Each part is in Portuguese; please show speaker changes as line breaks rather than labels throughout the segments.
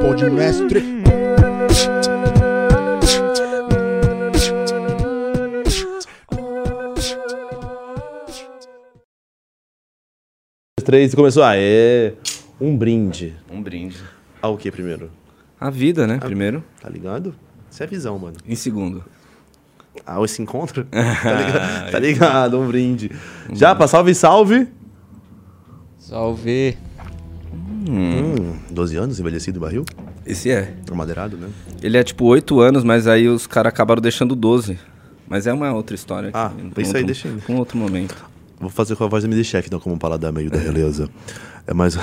Pode mestre.
Três e começou. Ah, é um brinde.
Um brinde.
Ao que primeiro?
A vida, né? Primeiro.
Tá ligado? Isso é visão, mano.
Em segundo.
Ah, esse encontro? tá, ligado? Tá ligado, um brinde. Japa, salve, salve.
Salve.
Hum, 12 anos, envelhecido o barril?
Esse é.
Amadeirado, né?
Ele é tipo 8 anos, mas aí os caras acabaram deixando 12. Mas é uma outra história.
Ah,
que-
isso aí
outro-
deixa aí.
Um outro momento.
Vou fazer com a voz da MD Chef, então, como um paladar meio da realeza. É mais.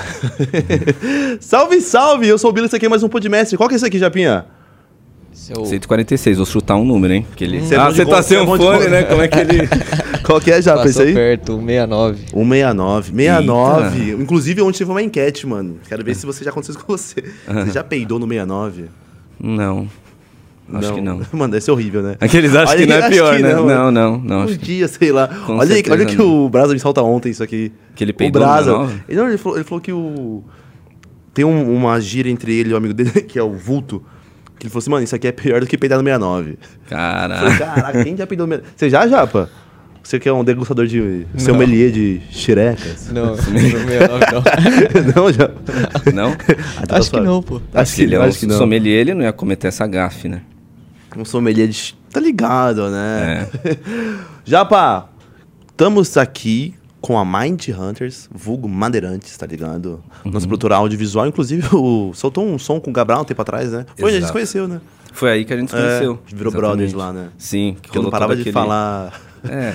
salve, salve! Eu sou o Bilo, isso aqui é mais um podmestre. Qual que é esse aqui, Japinha?
Esse é o
tá
146, vou chutar um número, hein? Porque ele...
Cê é
ah,
bom de
você tá
conta,
sem
cê é
um
bom de
fone,
conta.
né? Como é que ele...
Qual que é, Japa, esse
passou
aí?
perto, o 69.
169. 69. Inclusive, ontem teve uma enquete, mano. Quero ver se você já aconteceu isso com você. Você já peidou no 69?
Não. Acho que não.
Mano, deve ser horrível, né?
Aqueles acham que não
acho
é pior, né?
mano.
Não, não, não.
Um
acho
dia, sei lá.
Com
Olha, aí,
certeza
olha que
não.
o Brasa me solta ontem isso aqui.
Que ele
o
peidou no
Brasa.
69?
Ele, não, ele, falou, ele falou que o. Tem um- uma gíria entre ele e o amigo dele, que é o Vulto. Que ele falou assim, mano, isso aqui é pior do que peidar no 69. Eu
Caraca.
Falei, caraca, quem já peidou no 69? Você já, Japa? Você que é um degustador de. sommelier de xerecas?
Não, esse não é o 69 não.
não, Japa?
Não?
Ah, tá
Acho que
suave.
não, pô.
Acho
Se
que,
ele é um
acho que não.
sommelier, ele não ia cometer essa gafe, né?
Um sommelier de... Tá ligado, né?
É.
Japa, estamos aqui com a Mind Hunters, vulgo Madeirantes, tá ligado?
Uhum.
Nossa produtora audiovisual, inclusive, o... soltou um som com o Gabriel um tempo atrás, né? Foi onde a gente se
Exato.
conheceu, né?
Foi aí que a gente se
É,
conheceu.
virou
Exatamente.
brothers lá, né?
Sim.
Que eu não
rolou
parava
todo
de
aquele-
falar...
É,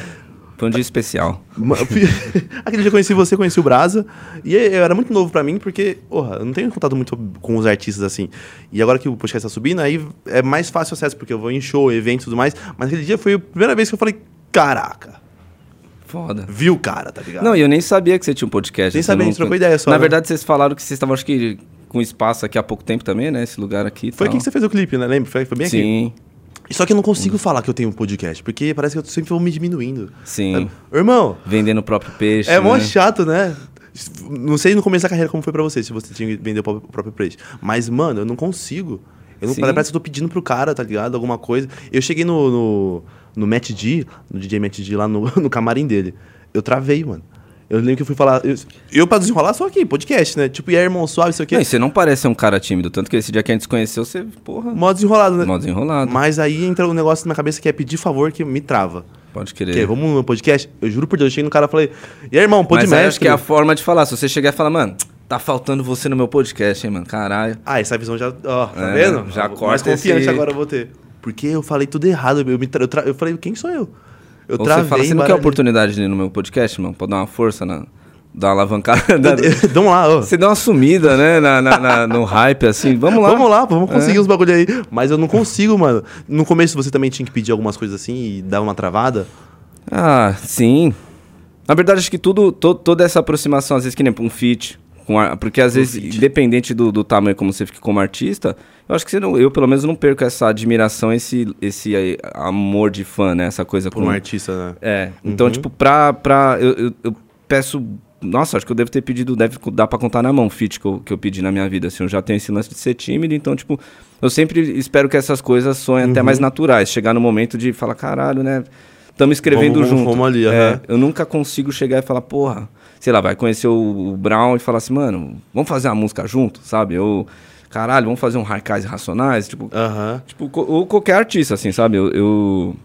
foi um dia especial.
Ma- Aquele dia eu conheci você, conheci o Brasa. E é, eu era muito novo pra mim, porque, porra, eu não tenho contato muito com os artistas assim. E agora que o podcast tá subindo, aí é mais fácil o acesso, porque eu vou em show, evento e tudo mais. Mas aquele dia foi a primeira vez que eu falei, caraca,
Foda.
viu o cara, tá ligado?
Não, e eu nem sabia que você tinha um podcast.
Nem
você
sabia, a
não-
gente trocou ideia só,
Na
né?
verdade, vocês falaram que vocês estavam, acho que, com espaço aqui há pouco tempo também, né? Esse lugar aqui. e
foi aqui
tal.
que você fez o clipe, né? Lembra? Foi, foi bem aqui.
Sim.
Só que eu não consigo falar que eu tenho um podcast, porque parece que eu sempre vou me diminuindo.
Sim.
Sabe? Irmão,
Vendendo o próprio peixe.
É
né?
mó chato, né? Não sei no começo da carreira como foi pra você, se você tinha que vender o pró- o próprio preço. Mas, mano, eu não consigo. Eu não,
Sim.
parece que eu tô pedindo pro cara, tá ligado? Alguma coisa. Eu cheguei no, no, no Matt D, no DJ Matt D lá no, no camarim dele. Eu travei, mano. Eu lembro que eu fui falar. Eu, eu pra desenrolar só aqui, podcast, né? Tipo, e aí, irmão suave, isso aqui.
Não, e você não parece ser um cara tímido. Tanto que esse dia que a gente se conheceu, você, porra,
Mó desenrolado, né?
é mó desenrolado.
Mas aí entra um negócio na minha cabeça que é pedir favor que me trava.
Pode
Que é,
querer.
vamos no meu podcast? Eu juro por Deus, eu cheguei no cara e falei, e aí, irmão, pode
Mas aí
mestre?
acho que é a forma de falar. Se você chegar e falar, mano, tá faltando você no meu podcast, hein, mano? Caralho.
Ah, essa visão já. Ó, tá
É,
vendo?
já
Mais
corta
confiante
esse-
agora eu vou ter. Porque eu falei tudo errado. Eu, me tra- eu, tra- eu falei, quem sou eu? Eu
Ou você fala, você não quer
embaralhei."
oportunidade ali no meu podcast, mano? Pode dar uma força, na... dar uma alavancada. da-
Vamos lá, ó.
Você dá uma sumida, né? na- na- na- no hype, assim. Vamos lá.
Vamos lá, pô, vamos
É.
conseguir uns bagulho aí. Mas eu não consigo, mano. No começo você também tinha que pedir algumas coisas assim e dar uma travada.
Ah, sim. Na verdade, acho que tudo, to- toda essa aproximação, às vezes, que nem um feat. Com ar- porque
Um
às vezes, independente do, do tamanho como você fica como artista, eu acho que você não, eu pelo menos não perco essa admiração, esse, esse aí, amor de fã, né? Essa coisa
Por um artista, né?
É. Então, tipo, pra. pra eu, eu, eu peço. Nossa, acho que eu devo ter pedido, deve co- dar pra contar na mão o feat que eu, que eu pedi na minha vida. Assim, eu já tenho esse lance de ser tímido, então, tipo, eu sempre espero que essas coisas soem
Uhum.
até mais naturais. Chegar no momento de falar, caralho, né? Tamo escrevendo
Vamos- vamos-
junto.
vamos ali,
É,
aham.
Eu nunca consigo chegar e falar, porra, sei lá, vai conhecer o, o Brown e falar assim, mano, vamos fazer uma música junto, sabe? Ou, caralho, vamos fazer um Raikais Racionais. Tipo,
Aham.
Tipo, co- ou qualquer artista, assim, sabe? Eu, eu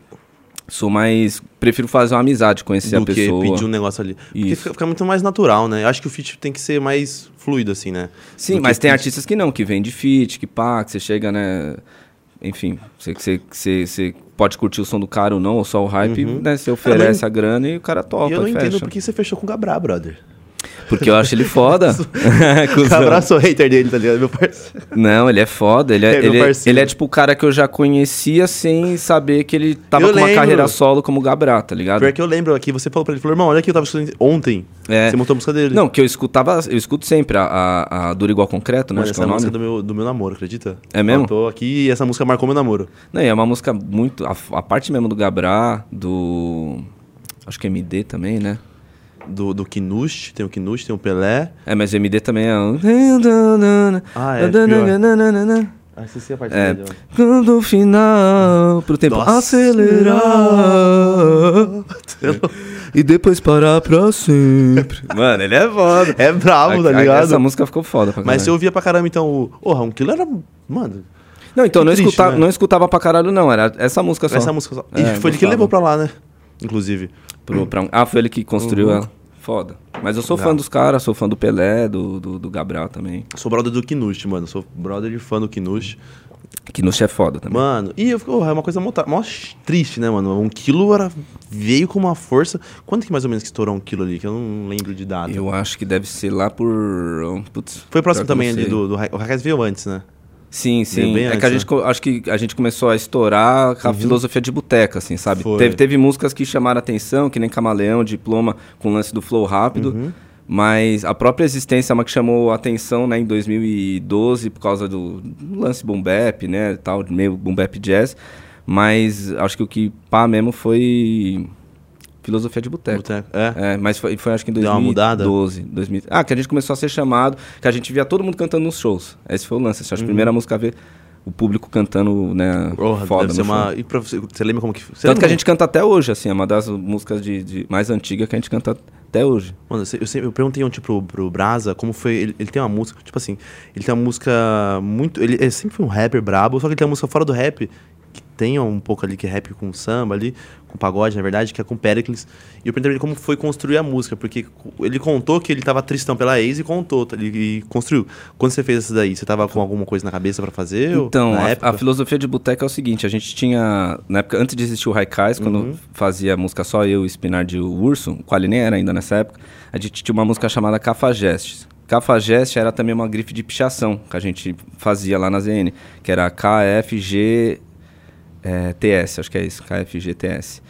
sou mais. Prefiro fazer uma amizade, conhecer
Do
a
que
pessoa.
pedir um negócio ali. Porque
Isso.
fica, fica muito mais natural, né? Eu acho que o feat tem que ser mais fluido, assim, né? Do
Sim,
que
mas tem
pedir-
artistas que não, que vem de fit, que pá, que você chega, né? Enfim, você, você, você, você pode curtir o som do cara ou não, ou só o hype, né? Você oferece a grana e o cara topa.
E Uhum. eu não
e
entendo
fecha.
por que você fechou com o Gabrá, brother.
Porque eu acho ele foda. Cuzão.
Gabrá sou hater dele, tá ligado? Meu parceiro.
Não, ele é foda. Ele
É,
é,
meu
ele, é-
parceiro.
ele é tipo o cara que eu já conhecia sem saber que ele tava
Eu
com uma
lembro.
carreira solo como o Gabrá, tá ligado?
Pior que eu lembro aqui, você falou pra ele, falou, irmão, olha aqui, eu tava escutando ontem.
É.
Você montou a música dele.
Não, que eu escutava, eu escuto sempre a, a, a Dura Igual Concreto, né?
Mano,
Acho que
essa é
é o
a música
nome.
do meu, do meu namoro, acredita?
É mesmo?
Eu tô aqui e essa música marcou meu namoro.
Não, e é uma música muito. A, a parte mesmo do Gabrá, do. Acho que é MD também, né?
do, do Kinush, tem o Kinush, tem o Pelé.
É, mas MD também é um.
Ah, é Ah, esqueci a parte
É. Tipo,
dele, ó.
Quando o final pro tempo
Nossa.
acelerar e depois parar pra sempre. Mano, ele é foda.
É brabo, tá
A- a-
ligado?
Essa música né? ficou foda pra
Mas
caralho.
eu ouvia pra caramba, então, o. Porra, um quilo era. Mano,
Não, então,
Que
não,
triste,
escuta-
né?
não escutava pra caralho, não. Era essa música só.
essa música só.
É,
E foi de que
gostava.
ele levou pra lá, né? Inclusive.
Pro- pra um- Ah, foi ele que construiu
Uhum.
ela. Foda. Mas eu sou fã dos caras, sou fã do Pelé, do, do, do Gabriel também.
Sou brother do Kinush, mano. Sou brother de fã do Kinush.
Que no é foda também.
Mano, e eu fico, porra, é uma coisa mó, tra- mó triste, né, mano? Um quilo era, veio com uma força. Quando que mais ou menos que estourou um quilo ali? Que eu não lembro de data.
Eu acho que deve ser lá por. um, Putz,
Foi próximo
pior que eu
também
não
ali
sei.
do, do Ra- O Raquel veio antes, né?
Sim, sim.
bem
é
antes,
que a
né? Uhum.
gente co- acho que a gente começou a estourar com a filosofia de boteca, assim, sabe?
Foi.
Teve, teve músicas que chamaram atenção, que nem Camaleão, Diploma, com o lance do flow rápido.
Uhum.
Mas a própria existência é uma que chamou atenção, né, em 2012, por causa do lance boom bap, né, tal, meio boom bap jazz. Mas acho que o que pá mesmo foi filosofia de boteca.
Boteco. É.
É, mas foi, foi acho que em
Deu uma
2012. 2000 ah, que a gente começou a ser chamado, que a gente via todo mundo cantando nos shows. Esse foi o lance. Acho que a primeira música a ver o público cantando, né?
Uhum. Porra,
foda.
deve ser
no
uma.
show.
E pra você, você lembra como que foi? Você
Tanto que
lembra
a gente canta até hoje, assim, é uma das músicas de, de- mais antigas que a gente canta até hoje.
Mano, eu se- eu, sempre, eu perguntei ontem pro, pro Brasa como foi. Ele, ele tem uma música, tipo assim, ele tem uma música muito. Ele, ele sempre foi um rapper brabo, só que ele tem uma música fora do rap, que tem um pouco ali que é rap com samba ali, com pagode, na verdade, que é com Pericles. E eu perguntei pra ele como foi construir a música, porque co- ele contou que ele tava tristão pela ex e contou, tá, ele e construiu. Quando você fez essa daí, você tava com alguma coisa na cabeça pra fazer? ou-
Então,
na
a,
época?
a filosofia de boteca é o seguinte: a gente tinha, na época, antes de existir o Raikais, quando
Uhum.
fazia música só eu e Spinard e o Urso, o Quali nem era ainda nessa época, a gente tinha uma música chamada Cafajestes. Cafajeste era também uma grife de pichação que a gente fazia lá na ZN, que era KFG é, TS, acho que é isso, KFGTS.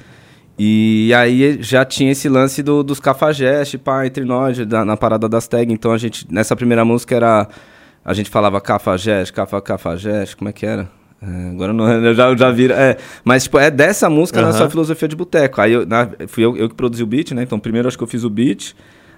E aí já tinha esse lance do- dos cafajeste, pá, entre nós, da- na parada das tags. Então a gente, nessa primeira música era. A gente falava cafajeste, cafa, cafajeste, como é que era? É, agora eu não, eu já, eu já vira. É, mas, tipo, é dessa música
Aham.
nessa filosofia de boteco. Aí eu, na- fui eu, eu que produzi o beat, né? Então primeiro acho que eu fiz o beat.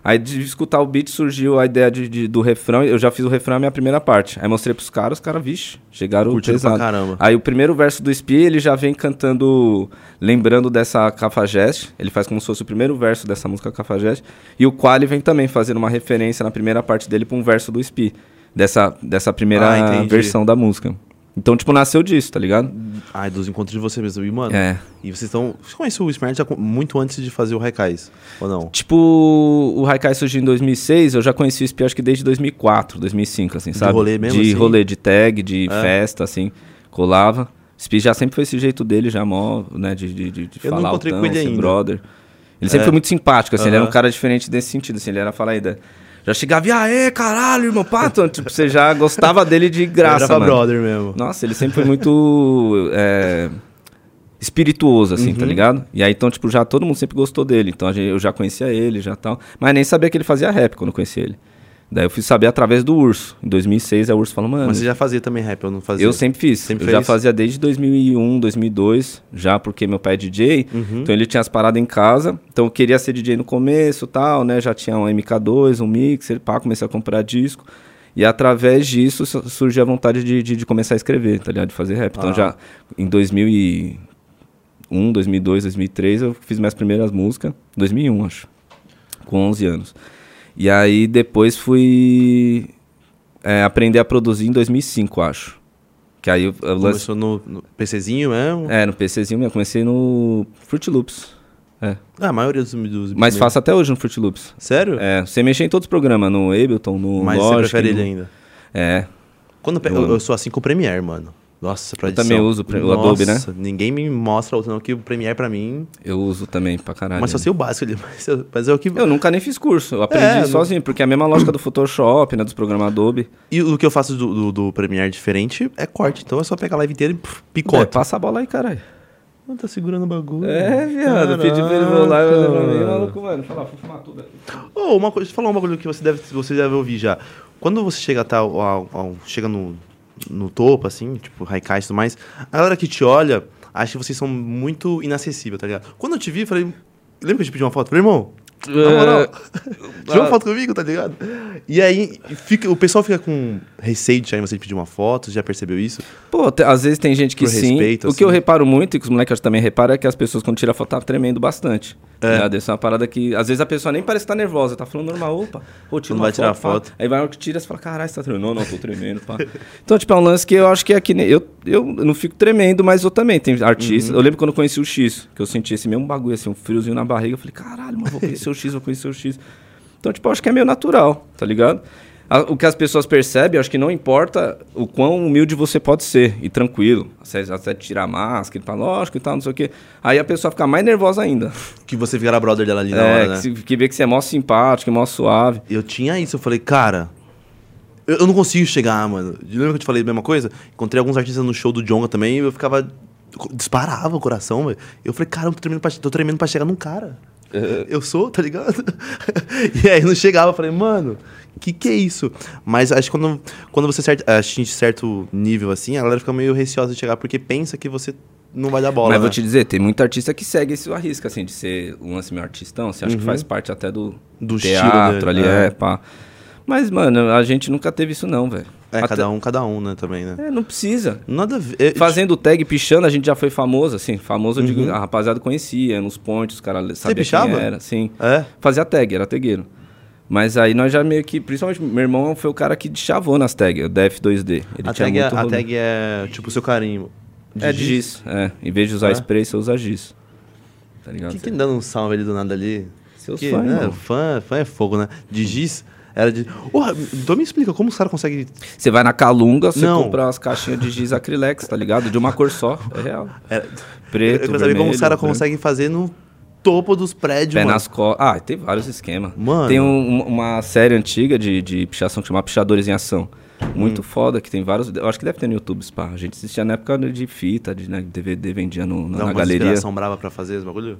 Aí de escutar o beat surgiu a ideia de, de- do refrão. Eu já fiz o refrão, é a minha primeira parte. Aí mostrei pros caras, os caras, vixe, chegaram
Curtiram pra
pesado.
caramba.
Aí o primeiro verso do Spi, ele já vem cantando, lembrando dessa Cafajeste. Ele faz como se fosse o primeiro verso dessa música Cafajeste. E o Quali vem também fazendo uma referência na primeira parte dele pra um verso do Spi. Dessa, dessa primeira
Ah, entendi.
versão da música. Então, tipo, nasceu disso, tá ligado?
Ai, dos encontros de você mesmo. E, mano,
É.
e vocês estão. Você conhece o Smart já com- muito antes de fazer o Raikais, ou não?
Tipo, o Haikai surgiu em 2006, eu já conheci o Spi acho que desde 2004, 2005, assim, sabe?
rolê mesmo,
De
assim? É.
rolê, de tag, de festa, assim, colava. O Spi já sempre foi esse jeito dele, já mó, né, de, de, de, de
Eu não
falar
encontrei
altão,
com ele
ser
ainda. É.
brother. Ele sempre foi muito simpático, assim, ele era um
Aham.
cara diferente nesse sentido, assim, ele era falar ainda... Já chegava e, aê, caralho, irmão, pato! Tipo, você já gostava dele de graça,
Era pra
mano.
brother mesmo.
Nossa, ele sempre foi muito é, espirituoso, assim, tá ligado? E aí, então, tipo, já todo mundo sempre gostou dele. Então, a gente- eu já conhecia ele, já tal. Mas nem sabia que ele fazia rap quando eu conheci ele. Daí eu fui saber através do Urso. Em 2006, a Urso falou, mano...
Mas você já fazia também rap, eu não fazia.
Eu sempre fiz.
Sempre
eu
fez?
já fazia desde 2001, 2002, já porque meu pai é DJ.
Uhum.
Então ele tinha as paradas em casa. Então eu queria ser DJ no começo, tal, né? Já tinha um MK2, um mixer, pá, comecei a comprar disco. E através disso su- surgiu a vontade de, de, de começar a escrever, tá ligado? De fazer rap. Então
Ah.
já em 2001, 2002, 2003 eu fiz minhas primeiras músicas. 2001, acho. Com 11 anos. E aí depois fui é, aprender a produzir em 2005, acho. Que aí eu, eu lance...
Começou no, no PCzinho Um- mesmo.
É, no PCzinho mesmo. Comecei no Fruit Loops. É.
Ah, a maioria dos. dos
Mas faço até hoje no Fruit Loops.
Sério?
É, você mexer em todos os programas, no Ableton, no
Mas
Logic.
você prefere
no-
ele ainda.
É.
Quando eu, pe- eu, eu sou assim com o Premiere, mano. Nossa, pra
Eu
edição.
também uso o Pre- o Adobe, né?
Nossa, Ninguém me mostra outro, não, que o Premiere pra mim.
Eu uso também pra caralho.
mas só sei o básico ali. Mas, eu- mas é o que.
Eu nunca nem fiz curso. Eu aprendi
É, não-
sozinho, porque é a mesma lógica do Photoshop, né? Dos programas Adobe.
E o que eu faço do, do, do Premiere diferente é corte. Então é só pegar a live inteira e pff,
É,
picota.
passa a bola aí, caralho.
Não tá segurando o bagulho.
É, viado. Pedi pra ele
Caraca.
rolar e olhou pra mim. Maluco, mano. Fala, vou fumar tudo aqui.
Ô, uma coisa, falar um bagulho que você deve, você deve ouvir já. Quando você chega, tá, ao- ao- chega no, no topo, assim, tipo, Haikai e tudo mais, a galera que te olha acha que vocês são muito inacessíveis, tá ligado? Quando eu te vi, eu falei. Lembra que eu te pedi uma foto? Eu Falei, irmão,
É.
Na moral, tira uma foto comigo, tá ligado? E aí, fica, o pessoal fica com receio de chamar você de pedir uma foto, já percebeu isso?
Pô, te- às vezes tem gente que
Por
sim.
respeito,
o que
assim.
eu reparo muito, e que os moleques também reparam, é que as pessoas quando tiram a foto tá tremendo bastante. É. Isso é uma parada que, às vezes, a pessoa nem parece que tá nervosa, tá falando normal, opa, pô, tira
Não
uma
vai tirar
foto, pá.
foto.
Aí vai na hora que tira, você fala, caralho, você tá tremendo. Não, não, tô tremendo, pá. então, tipo, é um lance que eu acho que é que nem. Eu, eu não fico tremendo, mas eu também. Tem artista.
Uhum.
Eu lembro quando eu conheci o X, que eu senti esse mesmo bagulho, assim, um friozinho na barriga. Eu falei, caralho, mano, vou conhecer o X, vou conhecer o X. Então, tipo, eu acho que é meio natural, tá ligado? A- O que as pessoas percebem, eu acho que não importa o quão humilde você pode ser e tranquilo. Você até tirar a máscara, e tá lógico e tal, não sei o quê. Aí a pessoa fica mais nervosa ainda.
Que você ficará brother dela ali na
é,
hora,
que,
né?
se- que vê que você é mó simpático, mó suave.
Eu tinha isso, eu falei, cara. Eu, eu não consigo chegar, mano. Lembra que eu te falei a mesma coisa? Encontrei alguns artistas no show do Jonga também e eu ficava. Disparava o coração, velho. Eu falei, cara, eu tô tremendo pra, tô tremendo pra chegar num cara.
É.
Eu sou, tá ligado? e aí não chegava, eu falei, mano, que que é isso? Mas acho que quando, quando você cer- atinge certo nível assim, a galera fica meio receosa de chegar porque pensa que você não vai dar bola.
Mas vou
né?
te dizer, tem muito artista que segue esse risco, assim, de ser um lance meio artistão. Você acha que faz parte até do,
Uhum. Do estilo
teatro
dele,
ali,
né?
é, pá. Mas, mano, a gente nunca teve isso não, velho.
É,
Até-
cada um, cada um, né, também, né?
É, não precisa.
Nada a ver. eh,
Fazendo o tag, pichando, a gente já foi famoso, assim. Famoso, eu digo, a rapaziada conhecia, nos pontes, os caras sabiam quem
Uhum. pichava?
era, assim.
É?
Fazia tag, era tagueiro. Mas aí nós já meio que, principalmente meu irmão foi o cara que chavou nas tags, o DF2D. Ele
A
tinha
tag, é,
muito
a
rolê.
tag é tipo o seu carimbo.
é de giz. É, em vez de usar
É.
spray, você usa giz. Tá ligado?
Quem que dando um salve ali do nada ali?
Seus
que,
fãs,
né,
irmão.
fã, fã é fogo, né? De giz, era de... Porra, então me explica, como os caras conseguem...
Você vai na Calunga, você
Não.
compra umas caixinhas de giz acrilex, tá ligado? De uma cor só, é real.
Era- eu
Preto,
quero saber como os
vermelho,
caras
branco.
conseguem fazer no topo dos prédios,
Pé
mano.
nas costas. Ah, tem vários esquemas.
Mano.
Tem um- um- uma série antiga de, de pichação que chama Pichadores em Ação. Muito
Hum.
foda, que tem vários. Eu acho que deve ter no YouTube, pá. A gente assistia na época de fita, de né, DVD, vendia no, na,
Dá
na
uma
galeria.
inspiração É. brava pra fazer esse bagulho?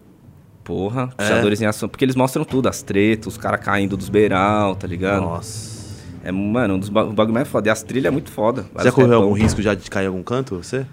Porra, Pichadores em Ação. Porque eles mostram tudo, as tretas, os caras caindo dos beiral, tá ligado?
Nossa.
É, mano, um dos ba- o bagulho mais foda. E as trilhas é muito foda.
já
Vários
correu
repão.
algum risco já de cair em algum canto, você?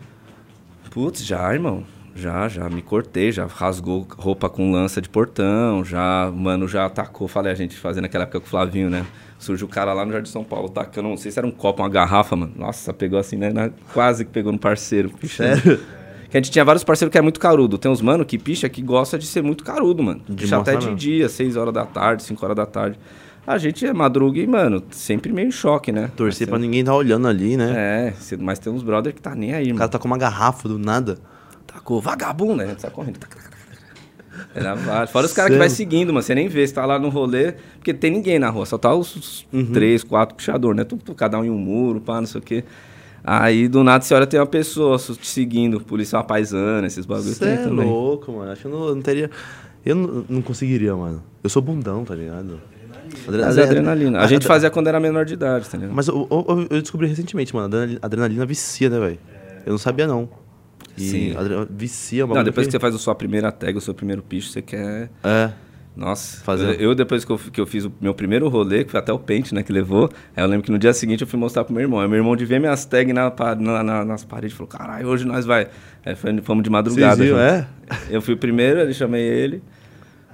Putz, já, irmão. Já, já. Me cortei, já rasgou roupa com lança de portão, já, mano, já atacou. Falei a gente fazendo aquela época com o Flavinho, né? Surgiu o cara lá no Jardim São Paulo, tacando, não sei se era um copo, uma garrafa, mano. Nossa, pegou assim, né? na- quase que pegou no parceiro. Pichando.
Sério?
Que a gente tinha vários parceiros que é muito carudo. Tem uns mano que picha que gosta de ser muito carudo, mano. Picha
mostrar
até de
mesmo.
dia, 6 horas da tarde, 5 horas da tarde. A gente é madruga e, mano, sempre meio em choque, né?
Torcer pra
Mas tem-
ninguém tá olhando ali, né?
É, cê- mas tem uns brother que tá nem aí,
O
mano.
cara tá com uma garrafa do nada.
Tacou, vagabundo, né? A gente sai correndo. Tac, tac, tac, tac, tac. Era válido. Fora os caras que vai
Sério?
seguindo, mano. Você nem vê, você tá lá no rolê, porque tem ninguém na rua, só tá os- os três, quatro puxador, né? Tu- tu- cada um em um muro, pá, não sei o quê. Aí do nada você olha, tem uma pessoa su- te seguindo, policial paisana, esses bagulhos
Você
tem
é
também.
louco, mano. Acho que eu não, eu não teria. Eu não, não conseguiria, mano. Eu sou bundão, tá ligado? Adrenalina.
Mas é adrenalina. A gente fazia quando era menor de idade, tá ligado?
Mas eu, eu- eu descobri recentemente, mano. adrenali- Adrenalina vicia, né, velho? Eu não sabia, não. E
Sim.
adre- Vicia, mano.
Não, depois que você faz a sua primeira tag, o seu primeiro picho, você quer
É.
Nossa,
Fazer.
Eu, eu depois que eu, fi- que eu fiz o meu primeiro rolê, que foi até o pente, né, que levou, aí eu lembro que no dia seguinte eu fui mostrar pro meu irmão. Aí meu irmão de ver minhas tags na, pa- na- na- nas paredes falou: caralho, hoje nós vai. Aí foi- né? fomos de madrugada.
Vocês viram,
gente.
é?
Eu fui o primeiro, ele chamei ele.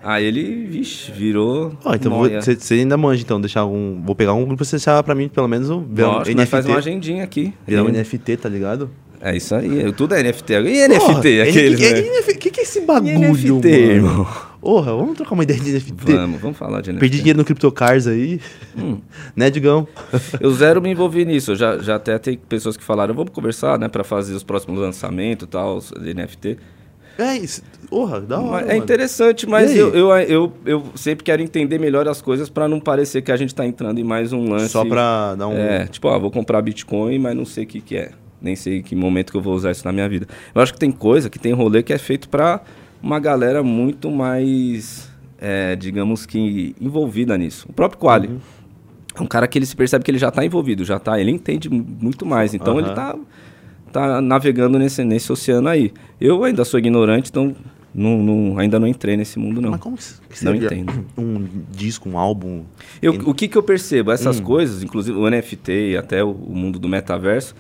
Aí ele, vixe, virou.
Ó, então
nóia.
você ainda manja, então. Deixar algum. Vou pegar um pra você deixar pra mim, pelo menos, um. virar um
Lógico, nós faz uma agendinha aqui.
Virar um NFT, tá ligado?
É isso aí. eu- Tudo é NFT. E NFT,
Porra,
aquele.
que-
né?
NF que, que é esse bagulho,
NFT,
mano?
irmão.
Porra, vamos trocar uma ideia de NFT.
Vamos, vamos falar de NFT.
Perdi dinheiro no CryptoCars aí.
Hum.
Né, Digão?
Eu zero me envolvi nisso. Eu Já, já até tem pessoas que falaram, vamos conversar, né, para fazer os próximos lançamentos e tal, os NFT.
É isso. Porra, da hora.
Mas é
mano.
interessante, mas
E aí?
eu, eu, eu, eu sempre quero entender melhor as coisas para não parecer que a gente tá entrando em mais um lance.
Só pra dar um.
É, tipo, ó, vou comprar Bitcoin, mas não sei o que, que é. Nem sei que momento que eu vou usar isso na minha vida. Eu acho que tem coisa, que tem rolê que é feito pra uma galera muito mais, é, digamos que, envolvida nisso. O próprio Quali. É um cara que ele se percebe que ele já tá envolvido, já tá, ele entende mu- muito mais. Então
Aham.
ele tá, tá navegando nesse, nesse oceano aí. Eu ainda sou ignorante, então não, não- ainda não entrei nesse mundo, não.
Mas como que se- que
Não
seria
entendo.
Um disco, um álbum.
Eu- o que, que eu percebo? Essas coisas, inclusive o NFT e até o, o mundo do metaverso,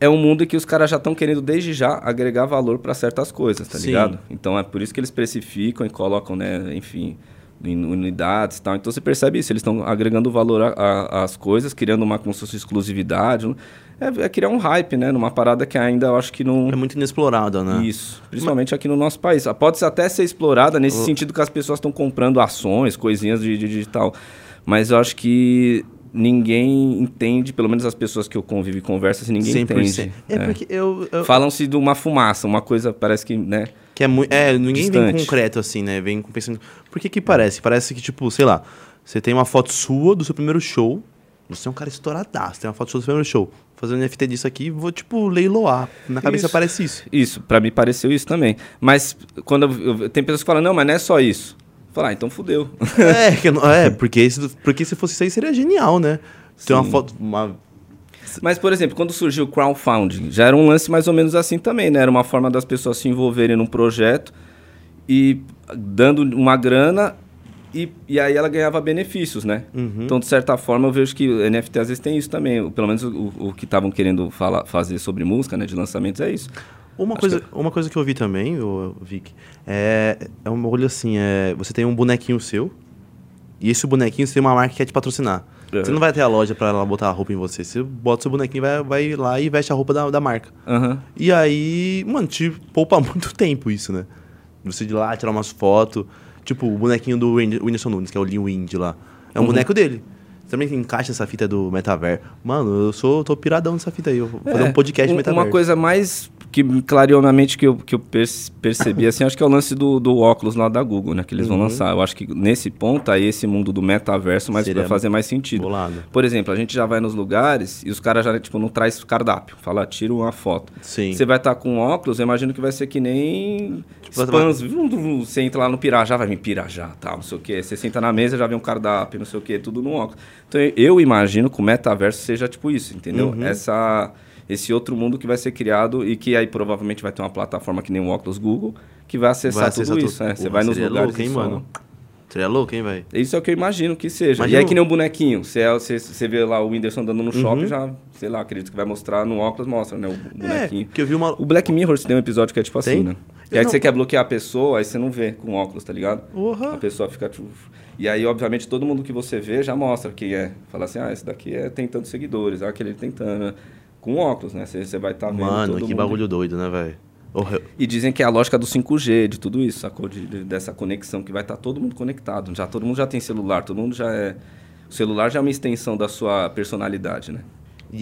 é um mundo que os caras já estão querendo desde já agregar valor para certas coisas, tá
Sim.
ligado? Então é por isso que eles especificam e colocam, né, enfim, em unidades e tal. Então você percebe isso, eles estão agregando valor a- a- às coisas, criando uma como se fosse exclusividade. né? É, é criar um hype, né? Numa parada que ainda eu acho que não.
É muito inexplorada, né?
Hum. Isso, principalmente aqui no nosso país. Ah, Pode até ser explorada nesse sentido que as pessoas estão comprando ações, coisinhas de, de digital. Mas eu acho que ninguém entende, pelo menos as pessoas que eu convivo e converso, assim, ninguém
100%.
entende.
É, porque eu. eu-
Falam-se de uma fumaça, uma coisa parece que, né?
que é, muito, é, ninguém vem
Distante.
concreto assim, né? Vem com pensamento. Por que que parece? Parece que, tipo, sei lá, você tem uma foto sua do seu primeiro show. Você é um cara estouradaço, tem uma foto sua do seu primeiro show. Vou fazer um NFT disso aqui, vou, tipo, leiloar. Na cabeça
Isso.
parece isso.
Isso, pra mim pareceu isso também. Mas quando eu- eu- tem pessoas que falam, não, mas não é só isso. Falar, ah, então fudeu.
É, que eu não- é porque, esse- porque se fosse isso aí seria genial, né? Tem uma foto. Uma,
Mas, por exemplo, quando surgiu o crowdfunding, já era um lance mais ou menos assim também, né? Era uma forma das pessoas se envolverem num projeto e dando uma grana e, e aí ela ganhava benefícios, né? Então, de certa forma, eu vejo que o NFT às vezes tem isso também. O- Pelo menos o, o que estavam querendo falar, fazer sobre música, né? De lançamentos, é isso.
Uma coisa, uma coisa que eu vi também, ô, Vic, é, é um olho assim, é, você tem um bonequinho seu, e esse bonequinho você tem uma marca que quer te patrocinar.
É.
Você não vai até a loja pra ela botar a roupa em você, você bota seu bonequinho, vai, vai lá e veste a roupa da, da marca.
Aham.
E aí, mano, te poupa muito tempo isso, né? Você de lá, tirar umas fotos, tipo o bonequinho do Whind- Whindersson Nunes, que é o Lean Wind lá, é
Uhum.
um boneco dele. Também que encaixa essa fita do metaverso. Mano, eu sou, tô piradão nessa fita aí. Eu vou fazer
É,
um podcast
um-
metaverso.
Uma coisa mais que me clareou na mente que eu, que eu perce- percebi, assim, acho que é o lance do, do óculos lá da Google, né? Que eles
Uhum.
vão lançar. Eu acho que nesse ponto aí, esse mundo do metaverso mas
Seria
vai fazer mais sentido.
bolado.
Por exemplo, a gente já vai nos lugares e os caras já, tipo, não traz cardápio. Fala, "Ah, tira uma foto.
Sim.
Você vai estar com óculos, eu imagino que vai ser que nem
Tipo,
spans. Vrum, vrum, Você entra lá no Pirajá, vai vir Pirajá, tal, não sei o quê. Você senta na mesa, já vem um cardápio, não sei o quê, tudo no óculos. Então eu- eu imagino que o metaverso seja tipo isso, entendeu?
Uhum.
Essa, esse outro mundo que vai ser criado e que aí provavelmente vai ter uma plataforma que nem o óculos Google que vai acessar,
Vai acessar
tudo
tudo.
isso. né? Você
Porra,
vai nos
seria
lugares
louco,
e
hein,
só-
mano? Seria louco, hein, velho?
Isso é o que eu imagino que seja.
Imagina Uhum.
E aí
o-
que nem o bonequinho. Você, é- você, você vê lá o Whindersson andando no shopping, já, sei lá, acredito que vai mostrar no óculos, mostra,
É,
né? O bonequinho.
porque eu vi uma-
O Black Mirror tem um episódio que é tipo
Tem?
assim, né? E aí
Não.
você quer bloquear a pessoa, aí você não vê com óculos, tá ligado?
Porra.
A pessoa fica. tipo, E aí, obviamente, todo mundo que você vê já mostra que é. Fala assim, ah, esse daqui é tem tantos seguidores, ah, aquele tem tanto. Com óculos, né? Você, você vai estar vendo.
Mano,
todo
que
mundo.
bagulho doido, né, velho?
E dizem que é a lógica do 5G, de tudo isso, sacou? De- de- dessa conexão que vai estar todo mundo conectado. Já todo mundo já tem celular, todo mundo já é. O celular já é uma extensão da sua personalidade, né?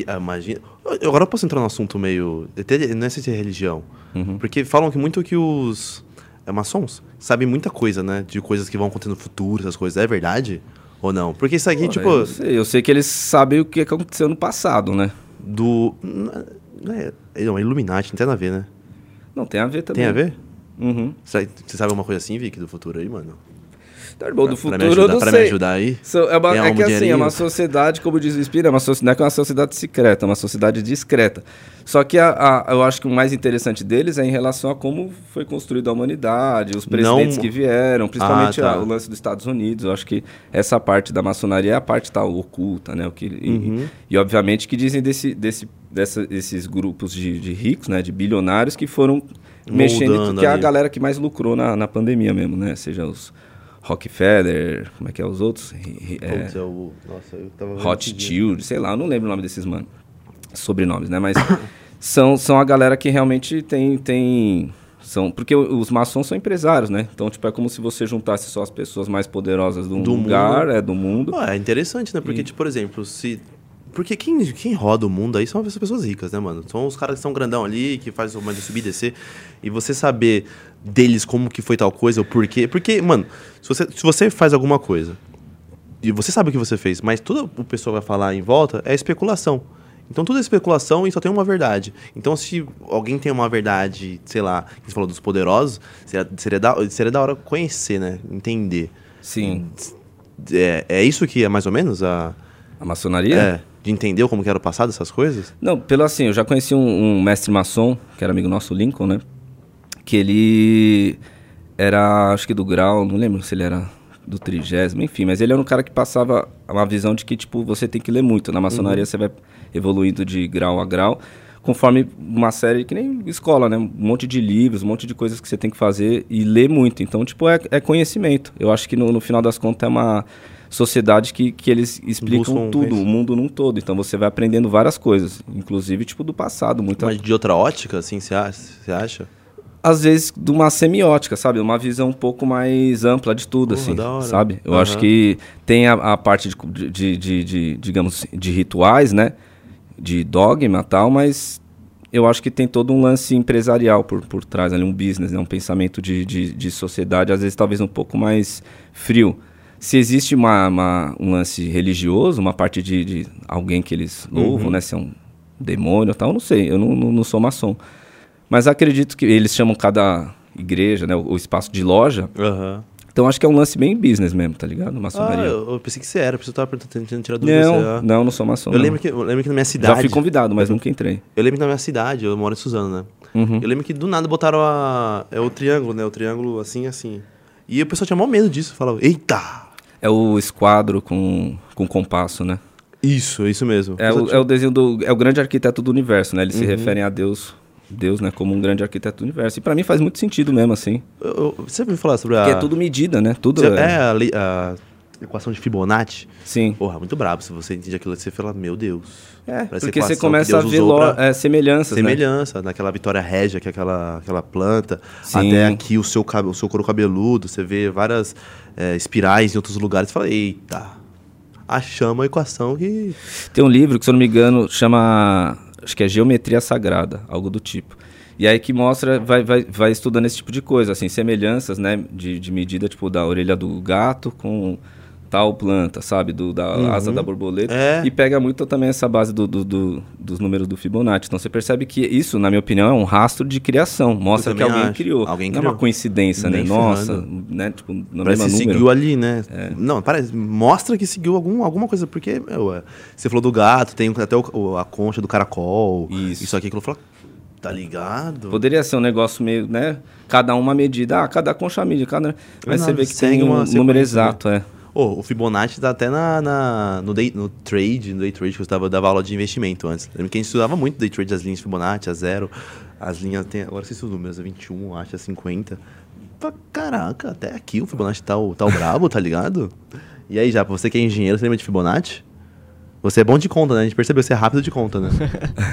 ah, Imagina. Eu- Agora eu posso entrar num assunto meio. até- Não é se é religião.
Uhum.
Porque falam que muito que os é, maçons sabem muita coisa, né? De coisas que vão acontecer no futuro, essas coisas. É verdade? Ou não? Porque isso aqui,
Pô,
tipo.
eu, não sei, eu sei que eles sabem o que aconteceu no passado, né?
Do. Não é, não, é Illuminati, não tem nada a ver, né?
Não, tem a ver também.
Tem a ver?
Uhum.
Você você sabe alguma coisa assim, Vic, do futuro aí, mano?
Tá, irmão, do
Pra- pra
futuro
me ajudar-
eu não
pra me
sei.
ajudar aí?
So- é uma-
Tem
é
algum
que assim, é
dinheirinho?
uma sociedade, como diz o Espírito, é uma sociedade, não é que é uma sociedade secreta, é uma sociedade discreta. Só que a- a- eu acho que o mais interessante deles é em relação a como foi construída a humanidade, os presidentes
Não-
que vieram, principalmente
Ah, tá.
a- o lance dos Estados Unidos. Eu acho que essa parte da maçonaria é a parte tal oculta, né? O que, e,
Uhum.
e, obviamente que dizem desse, desse, dessa, desses grupos de, de ricos, né? De bilionários que foram mexendo, em tudo,
Moldando
que é a
ali.
galera galera que mais lucrou na, na pandemia mesmo, né? Seja os Rockefeller, como é que é os outros? Ri- ri- é,
Putz, eu- nossa, eu tava vendo esse
Hot
dia.
Child, sei lá, eu não lembro o nome desses mano. Sobrenomes, né? Mas são, são a galera que realmente tem. tem são, porque o- os maçons são empresários, né? Então, tipo, é como se você juntasse só as pessoas mais poderosas do,
Do
lugar, é do mundo.
Ué, é interessante, né? Porque, tipo, por exemplo, se. Porque quem, quem roda o mundo aí são as pessoas ricas, né, mano? São os caras que são grandão ali, que fazem o mano subir e descer. E você saber deles como que foi tal coisa, o porquê. Porque, mano, se você, se você faz alguma coisa e você sabe o que você fez, mas tudo o pessoal vai falar em volta é especulação. Então tudo é especulação e só tem uma verdade. Então se alguém tem uma verdade, sei lá, que você falou dos poderosos, seria, seria, da, seria da hora conhecer, né? Entender.
Sim.
É, é isso que é mais ou menos a.
A maçonaria? né?
É, de entender como que era o passado, essas coisas?
Não, pelo assim, eu já conheci um, um mestre maçom, que era amigo nosso, o Lincoln, né? Que ele era, acho que do grau, não lembro se ele era do trigésimo, enfim, mas ele era um cara que passava uma visão de que, tipo, você tem que ler muito. Na maçonaria você vai evoluindo de grau a grau. conforme uma série que nem escola, né? Um monte de livros, um monte de coisas que você tem que fazer e ler muito. Então, tipo, é, é conhecimento. Eu acho que no, no final das contas é uma sociedade que, que eles explicam
Buscam
tudo,
isso.
o mundo num todo. Então você vai aprendendo várias coisas, inclusive, tipo, do passado. Muita...
Mas de outra ótica, assim, você acha? Você acha?
às vezes de uma semiótica, sabe? Uma visão um pouco mais ampla de tudo,
Porra,
assim,
da hora.
sabe? Eu
Aham.
acho que tem a, a parte de, cu- de, de- de- digamos, de rituais, né? De dogma e tal, mas eu acho que tem todo um lance empresarial por, por trás, ali, um business, né? um pensamento de, de, de sociedade, às vezes talvez um pouco mais frio. Se existe uma, uma- um lance religioso, uma parte de, de alguém que eles louvam,
Uhum.
né? Se é um demônio e tal, eu não sei, eu não- não, não sou maçom. Mas acredito que eles chamam cada igreja, né, o o espaço de loja.
Aham.
Então acho que é um lance bem business mesmo, tá ligado?
Ah,
Maçonaria.
eu, eu pensei que você era, por isso eu tava perguntando, tentando tirar dúvida. você
não,
era.
não, não sou maçom.
Eu
não.
lembro, que, eu lembro que na minha cidade.
Já fui convidado, mas nunca entrei.
Eu lembro que na minha cidade, eu moro em Suzano, né?
Uhum.
Eu lembro que do nada botaram a. É o triângulo, né? O triângulo assim, assim. E o pessoal tinha maior medo disso. Falava, eita!
É o esquadro com, com compasso, né?
Isso, isso mesmo.
É
Pessoal
o, é o desenho do. É o grande arquiteto do universo, né? Eles
Uhum.
se referem a Deus. Deus, né? Como um grande arquiteto do universo. E pra mim faz muito sentido mesmo, assim.
Eu- eu- você me falar sobre a.
Porque é tudo medida, né? Tudo.
Tá. Você-
é-
é a, lei- a equação de Fibonacci.
Sim.
Porra, muito brabo. Se você entende aquilo, você fala, meu Deus.
É,
Parece
porque você
equação que
começa a
Deus
ver
usou
lo-
pra-
é, semelhanças, né?
Semelhança, naquela vitória régia, que é aquela, aquela planta.
Sim.
Até aqui o seu, cabe- o seu couro cabeludo. Você vê várias é, espirais em outros lugares. Você fala, eita. Achamos a equação que.
Tem um livro que, se eu não me engano, chama. Acho que é Geometria Sagrada, algo do tipo. E aí que mostra, vai, vai, vai estudando esse tipo de coisa, assim, semelhanças, né? De, de medida, tipo, da orelha do gato com tal planta, sabe? Do, da asa da borboleta.
Uhum. É.
E pega muito também essa base do, do- do- dos números do Fibonacci. Então você percebe que isso, na minha opinião, é um rastro de criação. Mostra
Eu
que
também
alguém
acho.
criou.
Alguém
Não é
criou.
uma coincidência, né?
Nem
Nossa,
ferrando.
né? Tipo, no
Parece que
mesmo número. É.
seguiu ali, né? Não, parece. Mostra que seguiu algum, alguma coisa. Porque, meu, é, você falou do gato, tem até o- o- a concha do caracol.
Isso.
Isso aqui, aquilo. Fala, tá ligado?
Poderia ser um negócio meio, né? Cada uma medida. Ah, cada concha mide, cada. Mas
Não,
você vê que
segue
tem um
uma
número
sequência, né?
exato, é.
Ô, o Fibonacci tá até na, na- no, day, no trade, no day trade, que eu estava, dava aula de investimento antes. Lembro que a gente estudava muito day trade, as linhas Fibonacci, a zero, as linhas, tem, agora sei se os números, a 21, acho, a 50. Fala, Caraca, até aqui o Fibonacci tá o, tá o brabo, tá ligado? E aí, já, você que é engenheiro, você lembra de Fibonacci? Você é bom de conta, né? A gente percebeu, você é rápido de conta, né?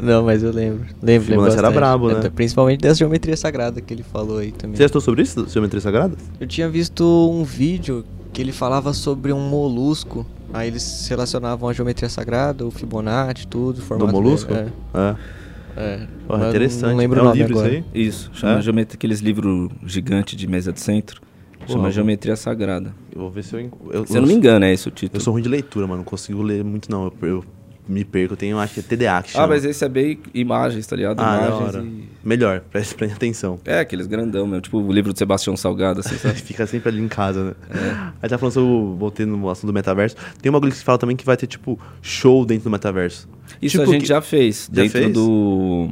Não, mas eu lembro. Lembro, lembro
Fibonacci era
bastante.
brabo, né?
Até- Principalmente dessa geometria sagrada que ele falou aí também.
Você já estudou sobre isso, geometria sagrada?
Eu tinha visto um vídeo que ele falava sobre um molusco. Aí eles relacionavam a geometria sagrada, o Fibonacci, tudo. o
Do
formato dele.
molusco?
É,
É.
é. Mas
Porra,
não-
interessante.
Não lembro
é
o
um
nome
livro
agora.
isso aí?
Isso. Chama
É?
geometria, aqueles livros gigantes de mesa de centro. Chama
Uau.
geometria sagrada.
Eu vou ver se eu... enco- eu
Se eu não me engano, é esse o título.
Eu sou ruim de leitura, mano. Não consigo ler muito, não. Eu, eu me perco. Eu tenho, acho que é TDA que chama.
Ah, mas esse é bem imagens, tá ligado?
Ah, da
imagens
hora.
e.
Melhor. Preste, preste atenção.
É, aqueles grandão mesmo. Tipo o livro do Sebastião Salgado, assim, sabe?
Fica sempre ali em casa, né?
É.
Aí tá falando sobre... Voltei no assunto do metaverso. Tem uma bagulho que se fala também que vai ter, tipo, show dentro do metaverso.
Isso
Tipo
a gente
que-
já fez.
Já
dentro
fez?
do.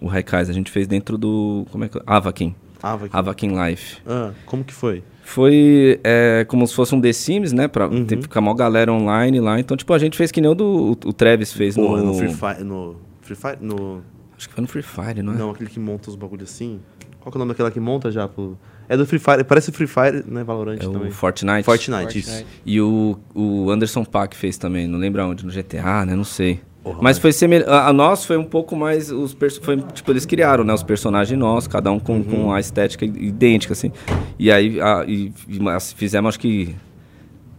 O Raikais, a gente fez dentro do. Como é que. Avakin.
Ah, vai...
Avakin Life.
Ah, como que foi?
Foi é, como se fosse um The Sims, né? Pra
Uhum.
ter que ficar mó galera online lá. Então, tipo, a gente fez que nem o, do, o Travis fez
Porra,
no...
no Free Fire... No... Free Fire... No...
Acho que foi no Free Fire, não é?
Não, aquele que monta os bagulhos assim. Qual que é o nome daquela que monta já? pô? É do Free Fire. Parece Free Fire, né? Valorant
é
também.
o Fortnite.
Fortnite, isso.
Fortnite.
E o, o Anderson Paak fez também, não lembro aonde, no GTA, né? Não sei.
Porra,
mas
mas-
foi semelhante. A, a nossa foi um pouco mais. Os perso- foi, tipo, eles criaram, né? Os personagens nossos, cada um com,
Uhum.
com a estética i- idêntica, assim. E aí a- e- e mas fizemos, acho que.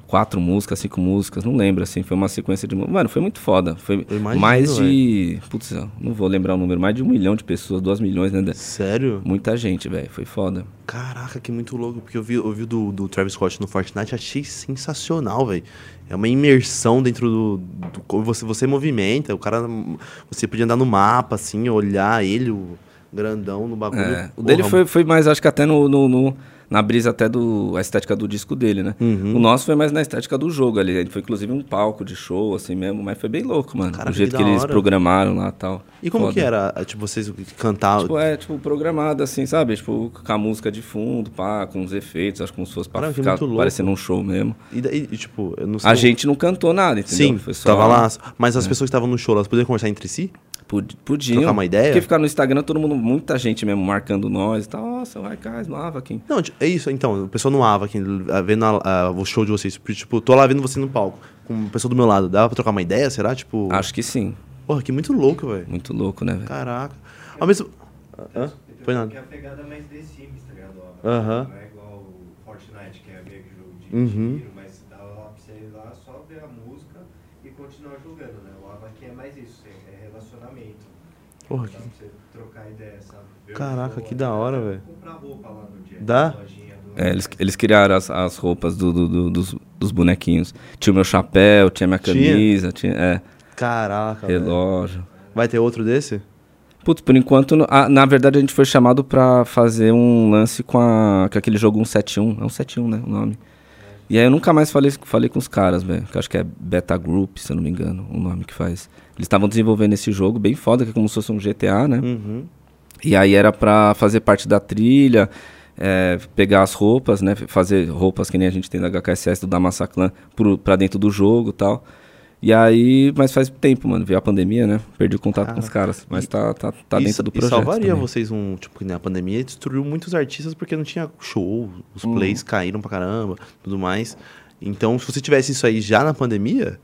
Quatro músicas, cinco músicas, não lembro, assim. Foi uma sequência de. mu- Mano, foi muito foda. Foi
Eu imagino,
mais de. Putz, eu não vou lembrar o número, mais de um milhão de pessoas, duas milhões, né? Dan?
Sério?
Muita gente, velho. Foi foda.
Caraca, que muito louco, porque eu vi, eu vi o do, do Travis Scott no Fortnite, achei sensacional, velho. É uma imersão dentro do, do- co- você você movimenta, o cara você podia andar no mapa assim, olhar ele o grandão no bagulho.
É, o dele
Porra,
foi, foi mais, acho que até no, no- no- na brisa até do a estética do disco dele, né?
Uhum.
O nosso foi mais na estética do jogo ali. Ele foi inclusive um palco de show, assim mesmo, mas foi bem louco, mano.
Caraca,
o jeito
que
que,
da
eles
hora.
programaram lá e tal.
E como
Foda.
que era, ah, tipo, vocês cantavam?
Tipo, é, tipo, programado assim, sabe? Tipo, com a música de fundo, pá, com os efeitos, acho que como se fosse pra
Caramba, que
ficar
muito louco.
parecendo um show mesmo.
e, daí, e, tipo, eu não sei.
A gente não cantou nada, entendeu?
sim,
Foi só- É.
tava lá, mas as pessoas que estavam no show, elas podiam conversar entre si?
Pod- Podiam.
Trocar uma ideia?
Porque ficar no Instagram, todo mundo, muita gente mesmo marcando nós e tal. Nossa, vai cá, lava quem.
Não, ti- é isso, então, o pessoal não ava aqui, ah, vendo a- a- o show de vocês. Tipo, Tipo, tô lá vendo você no palco, com uma pessoa do meu lado. Dava pra trocar uma ideia, será? Tipo.
Acho que sim.
Porra, que muito louco, velho.
Muito louco, né, velho?
Caraca. Ao mesmo. Hã? Foi
Que é
nada.
a pegada mais The Sims, tá ligado? Ó,
Aham.
Não é igual o Fortnite, que é meio que jogo de
Uhum.
tiro, mas dá lá pra você ir lá só ver a música e continuar jogando, né? O Ava aqui é mais isso, é é relacionamento.
Porra,
Dá
que-
pra você trocar ideia, sabe? Ver
Caraca,
pessoa,
que da hora, velho.
Comprar roupa lá no dia.
Dá?
na lojinha do-
É, eles, eles criaram as, as roupas do- do- do- dos, dos bonequinhos. Tinha o meu chapéu, tinha minha
Tinha? Tá
camisa, tinha, é,
Caraca. velho.
relógio.
Vai ter outro desse?
Putz, por enquanto, no- ah, na verdade a gente foi chamado pra fazer um lance com, a, com aquele jogo 171. É 171, né? O nome. E aí eu nunca mais falei, falei com os caras, velho. Que eu acho que é Beta Group, se eu não me engano, o nome que faz. Eles estavam desenvolvendo esse jogo bem foda, que é como se fosse um GTA, né?
Uhum.
E aí era pra fazer parte da trilha, é, pegar as roupas, né? Fazer roupas que nem a gente tem da HKSS, do Damassaclan, pro- pra dentro do jogo e tal. E aí, mas faz tempo, mano, veio a pandemia, né? Perdi o contato com os caras, mas tá, tá, tá
E sa-
dentro do projeto.
E salvaria
também.
vocês um. Tipo, que nem a pandemia destruiu muitos artistas porque não tinha show, os
Hum.
plays caíram pra caramba, tudo mais. Então, se você tivesse isso aí já na pandemia,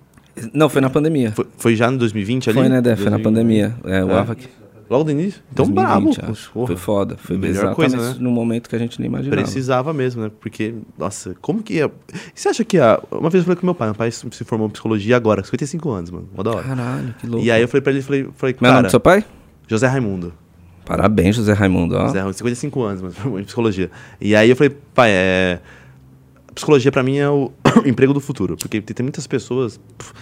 Não, foi na pandemia.
foi, foi já em 2020 ali?
Foi, né, Dé? Foi na
2020.
pandemia. É, o
É.
AVAC.
Logo do início? Então,
2020,
brabo.
acho.
porra.
é. Foi foda. Foi Tá,
Melhor
melhor
coisa,
coisa,
né?
no momento que a gente nem imaginava.
Precisava mesmo, né? Porque, nossa, como que ia. Você acha que a. Uma vez eu falei com meu pai, meu pai se se formou em psicologia agora, com 55 anos, mano. Mó da hora.
Caralho, que louco.
E aí eu falei pra ele, falei, falei
Como é o nome
cara,
do seu pai?
José Raimundo.
Parabéns, José Raimundo. Ó.
José Raimundo, 55 anos, mas formou em psicologia. E aí eu falei, pai, é. Psicologia pra mim é o emprego do futuro, porque tem tem muitas pessoas. pff,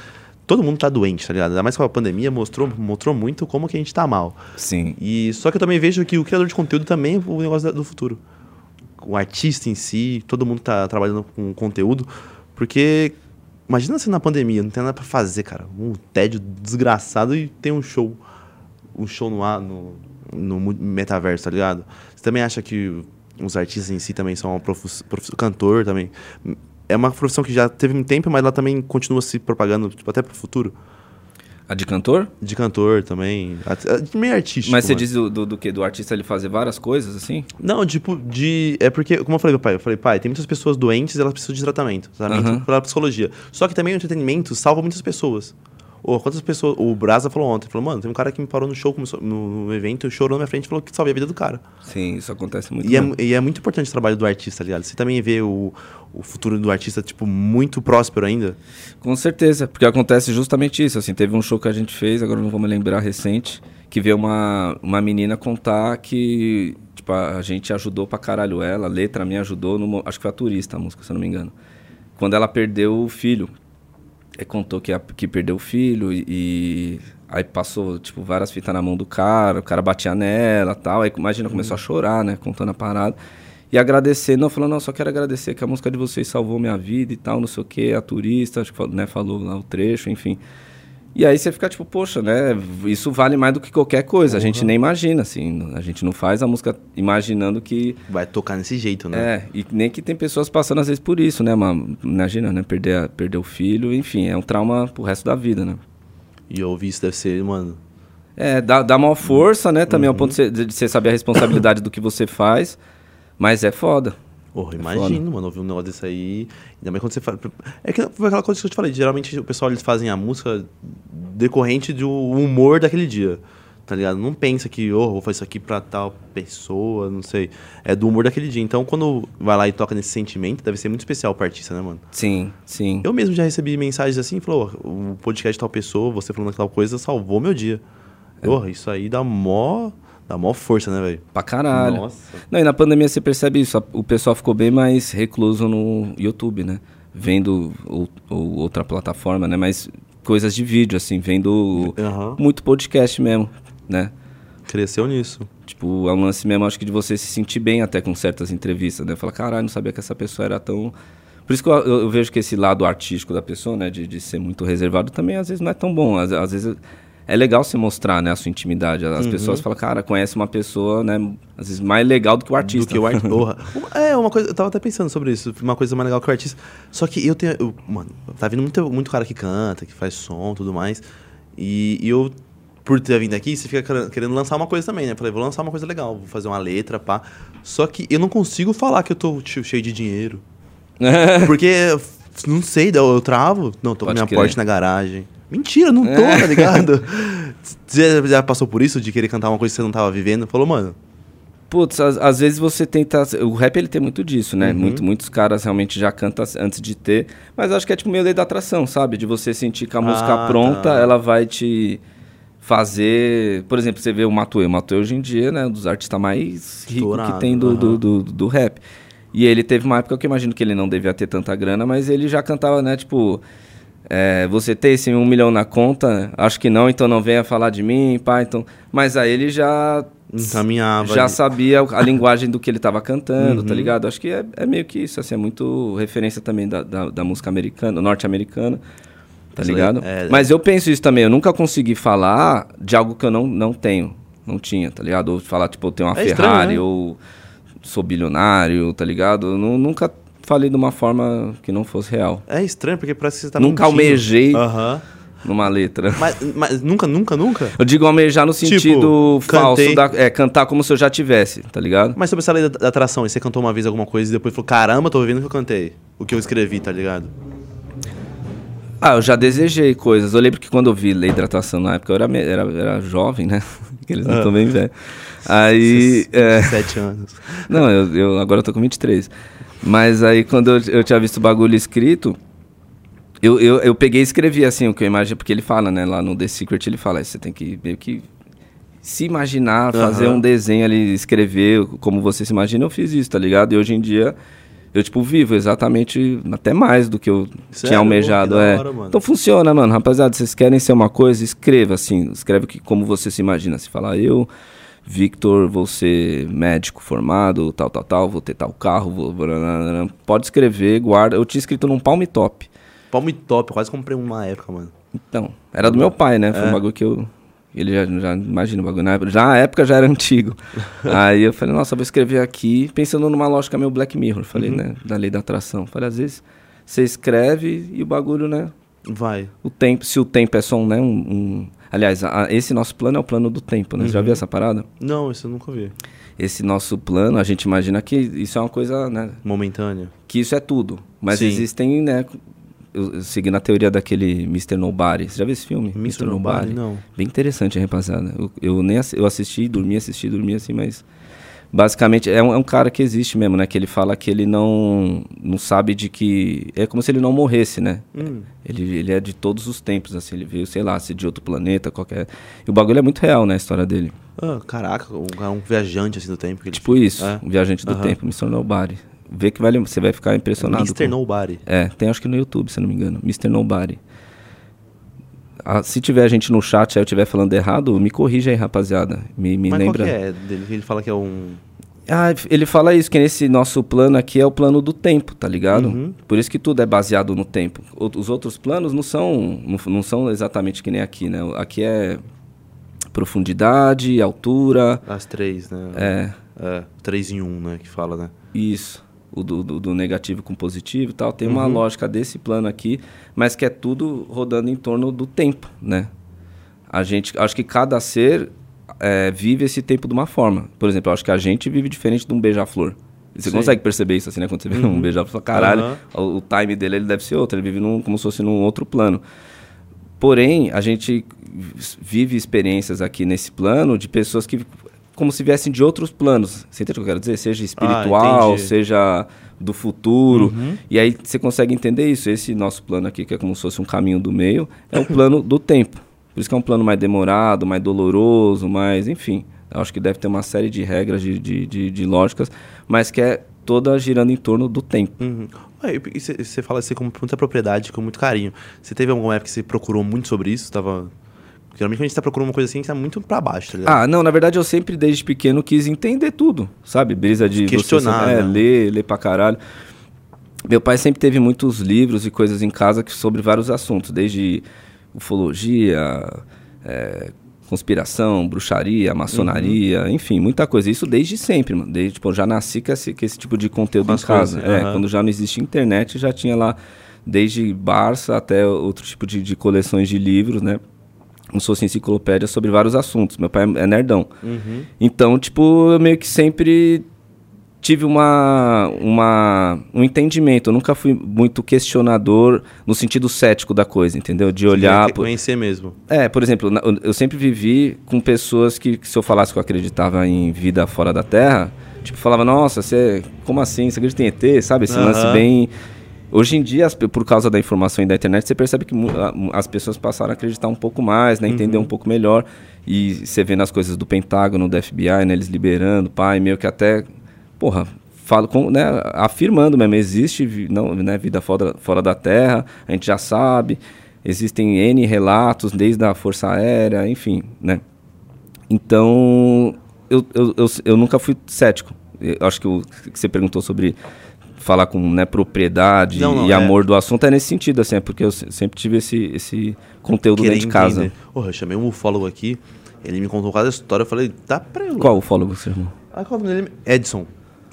Todo mundo tá doente, tá ligado? Ainda mais com a pandemia mostrou, mostrou muito como que a gente tá mal.
Sim.
E só que eu também vejo que o criador de conteúdo também é o negócio da- do futuro. O artista em si, todo mundo tá trabalhando com conteúdo, porque imagina se na pandemia não tem nada pra fazer, cara, um tédio desgraçado e tem um show, um show no ar, no, no mu- metaverso, tá ligado? Você também acha que os artistas em si também são uma profissão, cantor também é uma profissão que já teve um tempo, mas ela também continua se propagando, tipo, até pro futuro.
A de cantor?
De cantor também, até- meio artístico.
Mas você
mano.
diz do, do, do quê? Do artista ele fazer várias coisas, assim?
Não, tipo, de. É porque, como eu falei, meu pai, eu falei, pai, tem muitas pessoas doentes e elas precisam de tratamento. Tratamento
Aham.
pela psicologia. Só que também o entretenimento salva muitas pessoas. Ou quantas pessoas. O Brasa falou ontem, falou, mano, tem um cara que me parou no show, começou, no, no evento, chorou na minha frente e falou que salvei a vida do cara.
Sim, isso acontece muito.
E é,
mesmo.
mu- e é muito importante o trabalho do artista, tá ligado? Você também vê o, o futuro do artista, tipo, muito próspero ainda.
Com certeza, porque acontece justamente isso. Assim, teve um show que a gente fez, agora não vou me lembrar recente, que veio uma, uma menina contar que tipo, a a gente ajudou pra caralho ela, a letra me ajudou, no mo- acho que foi a turista a música, se eu não me engano. Quando ela perdeu o filho. Aí É, contou que, a- que perdeu o filho e, e aí passou, tipo, várias fitas na mão do cara, o cara batia nela tal. Aí imagina, começou a chorar, né? Contando a parada. E agradecer, não, falou, não, só quero agradecer que a música de vocês salvou minha vida e tal, não sei o quê, a turista, acho que falou, né, falou lá o trecho, enfim. E aí você fica tipo, poxa, né? Isso vale mais do que qualquer coisa. A gente nem imagina, assim. A gente não faz a música imaginando que
Vai tocar nesse jeito, né?
é, e nem que tem pessoas passando às vezes por isso, né, mano? Imagina, né? Perder, a- perder o filho, enfim, é um trauma pro resto da vida, né?
E eu ouvi isso, deve ser, mano.
É, dá, dá uma força, né, também, ao ponto
Uhum.
de cê- de você saber a responsabilidade do que você faz, mas é foda.
Porra,
É foda.
imagino, mano, ouvir um negócio desse aí. Ainda mais quando você fala. É que foi aquela coisa que eu te falei. Geralmente o pessoal eles fazem a música decorrente do humor daquele dia. Tá ligado? Não pensa que, oh, vou fazer isso aqui pra tal pessoa, não sei. É do humor daquele dia. Então, quando vai lá e toca nesse sentimento, deve ser muito especial pra artista, né, mano?
Sim, sim.
Eu mesmo já recebi mensagens assim, falou, "Ó, o podcast de tal pessoa, você falando tal coisa, salvou meu dia.
É.
Porra, isso aí dá mó. dá mó força, né, velho?
Pra caralho.
Nossa.
Não, e na pandemia você percebe isso, a- o pessoal ficou bem mais recluso no YouTube, né? Vendo ou, ou outra plataforma, né? Mas coisas de vídeo, assim, vendo
Aham.
muito podcast mesmo, né?
Cresceu nisso.
Tipo, é um lance mesmo, acho que de você se sentir bem até com certas entrevistas, né? Falar, caralho, não sabia que essa pessoa era tão. Por isso que eu, eu- eu vejo que esse lado artístico da pessoa, né, de, de ser muito reservado, também às vezes não é tão bom. Às, às vezes é legal se mostrar, né, a sua intimidade. As
Uhum.
pessoas falam, cara, conhece uma pessoa, né, às vezes mais legal do que o artista.
Do que o artista. Porra. Uma- É, uma coisa. Eu tava até pensando sobre isso. Uma coisa mais legal que o artista. Só que eu tenho. eu- mano, tá vindo muito, muito cara que canta, que faz som tudo mais. E, e eu por ter vindo aqui, você fica quer- querendo lançar uma coisa também, né? Eu falei, vou lançar uma coisa legal, vou fazer uma letra, pá. Só que eu não consigo falar que eu tô che- cheio de dinheiro. Porque eu f- não sei, eu eu travo. Não, tô com
É. Pode
minha
crer. É.
Porsche na garagem. Mentira, não tô, tá ligado? Você já- já passou por isso de querer cantar uma coisa que você não tava vivendo? Falou, mano,
Putz, às, às vezes você tenta. O rap ele tem muito disso, né?
Uhum.
Muito- muitos caras realmente já cantam antes de ter. Mas acho que é tipo meio lei da atração, sabe? De você sentir que a
Ah,
música pronta,
tá.
ela vai te fazer. Por exemplo, você vê o Matuê. O Matuê hoje em dia, né? Um dos artistas mais ricos que
Estourado,
tem do, do,
aham.
do, do rap. E ele teve uma época que eu imagino que ele não devia ter tanta grana, mas ele já cantava, né? Tipo. É, você tem esse um milhão na conta? Acho que não, então não venha falar de mim, pá, então... Mas aí ele já
encaminhava.
já
ali.
sabia a linguagem do que ele tava cantando,
Uhum.
tá ligado? Acho que é, é meio que isso, assim, é muito referência também da, da, da música americana, norte-americana, tá
Isso aí,
ligado?
é.
Mas eu penso isso também, eu nunca consegui falar de algo que eu não, não tenho, não tinha, tá ligado? Ou falar, tipo, eu tenho uma
É estranho,
Ferrari,
né?
ou sou bilionário, tá ligado? Eu nu- nunca falei de uma forma que não fosse real.
É estranho, porque parece que você tá
Nunca
mentindo.
almejei.
Aham.
Numa letra.
Mas, mas nunca, nunca, nunca?
Eu digo almejar no sentido falso
Tipo, cantei.
da. É, cantar como se eu já tivesse, tá ligado?
Mas sobre essa lei da, da atração, e você cantou uma vez alguma coisa e depois falou, caramba, tô ouvindo o que eu cantei. O que eu escrevi, tá ligado?
Ah, eu já desejei coisas. Eu lembro que quando eu vi lei de hidratação na época, eu era, me- era, era jovem, né? Que eles não estão bem velhos. Aí. é,
Sete anos.
não, eu, eu- agora eu tô com 23. Mas aí quando eu, eu tinha visto o bagulho escrito, eu, eu, eu peguei e escrevi assim o que eu imagino, porque ele fala, né? Lá no The Secret ele fala, "É, você tem que meio que se imaginar, fazer
Aham.
um desenho ali, escrever como você se imagina, eu fiz isso, tá ligado? E hoje em dia. Eu, tipo, vivo exatamente, até mais do que eu
Sério?
tinha almejado.
Pô, que da
é.
hora, mano.
Então funciona, mano. Rapaziada, vocês querem ser uma coisa? Escreva, assim. Escreve o que, como você se imagina. Se falar, eu, Victor, vou ser médico formado, tal, tal, tal, vou ter tal carro, vou... brararara. Pode escrever, guarda. Eu tinha escrito num palm top.
Palme top, eu quase comprei uma na época, mano.
Então, era do meu pai, né?
É.
Foi um bagulho que eu. Ele já, já imagina o bagulho. Na época, já na época já era antigo. Aí eu falei, nossa, eu vou escrever aqui, pensando numa lógica meio Black Mirror, falei,
Uhum.
né? Da lei da atração. Falei, às vezes você escreve e o bagulho, né?
Vai.
O tempo, se o tempo é só um, né? Um, um- Aliás, a- a- esse nosso plano é o plano do tempo, né? Você já
Uhum.
viu essa parada?
Não, isso eu nunca vi.
Esse nosso plano, a gente imagina que isso é uma coisa, né?
Momentânea.
que isso é tudo. Mas
Sim.
existem, né? eu- eu Seguindo a teoria daquele Mr. Nobody. Você já viu esse filme?
Mr. Nobody, não.
Bem interessante, hein, rapaziada. Eu, eu nem assi- eu assisti, dormi, assisti, dormi, assim, mas... Basicamente, é um, é um cara que existe mesmo, né? Que ele fala que ele não, não sabe de que... É como se ele não morresse, né?
Hum.
Ele, ele é de todos os tempos, assim. Ele veio, sei lá, se de outro planeta, qualquer... E o bagulho é muito real, né? A história dele.
Ah, caraca, um, cara- um viajante assim do tempo. que ele-
Tipo isso,
É.
o Viajante do
Aham.
Tempo, Mr. Nobody. Vê que vai, lem- você vai ficar impressionado.
Mr.
com-
Nobody.
é, tem acho que no YouTube, se eu não me engano. Mr. Nobody. Ah, se tiver gente no chat aí eu estiver falando errado, me corrija aí, rapaziada. Me, me
Mas
lembra.
qual que é dele? Que Ele fala que é um...
Ah, ele fala isso, que nesse nosso plano aqui é o plano do tempo, tá ligado? Por isso que tudo é baseado no tempo. O- Os outros planos não são, não, f- não são exatamente que nem aqui, né? Aqui é profundidade, altura.
As três, né?
É.
É, três em um, né? Que fala, né?
Isso. O do, do- do negativo com positivo e tal. Tem uma
Uhum.
lógica desse plano aqui, mas que é tudo rodando em torno do tempo, né? A gente, acho que cada ser é, vive esse tempo de uma forma. Por exemplo, eu acho que a gente vive diferente de um beija-flor. Você
Sim. Uhum.
consegue perceber isso assim, né? Quando você vê um beija-flor, você fala, caralho,
Aham.
o, o time dele ele deve ser outro. Ele vive num, como se fosse num outro plano. Porém, a gente vive experiências aqui nesse plano de pessoas que como se viessem de outros planos. Você entende o que eu quero dizer? Seja espiritual,
entendi.
seja do futuro. E aí você consegue entender isso. Esse nosso plano aqui, que é como se fosse um caminho do meio, é um plano do tempo. Por isso que é um plano mais demorado, mais doloroso, mais. Enfim. Eu acho que deve ter uma série de regras, de, de, de, de lógicas, mas que é toda girando em torno do tempo.
Uhum. Ué, e você fala isso com muita propriedade, com muito carinho. Você teve alguma época que você procurou muito sobre isso? Tava... Geralmente quando a gente tá procurando uma coisa assim, a gente tá muito pra baixo, tá ligado?
Ah, não, na verdade eu sempre desde pequeno quis entender tudo, sabe? Brisa de você
Questionar,
saber- é,
né?
ler, ler pra caralho. Meu pai sempre teve muitos livros e coisas em casa que- sobre vários assuntos, desde ufologia, é, conspiração, bruxaria, maçonaria,
Uhum.
enfim, muita coisa. Isso desde sempre, mano. Desde, tipo, eu já nasci com esse, com esse tipo de conteúdo
Com
em
as
casa.
coisas,
É,
aham.
quando já não existia internet, já tinha lá desde Barça até outro tipo de, de coleções de livros, né? como se fosse enciclopédia sobre vários assuntos. Meu pai é nerdão.
Uhum.
Então, tipo, eu meio que sempre tive uma, uma, um entendimento. Eu nunca fui muito questionador no sentido cético da coisa, entendeu? De olhar.
Tem que
por-
Conhecer mesmo.
é, por exemplo, na- eu- eu sempre vivi com pessoas que, que se eu falasse que eu acreditava em vida fora da Terra, tipo, falava, nossa, você. Como assim? Você acredita em ET? Sabe? Esse lance
Aham.
bem. Hoje em dia, as pe- por causa da informação e da internet, você percebe que mu- a- as pessoas passaram a acreditar um pouco mais, né? Entender um pouco melhor. E você vendo as coisas do Pentágono, do FBI, né? Eles liberando, pai, meio que até. Porra, falo com, né, afirmando mesmo, existe vi- não, né, vida fora, fora da Terra, a gente já sabe, existem N relatos, desde a Força Aérea, enfim, né? Então, eu, eu, eu, eu nunca fui cético. Eu acho que o que você perguntou sobre falar com né, propriedade
Não, não,
e
é.
amor do assunto é nesse sentido, assim, é porque eu se- sempre tive esse, esse conteúdo
Querer
dentro de casa.
entender. Porra, eu chamei um ufólogo aqui, ele me contou cada história, eu falei, tá pra eu.
Qual ufólogo, seu irmão?
Ah, qual o nome dele? Edson.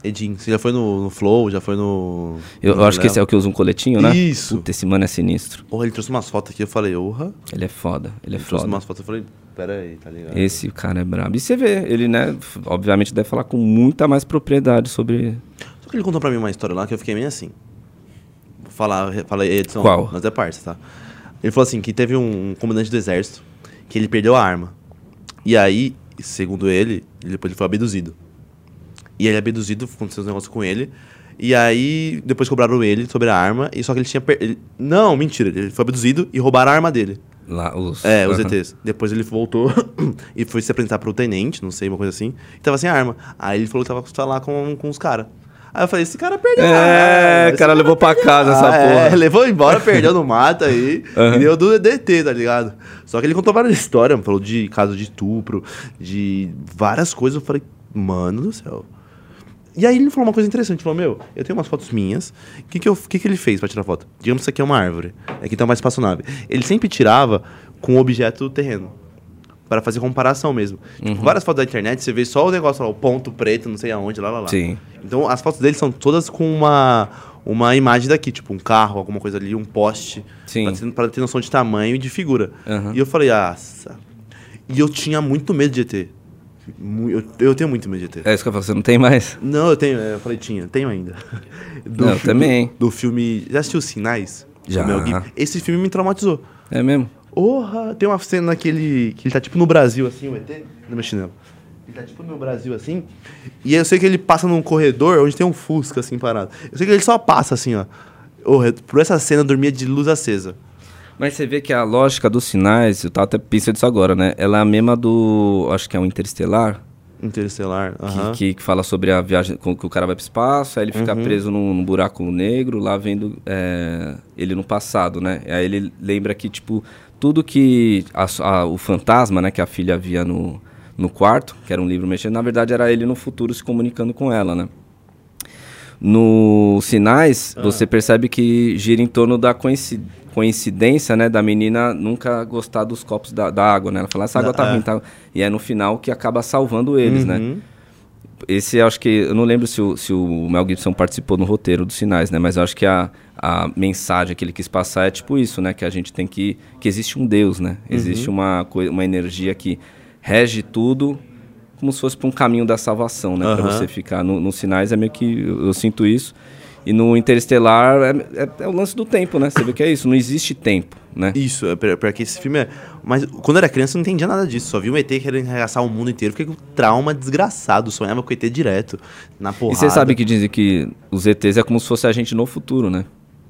Edinho. Você já foi no, no Flow, já foi no...
Eu, eu
no
acho que esse é o que usa um coletinho, né?
Isso.
Puta, esse mano é sinistro.
Porra, ele trouxe umas fotos aqui, eu falei, orra.
Ele é foda, ele
Ele
é foda.
trouxe umas fotos, eu falei, pera aí, tá ligado?
Esse cara é brabo. E você vê, ele, né, f- obviamente deve falar com muita mais propriedade sobre.
Só que ele contou pra mim uma história lá que eu fiquei meio assim. Vou falar, re- fala aí, Edson.
Qual?
Nós é parça, tá? Ele falou assim, que teve um, um comandante do exército que ele perdeu a arma. E aí, segundo ele, ele depois ele foi abduzido. E ele é abduzido, aconteceu uns negócios com ele. E aí, depois cobraram ele sobre a arma, e só que ele tinha... per- ele- Não, mentira, ele foi abduzido e roubaram a arma dele.
Lá, os...
É, os
Aham.
ETs. Depois ele voltou e foi se apresentar pro tenente, não sei, uma coisa assim. E tava sem arma. Aí ele falou que tava tá lá com, com os caras. Aí eu falei, esse cara perdeu. a arma,
É,
Ah, esse
o cara levou pra casa essa
ah, É,
porra.
levou embora, perdeu no mato aí.
Aham.
E deu do DT, tá ligado? Só que ele contou várias histórias, falou de caso de estupro, de várias coisas. Eu falei, mano do céu. E aí ele falou uma coisa interessante, ele falou, meu, eu tenho umas fotos minhas, o que que, eu- que que ele fez pra tirar foto? Digamos que isso aqui é uma árvore, aqui tem uma espaçonave. Ele sempre tirava com um objeto terreno, para fazer comparação mesmo.
Uhum.
Tipo, várias fotos da internet, você vê só o negócio lá, o ponto preto, não sei aonde, lá, lá, lá.
Sim.
Então as fotos dele são todas com uma, uma imagem daqui, tipo um carro, alguma coisa ali, um poste.
Sim.
Pra ter, pra ter noção de tamanho e de figura.
Aham.
E eu falei, nossa. E eu tinha muito medo de ET. Mu- Eu, eu tenho muito medo de ET.
É isso que eu falo, você não tem mais.
Não, eu tenho, é, eu falei, tinha, tenho ainda. Do
Não, eu
fi-
também.
Do, do filme. Já assistiu Sinais? Do
Já.
Mel Gibson? Esse filme me traumatizou.
É mesmo?
Porra, tem uma cena que ele, que ele tá tipo no Brasil, assim, o ET, no meu chinelo. Ele tá tipo no Brasil, assim, e eu sei que ele passa num corredor onde tem um Fusca, assim, parado. Eu sei que ele só passa, assim, ó. Porra, eu- por essa cena eu dormia de luz acesa.
Mas você vê que a lógica dos sinais, eu tava até pensando disso agora, né? Ela é a mesma do. Acho que é o Interestelar.
Interestelar,
que-
aham. Uhum.
que, que fala sobre a viagem, com, que o cara vai pro espaço, aí ele fica preso num, num buraco negro, lá vendo é, ele no passado, né? Aí ele lembra que, tipo, tudo que a s- a- o fantasma, né, que a filha via no, no quarto, que era um livro mexendo, na verdade era ele no futuro se comunicando com ela, né? Nos sinais,
Ah.
você percebe que gira em torno da coinci- coincidência, né, da menina nunca gostar dos copos da, da água, né? Ela fala, essa água
Da-
tá
é.
ruim, tá ruim." E é no final que acaba salvando eles, né?
Uhum.
Esse eu acho que. Eu não lembro se o, se o Mel Gibson participou no roteiro dos sinais, né? Mas eu acho que a, a mensagem que ele quis passar é tipo isso, né? Que a gente tem que. Que existe um Deus, né?
Uhum.
Existe uma, coi- uma energia que rege tudo como se fosse para um caminho da salvação, né? Pra
Aham.
você ficar no- nos sinais é meio que. Eu, eu sinto isso. E no Interestelar é, é- é o lance do tempo, né? Você vê que é isso. Não existe tempo, né?
Isso, é pior pior que esse filme é. Mas quando eu era criança eu não entendia nada disso. Só vi um ET querendo arregaçar o mundo inteiro. Fiquei com trauma desgraçado. Sonhava com ET direto. Na porrada.
E você sabe que dizem que os ETs é como se fosse a gente no futuro, né?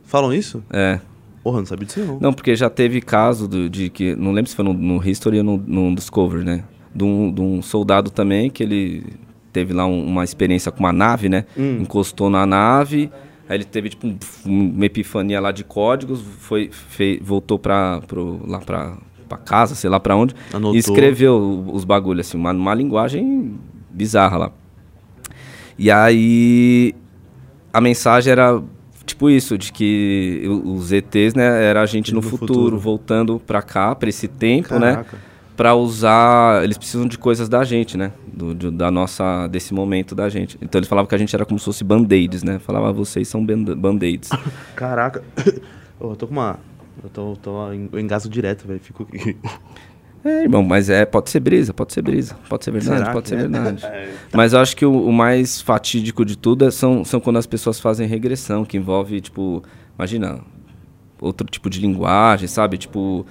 Falam isso?
É.
Porra, eu não sabia disso não.
Não, porque já teve caso do- de que. Não lembro se foi no, no History ou no, no Discovery, né? De um, de um soldado também que ele teve lá um- uma experiência com uma nave, né? Encostou na nave. Aí ele teve tipo um- uma epifania lá de códigos, foi, fe- voltou pra, pro, lá pra, pra casa, sei lá pra onde,
Anotou.
e escreveu o- os bagulhos, assim, uma, uma linguagem bizarra lá. E aí a mensagem era tipo isso, de que o- os ETs, né, era a gente no,
No
futuro,
futuro.
voltando pra cá, pra esse tempo,
Caraca.
né? Pra usar, eles precisam de coisas da gente, né? Do, do- da nossa, desse momento da gente. Então eles falavam que a gente era como se fosse band-aids, né? Falava, "Ah, vocês são band- band-aids.
Caraca. Ô, eu tô com uma. Eu tô, tô em- eu engasgo direto, velho. Fico.
É, irmão, mas é, pode ser brisa, pode ser brisa, pode ser verdade,
Será
pode
que
ser
é?
verdade. Mas eu acho que o, o mais fatídico de tudo é- são, são quando as pessoas fazem regressão, que envolve, tipo, imagina, outro tipo de linguagem, sabe? Tipo,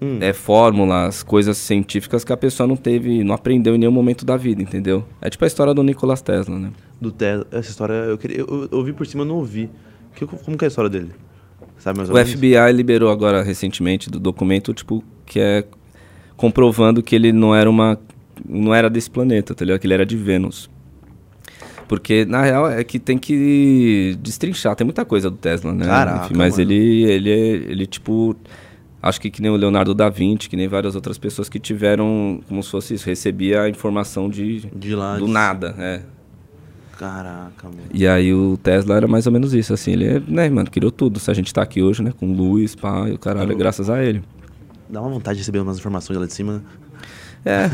Hum.
é, fórmulas, coisas científicas que a pessoa não teve, não aprendeu em nenhum momento da vida, entendeu? É tipo a história do Nikola Tesla, né?
Do Tesla. Essa história eu queria. Eu, eu ouvi por cima, eu não ouvi. Que- como que é a história dele? Sabe mais ou
O
menos?
FBI liberou agora recentemente do documento, tipo, que é comprovando que ele não era uma não era desse planeta, tá ligado? Que ele era de Vênus. Porque na real é que tem que destrinchar, tem muita coisa do Tesla, né?
Caraca,
mas
mano.
ele ele é- ele tipo acho que que nem o Leonardo da Vinci, que nem várias outras pessoas que tiveram como se fosse isso, recebia a informação de
De lá.
do
de-
nada, é.
Caraca, mano.
E aí o Tesla era mais ou menos isso, assim, ele, né, mano, criou tudo. Se a gente tá aqui hoje, né, com luz, pá, e o caralho, é
Uhum.
graças a ele.
Dá uma vontade de receber umas informações lá de cima.
É,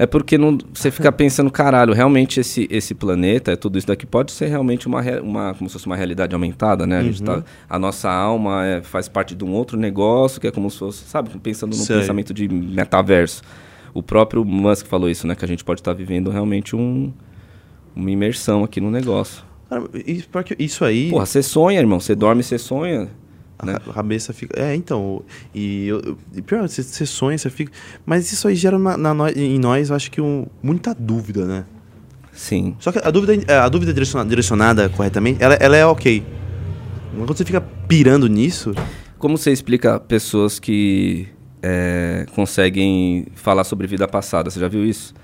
é porque não, você fica pensando, caralho, realmente esse, esse planeta, é tudo isso daqui, pode ser realmente uma, rea- uma como se fosse uma realidade aumentada, né? A, gente
Uhum.
tá, a nossa alma é, faz parte de um outro negócio, que é como se fosse, sabe, pensando num
Sei.
pensamento de metaverso. O próprio Musk falou isso, né, que a gente pode estar vivendo realmente um, uma imersão aqui no negócio.
Cara, e pior que isso aí.
Porra, né? você sonha, irmão, você dorme, você sonha.
A ca- a cabeça fica. É, então. E, eu- eu- e pior, você- você sonha, você fica. Mas isso aí gera na- na nó- em nós, eu acho que um- muita dúvida, né?
Sim.
Só que a dúvida, é, a dúvida direciona- direcionada, corretamente, ela, ela é ok. Mas quando você fica pirando nisso.
Como você explica pessoas que é, conseguem falar sobre vida passada? Você já viu isso?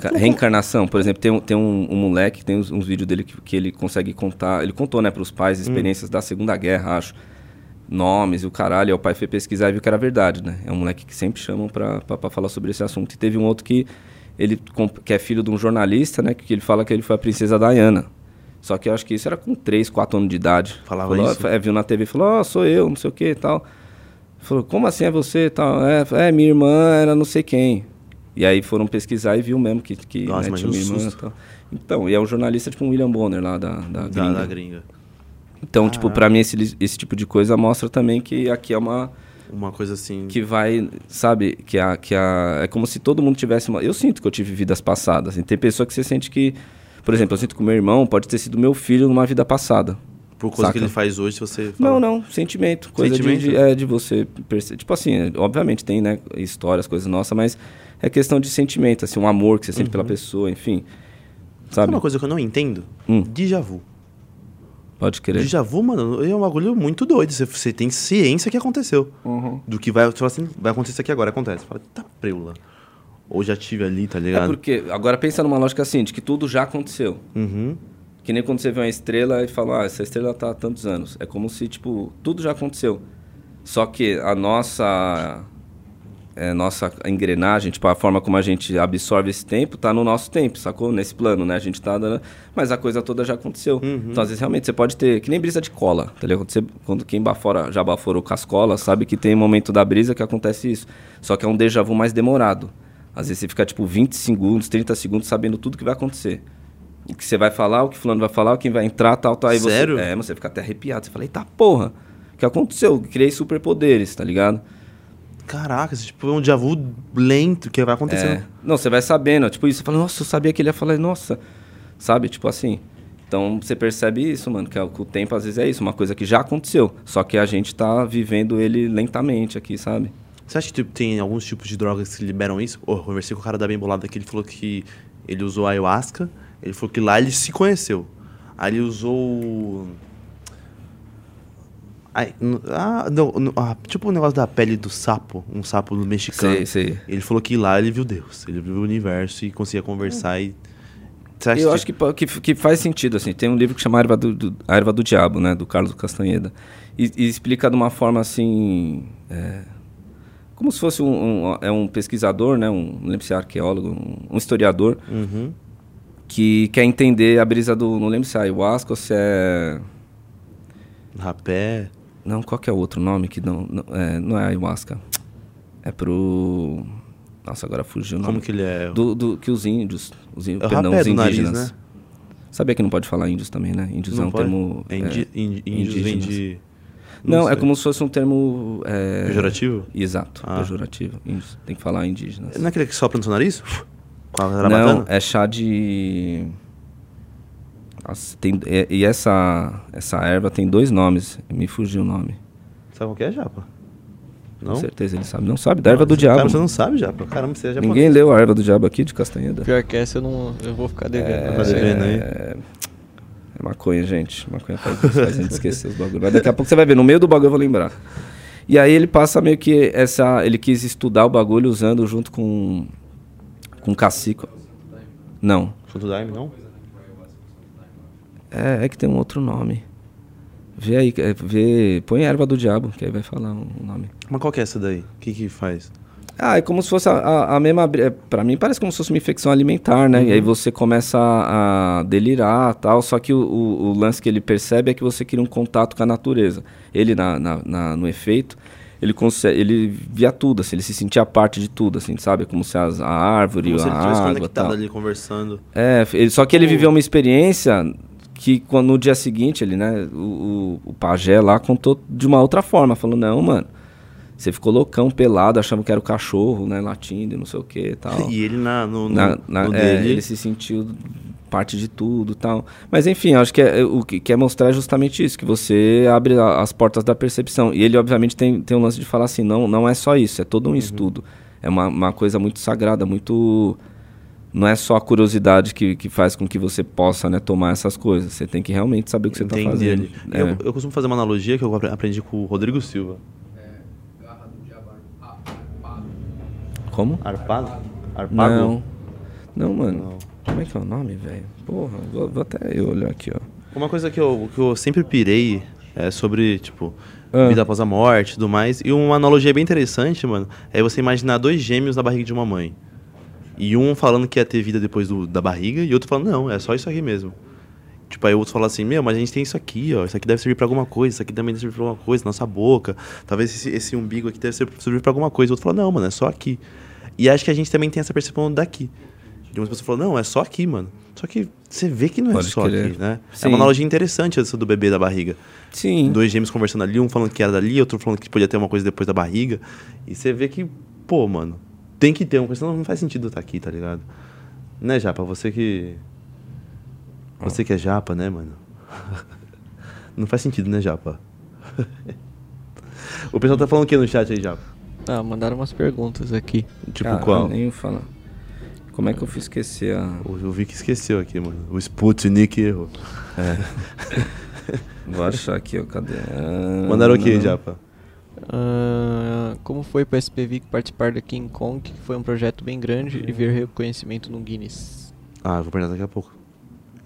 Ca- Reencarnação, por exemplo, tem um, tem um, um moleque, tem uns, uns vídeos dele que, que ele consegue contar. Ele contou, né, pros pais experiências da Segunda Guerra, acho. Nomes e o caralho. Aí o pai foi pesquisar e viu que era verdade, né? É um moleque que sempre chamam pra, pra, pra falar sobre esse assunto. E teve um outro que ele comp- que é filho de um jornalista, né? Que ele fala que ele foi a princesa Diana. Só que eu acho que isso era com 3, 4 anos de idade.
Falava
Falou,
isso?
é, viu na TV e falou, ó, sou eu, não sei o que e tal. Falou, como assim é você e tal? É, é, minha irmã era não sei quem. E aí foram pesquisar e viu mesmo que, que
Nossa,
né,
imagina
tinha
o
uma irmã e
susto.
tal. Então, e é um jornalista tipo um William Bonner lá da, da,
Da,
gringa.
da gringa.
Então, tipo, pra mim esse, li- esse tipo de coisa mostra também que aqui é uma...
Uma coisa assim.
Que vai, sabe, que a, que a... É como se todo mundo tivesse uma... Eu sinto que eu tive vidas passadas. E tem pessoa que você sente que... Por exemplo, eu sinto que o meu irmão pode ter sido meu filho numa vida passada.
por coisa que
saca.
ele faz hoje, você.
Não,
fala,
não, sentimento. Coisa de-
Sentimento?
De, é, de você perceber. Tipo assim, é, obviamente tem, né, histórias, coisas nossas, mas é questão de sentimento, assim, um amor que você sente pela pessoa, enfim.
Sabe
Sabe?
Uhum. uma coisa que eu não entendo?
Hum.
Déjà vu.
Pode querer.
Déjà vu, mano, é um bagulho muito doido. Você, você tem ciência que aconteceu.
Uhum.
Do que vai. Você fala assim, vai acontecer isso aqui agora, acontece. Fala, tá preula. Ou já tive ali, tá
É
ligado?
porque, agora pensa numa lógica assim, de que tudo já aconteceu.
Uhum.
Que nem quando você vê uma estrela e fala, ah, essa estrela tá há tantos anos. É como se, tipo, tudo já aconteceu. Só que a nossa. é, nossa engrenagem, tipo, a forma como a gente absorve esse tempo, tá no nosso tempo, sacou? Nesse plano, né? A gente tá dando. Mas a coisa toda já aconteceu. Então, às vezes, realmente, você pode ter. Que nem brisa de cola, tá ligado? Quando, você- quando quem bafora, já baforou com as colas, sabe que tem um momento da brisa que acontece isso. Só que é um déjà vu mais demorado. Às vezes você fica, tipo, 20 segundos, 30 segundos sabendo tudo que vai acontecer. O que você vai falar, o que fulano vai falar, quem vai entrar, tal, tal. Aí você-
Sério?
é, mas você fica até arrepiado. Você fala, eita porra, o que aconteceu? Criei superpoderes, tá ligado?
Caraca, esse tipo é um déjà vu lento que vai acontecendo.
É. Não, você vai sabendo, tipo isso, você fala, nossa, eu sabia que ele ia falar, nossa, sabe, tipo assim. Então você percebe isso, mano, que é- que o tempo às vezes é isso, uma coisa que já aconteceu, só que a gente tá vivendo ele lentamente aqui, sabe?
Você acha que tipo, tem alguns tipos de drogas que liberam isso? Oh, eu conversei com o cara da Bem Bolada que ele falou que ele usou ayahuasca, ele falou que lá ele se conheceu. Aí ele usou. Ai, n- ah, não, n- ah, tipo o negócio da pele do sapo, um sapo mexicano.
Sei, sei.
Ele falou que lá ele viu Deus, ele viu o universo e conseguia conversar e. Você acha
Então, Eu acho que, po- que, que faz sentido, assim. Tem um livro que chama A Erva do, do- A Erva do Diabo, né? Do Carlos Castanheda. E, e explica de uma forma, assim... é, como se fosse um, um- é um pesquisador, né? Um, não lembro se é arqueólogo, um, um historiador.
Uhum.
Que quer entender a brisa do... Não lembro se é ayahuasca ou se é...
Rapé.
Não, qual que é o outro nome que não... Não é, não é ayahuasca. É pro... Nossa, agora fugiu o nome.
Como que ele é?
Do, do- que os índios... Os, in-
É o
perdão,
rapé
os
do nariz,
indígenas...
né?
Sabia que não pode falar índios também, né? Índios é um
pode?
termo.
É indi-
é,
indi- índios vem
indígenas.
de.
Não, é
sei.
como se fosse um termo. é,
Pejorativo?
Exato,
Ah.
pejorativo. Índios. Tem que falar indígenas.
Não é aquele que sopra no seu nariz? Com a
Não,
rabatana?
é chá de. Nossa, tem- é, e- e essa, essa erva tem dois nomes. Me fugiu o nome.
Sabe qual que é, Japa? Não?
Com certeza ele sabe. Não sabe? Da erva é do diabo.
Cara, você não sabe, Japa. Caramba, você é japonês.
Ninguém leu a erva do diabo aqui de Castanheda?
Pior que essa eu não. Eu vou ficar devendo.
Tá devendo aí.
É maconha, gente. Maconha faz, faz a gente esquecer os bagulhos. Mas daqui a pouco você vai ver, no meio do bagulho eu vou lembrar. E aí ele passa meio que essa. Ele quis estudar o bagulho usando junto com. com cacique. Não.
Santo Daime, não?
É, é que tem um outro nome. Vê aí, é, vê. Põe erva do diabo, que aí vai falar um um nome.
Mas qual que é essa daí? O que que faz?
Ah, é como se fosse a, a- a mesma. bri- é, Pra mim parece como se fosse uma infecção alimentar, né? E
Uhum.
aí você começa a, a delirar tal. Só que o, o- o lance que ele percebe é que você cria um contato com a natureza. Ele, na, na- na- no efeito, ele, consegue, ele via tudo, assim, ele se sentia parte de tudo, assim, sabe? Como se as- a árvore,
Como se
a
ele estivesse
água
conectado
tal.
ali, conversando.
É, f- ele- só que ele viveu uma experiência que quando, no dia seguinte, ele, né, o, o, o pajé lá contou de uma outra forma, falou, não, mano, você ficou loucão, pelado, achando que era o cachorro, né, latindo e não sei o que e tal.
E ele na, no, no,
Na- na-
no
é,
dele...
ele se sentiu parte de tudo e tal. Mas enfim, acho que é- o que quer mostrar é justamente isso, que você abre a- as portas da percepção. E ele, obviamente, tem, tem um lance de falar assim, não, não é só isso, é todo um
Uhum.
estudo. É uma, uma coisa muito sagrada, muito... Não é só a curiosidade que, que faz com que você possa né, tomar essas coisas. Você tem que realmente saber o que você está
Entende
fazendo.
ele.
É.
Eu, eu costumo fazer uma analogia que eu apre- aprendi com o Rodrigo Silva.
Como?
Arpado? Arpado?
Não. Não, mano.
Não.
Como é que é o nome, velho? Porra, vou, vou até eu olhar aqui, ó.
Uma coisa que eu, que eu sempre pirei é sobre, tipo,
Ah.
vida após a morte e tudo mais. E uma analogia bem interessante, mano, é você imaginar dois gêmeos na barriga de uma mãe. E um falando que ia ter vida depois do- da barriga, e outro falando, não, é só isso aqui mesmo. Tipo, aí o outro fala assim, meu, mas a gente tem isso aqui, ó. Isso aqui deve servir pra alguma coisa, isso aqui também deve servir pra alguma coisa, nossa boca. Talvez esse, esse umbigo aqui deve ser- servir pra alguma coisa. O outro fala, não, mano, é só aqui. E acho que a gente também tem essa percepção daqui. De umas pessoas falam, não, é só aqui, mano. Só que você vê que não é
Pode
só
crer.
aqui, né? É
Sim.
uma analogia interessante essa do bebê da barriga.
Sim.
Dois gêmeos conversando ali, um falando que era dali, outro falando que podia ter uma coisa depois da barriga. E você vê que, pô, mano, tem que ter uma coisa, senão não faz sentido estar aqui, tá ligado? Né, Japa? Você que. Você que é Japa, né, mano? não faz sentido, né, Japa? o pessoal tá falando o que no chat aí, Japa?
Ah, mandaram umas perguntas aqui.
Tipo,
Cara,
qual?
Nem falar. Como é que eu fui esquecer a.
O Eu vi que esqueceu aqui, mano. O Sputnik errou.
Vou achar aqui, ó. Cadê? Ah,
Mandaram o que,
não.
Japa?
Ah, como foi para SPVIC participar da King Kong, que foi um projeto bem grande, e ver reconhecimento no Guinness?
Ah, eu vou perguntar daqui a pouco.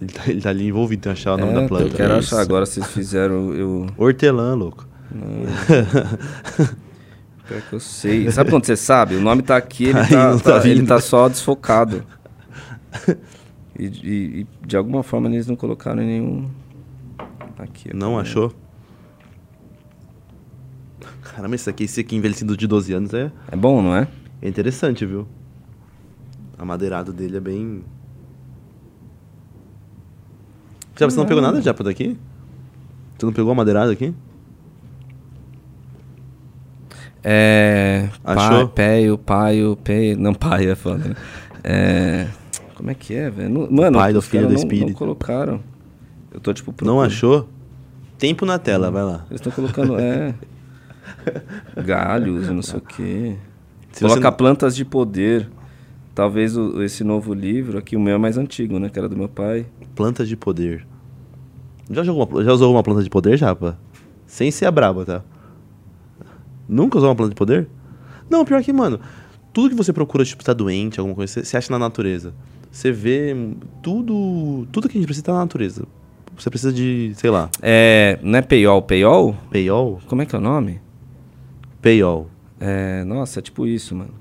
Ele tá, ele tá ali envolvido em achar o
É,
nome da planta.
Eu quero
Isso.
achar agora, vocês fizeram eu.
Hortelã, louco.
Pior que eu sei. Sabe quando você sabe? O nome tá aqui, ele,
Tá
tá,
aí, não tá
tá- ele
vindo.
tá só desfocado. E, e- e de alguma forma eles não colocaram nenhum. Aqui. ó.
Não é. achou? Caramba, esse aqui, esse aqui envelhecido de 12 anos é,
É bom, não é?
é interessante, viu? A madeirada dele é bem. Já, você não pegou nada, Japa, daqui? Você não pegou a madeirada aqui?
É.
Achou?
Achou? Peio, paio, peio. Não, paia, foda. né? É. Como é que é, velho? Não- Mano,
pai do
os
filho
caras
do
não-
espírito.
Não colocaram. Eu tô tipo.
Não
procurando.
achou? Tempo na tela, vai lá.
Eles estão colocando, é. Galhos, não sei o quê.
Se você
Coloca
não-
plantas de poder. Talvez o- esse novo livro aqui, o meu é mais antigo, né? Que era do meu pai.
Plantas de poder. Já, jogou uma- já usou alguma planta de poder, Japa? Sem ser a braba, tá? Nunca usou uma planta de poder? Não, pior que, mano, tudo que você procura, tipo, tá doente, alguma coisa, você- você acha na natureza. Você vê hum, tudo. Tudo que a gente precisa tá na natureza. Você precisa de, sei lá,
É. Não é peiol, peiol?
peiol?
Como é que é o nome?
Peiol.
É. Nossa, é tipo isso, mano.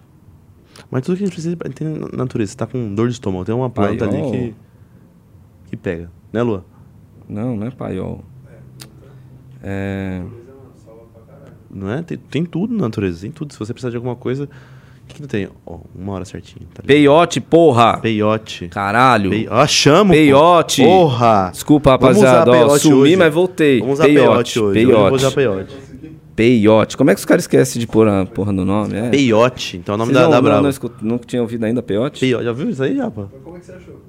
Mas tudo que a gente precisa tem na natureza. Você tá com dor de estômago, tem uma planta
Paiol?
ali que. que pega. Né, Lua?
Não, não é paiol. É.
Não é? Tem, tem tudo na natureza, tem tudo. Se você precisar de alguma coisa que, que não tem? Ó, uma hora certinho. Tá ligado?
Peiote, porra!
Peiote.
Caralho!
Pei- Ó, chamo. pô.
Peiote.
Porra.
Desculpa,
Vamos usar
rapaziada. Ó,
peiote
sumi,
hoje.
mas voltei.
Vamos usar peiote hoje. Hoje eu vou usar
Peiote.
peiote.
Peiote. Como é que os caras esquecem de pôr a porra no nome? É.
Peiote. Então é o nome
Vocês
da,
não, né?
da
não,
Brava.
não escut- nunca tinha ouvido ainda peiote?
Peiote. Já viu isso aí, Japa?
Mas como é que você achou?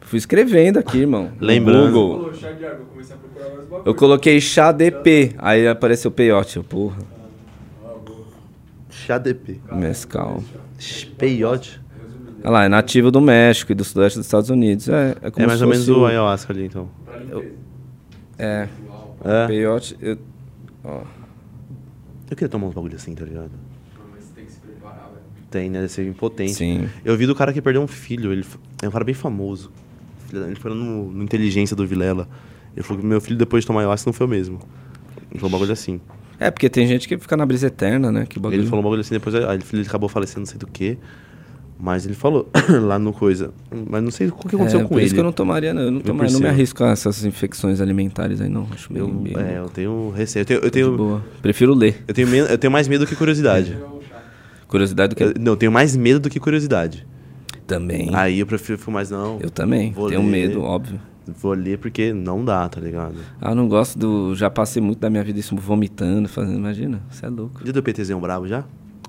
Fui escrevendo aqui, irmão. no
Lembrando.
Google.
Falou chá de água, eu comecei a procurar mais bagulho.
Eu coloquei chá DP, aí apareceu peiote. Eu, Porra,
Xadp.
mescal.
Peiote.
Olha lá, é nativo do México e do sudeste dos Estados Unidos. É, é como
É mais
se
ou menos
fosse
o ayahuasca ali, então.
É,
É.
peiote. eu- ó.
Eu queria tomar uns bagulho assim, tá ligado? Tem, né? Deve ser impotente.
Sim.
Eu vi do cara que perdeu um filho. Ele f- é um cara bem famoso. Filho da- Ele foi no, no Inteligência do Vilela. Ele falou que meu filho, depois de tomar ayahuasca, não foi o mesmo. Ele falou um bagulho assim.
É, porque tem gente que fica na brisa eterna, né? Que o bagulho.
Ele falou um bagulho assim, depois aí o filho acabou falecendo, não sei do que. Mas ele falou lá no coisa. Mas não sei o que aconteceu
é,
com
por
ele.
isso que eu não tomaria, não. Eu não,
Eu
tomaria, não me
percebo.
arrisco a essas infecções alimentares aí, não. Acho meio. meio
Eu- é, eu tenho receio. Eu tenho, eu
de
tenho,
boa. Prefiro ler.
eu tenho, men- eu tenho mais medo que curiosidade.
Curiosidade do que.
Eu- não, eu tenho mais medo do que curiosidade.
Também.
Aí eu prefiro fico mais, não.
eu também.
vou
Tenho
ler.
medo, óbvio.
Vou ler porque não dá, tá ligado?
Ah, não gosto do. Já passei muito da minha vida isso vomitando, fazendo. Imagina, você é louco.
Já deu PTZ um brabo já?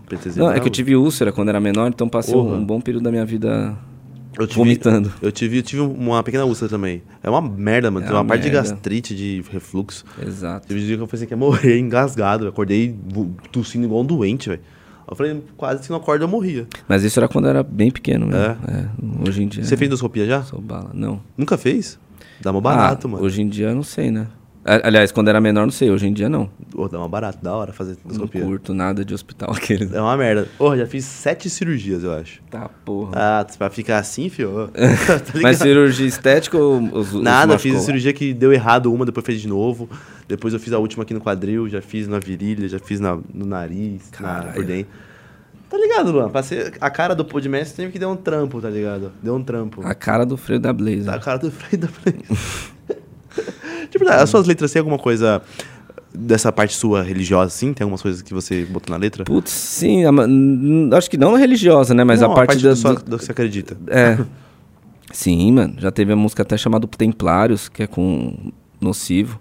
PTZ
Não, é
brabo?
que eu tive úlcera quando era menor, então passei um,
tá Porra.
um bom período da minha vida
Eu tive-
vomitando.
Eu tive, eu tive uma pequena úlcera também. É uma merda, mano.
É
Tem uma,
uma
parte
merda.
de gastrite, de refluxo.
Exato.
Teve um dia que eu pensei que ia morrer engasgado. Eu acordei vo- tossindo igual um doente, velho. Eu falei, quase se não acorda eu morria.
Mas isso era quando eu era bem pequeno mesmo.
É?
É, hoje em dia.
Você fez endoscopia já?
Sou bala. Não.
Nunca fez? Dá uma barato,
Ah,
mano.
Hoje em dia eu não sei, né? A- Aliás, quando era menor, não sei. Hoje em dia não.
Ô, dá uma barata, da hora fazer
Não
endoscopia.
curto nada de hospital aquele.
É uma merda. Porra, já fiz sete cirurgias, eu acho.
Tá, porra.
Ah, pra ficar assim, fio. tá ligado?
Mas cirurgia estética ou os, os
Nada,
machucou?
fiz cirurgia que deu errado uma, depois fez de novo. Depois eu fiz a última aqui no quadril, já fiz na virilha, já fiz na- no nariz, na,
Caralho.
por dentro. Tá ligado, Luan? Passei a cara do podmestre teve que dar um trampo, tá ligado? Deu um trampo.
A cara do freio da Blazer.
Tá a cara do Frei da frente. tipo, as suas letras têm alguma coisa dessa parte sua religiosa, assim? Tem algumas coisas que você botou na letra?
Putz, sim. a ma- n- acho que não religiosa, né? Mas
Não,
a parte, da,
da sua-
do-
do que você acredita.
É. Sim, mano. Já teve a música até chamada Templários, que é com Nocivo.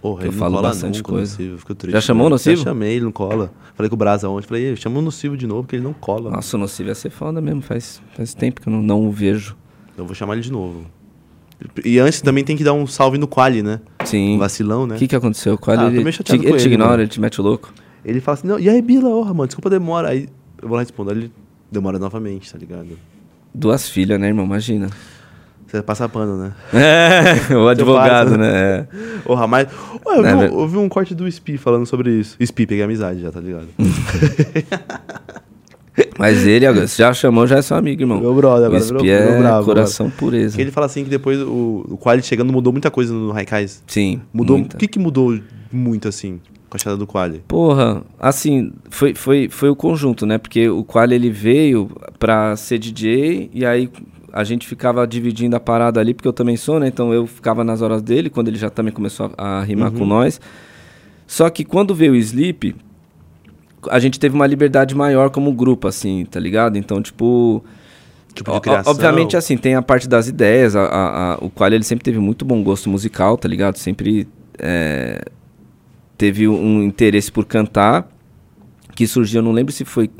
Porra,
Eu
ele
falo
não cola
bastante
nunca,
coisa.
Nocivo, fico triste,
Já chamou o
né?
Nocivo?
Já chamei, ele não cola. Falei com o Brasa ontem, falei, "Ei, chama o Nocivo de novo, porque ele não cola.
Nossa, o Nocivo ia ser foda mesmo. Faz, faz tempo que eu não, não o vejo.
Então, Eu vou chamar ele de novo. E antes também tem que dar um salve no Quali, né?
Sim.
Um vacilão, né?
O que, que aconteceu? Qual
Ah, eu tô
ele,
meio
te,
chateado
ele
com
te
ele,
ignora,
mano.
ele te mete o louco?
Ele fala assim, não, e aí, Bila, orra, mano, desculpa a demora. Aí eu vou lá responder, ele demora novamente, tá ligado?
Duas filhas, né, irmão? Imagina.
Você passa pano, né?
É, o advogado,
passa.
né? É.
Orra, mas... Ué, eu, vi
Não,
um,
velho.
eu vi um corte do Spi falando sobre isso. Spi, peguei amizade já, tá ligado?
Mas ele, agora, você já chamou, já é seu amigo, irmão.
Meu brother, agora
o
virou-
Spi
virou
é
brabo
coração pureza.
Porque ele fala assim que depois o, o Quali chegando mudou muita coisa no Raikais.
Sim.
Mudou...
muita.
O que que mudou muito, assim, com a chegada do Quali?
Porra, assim, foi, foi, foi o conjunto, né? Porque o Qual ele veio pra ser DJ e aí a gente ficava dividindo a parada ali, porque eu também sou, né? Então eu ficava nas horas dele, quando ele já também começou a, a rimar
Uhum.
com nós. Só que quando veio o Sleep, a gente teve uma liberdade maior como grupo, assim, tá ligado? Então, tipo.
Tipo de
o- o-
criação.
Obviamente, assim, tem a parte das ideias. a- a- a- o Qual ele sempre teve muito bom gosto musical, tá ligado? Sempre é, teve um interesse por cantar que surgiu. Eu não lembro se foi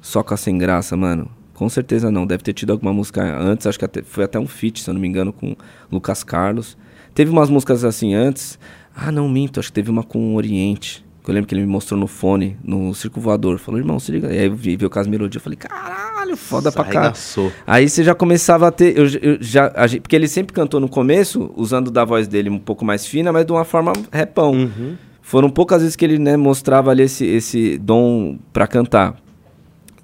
só com a Sem Graça, mano. Com certeza não. Deve ter tido alguma música antes. Acho que até- foi até um feat, se eu não me engano, com Lucas Carlos. Teve umas músicas assim antes. Ah, não minto. Acho que teve uma com o Oriente. Que eu lembro que ele me mostrou no fone, no Circo Voador. Falou, irmão, se liga. E aí eu vi, viu com as melodias. Eu falei, caralho, foda pra cá.
Arregaçou.
Aí você já começava a ter. Eu, eu já, a gente- porque ele sempre cantou no começo, usando da voz dele um pouco mais fina, mas de uma forma repão. Foram poucas vezes que ele né, mostrava ali esse, esse dom pra cantar.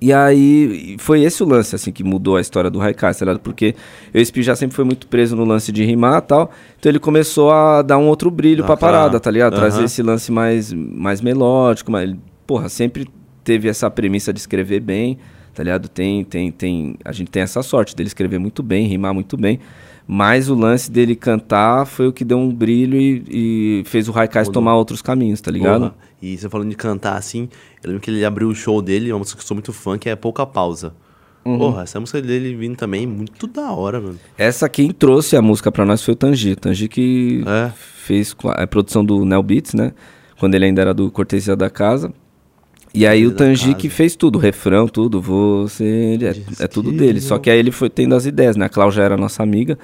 E aí foi esse o lance assim que mudou a história do Haikai, tá ligado? Porque o Spi já sempre foi muito preso no lance de rimar e tal. Então ele começou a dar um outro brilho
Dá
pra
aquela-
parada, tá ligado? Trazer
Aham.
esse lance mais, mais melódico, mas ele, porra, sempre teve essa premissa de escrever bem, tá ligado? Tem, tem, tem, a gente tem essa sorte dele escrever muito bem, rimar muito bem. Mas o lance dele cantar foi o que deu um brilho e, e fez o Raikais
Mudou.
tomar outros caminhos, tá ligado?
Porra. E você falando de cantar assim, eu lembro que ele abriu o show dele, uma música que eu sou muito fã, que é Pouca Pausa.
Uhum.
Porra, essa música dele vindo também, é muito da hora, mano.
Essa quem trouxe a música pra nós foi o Tanji. Tanji que
É.
fez com a, a produção do Nel Beats, né? Quando ele ainda era do Cortesia da Casa. E aí
Cortesia
o
da
Tanji
Casa.
que fez tudo, o refrão, tudo, você. É, é tudo dele. Só que aí ele foi tendo as ideias, né? A Clau já era nossa amiga.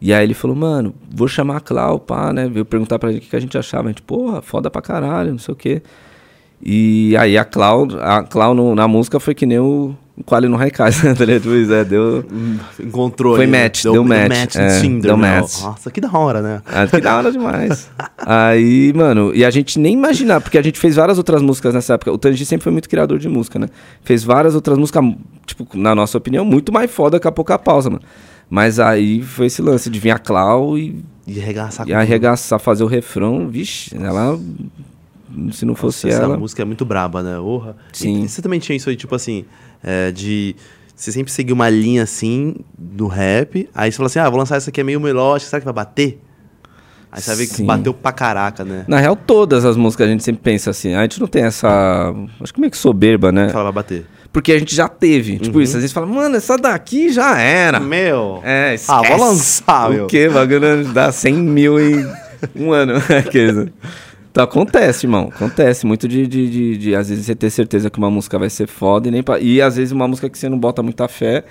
E aí ele falou, mano, vou chamar a Clau, pá, né? Veio perguntar pra gente o que que a gente achava. A gente, porra, foda pra caralho, não sei o quê. E aí a Clau, a Clau no- na música foi que nem o, o Quali no Raikais, né? Tá ligado? Pois é, deu.
Encontrou
Foi
ali, né?
match, deu match,
no
é,
Cinder,
deu
né?
match.
Nossa, que da hora, né?
Ah, que da hora demais. Aí, mano, e a gente nem imaginar, porque a gente fez várias outras músicas nessa época. O Tanji sempre foi muito criador de música, né? Fez várias outras músicas, tipo, na nossa opinião, muito mais foda que a Pouca Pausa, mano. Mas aí foi esse lance de vir a Clau e,
De arregaçar
e
Tá com tudo.
arregaçar, fazer o refrão. Vixe, ela. Se não fosse
Essa
ela.
música é muito braba, né? Orra.
Sim.
E você também tinha isso aí, tipo assim, é, de. Você sempre seguiu uma linha assim do rap, aí você fala assim: ah, vou lançar essa aqui é meio melódica, será que vai bater? Aí você vai ver que
Sim.
bateu pra caraca, né?
Na real, todas as músicas a gente sempre pensa assim. A gente não tem essa. Acho que meio que soberba, né?
Fala, vai bater.
Porque a gente já teve. Tipo isso, às vezes fala, mano, essa daqui já era.
Meu!
É,
Ah,
esquece.
vou lançar, meu.
O quê? O bagulho dá 100 mil em um ano. Aqueles, né? então acontece, irmão. Acontece muito de, de, de, de, às vezes, você ter certeza que uma música vai ser foda e nem... pa- E, às vezes, uma música que você não bota muita fé,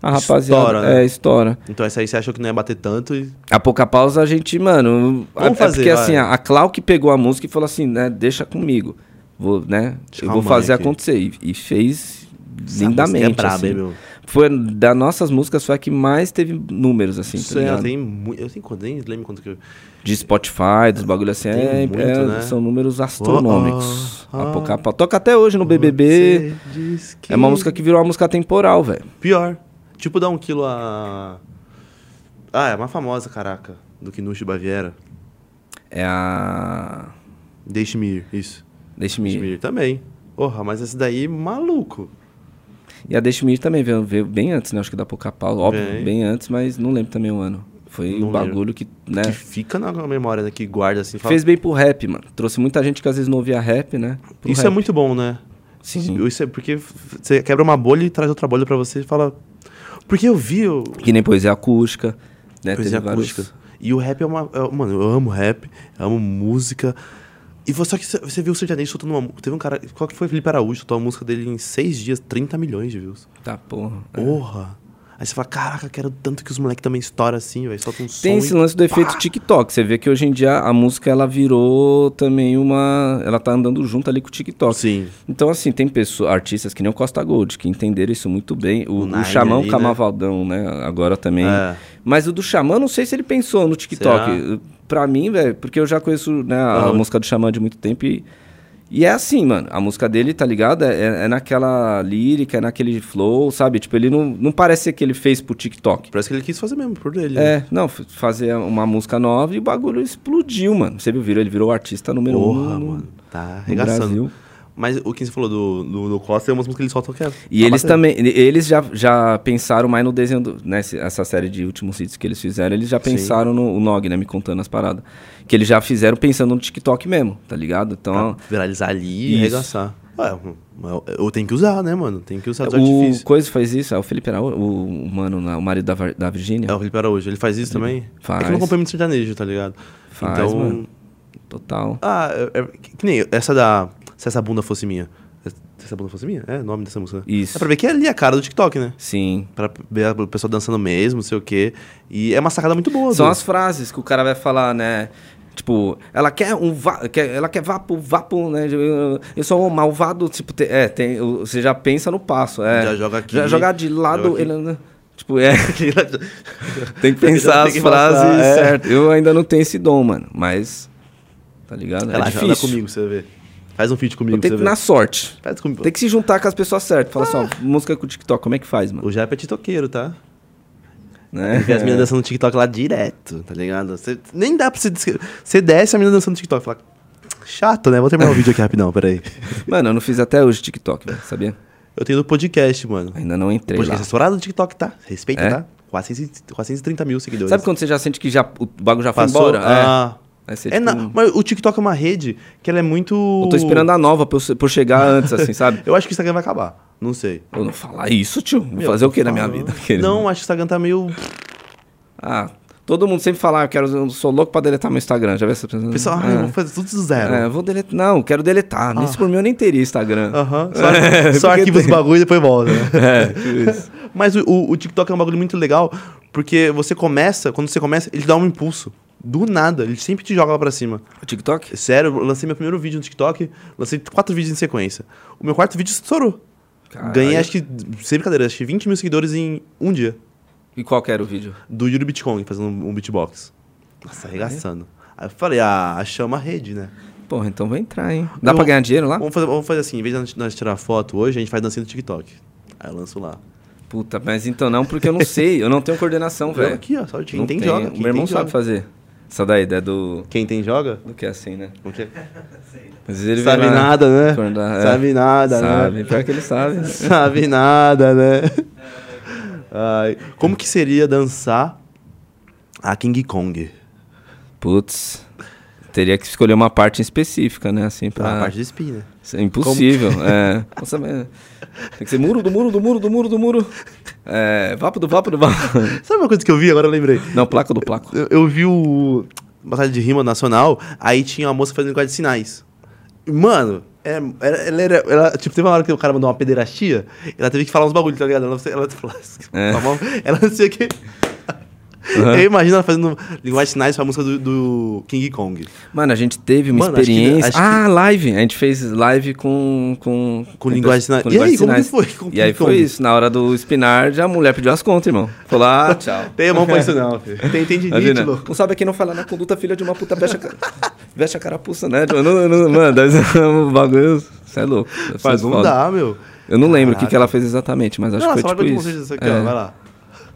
a rapaziada...
Estoura, né?
É, estoura.
Então essa aí você achou que não ia bater tanto e.
A pouca pausa, a gente, mano...
Vamos
a- é
fazer,
porque,
vai.
assim, a, a Clau que pegou a música e falou assim, né? Deixa comigo. Vou, né?
Deixa
eu
a
vou
mãe
fazer
aqui.
acontecer. E, e fez
Essa
lindamente,
música É braba,
assim.
hein, meu?
Foi das nossas músicas, foi a que mais teve números, assim, tá
Isso é,
ligado?
tem muito. Eu tenho quanto, nem lembro quanto que eu.
De Spotify, dos bagulho assim,
Tem
é,
muito,
é-
né?
são números astronômicos.
Oh, oh,
A
oh.
Poca- pa- Toca até hoje no BBB.
Você diz que-
É uma música que virou uma música temporal, velho.
Pior. Tipo, dá um quilo a. Ah, é uma famosa, caraca. Do Kinushi Baviera.
É a.
Deixe-me ir, isso. Deixe-me
Deixe-me ir.
ir também. Porra, mas esse daí, maluco.
E a Deixe-me ir também veio, veio bem antes, né? Acho que da Poca Paulo. Óbvio,
Bem.
bem antes, mas não lembro também o ano. Foi
Não lembro.
um bagulho que, né?
Que fica na memória, né? Que guarda assim. fala-
Fez bem pro rap, mano. Trouxe muita gente que às vezes não ouvia rap, né? Pro
Isso é
rap.
muito bom, né?
Sim.
Isso é porque f- você quebra uma bolha e traz outra bolha pra você e fala. Porque eu vi o.
Que nem poesia acústica, né?
Poesia
Teve vários-
acústica. é, E o rap é uma. é- mano, eu amo rap, amo música. E você, só que você- você viu o sertanejo soltando uma. Teve um cara. Qual que foi Felipe Araújo? Soltou uma música dele em seis dias, 30 milhões de views.
Tá, porra.
Porra! Aí você fala, caraca, quero tanto que os moleques também estouram assim, velho. Solta um som.
Tem
e
esse lance do efeito TikTok. Você vê que hoje em dia a música ela virou também uma. Ela tá andando junto ali com o TikTok.
Sim.
Então, assim, tem pessoas, artistas que nem o Costa Gold, que entenderam isso muito bem.
O
O, o,
Nine
Xamã,
ali,
o Camavaldão, né? Agora também.
É.
Mas o do Xamã, não sei se ele pensou no TikTok.
Será?
Pra mim, velho, porque eu já conheço né, a
Aham.
música do Xamã de muito tempo e. E é assim, mano. A música dele, tá ligado? É, é naquela lírica, é naquele flow, sabe? Tipo, ele não, não parece ser que ele fez pro TikTok.
Parece que ele quis fazer mesmo, por ele. né?
É, não, f- fazer uma música nova e o bagulho explodiu, mano. Você viu, virou, ele virou o artista número
Porra,
um. no-
mano. Tá arregaçando.
Brasil.
Mas o que você falou do, do, do Costa é umas músicas que ele solta que é.
E
tá
eles
batendo.
também, e- eles já, já pensaram mais no desenho, do, nessa essa série de últimos hits que eles fizeram, eles já
Sim.
pensaram no o Nog, né, me contando as paradas. Que eles já fizeram pensando no TikTok mesmo, tá ligado? Então,
Pra viralizar ali e
Isso.
arregaçar. Ué, eu- eu, eu tenho que usar, né, mano? Tem que usar os
o
artifícios.
Coisa faz isso, é o Felipe Araújo, o, o mano, lá, o marido da, Var- da Virgínia.
É o Felipe Araújo, ele faz isso também? É que
Faz.
eu não acompanho muito sertanejo, tá ligado?
Faz,
então.
mano. Total.
Ah, é- é- que, que nem essa da. Se essa bunda fosse minha. Se essa bunda fosse minha? É o nome dessa música. né?
Isso.
É pra ver que é ali a cara do TikTok, né?
Sim.
Pra ver a pessoa dançando mesmo, não sei o quê. E é uma sacada muito boa,
São
viu?
as frases que o cara vai falar, né? Tipo, ela quer um va quer- ela quer vapo, vapo, né? Eu, eu sou um malvado, tipo, te- é, tem, o- você já pensa no passo, é.
Já joga aqui,
Já jogar de lado,
joga aqui.
ele, né? tipo, é, tem que pensar as
Tem que
frases
passar, é.
certo. Eu ainda não tenho esse dom, mano, mas tá ligado?
Ela
é
já anda
difícil.
comigo, você vê. Faz um feat comigo,
eu tenho
você
que
vê.
ir na sorte.
Faz comigo.
Tem que se juntar com as pessoas certas. Fala assim, ó, música com o TikTok, como é que faz, mano?
O Jap é titoqueiro, tá?
Né?
Vê as meninas dançando no TikTok lá direto, tá ligado? Cê- nem dá pra você. descre- Você desce a menina dançando no TikTok. Fala, chato, né? Vou terminar o vídeo aqui rapidão, peraí.
Mano, eu não fiz até hoje TikTok, velho, sabia?
eu tenho do podcast, mano.
Ainda não entrei lá.
Podcast estourado no TikTok, tá? Respeita,
É?
tá? 400 e- 430 mil seguidores.
Sabe quando você já sente que já, o bagulho já foi
Passou?
embora?
Ah.
É, Aí você,
É,
tipo,
na- mas o TikTok é uma rede que ela é muito.
Eu tô esperando a nova pra eu, se- pra eu chegar antes, assim, sabe?
Eu acho que o Instagram vai acabar. Não sei.
Eu não falar isso, tio. Vou
Meu,
fazer o que na minha
fala-
vida? Aquele-
Não, acho que o Instagram tá meio.
Ah, todo mundo sempre fala, ah, eu, quero, eu sou louco pra deletar meu Instagram. Já viu essa pessoa?
Pessoal, ah, eu vou Ah. fazer tudo do zero.
É, eu vou deletar. Não, eu quero deletar. Nem se por mim eu nem teria Instagram.
Aham. Só, só arquiva os bagulho e depois volta. né?
É, tipo isso.
Mas o, o- o TikTok é um bagulho muito legal, porque você começa, quando você começa, ele te dá um impulso. Do nada, ele sempre te joga lá pra cima.
O TikTok?
Sério, eu lancei meu primeiro vídeo no TikTok, lancei quatro vídeos em sequência. O meu quarto vídeo estourou.
Caralho.
Ganhei, acho que, sem brincadeira, acho que 20 mil seguidores em um dia.
E qual que era o vídeo?
Do Yuri Bitcoin, fazendo um um beatbox. Nossa, arregaçando. Aí eu falei, ah, chama a rede, né?
Porra, então vou entrar, hein? Dá
Eu-
pra ganhar dinheiro lá?
Vamos fazer, vamos fazer assim, em vez de nós- nós tirar foto hoje, a gente faz dancinha do TikTok. Aí eu lanço lá.
Puta, mas então não, porque eu não sei. Eu não tenho coordenação,
Joga
velho.
aqui, ó, só quem
Não
tem
tenho.
joga.
O
quem
meu irmão
tem, joga.
sabe fazer. Essa daí, é do...
Quem tem joga?
Do que é assim, né?
Não tem-
Mas ele
Sabe
vem lá-
nada, né?
quando dá- é.
Sabe nada,
Sabe,
né?
pior que ele sabe.
Sabe nada, né? Ai, como que seria dançar a King Kong?
Putz, teria que escolher uma parte em específica, né? Assim,
Pra
pra...
parte do spin, né?
Isso é impossível, é. Nossa, mas- Tem que ser muro do muro do muro do muro do muro. É, vapo do vapo do vapo.
Sabe uma coisa que eu vi? Agora eu lembrei.
Não, placo do placo.
Eu, eu vi o Batalha de Rima Nacional, aí tinha uma moça fazendo linguagem de sinais. E, Mano, é- era, ela era. ela- tipo, teve uma hora que o cara mandou uma pederastia, ela teve que falar uns bagulhos, tá ligado? Ela, ela, ela,
É.
ela, ela não sei o que.
Uhum.
Eu imagino ela fazendo linguagem de sinais pra música do, do King Kong.
Mano, a gente teve uma
Mano, acho que-
experiência.
acho que-
ah, live. A gente fez live com. Com,
Com linguagem de sinais.
com
E
linguagem
aí, como
de
que foi com
e aí
King
foi
Kong?
isso. Na hora do Spinard, a mulher pediu as contas, irmão. Falou, ah, tchau.
Tem a mão pra isso, não, filho. Tem, tem de
Imagina.
nítimo. louco.
Não sabe quem não fala na conduta, filha de uma puta veste a, ca- veste a carapuça, né? Tipo, não, não, mano, deve ser um bagulho. Você é louco. Deve ser
Mas não
foda.
dá, meu.
Eu não lembro o que,
Caralho.
que ela fez exatamente, mas acho
não,
que
só
foi
vai
tipo
com
isso.
vocês isso aqui,
É.
ó. Vai lá.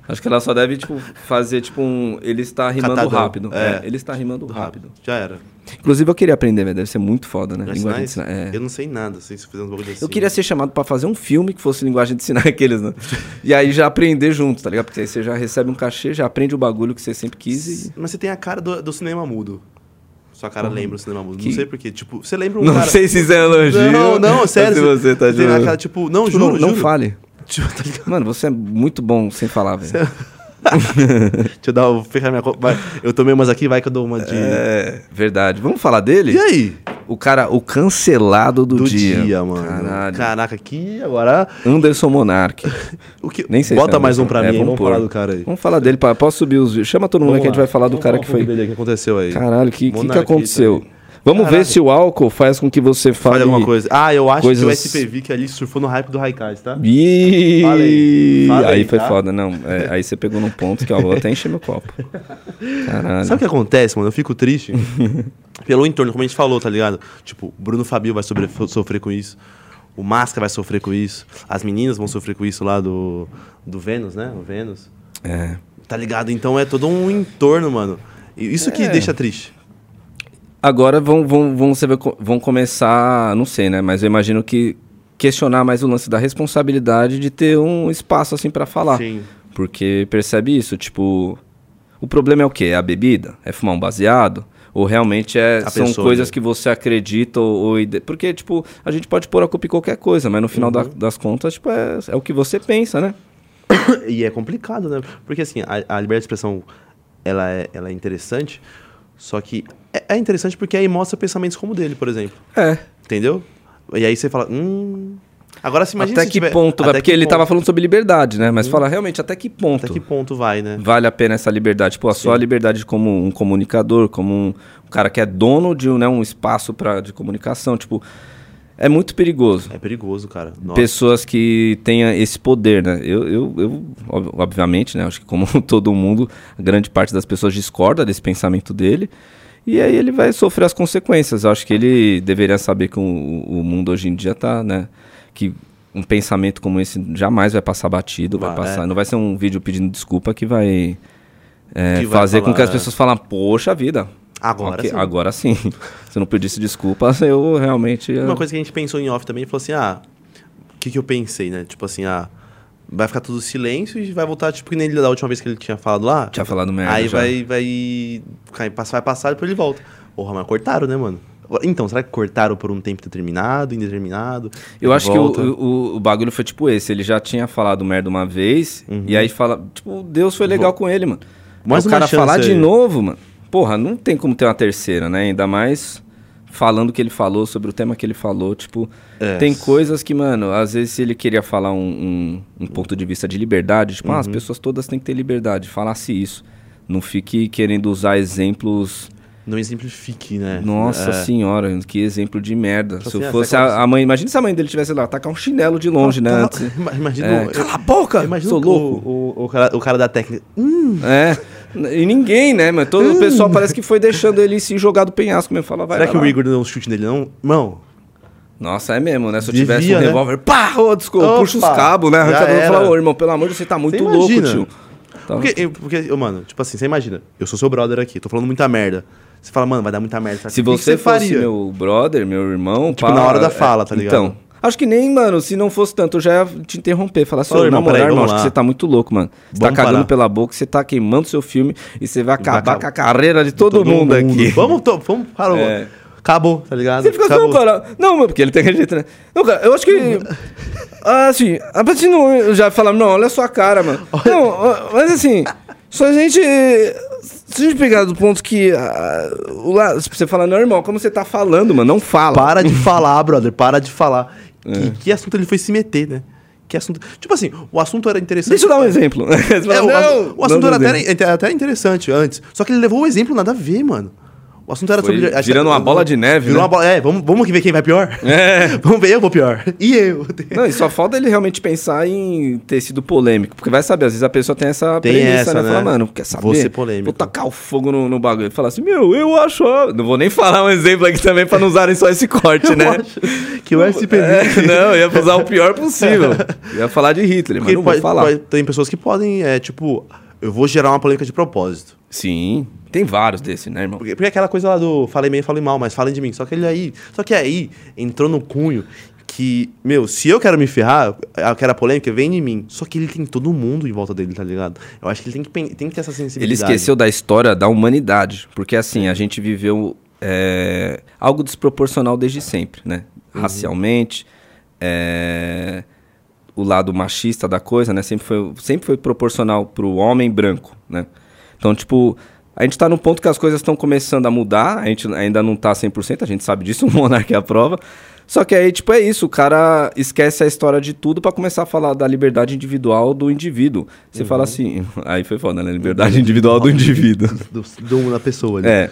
Acho que ela só deve, tipo, fazer, tipo, um. Ele está rimando
Catadão.
rápido.
É.
É. ele está rimando rápido.
Já era.
Inclusive, eu queria aprender, velho. Deve ser muito foda, né?
Já
É, Linguagem de
sinais?
sinais. é.
Eu não sei nada, sei se fizer uns bagulho assim.
Eu queria ser chamado pra fazer um filme que fosse linguagem de sinais aqueles, né? E aí já aprender junto, tá ligado? Porque aí você já recebe um cachê, já aprende o bagulho que você sempre quis e.
Mas você tem a cara do, do cinema mudo. Sua cara lembra o cinema mudo.
Uhum. que-
Não sei porquê. Tipo, você lembra um
Não
cara.
sei se isso é elogio.
Não, não,
ou
sério.
Se você tá
tem a
de
cara, tipo, não,
Tipo,
juro,
não, não
juro.
fale.
Deixa eu, tá ligado?
Mano, você é muito bom sem falar, velho.
é. Deixa eu dar vou ferrar minha co- vai. Eu tomei umas aqui, vai que eu dou uma de.
É, verdade. Vamos falar dele?
E aí?
O cara, o cancelado do, dia.
mano.
Caralho.
Caraca, aqui agora.
Anderson Monark.
O que...
Nem sei se
Bota
é
mais um
Anderson.
pra
É,
mim, vamos
pôr.
falar do cara aí.
Vamos falar dele, pá. Posso subir os vídeos? Chama todo mundo
Vamos
aí que a gente
lá.
vai falar do
Vamos
cara
falar
que
um pouco
foi.
dele aí, O que aconteceu aí?
Caralho, que que, que
Monark
aconteceu?
também.
Vamos ver
Caralho.
se o álcool faz com que você fale.
Fale alguma coisa. Ah, eu acho que o
coisas-
SPV que ali surfou no hype do Raikais, tá?
Ih,
Fala aí.
aí,
Fala aí,
foi
tá?
foda, não. é, aí você pegou num ponto que ó, eu vou até encher meu copo. Caralho.
Sabe o que acontece, mano? Eu fico triste pelo entorno, como a gente falou, tá ligado? Tipo, Bruno Fabio vai sobre- sofrer com isso. O Masca vai sofrer com isso. As meninas vão sofrer com isso lá do, do Vênus, né? O Vênus.
É.
Tá ligado? Então é todo um entorno, mano. E Isso que
É.
deixa triste.
Agora vão, vão, vão, você vai co- vão começar, não sei, né? Mas eu imagino que questionar mais o lance da responsabilidade de ter um espaço assim pra falar.
Sim.
Porque percebe isso, tipo, o problema é o quê? É a bebida? É fumar um baseado? Ou realmente é,
A
são
pessoa,
coisas
né?
que você acredita ou, ou ide- Porque, tipo, a gente pode pôr a culpa em qualquer coisa, mas no final
Uhum.
da- das contas, tipo, é, é o que você pensa, né?
E é complicado, né? Porque assim, a, a liberdade de expressão ela é, ela é interessante, só que é, é interessante porque aí mostra pensamentos como o dele, por exemplo.
É.
Entendeu? E aí você fala, hum. Agora se imagina
até
se
que
tiver-
ponto, vai?
até
Porque
que
ele
ponto-
tava falando sobre liberdade, né? Mas fala realmente até que ponto.
Até que ponto vai, né?
vale a pena essa liberdade. Pô, a sua liberdade como um comunicador, como um, um cara que é dono de um, né, um espaço pra, de comunicação, tipo, é muito perigoso.
É perigoso, cara. Nossa.
Pessoas que tenham esse poder, né? Eu, eu, eu, ob- obviamente, né? Acho que como todo mundo, a grande parte das pessoas discorda desse pensamento dele. E aí ele vai sofrer as consequências. Eu acho que ele deveria saber que o, o mundo hoje em dia tá, né? Que um pensamento como esse jamais vai passar batido, vai
Vai,
passar. Não vai ser um vídeo pedindo desculpa que vai é,
Que vai
fazer com que as
falar,
pessoas falem, poxa vida.
Agora
ok,
sim.
Agora sim. Se eu não pedisse desculpas, eu realmente.
Uma coisa que a gente pensou em off também, ele falou assim: ah, que, que eu pensei, né? Tipo assim, ah, vai ficar tudo silêncio e vai voltar, tipo, que nem ele da última vez que ele tinha falado lá.
Tinha falado merda.
Aí
já.
vai, vai, vai, vai passar e depois ele volta. Porra, mas cortaram, né, mano? Então, será que cortaram por um tempo determinado, indeterminado?
Eu acho
Volta?
que o, o, o bagulho foi tipo esse. Ele já tinha falado merda uma vez.
Uhum.
E aí fala. Tipo, Deus foi legal com ele, mano.
Mais
Mas o
uma
cara
chance
falar de
aí.
novo, mano. Porra, não tem como ter uma terceira, né? Ainda mais falando o que ele falou, sobre o tema que ele falou. Tipo,
É.
tem coisas que, mano, às vezes se ele queria falar um, um, um ponto de vista de liberdade, tipo,
Uhum.
ah, as pessoas todas têm que ter liberdade. Falasse isso. Não fique querendo usar exemplos.
Não exemplifique, né?
Nossa
É.
senhora, que exemplo de merda.
Tipo
Se
assim,
eu
ah,
fosse
será que
a, a mãe. Imagina se a mãe dele tivesse lá, tacar um chinelo de longe, né?
Cala-
antes.
Ima- Imagina,
É,
o-
cala a boca!
imagina
sou
o-
louco!
O, o cara, o cara da técnica. Hum,
É. E ninguém, né? Mas todo o pessoal parece que foi deixando ele se jogar do penhasco mesmo. Fala, vai
será
vai
que
lá.
o Igor não deu um chute nele, não? Mão.
Nossa, é mesmo, né? Se eu
Devia,
tivesse um
né?
revólver, pá, ô, desculpa,
Opa,
puxa os cabos, né?
já
Arrancador
era.
fala, ô, irmão, pelo amor de Deus, você tá muito louco,
imagina?
tio. Tá.
Porque, porque, ô, mano, tipo assim, você imagina, eu sou seu brother aqui, tô falando muita merda. Você fala, mano, vai dar muita merda. sabe?
Se
O que que
você fosse meu brother, meu irmão,
Tipo, na hora da fala, tá ligado?
Então, acho que nem, mano, se não fosse tanto, eu já ia te interromper. Falar assim,
Ô,
ô,
irmão,
irmão,
peraí,
irmão,
vamos
acho que
lá.
você tá muito louco, mano. Você
Vamos
tá cagando
parar.
pela boca, você tá queimando seu filme e você vai acabar
acabar.
com a carreira de todo,
Todo
mundo, aqui.
Vamos, to, vamos, parou.
É.
Acabou, tá ligado?
Você fica assim,
Acabou.
não, cara. Não, mas porque ele tem aquele jeito, né? Não, cara, eu acho que. Ah, assim, a partir não. eu Já falava, não, olha a sua cara, mano. Não, ó, mas assim, só a gente. Se a gente pegar do ponto que. ah, o lado, você fala, não, irmão, como você tá falando, mano? Não fala.
Para de falar, brother, para de falar.
É.
Que, que assunto ele foi se meter, né? Que assunto. Tipo assim, o assunto era interessante.
Deixa eu dar um exemplo. Você fala,
É, o,
não,
assu- o assunto
não,
era
não,
até, até- até interessante antes. Só que ele levou um exemplo nada a ver, mano. O assunto era
Foi
sobre. acho que-
virando uma bola de neve,
Virou
né?
uma bola. É, vamos, vamos ver quem vai pior.
É.
Vamos ver, eu vou pior. E eu.
Não, e só falta ele realmente pensar em ter sido polêmico. Porque vai saber, às vezes a pessoa tem essa
Tem
premissa,
essa,
né?
né?
Fala, mano, quer saber?
Vou ser polêmico."
Vou tacar o fogo no, no bagulho. Fala assim, meu, eu acho... a- Não vou nem falar um exemplo aqui também pra não usarem só esse corte,
Eu
né?
acho que o SPV.
É, não, eu ia usar o pior possível. Eu ia falar de Hitler, mas
Porque
não
pode-
vou falar.
pode- tem pessoas que podem, é, tipo, eu vou gerar uma polêmica de propósito.
Sim, tem vários desses, né, irmão?
Porque, porque aquela coisa lá do falei bem, falei mal, mas falem de mim. Só que ele aí. Só que aí entrou no cunho que, meu, se eu quero me ferrar, eu quero a polêmica, vem de mim. Só que ele tem todo mundo em volta dele, tá ligado? Eu acho que ele tem que, pen- tem que ter essa
Ele
sensibilidade.
esqueceu da história da humanidade, porque assim, a gente viveu é, algo desproporcional desde sempre, né? Racialmente, é, o lado machista da coisa, né? Sempre foi, sempre foi proporcional pro homem branco, né? Então, tipo, a gente tá num ponto que as coisas estão começando a mudar, a gente ainda não tá 100%, a gente sabe disso, o Monark é a prova. Só que aí, tipo, é isso, o cara esquece a história de tudo pra começar a falar da liberdade individual do indivíduo. Você fala assim, aí foi foda, né? Liberdade individual do indivíduo.
Do, do, da pessoa ali.
É.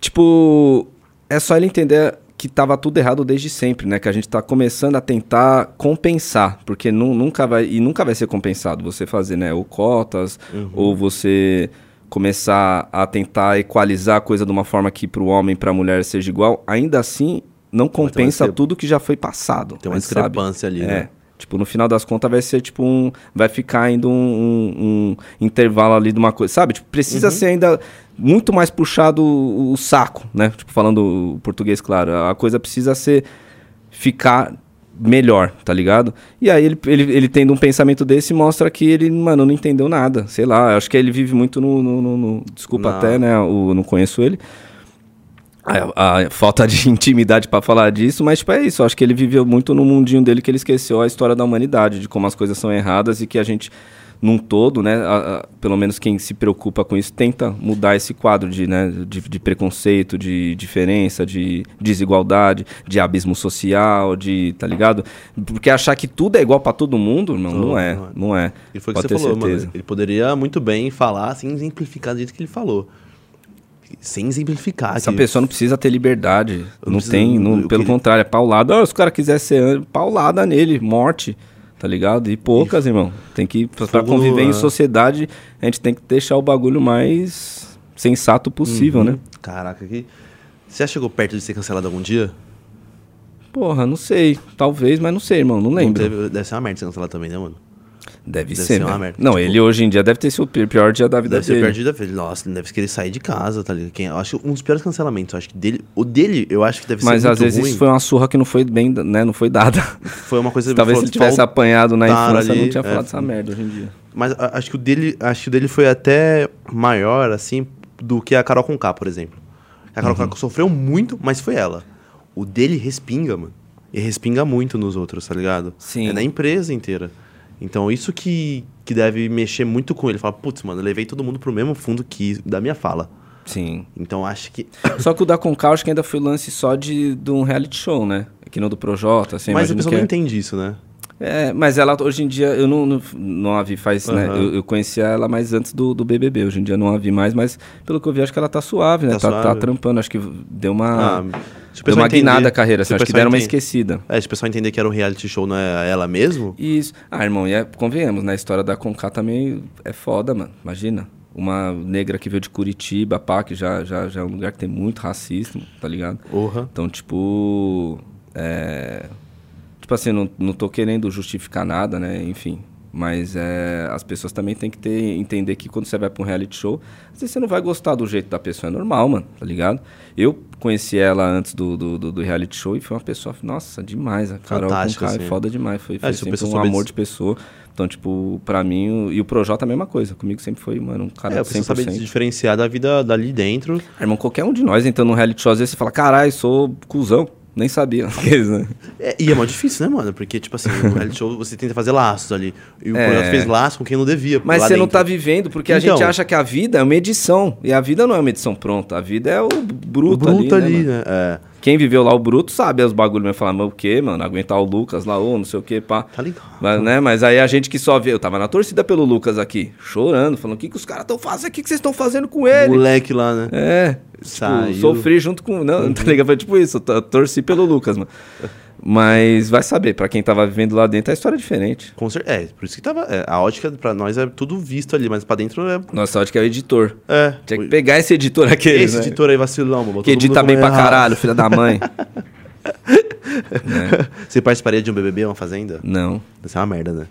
Tipo, é só ele entender que tava tudo errado desde sempre, né? Que a gente tá começando a tentar compensar, porque nu- nunca vai e nunca vai ser compensado você fazer, né, ou cotas,
Uhum.
ou você começar a tentar equalizar a coisa de uma forma que pro homem e pra mulher seja igual, ainda assim não compensa
discrep-
tudo que já foi passado.
um Tem uma
a gente sabe.
discrepância ali,
É.
né?
Tipo, no final das contas vai ser tipo um. Vai ficar ainda um, um- um intervalo ali de uma coisa. Sabe? Tipo, precisa ser ainda muito mais puxado o, o saco, né? Tipo, falando o português, claro. A coisa precisa ser. ficar melhor, tá ligado? E aí ele, ele, ele tendo um pensamento desse mostra que ele, mano, não entendeu nada. Sei lá, acho que ele vive muito no. no- no- no- desculpa
Na-
até, né? O, não conheço ele. A, a falta de intimidade pra falar disso, mas tipo, é isso. eu Acho que ele viveu muito no mundinho dele que ele esqueceu a história da humanidade, de como as coisas são erradas e que a gente, num todo, né, a- a- pelo menos quem se preocupa com isso, tenta mudar esse quadro de, né, de, de preconceito, de diferença, de desigualdade, de abismo social, de. tá ligado? Porque achar que tudo é igual pra todo mundo, não, não é, não é.
E foi o que
Pode
você
ter
falou,
certeza.
mano. Ele poderia muito bem falar sem exemplificar do jeito que ele falou. Sem exemplificar.
Essa
Ah, que-
pessoa não precisa ter liberdade.
não
Não,
preciso-
tem, não-
eu
pelo
queria-
contrário, é paulada. Ah, se o cara quiser ser paulada nele, morte, tá ligado? E poucas, irmão. Tem que, pra pra
Fogo no-
conviver
é.
em sociedade, a gente tem que deixar o bagulho mais sensato possível,
Uhum.
né?
Caraca, que. Você já chegou perto de ser cancelado algum dia?
Porra, não sei. Talvez, mas não sei, irmão. Não
Não
lembro.
teve- Deve ser uma merda ser cancelado também, né, mano?
Deve,
Deve
ser,
ser uma
né?
merda.
Não,
Tipo-
ele hoje em dia deve ter sido o pi- pior dia da vida
Deve ser
dele.
perdido. Deve, nossa, deve querer sair de casa, tá ligado? Quem, eu acho um dos piores cancelamentos. eu Acho que dele, o dele, eu acho que deve
Mas
ser muito
às vezes
ruim.
isso foi um- uma surra que não foi bem, né? Não foi dada.
Foi uma coisa
Talvez se
falou,
ele tivesse
fal-
apanhado na
Cara,
infância, não
ali,
tinha
é.
falado essa merda hoje em dia.
Mas a- acho que o dele, acho que o dele foi até maior, assim, do que a Carol Conká, por exemplo. A Carol
Uhum.
Conká sofreu muito, mas foi ela. O dele respinga, mano. E respinga muito nos outros, tá ligado?
Sim.
É na empresa inteira. Então, isso que, que deve mexer muito com ele. Fala, putz, mano, eu levei todo mundo pro mesmo fundo que da minha fala.
Sim.
Então, acho que.
Só que o da Concal acho que ainda foi lance só de, de um reality show, né? Que não do Projota, assim.
mas a
imagino
pessoa
que
não
é-
entende isso, né?
É, mas ela hoje em dia, eu não, não, não a vi faz, né?
Aham.
Eu, eu conhecia ela mais antes do, do BBB, hoje em dia não a vi mais, mas pelo que eu vi, acho que ela tá suave, né? Tá,
Tá
tá
suave.
trampando, acho que deu uma,
Ah, se o
deu
pessoal
uma
entender-
guinada a carreira, assim,
se o
acho que
pessoal
deram uma
entende-
esquecida.
É, se o pessoal entender que era um reality show, não é ela mesmo?
Isso. Ah, irmão, e é, convenhamos, né? A história da Conká também é foda, mano. Imagina. Uma negra que veio de Curitiba, pá, que já, já, já é um lugar que tem muito racismo, tá ligado?
Porra.
Então, tipo. É... Tipo assim, não, não tô querendo justificar nada, né? Enfim. Mas é, as pessoas também têm que ter, entender que quando você vai pra um reality show, às vezes você não vai gostar do jeito da pessoa, é normal, mano, tá ligado? Eu conheci ela antes do, do, do- do reality show e foi uma pessoa, nossa, demais. A Carol
Fantástica,
Conká é
assim.
foda demais. Foi, foi
se a
sempre
pessoa
um
souber
amor
des-
de pessoa. Então, tipo, pra mim, o- e o Projota a mesma coisa. Comigo sempre foi, mano, um cara
é, eu
de 100%.
preciso saber diferenciar da vida dali dentro.
Ah, irmão, qualquer um de nós entrando num reality show, às vezes você fala, caralho, sou cuzão. Nem sabia. Aqueles, né?
É, e é mais difícil, né, mano? Porque, tipo assim, no reality show você tenta fazer laços ali. E o
É.
Coreano fez laço com quem não devia.
Mas
lá
você não
dentro.
tá vivendo, porque a
Então.
gente acha que a vida é uma edição. E a vida não é uma edição pronta. A vida é o bruto,
O bruto ali,
ali. né, mano?
né? É.
Quem viveu lá o bruto sabe os bagulhos. Mas falar, mas o quê, mano? Aguentar o Lucas lá, ou não sei o quê, pá.
Tá ligado.
Mas, né, mas aí a gente que só vê. Eu tava na torcida pelo Lucas aqui, chorando, falando: o que, que os caras estão fazendo? O que, que vocês estão fazendo com ele?
Moleque lá, né?
É,
Saiu.
tipo, sofri junto com. Não, tá ligado? Foi tipo isso, eu to- torci pelo Lucas, mano. Mas vai saber, pra quem tava vivendo lá dentro, a história é diferente.
Com cer- É, por isso que tava. é, a ótica pra nós é tudo visto ali, mas pra dentro é.
Nossa, eu acho que é o editor.
É.
Tinha que pegar esse editor aquele.
Esse
né?
editor aí vacilão, mano. todo mundo
Que
"Ah."
edita bem pra
comendo errado.
caralho, filha da mãe. né?
Você participaria de um BBB, uma fazenda?
Não.
Deve ser uma merda, né?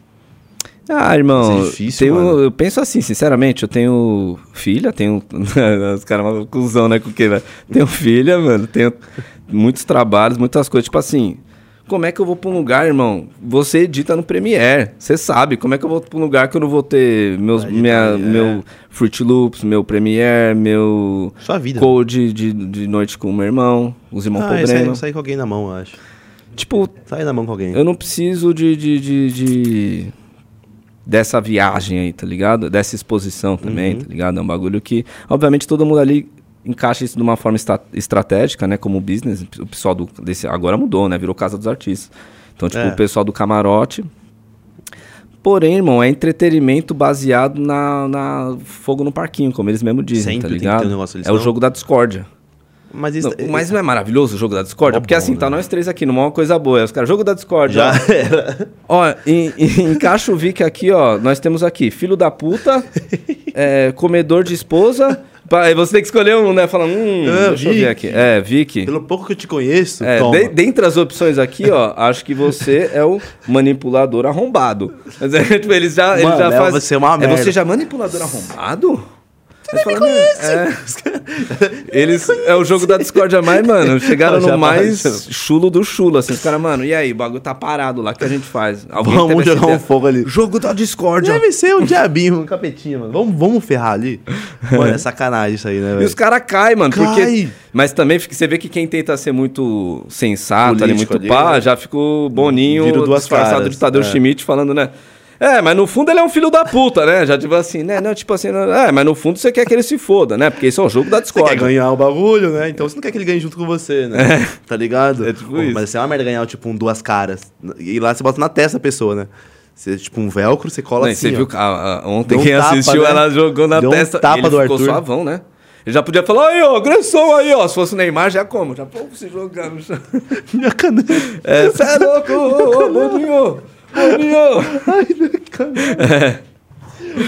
Ah, irmão,
Isso é difícil,
tenho-
mano.
eu penso assim, sinceramente, eu tenho filha, tenho. Os caras uma cuzão, né? Com o que, velho? Tenho filha, mano, tenho muitos trabalhos, muitas coisas. Tipo assim, como é que eu vou pra um lugar, irmão? Você edita no Premiere, você sabe. Como é que eu vou pra um lugar que eu não vou ter meus,
Vai editar,
minha,
é.
meu Fruit Loops, meu Premiere, meu
Sua vida.
Code de, de noite com o meu irmão, os irmãos
Ah,
problema.
sai, sai com alguém na mão, eu acho.
Tipo,
Sai na mão com alguém.
eu não preciso de, de, de- de- dessa viagem aí, tá ligado? Dessa exposição
Uhum.
também, tá ligado? É um bagulho que, obviamente, todo mundo ali encaixa isso de uma forma esta- estratégica, né? Como business, o pessoal do, desse agora mudou, né? Virou casa dos artistas. Então, tipo,
É.
o pessoal do camarote. Porém, irmão, é entretenimento baseado na, na fogo no parquinho, como eles mesmo dizem,
Sempre
tá
tem que
ligado?
ter um negócio ali,
é o
senão-
jogo da discórdia.
Mas
Não,
isso.
mas não é maravilhoso o jogo da discórdia?
Mó
Porque
bom,
assim, tá
né?
nós três aqui, numa é uma coisa boa. Aí Os caras, jogo da discórdia.
Já
ó.
era.
Ó, em- em- encaixa o Vic aqui, ó. Nós temos aqui, filho da puta, é, comedor de esposa. Pá, Aí você tem que escolher um, né? Fala, hum,
Ah,
deixa eu ver
Vic.
aqui. É, Vic.
Pelo pouco que eu te conheço,
É,
toma.
de- dentre as opções aqui, ó, acho que você é o manipulador arrombado. Mas, é, tipo, eles já, eles
Mano,
já
é,
fazem...
você é uma
É
merda.
você já manipulador arrombado? Você não me conhece. É, eles, é o jogo da discórdia mais, mano. Chegaram
Não, já
no mais
apareceu.
chulo do chulo, assim. Os caras, mano, e aí? O bagulho tá parado lá, o que a gente faz? Alguém
Vamos
teve essa
jogar um
ideia?
fogo ali.
Jogo da discórdia.
Deve ser um diabinho, um capetinha, mano. Vamos, vamos ferrar ali. Mano, é sacanagem isso aí, né,
E
velho?
os caras caem, mano.
Cai.
Porque... Mas também fica- você vê que quem tenta ser muito sensato, ali,
Político
muito
ali,
pá,
né?
já ficou boninho,
Vira duas
disfarçado
caras,
de Tadeu
é.
Schmidt falando, né? É, mas no fundo ele é um filho da puta, né? Já tipo assim, né? Não, tipo assim, não- é, mas no fundo você quer que ele se foda, né? Porque isso é o jogo da
Você quer
discórdia.
ganhar o bagulho, né? Então você não quer que ele ganhe junto com você, né? Tá ligado?
É tipo isso.
Mas é uma merda ganhar, tipo, um duas caras. E lá você bota na testa da pessoa, né? Você, tipo, um velcro, você cola
Não, e
assim,
Né, você viu
ó.
que a- a- ontem
Deu um
quem
tapa,
assistiu,
né?
ela jogou na
Deu um
testa
tapa
e ele
do
ficou
Arthur.
suavão, né? Ele já podia falar, aí, ó, agressão aí, ó. Se fosse o Neymar, já é como? Já pô, se jogar no chão.
Minha caneta.
É, cê é louco, ô, ô, ô, Boninho! Boninho!
Ai, minha caneta.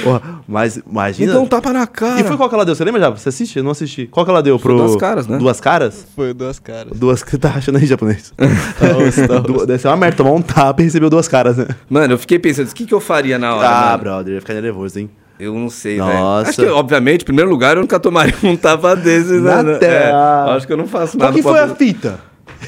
Porra, mas imagina.
Então tapa na cara.
E foi qual que ela deu? Você lembra já? Você assiste? Eu não assisti. Qual que ela deu?
Foi
Pro...
Duas Caras, né?
Duas caras?
Foi duas caras.
Duas que tá achando aí japonês. Du- Deve ser uma merda, tomar um tapa e receber duas caras, né?
Mano, eu fiquei pensando, o que, que eu faria na hora?
Ah,
mano?
brother, ia ficar nervoso, hein?
Eu não sei,
Nossa.
velho. Acho que, obviamente, em primeiro lugar, eu nunca tomaria um tapa desses, né?
Na
É,
terra.
acho que eu não faço
Qual
nada.
que
pra-
foi a fita?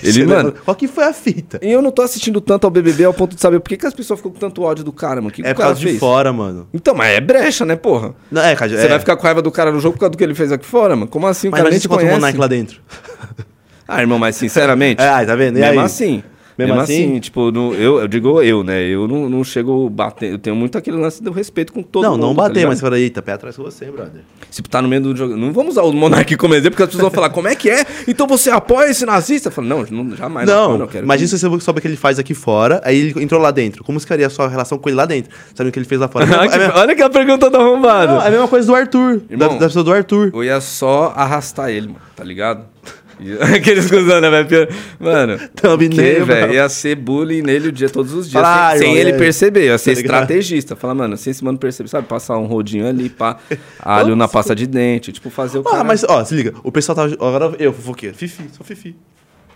Ele,
Você
mano-
lembra? Qual que foi a fita?
E eu não tô assistindo tanto ao BBB ao ponto de saber por que, que as pessoas ficam com tanto ódio do cara, mano. O Que que
É
o
por
cara
causa de
fez?
fora, mano.
Então, mas é brecha, né, porra?
Não, é, cara,
Você
é.
vai ficar com raiva do cara no jogo por causa do que ele fez aqui fora, mano? Como assim? O
Mas
cara
imagina
nem
se
te
encontra o Monark
conhece.
lá dentro.
Ah, irmão, mas sinceramente...
É, tá vendo? E
mesmo
aí?
assim...
Mesmo
Mesmo, assim,
assim?
tipo, no- eu, eu digo eu, né? Eu não, não chego batendo. Eu tenho muito aquele lance do respeito com todo
não,
mundo.
não
tá
bater,
ligado?
mas você fala, eita, pé atrás com você, brother.
Se tá no meio do jogo. Não vamos usar o Monark como exemplo, porque as pessoas vão falar, como é que é? Então você apoia esse nazista? Eu falo, não, não jamais.
não,
apoio, quero
imagina se você soube o que ele faz aqui fora, aí ele entrou lá dentro. Como ficaria a sua relação com ele lá dentro? Sabendo o que ele fez lá fora. É a
Olha
mesma- é a
Ah, que-
mesma-
Olha que a pergunta tá arrombada.
Não, é a mesma coisa do Arthur.
Irmão.
da, da pessoa do Arthur.
Eu ia só arrastar ele, mano, tá ligado? E- Aqueles cuzão, né, velho? Mano,
Thumbnail,
que, velho,
mano.
ia ser bullying nele o dia, todos os dias,
Fala,
sem, sem
irmão,
ele
e aí?
perceber, ia ser
Tá ligado?
estrategista. Falar, mano, sem esse mano perceber, sabe? Passar um rodinho ali, pá, alho na pasta de dente, tipo, fazer o
Ah,
cara-
mas, ó, se liga. O pessoal tava. Agora eu, fofoqueiro. Fifi, sou Fifi.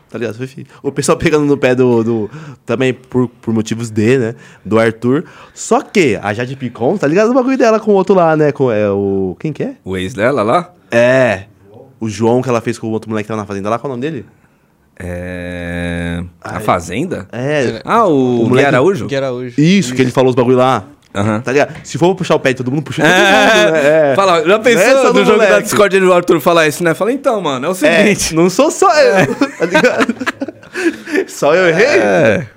Tá ligado? Sou Fifi. O pessoal pegando no pé do. do- também por, por motivos de, né? Do Arthur. Só que a Jade Picon, tá ligado? O bagulho dela com o outro lá, né? Com, é o. Quem que é?
O ex dela lá?
É. O João que ela fez com o outro moleque que tava na fazenda lá. Qual é o nome dele?
É... A Fazenda?
É.
Ah, o,
O
o
moleque- é-
Araújo?
Que era hoje.
Isso, que ele falou os bagulho lá.
Aham.
Tá ligado? Se for puxar o pé de todo mundo, puxa todo mundo, né?
É,
É.
fala, já pensou
Nessa
no
do
jogo da
moleque.
Discord do Arthur falar isso, né? Fala, então, mano, é o
É,
seguinte.
não sou só eu, tá ligado? Só eu errei?
É.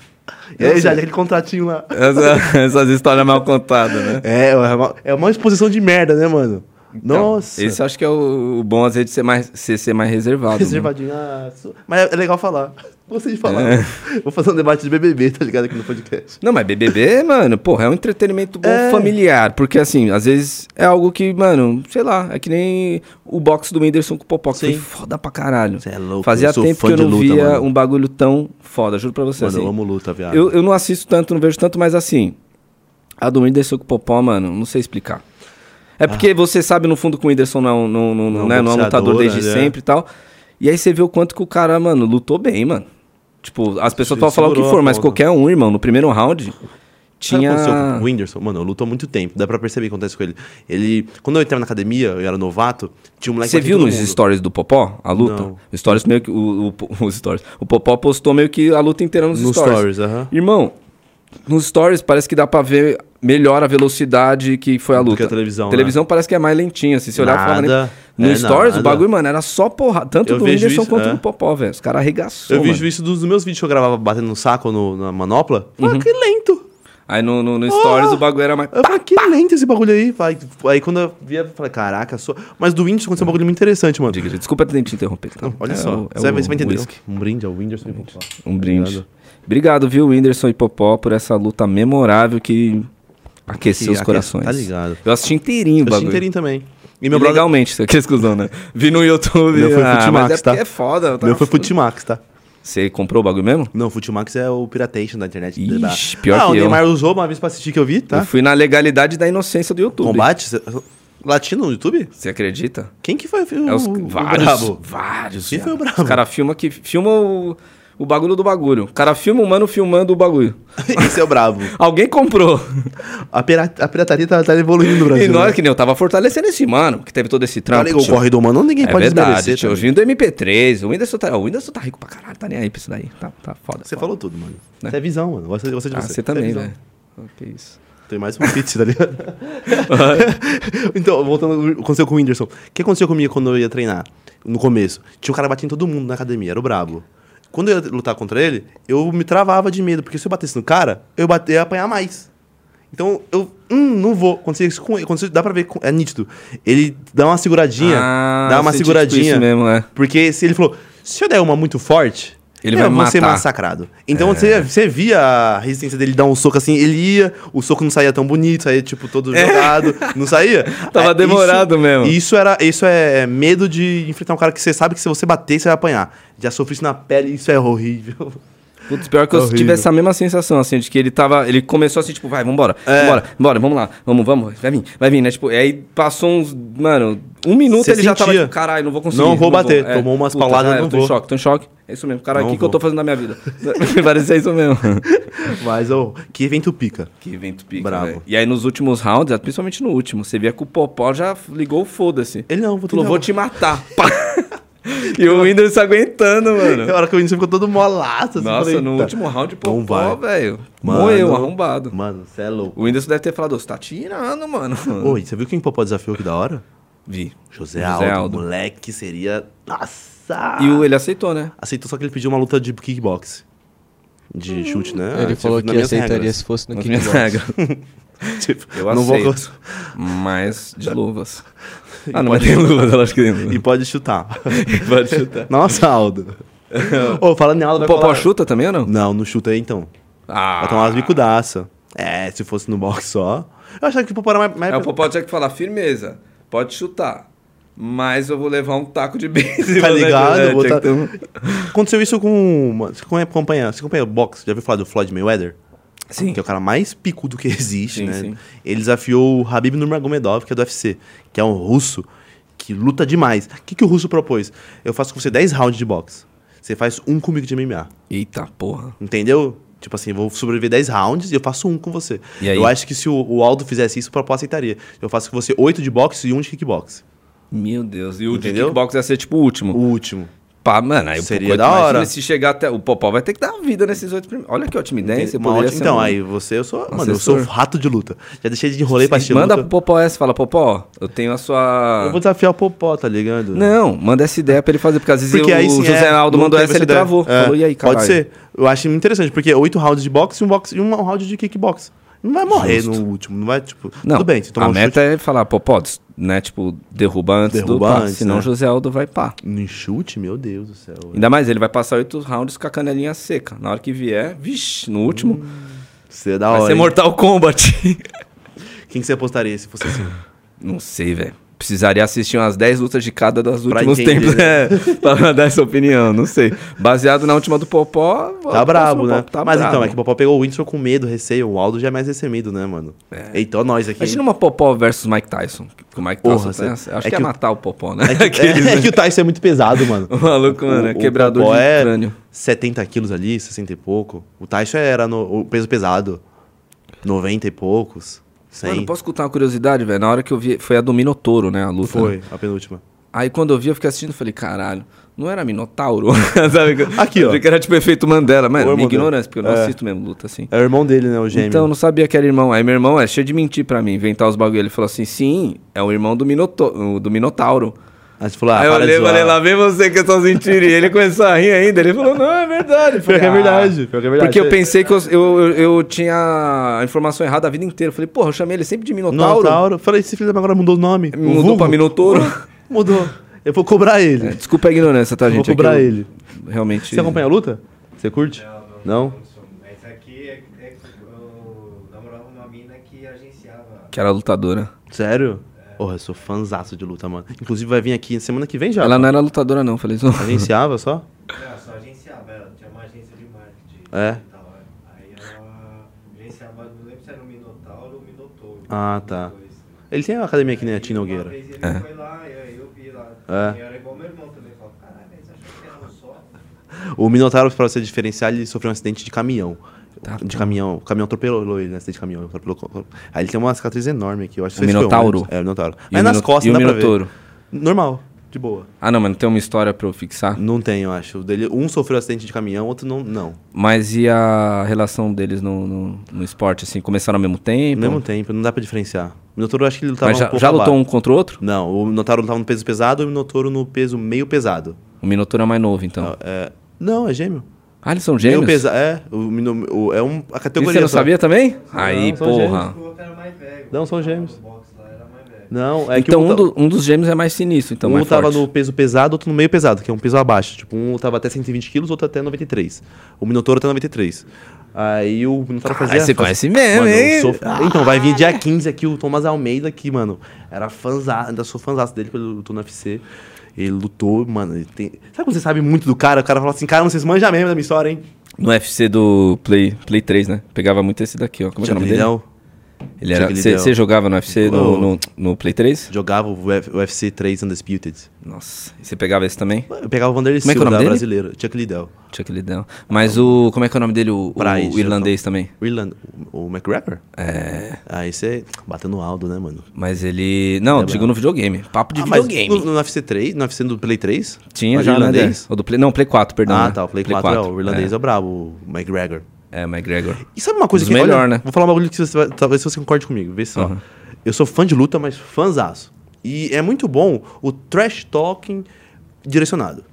E aí, Jade, aquele contratinho lá.
Essa- essas histórias mal contadas, né?
É, é uma, é uma exposição de merda, né, mano? Nossa.
Esse eu acho que é o, o bom, às vezes, de ser mais, ser, ser mais reservado. né?
Reservadinho. Ah, su- Mas é legal falar. Gostei de falar. Vou fazer um debate de BBB, tá ligado? Aqui no podcast.
Né? Não, mas BBB, mano, porra, é um entretenimento bom
É.
familiar. Porque, assim, às vezes é algo que, mano, sei lá, é que nem o box do Whindersson com o Popoca. Foi
Sim.
foda pra caralho.
Cê é louco,
Fazia
eu sou
tempo
fã
que eu
de
não
luta,
via
mano.
um bagulho tão foda, juro pra você.
Mano,
assim.
eu amo luta, viado.
Eu, eu não assisto tanto, não vejo tanto, mas assim, a do Whindersson com o Popó, mano, não sei explicar. É porque você sabe no fundo que o Whindersson não, não, não,
Ah. Não,
né, não é um
boxeador,
lutador desde
né, ele é.
sempre e tal. E aí você vê o quanto que o cara, mano, lutou bem, mano. Tipo, as pessoas
Ele
podem falar o que
segurou
for,
a
mas
ponta.
qualquer um, irmão, no primeiro round,
Sabe o que aconteceu
tinha...
com o Whindersson? Mano, eu luto há muito tempo. Dá pra perceber o que acontece com ele. Ele... Quando eu entrava na academia, eu era novato, tinha um moleque...
Você
batendo
viu
todo
nos
mundo.
stories do Popó, a luta?
Não.
Stories meio que... O, o- os stories. O Popó postou meio que a luta inteira nos,
Nos
stories.
stories, aham.
Irmão, nos stories parece que dá pra ver melhor a velocidade que foi a
Do
luta.
que a televisão, né?
televisão parece que é mais lentinha, assim, se olhar
Nada,
falava nem... No
é
stories,
nada.
o bagulho, mano, era só porra. Tanto
Eu
do
vejo
Whindersson
isso,
quanto
é.
do Popó, velho. Os caras arregaçou,
Eu
mano.
vejo isso dos meus vídeos que eu gravava batendo no saco no- na manopla. Ah, que lento.
Aí no, no- no stories
Oh!
o bagulho era mais...
Eu falei, "Ah, que lento esse bagulho aí. Vai. Aí quando eu via, eu falei, caraca, só... Mas do Whindersson aconteceu um bagulho muito interessante, mano.
Diga, desculpa te interromper. tá?
Olha
É
só,
o-
você,
é o
vai, você vai entender.
whisky.
Um brinde ao Whindersson e Popó.
Um brinde.
Obrigado.
Obrigado. viu, Whindersson e Popó, por essa luta memorável que aqueceu
Que
os
aquece-
corações.
tá ligado.
Eu assisti inteirinho o
Eu assisti
bagulho.
inteirinho também. E meu
Meu
brother...
Legalmente, isso aqui é exclusão, né? Vi no YouTube.
Meu foi
ah,
Futimax,
mas é
tá?
porque é foda. eu tava
Meu foi
fudido.
Futimax, tá?
Você comprou o bagulho mesmo?
Não, Futimax é o piratation da internet.
Ixi,
da...
pior
ah,
que
o
eu.
Neymar usou uma vez pra assistir que eu vi,
Eu
tá?
fui na legalidade da inocência do YouTube.
Combate? Cê- Latino no YouTube?
Você acredita?
Quem que foi o,
É os
o
vários,
brabo?
vários.
Quem foi o
viado.
brabo?
Os cara filma que filma o, o bagulho do bagulho. O cara filma o mano filmando o bagulho.
Esse é o brabo.
Alguém comprou.
A, pira- a pirataria tá, tá evoluindo no Brasil.
e nós
né?
que nem eu tava fortalecendo esse mano, que teve todo esse
Tá
trampo.
ligado? O
tio.
corre do humano ninguém
é
pode tá?"
verdade,
desmerecer.
tio. Eu
também.
vim do MP3. O Whindersson, tá, o Whindersson tá rico pra caralho, tá nem aí pra isso daí. Tá, tá foda.
Você
foda.
falou tudo, mano. Você é visão, mano. Gosto, gosto de
Ah,
você.
você
é
também,
visão.
né? Que isso.
Tem mais um fit, tá ligado? então, voltando ao que aconteceu com o Whindersson. O que aconteceu comigo quando eu ia treinar? No começo. Tinha um cara batendo em todo mundo na academia, era o brabo. Quando eu ia lutar contra ele, eu me travava de medo, porque se eu batesse no cara, eu bate- ia apanhar mais. Então, eu. Hum, não vou. Aconteceu isso com ele. Aconteceu- dá pra ver, com- é nítido. Ele dá uma seguradinha.
Ah,
dá
eu
uma
senti, tipo,
seguradinha.
isso mesmo, é.
Porque se ele falou, se eu der uma muito forte,
Ele
eu
vai
vou ser
matar. É.
massacrado. Então você, você via a resistência dele dar um soco assim, ele ia, o soco não saía tão bonito, saía tipo todo jogado, não saía.
É.
É,
Tava
isso-
demorado mesmo.
Isso era, isso é medo de enfrentar um cara que você sabe que se você bater, você vai apanhar. Já sofri isso na pele, isso é horrível.
Putz, pior que eu
Horrível.
tive essa mesma sensação, assim, de que ele tava. Ele começou assim, tipo, vai, vambora,
É.
vambora, vambora, vamos lá, vamos, vamos, vai vir, vai vir, né? Tipo, e aí passou uns. Mano, um minuto
Você
ele já tava
sentia.
tipo, caralho, não vou é. conseguir.
Não vou bater. Tomou umas pauladas,
já era,
não
tô em
vou.
choque, tô em choque. É isso mesmo, caralho, o
Não
que, que eu tô
vou.
fazendo na minha vida? Parecia isso mesmo.
Mas, ô, que evento pica.
Que evento pica.
Bravo.
velho. E aí nos últimos rounds, é, principalmente no último, você via que o Popó já ligou o foda-se.
Ele não, vou
Falou,
tentar.
vou te matar. Pá. e o Whindersson aguentando, mano.
Na hora que eu vi isso, ficou todo molaço. assim,
Nossa,
falei,
no
"Eita."
último round, o
Não
Popó,
vai.
velho.
Mano.
Moeu, arrombado.
Mano, você é louco.
O Whindersson deve ter falado, "Ô, você tá tirando, mano.
Oi, você viu quem popó desafiou que da hora?
Vi.
José,
José
Aldo,
Aldo.
Moleque que seria. Nossa!
E o, ele aceitou, né?
Aceitou só que ele pediu uma luta de kickbox. De chute, né?
Hum. Ele
Tipo,
falou
nas
que
minhas
aceitaria
regras.
se fosse no
Nas minhas
kickbox.
regras.
Tipo,
Eu
não vou Tá. cons-
aceito. Mas de luvas. Ah, não, mas tem luvas, eu acho que tem luvas.
E pode chutar.
pode chutar.
Nossa, Aldo. Ô, falando em Aldo,
O
vai
Popó
falar-
chuta também ou não?
Não, não chuta aí então.
Ah.
Vai tomar umas bicudaça. É, se fosse no box só. Eu achava que o Popó era mais. mais-
É, o Popó tinha que falar, firmeza, pode chutar, mas eu vou levar um taco de beisebol.
Tá
né,
ligado?
Tinha que
Botar-
ter um-
Aconteceu isso com. uma- Você acompanha, acompanha, você acompanha o boxe? Já ouviu falar do Floyd Mayweather?
Sim.
Que é o cara mais picudo que existe,
Sim,
né?
sim.
Ele desafiou o Habib Nurmagomedov, que é do UFC, que é um russo que luta demais. O que, que o russo propôs? Eu faço com você 10 rounds de boxe. Você faz um comigo de MMA.
Eita porra.
Entendeu? Tipo assim, eu vou sobreviver 10 rounds e eu faço um com você.
E aí?
Eu acho que se o, o Aldo fizesse isso, o Popó aceitaria. Eu faço com você 8 de boxe e um de kickbox.
Meu Deus. E o de
Entendeu?
kickbox ia ser tipo o
O
último.
último.
Pá, mano, aí o
Seria
Popó-
da
imagina
hora.
Se chegar até. O Popó vai ter que dar uma vida nesses oito primeiros. Olha que ótima ideia. Você
Uma
poderia
ótima-
ser
então,
um-
aí você, eu sou. Mano, eu
assessor.
sou um rato de luta. Já deixei de enrolei pra assistir
Sim, Manda pro
luta.
Popó essa, fala, Popó, eu tenho a sua.
Eu vou desafiar o Popó, tá ligado?
Não, manda essa ideia pra ele fazer, porque às vezes
Porque
o
aí sim,
José
é,
Aldo
não
mandou
teve
essa e ele
ideia.
travou.
É,
Falou, e aí, caralho?
Pode ser. Eu acho interessante, porque oito rounds de boxe e um, boxe, e um round de kickbox. Não vai morrer
Justo.
no último, não vai, tipo...
Não,
tudo bem, se tomar
a
um
meta
chute...
é falar, pô, pode, né? Tipo, derruba antes
Derruba
do pá,
antes,
senão
né?
José Aldo vai pá.
No chute, meu Deus do céu.
é- Ainda mais, ele vai passar oito rounds com a canelinha seca. Na hora que vier, vixe, no último,
Hum. Você é da
vai
hora,
ser
hein?
Mortal Kombat.
Quem que você apostaria se fosse assim?
Não sei, velho. Precisaria assistir umas 10 lutas de cada dos
Pra
últimos
entender,
tempos, né? pra dar essa opinião, não sei. Baseado na última do Popó... eu
tá
posso
brabo,
no
né?
Popó, Tá
Mas
brabo.
então, é que o Popó pegou o Windsor com medo, receio. O Aldo já é mais recebido, né, mano?
É.
Então, nós aqui...
Imagina uma Popó versus Mike Tyson. que O Mike Tyson,
Porra,
tem
cê-
essa- acho
é
que, ia
que o-
matar o Popó, né?
É, é que o Tyson é muito pesado, mano.
O maluco, mano, é
O- o
quebrador
Popó
de
é
crânio.
70 quilos ali, 60 e pouco. O Tyson era no, o peso pesado. 90 e poucos. 100.
Mano, posso contar uma curiosidade, velho? Na hora que eu vi, foi a do Minotouro, né? A luta. né?
Foi, a penúltima.
Aí quando eu vi, eu fiquei assistindo e falei, caralho, não era Minotauro? Sabe? que-
Aqui,
eu
ó.
achei que era tipo efeito Mandela,
O
mano.
irmão
Minha
dele.
ignorância, porque eu não
É.
assisto mesmo luta assim.
É o irmão dele, né? O gêmeo.
Então, eu não sabia que era irmão. Aí meu irmão é cheio de mentir pra mim, inventar os bagulho. Ele falou assim: sim, é o irmão do, Minoto do Minotauro.
Aí você falou, ah,
Aí eu
para de
olhei e
zoar.
falei, lá vem você que é só mentira. E ele começou a rir ainda. Ele falou, não, é verdade. Eu
Pior
falei,
que é
"Ah."
verdade, pior que é verdade.
Porque eu
Você-
pensei que eu, eu, eu- eu tinha a informação errada a vida inteira. Eu falei, porra, eu chamei ele sempre de Minotauro.
Minotauro. Falei, esse filho da mãe agora mudou o nome. O
Mudou
vulgo?
pra Minotouro.
Mudou. Eu vou cobrar ele.
É, desculpa a ignorância, tá,
Eu
gente?
vou
É que
cobrar
eu
ele.
Realmente.
Você acompanha a luta? Você curte? Não?
Mas aqui é, é que eu namorava uma mina que agenciava.
Que era lutadora.
Sério? Porra, eu sou fanzaço de luta, mano. Inclusive vai vir aqui semana que vem já. tá.
Ela não era lutadora, não, falei isso.
Agenciava só?
Não, só agenciava, ela tinha uma agência de marketing
É.
e tal. né? Aí ela agenciava, não lembro se era o Minotauro ou o Minotouro.
Ah, tá.
Dois.
Ele tem uma academia que nem a
Aí,
Tina
Uma
Nogueira.
vez ele foi lá, eu, eu vi lá.
É.
E era igual meu irmão também. Falava, caralho, mas achou que era um só.
O Minotauro, pra você diferenciar, ele sofreu um acidente de caminhão.
Tá.
de caminhão. O caminhão atropelou ele, né? Acidente de caminhão. atropelou- Aí ele tem uma cicatriz enorme aqui. Eu acho que
O
não sei se foi
Minotauro?
ônibus. É, o Minotauro.
o
Mas nas
Mino-
costas,
e o
não dá
Minotouro?
pra ver. Normal, de boa.
Ah, não, mas não tem uma história pra eu fixar.
Não tem, eu acho. O Dele, um sofreu acidente de caminhão, outro não. Não.
Mas e a relação deles no, no, no esporte, assim? Começaram ao mesmo tempo?
Ao mesmo tempo, não dá pra diferenciar. O Minotauro, eu acho que ele lutava
Mas já,
um pouco
já lutou
abaixo.
um contra o outro?
Não, o Minotauro lutava no peso pesado e o Minotauro no peso meio pesado.
O Minotouro é mais novo, então.
É, não, é gêmeo.
Ah, eles são
Meio
gêmeos?
pesa é, o, mino- o- é um, a
E
categoria
você não
só.
sabia também? Aí,
são
porra.
O outro era mais velho.
Não, são gêmeos.
O box lá era mais velho.
Não, é que
então,
o
um,
Minotauro-
do- um dos gêmeos é mais sinistro, então.
um
mais
lutava
forte.
no peso pesado, outro no meio pesado, que é um peso abaixo. Tipo, um lutava até 120 quilos, outro até 93. O Minotauro tá até 93. Aí o Minotauro
Caralho,
fazia...
Ah, você conhece mesmo,
Mano, eu
hein? Ah.
sou- Então, vai vir dia 15 aqui o Thomas Almeida aqui, mano. Era fãzá, ainda sou fãzaço dele quando ele lutou no UFC. Ele lutou, mano. ele tem- Sabe quando você sabe muito do cara? O cara fala assim, cara, vocês manjam mesmo da minha história, hein?
No UFC do Play, Play 3, né? Pegava muito esse daqui, ó. Como é que é o nome dele?
Não,
Ele era.
Jack Liddell.
Você jogava no UFC no,
Oh.
no, no Play 3?
jogava o Uf- UFC 3 Undisputed.
Nossa. E você pegava esse também?
Eu pegava o Vanderlei
Como é que é o
Silva,
nome dele?
brasileiro. Chuck Liddell.
Chuck Liddell. Mas o. Como é que é o nome dele? O, o-
Price,
o irlandês também.
O, Irland... o McGregor?
É.
Aí você bateu no Aldo, né, mano?
Mas ele. Não, digo no videogame. Papo de
Ah, mas
videogame.
No, no UFC 3, no UFC do Play 3?
Tinha
o
já, né?
irlandês?
Dé? Ou do Play... Não, Play 4, perdão.
Ah,
né?
tá. O Play, 4, é, o irlandês é. o brabo, o McGregor.
É, é McGregor.
E sabe uma coisa
Dos
que...
melhor, né?
Vou falar um bagulho que você vai, talvez você concorde comigo. Vê só.
Uhum.
Eu sou fã de luta, mas fãzaço. E é muito bom o trash talking direcionado.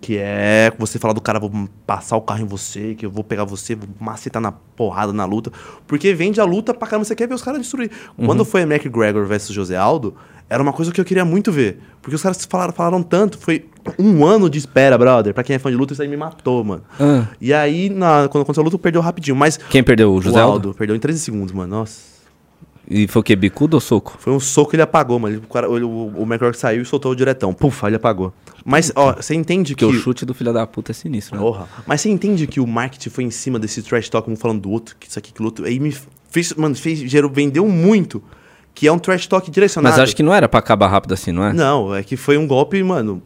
Que é você falar do cara, vou passar o carro em você, que eu vou pegar você, vou macetar na porrada na luta. Porque vende a luta pra caramba, você quer ver os caras destruir.
Uhum.
Quando foi McGregor versus José Aldo, era uma coisa que eu queria muito ver. Porque os caras falaram, falaram tanto, foi um ano de espera, brother. Pra quem é fã de luta, isso aí me matou, mano.
Ah.
E aí, na- quando aconteceu a luta, perdeu rapidinho. Mas
Quem perdeu? O José
o
Aldo?
Aldo perdeu em 13 segundos, mano. Nossa.
E foi o quê? Bicudo ou soco?
Foi um soco que ele apagou, mano. Ele- O, cara, o, o McGregor saiu e soltou o diretão. Puf, aí ele apagou. Mas, ó, você entende
Porque
que.
o chute do filho da puta é sinistro, né?
Porra. Mas você entende que o marketing foi em cima desse trash talk, um falando do outro, que isso aqui, que o outro. Aí me fez. Mano, fez, gerou, vendeu muito. Que é um trash talk direcionado.
Mas acho que não era pra acabar rápido assim, não é?
Não, é que foi um golpe, mano.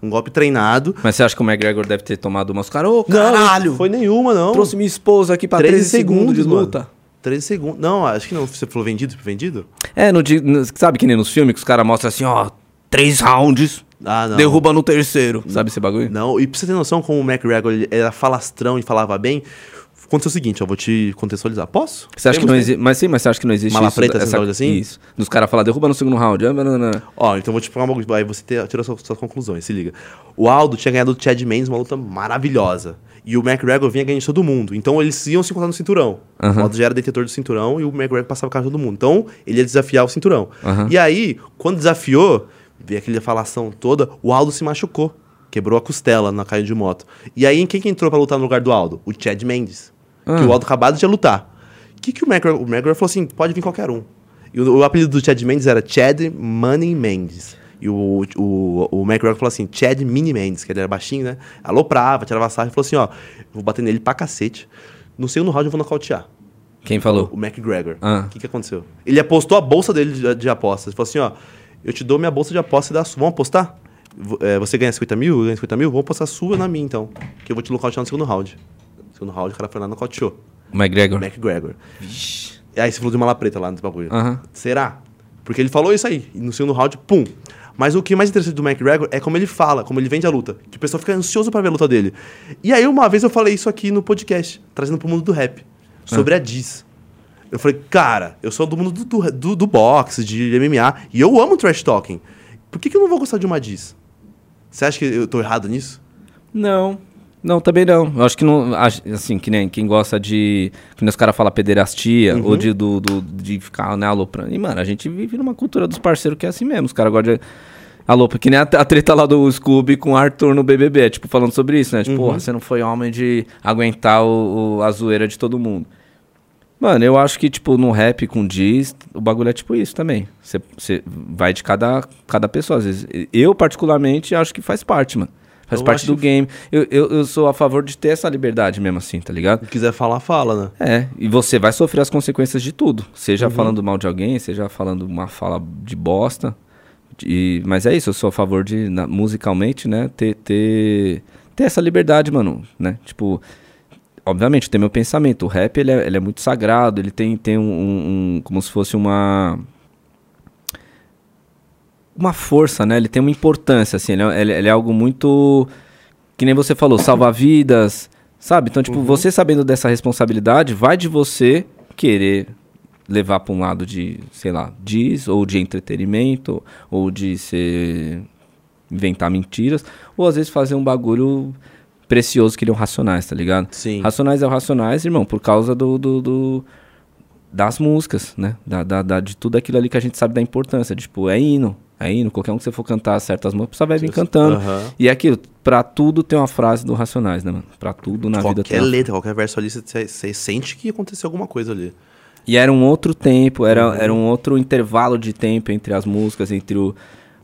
Um golpe treinado.
Mas você acha que o McGregor deve ter tomado umas caras? Ô,
Não,
caralho!
Foi nenhuma, não.
Trouxe minha esposa aqui pra 13, segundos de
mano.
luta.
13 segundos. Não, acho que não. Você falou vendido? Vendido?
É, no, di- no- sabe que nem nos filmes que os caras mostram assim, ó, três rounds,
Ah, não.
derruba no terceiro. Sabe esse bagulho?
Não, e pra você ter noção como o McGregor ele era falastrão e falava bem, aconteceu o seguinte, ó, vou te contextualizar. Posso?
Você acha que
Temos
não
tempo?
existe. Mas sim, mas você acha que não existe
Mala
isso,
preta,
essa,
essas coisas assim?
Isso. Dos caras falar derruba no segundo round. ah, banana.
Ó, então eu vou te falar uma coisa, aí você te- tira suas, suas conclusões, se liga. O Aldo tinha ganhado do Chad Mendes uma luta maravilhosa. E o McGregor vinha ganhando de todo mundo. Então eles iam se encontrar no cinturão.
Aham.
O Aldo já era detetor do cinturão e o McGregor passava o carro de todo mundo. Então ele ia desafiar o cinturão.
Aham.
E aí, quando desafiou, veio aquela falação toda, o Aldo se machucou. Quebrou a costela na caída de moto. E aí, quem que entrou pra lutar no lugar do Aldo? O Chad Mendes. Que
Ah.
o Aldo acabado de lutar. O que, que o McGregor... O McGregor falou assim, pode vir qualquer um. E o, o apelido do Chad Mendes era Chad Money Mendes. E o, o, o McGregor falou assim, Chad Mini Mendes, que ele era baixinho, né? Aloprava, tirava sarro e falou assim, ó... Vou bater nele pra cacete. No segundo round eu vou nocautear.
Quem falou?
O McGregor. O
Ah.
que, que aconteceu? Ele apostou a bolsa dele de, de apostas. Ele falou assim, ó, eu te dou minha bolsa de apostas e dá a sua. Vamos apostar? Vo- é, você ganha 50 mil, eu ganho 50 mil? Vamos apostar a sua na minha, então. Que eu vou te nocautear no segundo round. No segundo round, o cara foi lá e nocauteou.
O McGregor.
O McGregor. E aí você falou de mala preta lá no bagulho.
Aham.
Será? Porque ele falou isso aí. E no segundo round, pum. Mas o que é mais interessante do McGregor é como ele fala, como ele vende a luta. Que o pessoal fica ansioso pra ver a luta dele. E aí, uma vez eu falei isso aqui no podcast, trazendo pro mundo do rap, sobre a Diz. Eu falei, cara, eu sou do mundo do, do, do, do boxe, de MMA, e eu amo trash talking. Por que, que eu não vou gostar de uma Diz? Você acha que eu tô errado nisso?
Não. Não, também não. Eu acho que não. acho- Assim, que nem quem gosta de. Que nem os caras falam pederastia,
Uhum.
ou de, do, do- de ficar né, aloprando. E, mano, a gente vive numa cultura dos parceiros que é assim mesmo. Os caras gostam de. Alopra, que nem a, a treta lá do Scooby com o Arthur no BBB. é, Tipo, falando sobre isso, né? Tipo,
Uhum.
porra, você não foi homem de aguentar o- o- a zoeira de todo mundo. Mano, eu acho que, tipo, no rap com diz, o bagulho é tipo isso também. Você- Você vai de cada, cada pessoa. Às vezes, eu, particularmente, acho que faz parte, mano. Faz
Eu
parte
acho
do
que-
game. Eu, eu, eu sou a favor de ter essa liberdade mesmo assim, tá ligado?
Se quiser falar, fala, né?
É, e você vai sofrer as consequências de tudo. Seja falando mal de alguém, seja falando uma fala de bosta. E, mas é isso, eu sou a favor de, na- musicalmente, né, ter, ter, ter essa liberdade, mano, né? Tipo, obviamente, tem meu pensamento. O rap, ele é, ele é muito sagrado, ele tem, tem um- um- um... Como se fosse uma uma força, né? Ele tem uma importância, assim. Ele é, ele- ele é algo muito. Que nem você falou, salva vidas, sabe? Então, tipo, você sabendo dessa responsabilidade, vai de você querer levar pra um lado de, sei lá, diz, ou de entretenimento, ou de ser. inventar mentiras, ou às vezes fazer um bagulho precioso que ele é um racionais, tá ligado?
Sim.
Racionais é o racionais, irmão, por causa do- do- do das músicas, né? Da, da, da- de tudo aquilo ali que a gente sabe da importância. Tipo, é hino. É hino. Qualquer um que você for cantar certas músicas, você vai vir cantando.
Aham.
E é aquilo, pra tudo tem uma frase do Racionais, né, mano? Pra tudo na vida tem
qualquer
uma
letra, qualquer verso ali, você- você sente que aconteceu alguma coisa ali.
E era um outro tempo, era, era um outro intervalo de tempo entre as músicas, entre o,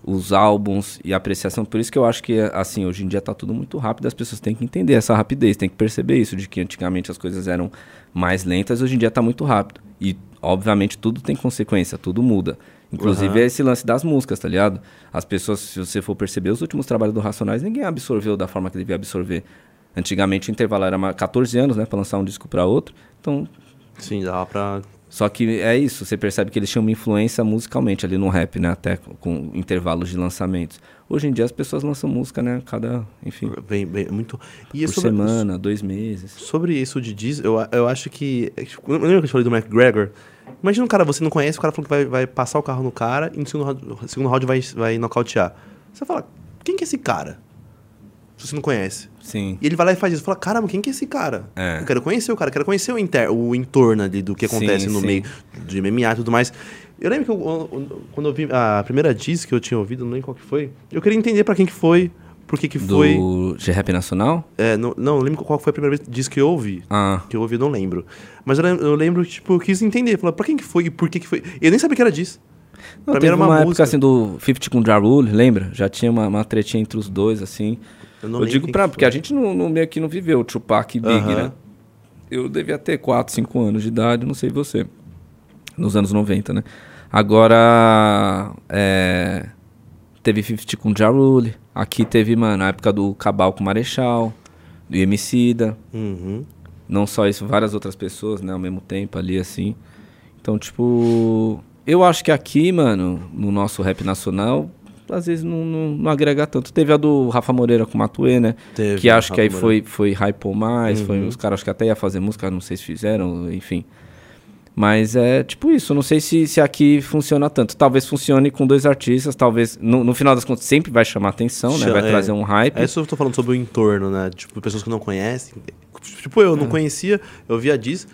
o- os álbuns e a apreciação. Por isso que eu acho que, assim, hoje em dia tá tudo muito rápido, as pessoas têm que entender essa rapidez, têm que perceber isso, de que antigamente as coisas eram mais lentas, hoje em dia tá muito rápido. E, obviamente, tudo tem consequência, tudo muda. Inclusive
Aham.
é esse lance das músicas, tá ligado? As pessoas, se você for perceber, os últimos trabalhos do Racionais, ninguém absorveu da forma que devia absorver. Antigamente o intervalo era ma- 14 anos, né, pra lançar um disco pra outro. Então,
Sim, dava pra.
só que é isso, você percebe que eles tinham uma influência musicalmente ali no rap, né? Até com- com intervalos de lançamentos. Hoje em dia as pessoas lançam música, né? Cada, enfim,
Bem, bem, muito. E é
por
sobre-
semana, dois meses.
Sobre isso de Diz, eu, eu acho que. é, tipo, Lembra que a gente falou do McGregor? Imagina um cara, você não conhece, o cara falou que vai, vai passar o carro no cara e no segundo round, segundo round vai, vai nocautear. Você fala, quem que é esse cara? Se você não conhece.
Sim.
E ele vai lá e faz isso. Fala, caramba, quem que é esse cara?
É.
Eu quero conhecer o cara, quero conhecer o, inter, o entorno ali do que
Sim,
acontece no
sim.
meio de MMA e tudo mais. Eu lembro que eu- eu- quando eu vi a primeira diz que eu tinha ouvido, não lembro qual que foi, eu queria entender pra quem que foi, por que que foi.
Do G-Rap Nacional?
É, não, não, eu lembro qual foi a primeira vez diz que eu ouvi.
Ah,
Que eu ouvi, eu não lembro. Mas eu lem- eu lembro, que, tipo, eu quis entender. Falar, pra quem que foi e por que que foi? Eu nem sabia que era disso.
Não,
pra mim
teve
era uma,
uma, época
música.
assim do 50 com Ja Rule, lembra? Já tinha uma, uma tretinha entre os dois, assim.
eu não
eu
lembro
digo
quem
pra,
que
porque a
foi.
gente não, não- meio que não viveu o Tupac e Big,
Aham.
né? Eu devia ter 4, 5 anos de idade, não sei você. Nos anos 90, né? Agora. É, teve 50 com Ja Rule. Aqui teve, mano, a época do Cabal com Marechal, do Emicida.
Uhum.
Não só isso, várias outras pessoas, né, ao mesmo tempo ali, assim. Então, tipo, eu acho que aqui, mano, no nosso rap nacional, às vezes não, não, não agrega tanto. Teve a do Rafa Moreira com o Matuê, né?
Teve
que
a do
acho que aí
Rafa Uhum.
foi, foi hypou mais, foi, os caras acho que até ia fazer música, não sei se fizeram, enfim. Mas é tipo isso, não sei se, se aqui funciona tanto. Talvez funcione com dois artistas, talvez. No, no final das contas, sempre vai chamar atenção, né?
Chama-
Vai
é.
trazer um hype.
É isso que eu tô falando sobre o entorno, né? Tipo, pessoas que não conhecem. Tipo, eu não
É.
conhecia, eu via diz.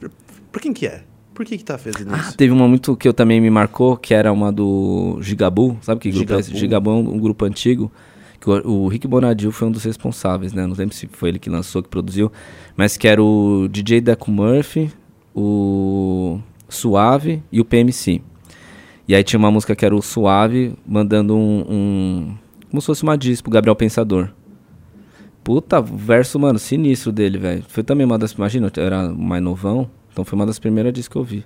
Pra- Pra quem que é? Por que que tá fazendo
Ah,
isso?
teve uma muito que eu também me marcou, que era uma do Gigabu. Sabe que grupo é esse?
Gigabu.
Gigabu é um, um grupo antigo. Que o, o Rick Bonadil foi um dos responsáveis, né? Não lembro se foi ele que lançou, que produziu. Mas que era o DJ Deco Murphy, o Suave e o PMC. E aí tinha uma música que era o Suave mandando um. um- como se fosse uma diz pro Gabriel Pensador. Puta, verso, mano, sinistro dele, velho. Foi também uma das. Imagina, eu era mais novão, então foi uma das primeiras discos que eu vi.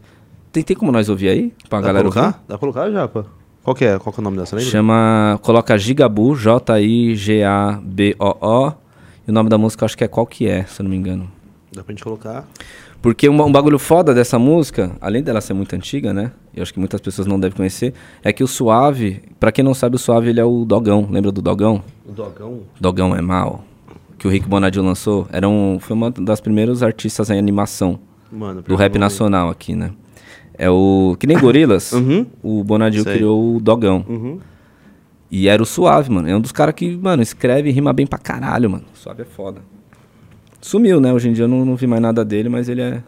Tem, tem como nós ouvir aí? Pra
Dá pra
galera
colocar?
ouvir?
Dá pra colocar, Japa? Qual que é? Qual que é o nome dessa, lembra?
Chama. Coloca Gigabu, J-I-G-A-B-O-O. E o nome da música eu acho que é Qual Que É, se eu não me engano.
Dá pra gente colocar.
Porque um, um bagulho foda dessa música, além dela ser muito antiga, né? Eu acho que muitas pessoas não devem conhecer, é que o Suave, pra quem não sabe, o Suave ele é o Dogão. Lembra do Dogão?
O Dogão.
Dogão é mal. Que o Rick Bonadil lançou. Era um, foi uma das primeiras artistas em animação
Mano,
do rap nacional aqui, né? É o. Que nem Gorilas,
Uhum.
o Bonadil
Sei.
criou o Dogão.
Uhum.
E era o Suave, mano. É um dos caras que, mano, escreve e rima bem pra caralho, mano. Suave é foda. Sumiu, né? Hoje em dia eu não, não vi mais nada dele, mas ele é.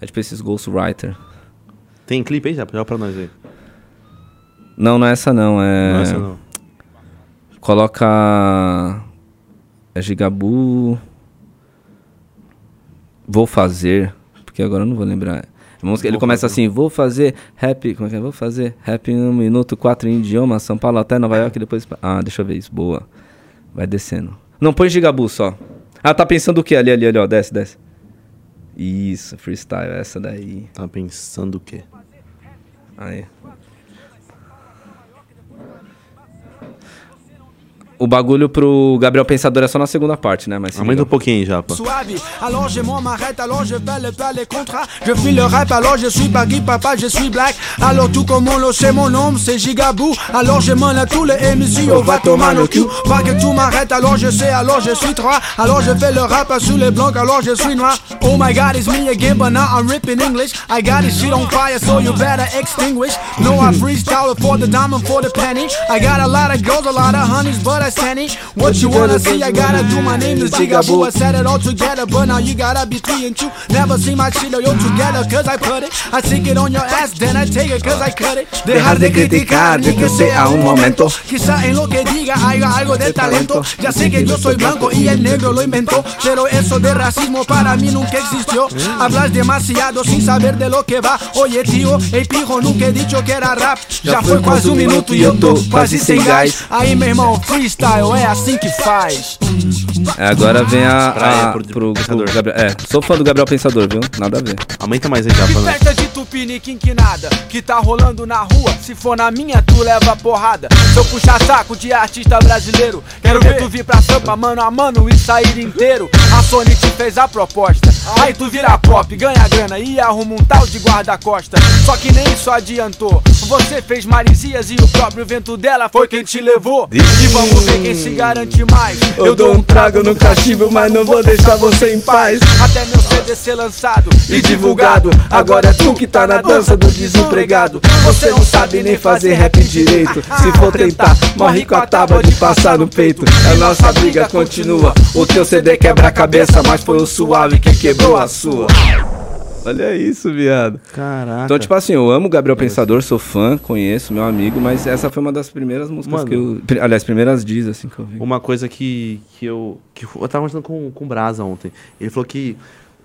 É tipo esses Ghostwriter.
Tem clipe aí, Japa? Joga pra nós aí.
Não, não é essa não. É.
Não é essa, não.
Coloca. É Gigabu. Vou fazer. Porque agora eu não vou lembrar. A música, ele
Vou
começa
fazer.
assim, vou fazer rap, como é que é? Vou fazer rap em um minuto, quatro em idioma, São Paulo até Nova York, depois... Ah, deixa eu ver isso, boa. Vai descendo. Não, põe Gigabu só. Ah, tá pensando o que ali, ali, ali, ó, desce, desce. Isso, freestyle, é essa daí.
Tá pensando o quê?
Aí. O bagulho pro Gabriel Pensador é só na segunda parte, né? Mas se
Aumenta um
liga.
pouquinho aí, Japa.
Suave, alors je m'en m'arrête, alors je vais le pas les contrats. Je file le rap, alors je suis baggy, papa, je suis black. Alors tout comme on le sait, mon nom c'est Gigabou. Alors je m'en à tous les MC, on va tomber au cul. Pas que tout m'arrête, alors je sais, alors je suis trois. Alors je fais le rap sous les blancs, alors je suis noir. Oh my god, it's me again, but now I'm ripping English. I got this shit on fire, so you better extinguish. No, I freestyle for the diamond, for the penny. I got a lot of gold, a lot of honeys, but I that's Tanny. What you wanna see? I gotta do. My name is Jigaboo. I said it all together, but now you gotta be three and two. Never see my shit or yo together, cause I put it. I stick it on your ass, then I take it, cause I cut it.
Dejar de criticar, de que sea un momento.
Quizá en lo que diga haya algo de talento. Ya sé que yo soy blanco y el negro lo inventó. Pero eso de racismo para mí nunca existió. Hablas demasiado sin saber de lo que va. Oye, tío, el pijo nunca he dicho que era rap. Já foi quase um minuto e eu tô quase sem gás. Aí, meu irmão, freestyle é assim que faz.
É, agora vem a.
Pra-
a-
pro-
pro, pro
Pensador.
Gabriel. É, sou fã do Gabriel Pensador, viu? Nada a ver.
Aumenta mais aí já,
tá
Que
pra nós.
festa de tupiniquim que nada Que tá rolando na rua Se for na minha, tu leva porrada Se eu puxar saco de artista brasileiro Quero ver tu vir pra sampa mano a mano e sair inteiro A Sony te fez a proposta Aí tu vira pop, ganha grana E arruma um tal de guarda-costa Só que nem isso adiantou Você fez marizias e o próprio vento dela Foi quem te levou E vamos ver quem se garante mais
Eu dou um trago no cachimbo, mas não vou deixar você em paz.
até meu CD ser lançado
e divulgado. Agora é tu que tá na dança do desempregado. Você não sabe nem fazer rap direito. Se for tentar, morre com a tábua de passar no peito. A nossa briga continua. O teu CD quebra a cabeça, mas foi o suave que quebrou a sua. Olha isso, viado.
Caraca.
Então, tipo assim, eu amo o Gabriel Pensador, sou fã, conheço, meu amigo, mas essa foi uma das primeiras músicas
Mano.
que eu. pri- Aliás, primeiras diz, assim, que eu vi.
Uma coisa que, que eu. Que eu tava conversando com, com o Brasa ontem. Ele falou que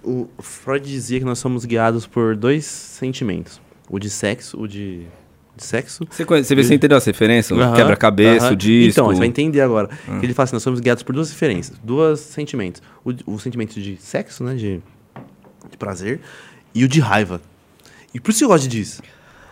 o Freud dizia que nós somos guiados por dois sentimentos. O de sexo, o de. de sexo.
Você, conhece, você, vê, você entendeu essa referência?
Aham,
Então, Quebra-cabeça,
aham.
o disco. Hum.
Então, você vai entender agora. Que ele fala assim, nós somos guiados por duas referências, duas sentimentos. O, de- o sentimento de sexo, né? De, de prazer, e o de raiva. E por isso que eu gosto de diz.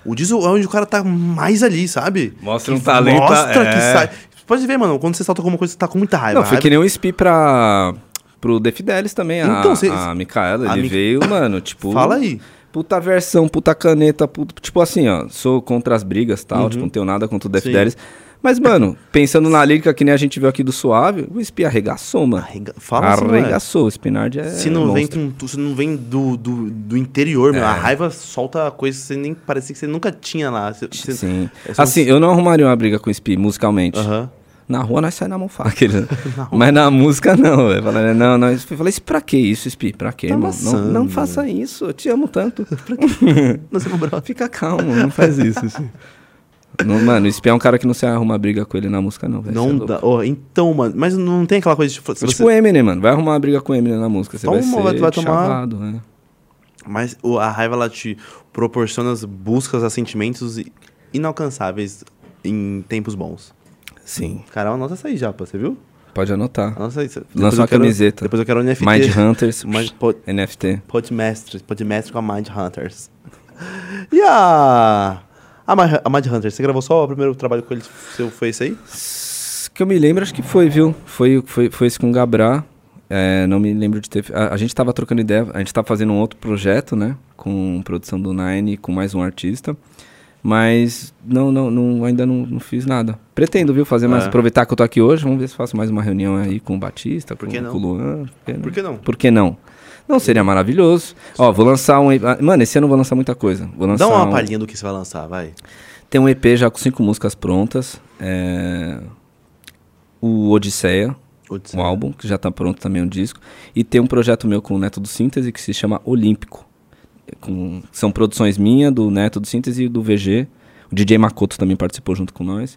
O diz é onde o cara tá mais ali, sabe?
Mostra um talento,
Mostra que
é.
sai. Pode ver, mano, quando você salta alguma coisa, você tá com muita raiva.
Não, foi
Raiva-
que nem o Spi pra. Pro The Fidelis também, a,
Então, cê-
a Micaela,
a
ele
Mi-
veio, mano, tipo...
é, Fala aí.
Puta versão, puta caneta, puta, tipo assim, ó, sou contra as brigas e tal, tipo, não tenho nada contra o The
Uhum. Sim.
Fidelis. Mas, mano, pensando na lírica que nem a gente viu aqui do Suave, o Spi arregaçou, mano.
Arrega- Fala assim, mano.
arregaçou, o Spinard é
Se não vem,
monstro.
com tu- se não vem do, do, do interior, meu, a
É.
raiva solta coisas que você nem parecia que você nunca tinha lá. Você- você-
Sim.
é, são-
Assim, eu não arrumaria uma briga com o Spi, musicalmente.
Aham.
Na rua nós sai na mão faca, né? mas na música não, velho. Falei, Não, não. Eu falei, "Isso pra que isso, Spi? Pra que, mano? Não,
Tá amassando.
não faça isso, eu te amo tanto.
Não, você não brota.
Fica calmo, não faz isso. Spi. Não, mano, o Spi é um cara que não se arruma briga com ele na música, não, velho. Cê é
Não
louco.
dá. Ó, então, mano, mas não tem aquela coisa de. Tipo, se
É
você-
Tipo o Eminem, mano. Vai arrumar uma briga com o Eminem na música. Você vai
Toma,
ser
vai- vai tomar-
chavado, né?
Mas o- a raiva ela te proporciona as buscas a sentimentos i- inalcançáveis em tempos bons.
Sim.
Carol, anota essa aí, Japa, você viu?
Pode anotar.
Anota aí. Lança
Lança uma camiseta.
Depois eu quero um NFT.
Mind Hunters,
Mas pode-
NFT.
Podmestre, Podmestre com a Mind Hunters. E a. A, Ma- a Mind Hunters, você gravou só o primeiro trabalho com ele? Seu, foi esse aí?
que eu me lembro, acho que foi, viu? Foi, foi, foi esse com o Gabrá. É, não me lembro de ter. A, a gente tava trocando ideia, a gente tava fazendo um outro projeto, né? Com produção do Nine, com mais um artista. Mas não, não, não ainda não, não fiz nada. Pretendo, viu? Fazer mais.
É.
Aproveitar que eu tô aqui hoje, vamos ver se faço mais uma reunião aí com o Batista,
Por
com,
que não?
com o Luan. Por
Por que não?
Por que não? Não, seria maravilhoso. Ó, vou lançar um. ah, Mano, esse ano eu vou lançar muita coisa. Vou lançar
Dá uma
um-
palhinha do que você vai lançar, vai.
tem um EP já com cinco músicas prontas. é, O Odisseia,
Odisseia.
um álbum, que já tá pronto também, um disco. E tem um projeto meu com o Neto do Síntese que se chama Olímpico. Com- São produções minha, do Neto do Síntese e do VG. O DJ Makoto também participou junto com nós.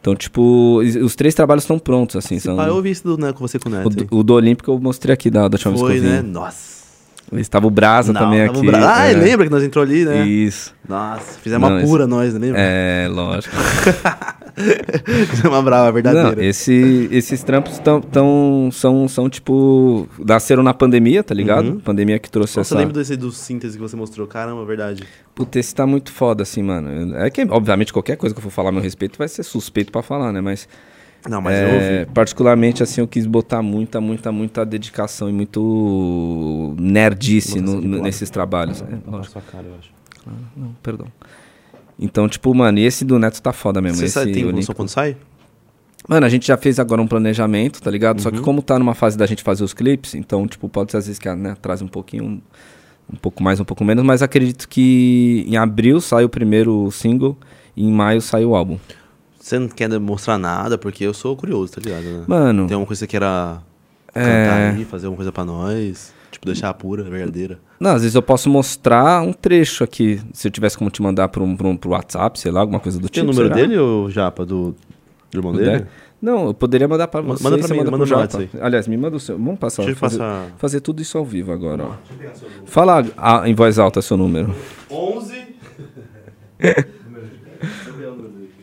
Então, tipo, is- os três trabalhos estão prontos, assim. São...
Ah, eu ouvi isso do, né, com você com o
O,
Neto. hein?
do- o do Olímpico eu mostrei aqui da, da última
Foi,
vez que eu
né?
vim.
Nossa.
Estava o Brasa também
tava
aqui.
bra- Ah,
é.
lembra que nós entrou ali, né?
Isso.
Nossa, fizemos
Não,
uma
esse-
pura nós, não lembra?
É, lógico.
fizemos uma brava, verdadeira.
Não, esse- esses trampos tão, tão- são, são tipo. Nasceram na pandemia, tá ligado? Pandemia que trouxe
Uhum. Nossa, eu
essa.
lembro desse do síntese que você mostrou. Caramba, verdade.
Puta, esse tá muito foda, assim, mano. É que, obviamente, qualquer coisa que eu for falar a meu respeito vai ser suspeito pra falar, né? Mas.
Não, mas eu
é,
ouvi.
particularmente, assim, eu quis botar muita, muita, muita dedicação e muito nerdice no-
assim
no- nesses trabalhos. É, lógico. Ah,
sua cara, Ah, eu acho.
Não, perdão. Então, tipo, mano, e esse do Neto tá foda mesmo.
Você
esse
sabe, tem
Olímpico.
noção quando sai?
Mano, a gente já fez agora um planejamento, tá ligado? Só que
Uhum.
como tá numa fase da gente fazer os clipes, então, tipo, pode ser às vezes que ah, né, traz um pouquinho, um, pouco mais, um pouco menos, mas acredito que em abril sai o primeiro single e em maio sai o álbum.
Você não quer mostrar nada, porque eu sou curioso, tá ligado? Né?
Mano.
Tem uma coisa que você queira
É.
cantar aí, fazer uma coisa pra nós. Tipo, deixar a pura, a verdadeira.
Não, às vezes eu posso mostrar um trecho aqui. Se eu tivesse como te mandar pro, pro, um, pro WhatsApp, sei lá, alguma coisa do
Tem
tipo.
o número
será?
dele, ou Japa? Do, do irmão
Do
dele?
Dé? Não, eu poderia mandar pra
Manda-
você.
manda pra
você
mim, manda
pro
no
Jota.
WhatsApp
Aliás, me manda o seu. Vamos passar.
Deixa eu
fazer,
passar-
fazer tudo isso ao vivo agora, ó. Fala ah, em voz alta seu número.
11.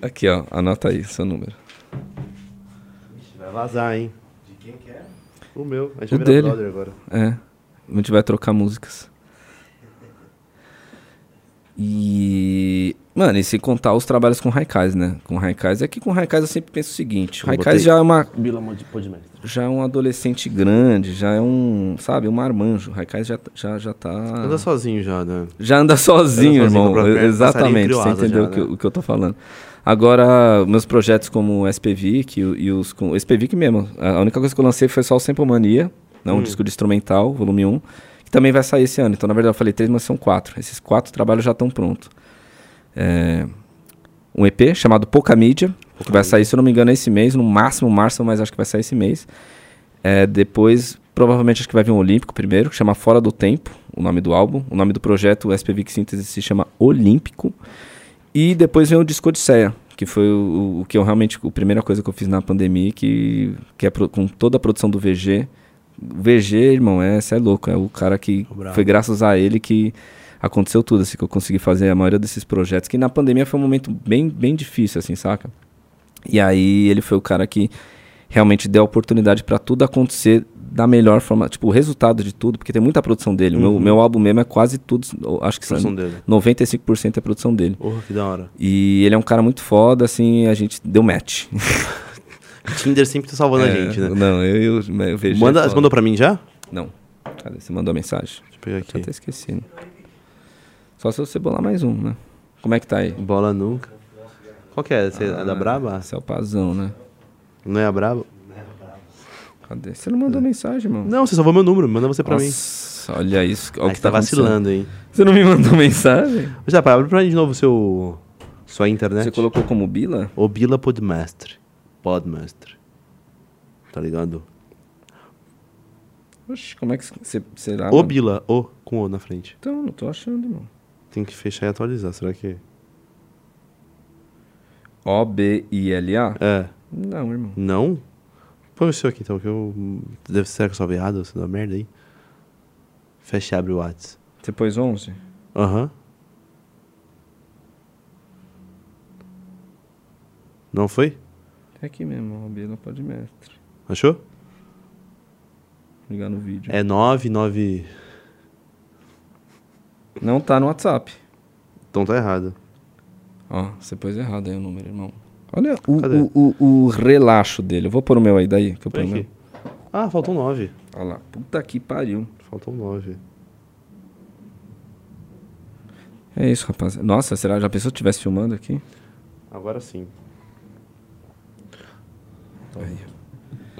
Aqui, ó. Anota aí seu número.
Vai vazar, hein?
De quem que é?
O meu. A gente vai
O
virar
dele.
brother agora.
É. A gente vai trocar músicas. E. Mano, e sem contar os trabalhos com Raikais, né? Com Raikais. É que com Raikais eu sempre penso o seguinte: Raikais
botei-
já é uma
Bila Podmestre.
já é um adolescente grande, já é um, sabe, um marmanjo. O Raikais já, já, já tá.
Anda sozinho já, né?
Já anda sozinho,
Anda sozinho,
irmão.
comprou a perna,
Exatamente,
passarinho
você
criou asa
entendeu
já,
o que,
né?
eu- o que eu tô falando. Agora, meus projetos como o SPVIC e, o- e os. Com, o SPVIC mesmo. A única coisa que eu lancei foi só o Sample Mania, né, um
Hum.
disco de instrumental, volume 1, que também vai sair esse ano. Então, na verdade, eu falei três, mas são quatro. Esses quatro trabalhos já estão prontos. É, um EP chamado Pouca Mídia, que vai sair, se eu não me engano, esse mês, no máximo março, mas acho que vai sair esse mês. É, depois, provavelmente, acho que vai vir um Olímpico primeiro, que chama Fora do Tempo, o nome do álbum. O nome do projeto, o SPVIC Síntese, se chama Olímpico. E depois vem o Disco Odisseia, que foi o, o que eu realmente, a primeira coisa que eu fiz na pandemia, que, que é pro- com toda a produção do VG. O VG, irmão, é, cê é louco, é o cara que
brabo.
foi graças a ele que aconteceu tudo, assim, que eu consegui fazer a maioria desses projetos, que na pandemia foi um momento bem, bem difícil, assim, saca? E aí ele foi o cara que realmente deu a oportunidade pra tudo acontecer da melhor forma, tipo, o resultado de tudo, porque tem muita produção dele. O meu, meu álbum mesmo é quase tudo, acho que são
Uhum. Produção dele.
95% é produção dele.
Porra, que da hora.
E ele é um cara muito foda, assim, a gente deu match.
Tinder sempre tá salvando a gente, né?
É, Não, eu, eu, eu vejo.
Manda,
é
você
foda.
mandou pra mim já?
Não. Cadê? Você mandou a mensagem?
Deixa eu pegar
Eu até
aqui.
esqueci, né? Só se você bolar mais um, né? Como é que tá aí?
Bola nunca. Qual que é? Essa é da Braba?
Esse é o Pazão, né?
Não é a Braba?
Cadê? Você não mandou mensagem, mano.
Não, você salvou meu número, manda você pra mim.
Nossa, olha isso. Olha o
Aí
que
você tá
tá acontecendo.
vacilando, hein?
Você não me mandou mensagem?
Ô, Japa, abre pra mim de novo seu. Sua internet.
Você colocou como Bila?
Obila Podmestre. Podmestre. Tá ligado?
Oxe, como é que você. Será? mano?
Obila, O, com O na frente.
Então, não tô achando, irmão.
Tem que fechar e atualizar, será que.
O-B-I-L-A?
É.
Não, irmão.
Não? Põe o seu aqui então, que eu. Deve ser que eu salvei errado, você dá merda aí. Fecha e abre o Whats.
Você pôs 11?
Aham. Não foi?
É aqui mesmo, o Bila pode mestre.
Achou?
Ligar no vídeo.
É 99.
Não tá no WhatsApp.
Então tá errado.
Ó, você pôs errado aí o número, irmão. Olha o,
Cadê?
o, o, o relaxo dele. Eu vou pôr o meu aí, daí. Que eu
Põe
ponho o meu.
aqui. Ah, faltou 9.
Olha lá. Puta que pariu.
Faltou 9.
É isso, rapaz. Nossa, será? Já pensou se eu estivesse filmando aqui?
Agora sim.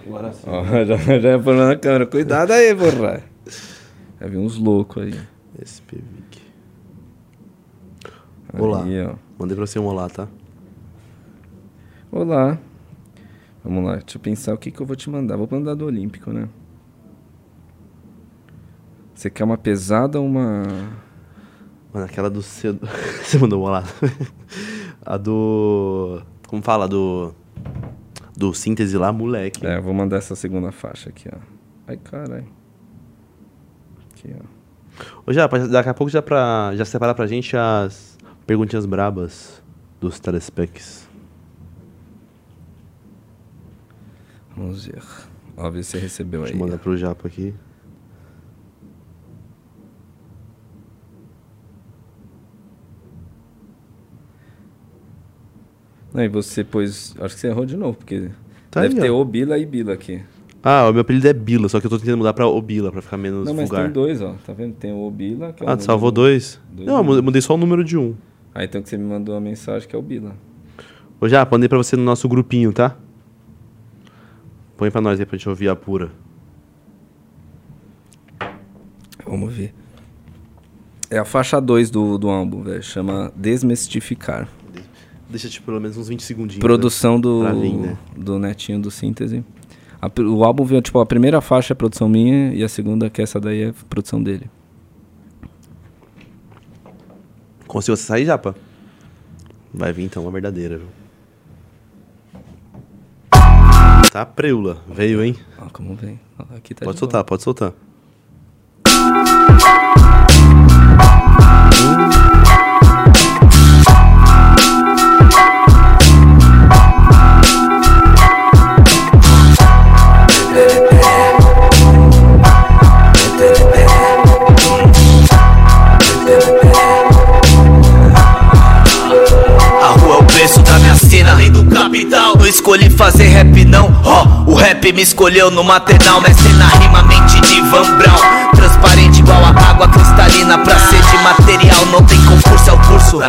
Agora sim.
Ó, já, já ia pôr na câmera. Cuidado aí, porra. Já vi uns loucos aí.
SPVIC.
Aí,
Olá.
ó.
Mandei pra você um olá, tá?
Olá. Vamos lá, deixa eu pensar o que, que eu vou te mandar. Vou mandar do Olímpico, né? Você quer uma pesada ou uma.
Mano, aquela do seu. você mandou um olá. A do. Como fala? Do. Do síntese lá, moleque.
É, eu vou mandar essa segunda faixa aqui, ó. Ai, caralho. Aqui, ó.
Ô, já, daqui a pouco já pra. Já separa pra gente as perguntinhas brabas dos telespecs.
Vamos ver. Ó, ver se você recebeu aí.
Deixa eu mandar pro Japa aqui.
Não, e você pôs. Acho que você errou de novo, porque.
Tá
deve
aí,
ter
ó.
Obila e Bila aqui.
Ah, o meu apelido é Bila, só que eu tô tentando mudar pra Obila pra ficar menos
Não, mas
vulgar.
tem dois, ó. Tá vendo? Tem o Obila, que é o
Ah,
número-
tu salvou dois?
Dois
Não, eu mu- mudei só o número de um.
Aí então que você me mandou uma mensagem que é o Bila.
Ô, já, mandei pra você no nosso grupinho, tá? Põe pra nós aí pra gente ouvir a pura.
Vamos ver. É a faixa 2 do, do álbum, velho. Chama Desmistificar.
deixa tipo, pelo menos uns 20 segundinhos.
Produção do,
Pra mim, né?
do Netinho do Síntese. A pr- o álbum veio, tipo, a primeira faixa é produção minha e a segunda, que é essa daí, é produção dele.
Né? Conseguiu sair, Japa? Vai vir então uma verdadeira, viu? Tá preula. Veio, hein?
Ó, como vem. Ó, aqui tá
Pode
de
soltar, pode soltar.
A rua é o preço da minha sina, além do capital. Não escolhi fazer rap, não. Ó, o rap me escolheu no maternal. Mestre na rima, mente de Van Brown. Transparente igual a água cristalina. Pra ser de material, não tem concurso, é o curso.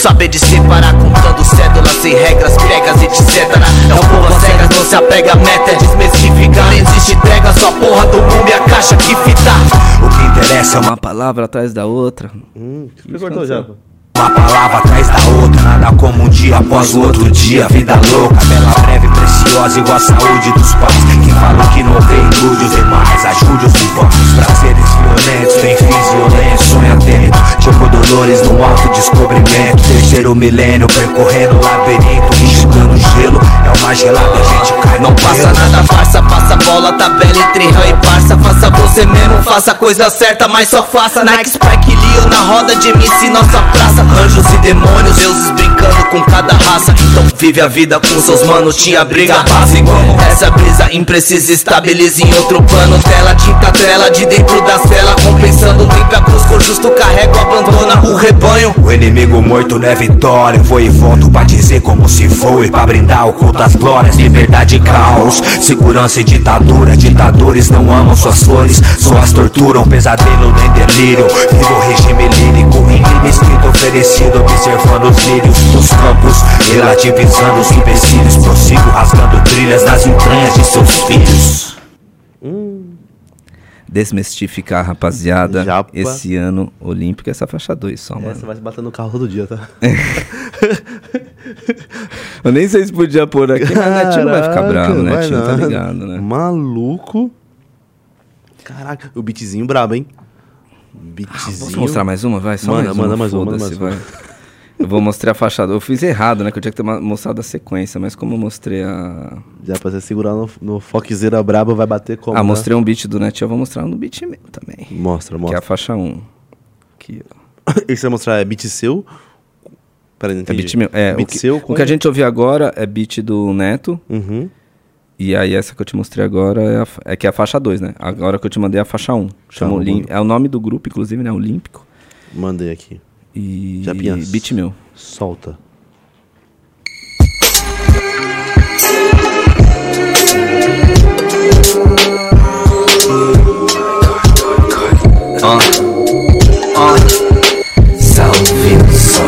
Saber de separar, contando cédulas sem regras, pregas, etc. É o povo às cegas, não se apega a meta, é desmistificar. Não existe entrega, só a porra do mundo e a caixa que fitar. O que interessa é uma
Uma palavra atrás da outra.
Hum, que
Isso
cortou,
aconteceu.
Japa?
Uma palavra atrás da outra, nada como um dia após o outro dia. Vida louca, bela, breve, preciosa, igual a saúde dos pais. Que falam que não tem ilude os demais, ajude os vivos. Prazeres violentos, tem fins violentos, sonho atento. Tipo dolores no alto descobrimento. Terceiro milênio, percorrendo o labirinto, enxugando gelo. É uma gelada, a gente cai Não passa nada, farsa, passa bola, tabela entre réu e parça. Faça você mesmo, faça a coisa certa, mas só faça. Nike, Spike, Leo na roda de MC, nossa praça. Anjos e demônios, deuses brincando com cada raça. Então vive a vida com seus manos, te abriga a base. Como essa brisa imprecisa, estabiliza Tá em outro plano. Tela, tinta, tela, de dentro da cela. Compensando, limpa a cruz, cor justo, carrego, abandona o rebanho.
O inimigo morto não é vitória. Eu vou e volto pra dizer como se foi. Pra brindar o culto às glórias, liberdade e caos. Segurança e ditadura. Ditadores não amam suas flores, suas torturam. Pesadelo nem delírio. Vivo o regime lírico, em escrito oferecido. Observando os lírios dos campos, relativizando os empecilhos. Prossigo rasgando trilhas nas entranhas de seus filhos.
Hum.
Desmistificar, rapaziada.
Japa.
Esse ano olímpico, essa faixa 2 só, mano.
Essa vai se bater no carro todo dia, tá?
Eu nem sei se podia pôr aqui, mas o Netinho não vai ficar bravo, né? Netinho tá
nada.
ligado, né?
Maluco. Caraca, o beatzinho brabo, hein? Beatzinho.
Posso mostrar mais uma? Vai, só
Manda,
mais
manda
uma.
mais uma, manda
foda-se,
mais
vai. Eu vou mostrar a faixa 2. Eu fiz errado, né? Que eu tinha que ter ma- mostrado a sequência, mas como eu mostrei a.
Já pra você segurar no, no foquezeira braba, vai bater como?
ah,
né?
mostrei um beat do Netinho, eu vou mostrar no beat meu também.
Mostra,
Que é
mostra.
a faixa 1. Aqui, ó.
Esse vai mostrar é beat seu? Peraí, não
É
entendi.
beat meu. É, o,
Beat
que,
seu
o
com-
que a gente ouviu agora é beat do Neto.
Uhum.
E aí essa que eu te mostrei agora é, a fa- é que é a faixa 2, né? Agora que eu te mandei é a faixa 1. Chama
Tá,
Olim-
manda.
É o nome do grupo, inclusive, né? Olímpico.
Mandei aqui.
E.
Japinhas.
Beat meu.
Solta.
Salve o sol,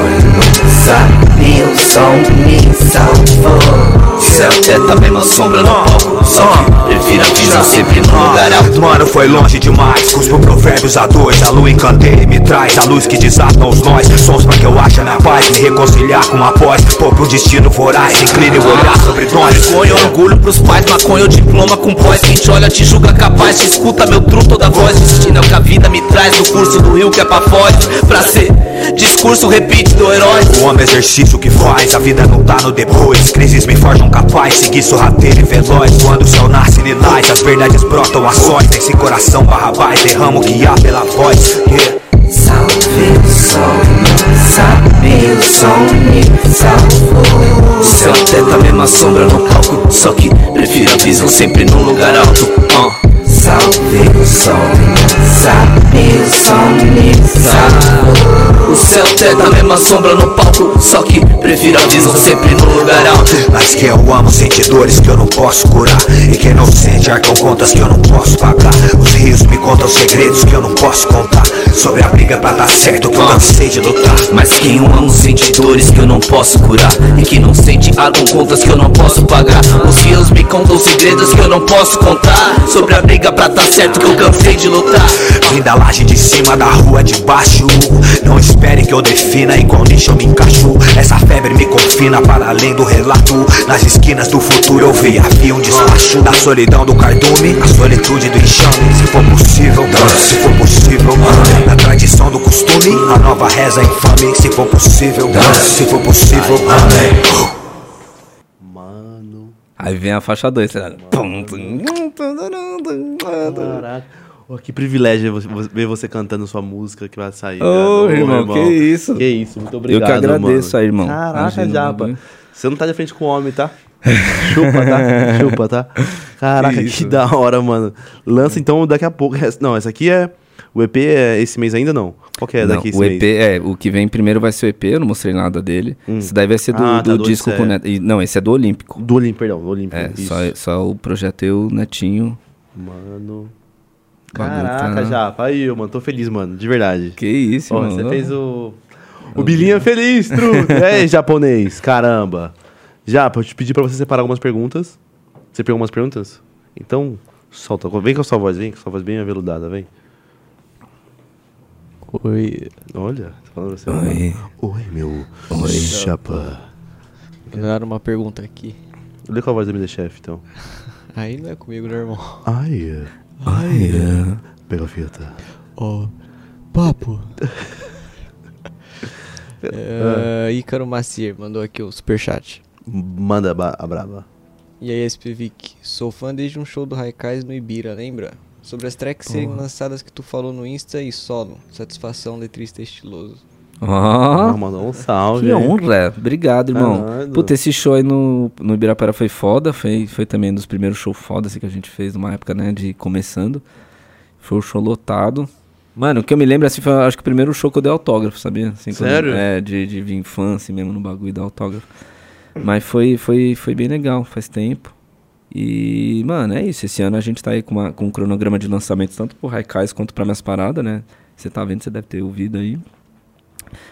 sabe o som me salvou. Céu, é também uma sombra no palco. Só que prefiro a visão sempre no lugar alto.
Mano, foi longe demais. Cuspo provérbios a dois. A lua encanteia e me traz. A luz que desata os nós. Sons pra que eu ache na paz. Me reconciliar com a voz. Pô pro destino voraz. Incline o olhar sobre nós.
Vergonha, orgulho pros pais, maconha ou diploma com pós. Quem te olha te julga capaz, te escuta meu truto, toda voz. Destino é o que a vida me traz, no curso do rio que é pra foz. Pra ser discurso, repite do herói.
O homem é exercício que faz, a vida não tá no depois. Crises me forjam capaz, seguir sorrateiro e veloz. Quando o céu nasce, ele nasce, as verdades brotam a sós. Nesse coração barrabás, derramo o que há pela voz. Yeah.
Salve o sol, sabe o som me salvou. Céu teta, mesma sombra no palco. Só que prefiro a visão sempre num lugar alto. ó.
Ah.
Salve o sol, sabe o som me salvou. O céu teta, mesma sombra no palco. Só que prefiro a visão sempre num lugar alto.
Mas que eu amo sente dores que eu não posso curar E quem não sente arcam contas que eu não posso pagar Os rios me contam segredos que eu não posso contar Sobre a briga pra dar certo que eu cansei de lutar
Mas quem eu amo sente dores que eu não posso curar E quem não sente arcam contas que eu não posso pagar Os rios me contam segredos que eu não posso
Ah,
contar Sobre a briga pra tá certo que eu cansei de lutar
Vim da laje de cima, da rua de baixo Não espere que eu defina e com lixo eu me encaixo Essa fé febre me confina para além do relato Nas esquinas do futuro eu vi havia um despacho Da solidão do cardume, a solitude do enxame Se for possível, dança, se for possível Na tradição do costume, a nova reza infame Se for possível, dança, se for possível Amém.
Mano.
Aí vem a faixa 2, tá ligado?
Caraca. Ô, que privilégio ver você- ver você cantando sua música que vai sair.
Ô,
cara. Ô,
irmão, que isso.
Que isso, muito obrigado.
Eu que agradeço
mano.
aí, irmão.
Caraca,
Imagina, né?
Japa.
mano.
Você não tá de frente com o homem, tá? Chupa, tá? Chupa, tá? Caraca, que,
isso.
da hora, mano. Lança então daqui a pouco. Essa- Não, essa aqui é. O EP é esse mês ainda não? Qual que é
Não,
daqui esse
o EP,
mês?
é, o que vem primeiro vai ser o EP, eu não mostrei nada dele. Esse daí vai ser do,
Ah, tá,
do
do
disco
Odisseia.
com o Neto. e- Não, esse é do Olímpico.
Do Olímpico, perdão, do Olímpico.
É,
isso.
só, só o projeto eu, o Netinho.
Mano.
bagulho
Caraca,
tá-
Japa. Aí, mano, tô feliz, mano, de verdade.
Que isso,
Ó,
mano.
você fez o. O Bilinha feliz, truta. é, japonês, caramba. Japa, eu te pedi pra você separar algumas perguntas. Você pegou algumas perguntas? Então, solta. Vem com a sua voz, vem com a sua voz bem aveludada, vem.
Oi.
Olha, tô falando pra você.
Oi.
Oi, meu. Oi. Japa.
Mandaram uma pergunta aqui.
Lê com a voz da minha chefe, então.
Aí não é comigo, né, irmão?
Ai.
Ai, é.
Pega a fita.
Ó. papo. É, Ícaro Macier mandou aqui o superchat.
Manda ba- a braba.
E aí, SPVIC, sou fã desde um show do Raikais no Ibira, lembra? Sobre as tracks serem lançadas que tu falou no Insta e solo. Satisfação, letrista estiloso.
Ó,
Não, mandou um salve.
que honra. Obrigado, irmão.
Caralho.
Puta, esse show aí no, no Ibirapara foi foda. Foi, foi também um dos primeiros shows foda assim, que a gente fez numa época, né, de começando. Foi um show lotado. Mano, o que eu me lembro, assim, foi acho que o primeiro show que eu dei autógrafo, sabia? Assim, quando-
Sério?
é, de, de vir fã, assim, mesmo, no bagulho da autógrafo. Mas foi, foi, foi bem legal, faz tempo. E, mano, é isso. Esse ano a gente tá aí com, uma- com um cronograma de lançamentos, tanto pro Raikais quanto pra minhas paradas, né? Você tá vendo, você deve ter ouvido aí.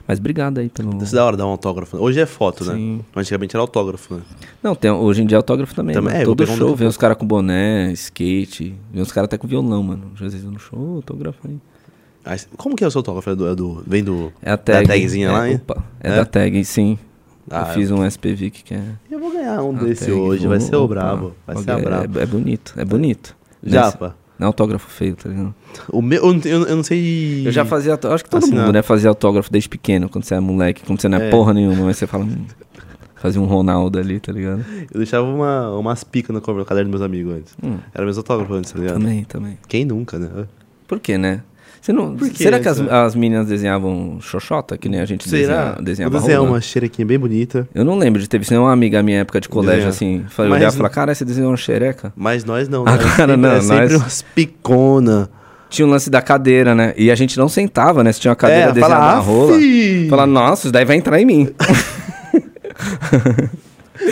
Mas obrigado aí pelo.
Isso é da hora dar um autógrafo. Hoje é foto, né?
Sim.
Antigamente era autógrafo, né?
Não, tem, hoje em dia é autógrafo também.
Também,
mano.
é, eu vou
Todo
pegar um
show
daqui a
vem os caras com boné, skate, vem os caras até com violão, mano. Às vezes eu no show, autógrafo aí.
Aí, como que é o seu autógrafo? É do, é do- vem do.
É a tag.
Da tagzinha
é,
lá, hein?
Opa, é,
É?
da tag, sim.
Ah,
eu fiz um SPVIC que é.
Eu vou ganhar um
a
desse
tag,
hoje, vai
vou-
ser o
opa,
brabo. Vai ser a
bagulho é-
brabo.
É, bonito, é bonito.
Japa.
Nessa- Não é autógrafo feio, tá ligado?
O meu, eu, não te- eu não sei.
Eu já fazia, autó- acho que todo
Assinar.
mundo, né, fazia autógrafo desde pequeno, quando você é moleque, quando você não é,
É.
porra nenhuma, mas você fala, hum, fazia um Ronaldo ali, tá ligado?
Eu deixava uma, umas picas no cover- no caderno dos meus amigos antes.
Hum.
Era meus autógrafos antes, tá ligado?
Também, também.
Quem nunca, né?
Por quê, né? Você não,
Por quê,
será que as,
cara?
as meninas desenhavam xoxota, que nem a gente
Será?
desenha, desenhava
eu desenhar
rola?
uma xerequinha bem bonita.
Eu não lembro de ter visto nenhuma amiga minha época de colégio,
Desenhar.
assim, falei,
Mas-
olhar e falar, cara, você desenhou uma xereca?
Mas nós não,
Ah,
né?
cara,
sempre,
não,
é sempre
nós-
umas picona.
Tinha um lance da cadeira, né? E a gente não sentava, né? Se tinha uma cadeira
É,
desenhada
fala,
na rola.
"Afi!"
Fala, nossa, isso daí vai entrar em mim.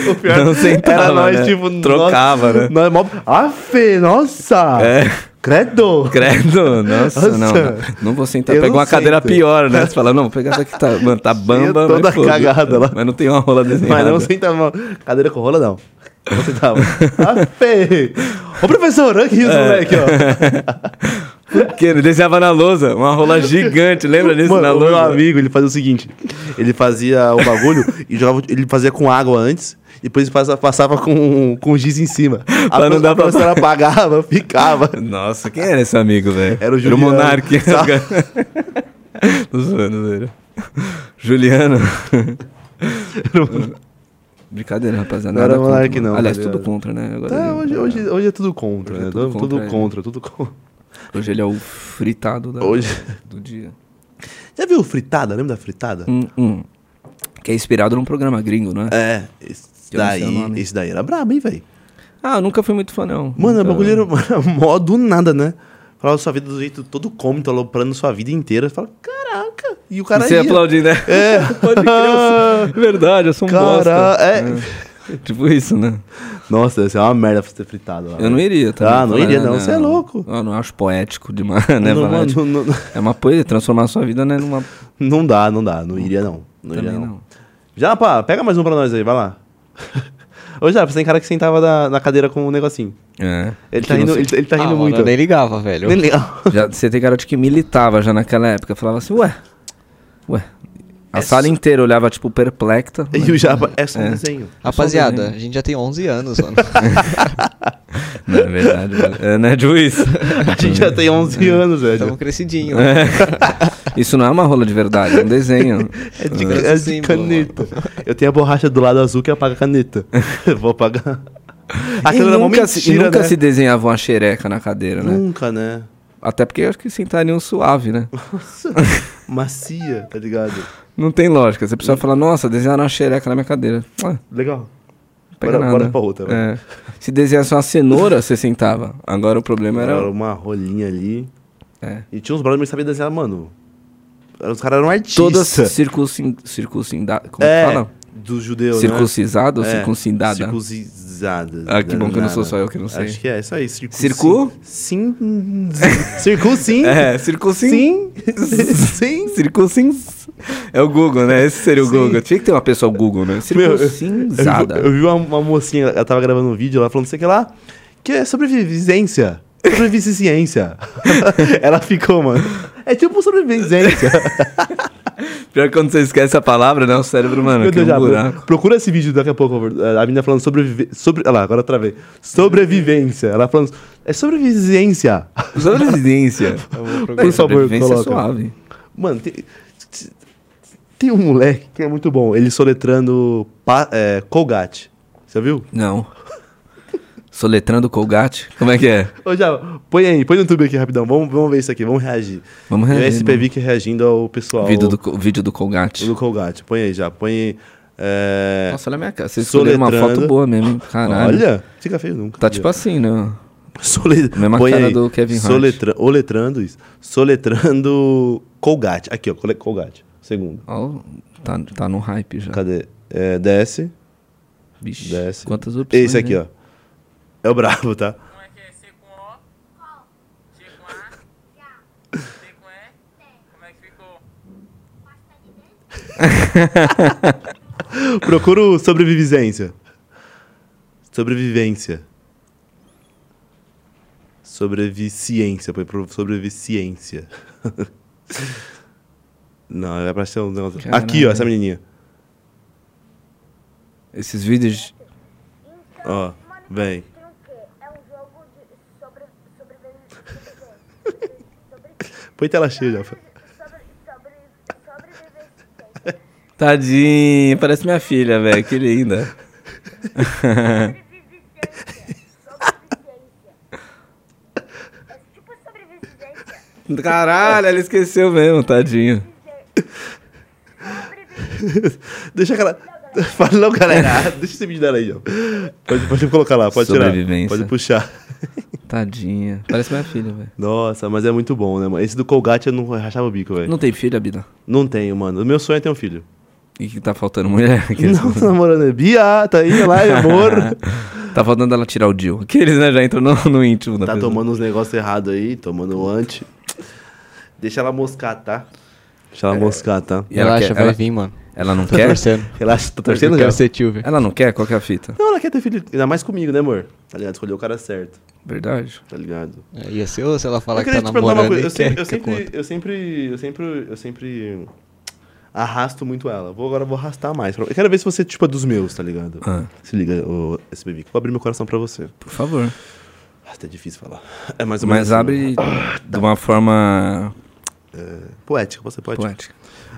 O pior
Não sentava,
era nós,
né?
tipo,
Trocava,
nós,
né?
Nós, mó... Afe, nossa!
É.
Credo!
Credo, nossa,
Ah. Nossa.
não, não. Não vou sentar.
Eu
Pegou
não
uma cadeira
sento.
pior, né? Você fala, não, vou pegar essa que tá, mano, tá bamba.
toda
mas foda.
cagada lá.
Mas não tem uma rola
Mas
desenhada.
não sentava. Cadeira com rola, não. Não sentava. Afe! Ah, Ô, professor, olha que isso,
É,
moleque, ó.
Porque ele desenhava na lousa, uma rola gigante, lembra disso? na
Mano, o meu
lousa?
amigo, ele fazia o seguinte: ele fazia o bagulho e jogava. Ele fazia com água antes. e Depois passa- passava com, com giz em cima. A,
Pra não
pro-
dar
a
pra-
professora apagava, ficava.
Nossa, quem era esse amigo, velho?
Era o
Era o
Juliano. Tá.
Monark. Tô zoando, velho. Juliano. Brincadeira, rapaziada.
Não
nada
era
contra,
Monark,
mano.
não,
Aliás,
tá ligado?
tudo contra, né? Agora
Tá,
ele-
hoje, hoje, hoje é tudo contra,
Hoje é
né?
tudo
Tudo,
contra,
tudo
é.
contra, tudo contra.
hoje ele é o fritado da-
Hoje.
do dia.
Já viu fritada? Lembra da fritada?
Hum, hum. Que é inspirado num programa gringo, né?
É, esse
Eu não sei o
daí,
nome.
esse daí era brabo, hein, velho?
Ah, eu nunca fui muito fã, não.
Mano, é um o
Nunca-
bagulho era era mó do nada, né? Falava sua vida do jeito todo cômico, aloprando sua vida inteira. Fala, caraca. E o
E
cara
você
ia.
aplaudir, né?
É.
Pode crer, eu sou- Verdade, eu sou um
Cara,
bosta.
é.
É, Tipo isso, né?
Nossa, isso é uma merda pra ser fritado lá.
Eu não
velho.
iria, tá?
Ah, não iria não, você é louco.
Eu não acho poético demais, né,
Não,
Valete?
mano, não, não,
É uma poesia, transformar a sua vida né, numa.
não dá, não dá. Não iria, não. Não
Também
iria, não.
não.
Japa, pega mais um pra nós aí, vai lá. Ô, Japa, você tem cara que sentava na, na cadeira com um negocinho.
É.
Ele
Que
tá
não
rindo,
sei-
ele, tá- ele tá
ah,
rindo
mano,
muito.
eu nem ligava, velho.
Nem legal.
Já, você tem garoto que militava já naquela época. Falava assim, ué. Ué. A sala inteira olhava, tipo, perplexa.
É E o Japa é só um desenho.
Rapaziada, a gente já tem 11 anos, mano.
Não, é verdade. É, né, juiz?
A gente já tem 11 anos, velho.
Estamos crescidinho.
Isso não é uma rola de verdade, é um desenho.
É de, é de
Símbolo,
caneta. Eu tenho a borracha do lado azul que apaga a caneta. Eu vou apagar. A
e
câmera é uma
nunca, se, e
mentira,
nunca
né?
se desenhava uma xereca na cadeira, né?
Nunca, né?
Até porque eu acho que sentariam suave, né?
Macia, tá ligado?
Não tem lógica. Você precisa falar, nossa, desenharam uma xereca na minha cadeira. Ah,
Legal.
não pega
Bora-
nada.
bora pra outra, vai.
É. Se desenhasse uma cenoura, você sentava. Agora o problema
Era
era...
uma rolinha ali.
É.
E tinha uns brothers que sabiam desenhar, mano. Os caras eram artistas.
Todas Ah, circuncin... circuncida... Como
É,
fala?
do judeu,
Circuncisado ou
né?
circuncidada?
Circuncisadas.
Ah, que bom que eu não sou só eu que não sei.
Acho que é, isso aí. Circu?
Circu?
Sim. Circu, sim.
É, circuncin...
Sim.
Sim. Circuncins. É o Google, né? Esse seria o Google. Tinha que ter uma pessoa Google, né?
Meu, eu-
Circuncinzada.
Eu vi, eu vi uma, uma mocinha, ela tava gravando um vídeo, ela falando, não sei o que lá, que é sobrevivência. Sobrevivência. ela ficou, mano. É tipo sobrevivência.
Pior que quando você esquece a palavra, né? O cérebro, mano,
Meu
que é
Deus, já,
um buraco.
procura esse vídeo daqui a pouco. A menina falando sobrevive... sobre. Olha lá, agora eu travei. Sobrevivência. Ela falando. É sobrevivência.
Sobrevivência.
Por favor,
Sobrevivência é
coloca.
suave.
Mano, tem, tem um moleque que é muito bom. Ele soletrando pa, é, Colgate. Você viu?
Não. Soletrando Colgate? Como é que é?
Ô, já, põe aí, põe no YouTube aqui rapidão. Vamos, vamos ver isso aqui, vamos reagir.
Vamos reagir,
É o SPV que reagindo ao pessoal
Vídeo do, co- vídeo do Colgate.
do Colgate. Põe aí já, põe aí. É,
Nossa, olha a minha cara. Vocês escolheram uma
Soletrando.
foto boa mesmo, hein? Caralho.
olha, fica feio nunca.
Tá tipo assim, né?
Sole...
Mesma
Põe
cara
aí.
do Kevin Hart.
Soletra... Oletrando isso. Soletrando Colgate. Aqui, ó. Cole- Colgate. Segundo.
Ó, tá, tá no hype já.
Cadê? É, desce.
Vixe,
Desce.
quantas opções.
Esse aqui, ó. É o brabo, tá? Procura o sobrevivência. Sobrevivência. Sobreviciência. Põe pro sobreviciência. Não, é pra ser um negócio. Aqui, ó,
Caralho.
essa menininha.
Esses vídeos.
Ó, vem. Põe tela cheia já. Fê.
Tadinho, parece minha filha, velho. Que linda. Caralho, ela esqueceu mesmo, tadinho.
Deixa aquela. Falou, galera. Deixa esse vídeo dela aí, ó. Pode, pode colocar lá, pode tirar.
Sobrevivência.
Pode puxar.
Tadinha. Parece minha filha, velho.
Nossa, mas é muito bom, né, mano? Esse do Colgate eu não rachava o bico, velho.
Não tem filha, Bida?
Não tenho, mano. O meu sonho é ter um filho.
E que tá faltando mulher? Aqueles-
Não, tô namorando. Bia, tá aí, lá, meu amor.
Tá faltando ela tirar o Jill. Aqueles, né, já entram no, no íntimo da
tá
pessoa.
tomando uns negócios errados aí, tomando anti. Deixa ela moscar, tá? Deixa ela moscar, tá?
E ela
Relaxa,
quer-
vai
ela-
vir, mano.
Ela não
Tô
quer?
torcendo.
Relaxa, tá
Eu
torcendo já?
quero ser tio, velho.
Ela não quer? Qual que é a fita?
Não, ela quer ter filho, ainda mais comigo, né, amor? Tá ligado? Escolheu o cara certo,
Verdade.
tá ligado?
É, Ia ser ou se ela falar
eu
que
queria
tá
te perguntar uma
namorando
coisa. Eu,
e quer
sempre, eu,
que
sempre,
conta.
eu sempre. Eu sempre. Eu sempre. Arrasto muito ela. Vou, agora eu vou arrastar mais. Eu quero ver se você, tipo, é dos meus, tá ligado?
Ah.
Se liga, ô, SBV. que eu Vou abrir meu coração pra você.
Por favor.
Ah, tá difícil falar. É mais ou menos.
Mas abre
ah,
de uma forma
né? Poética, você pode.
poética.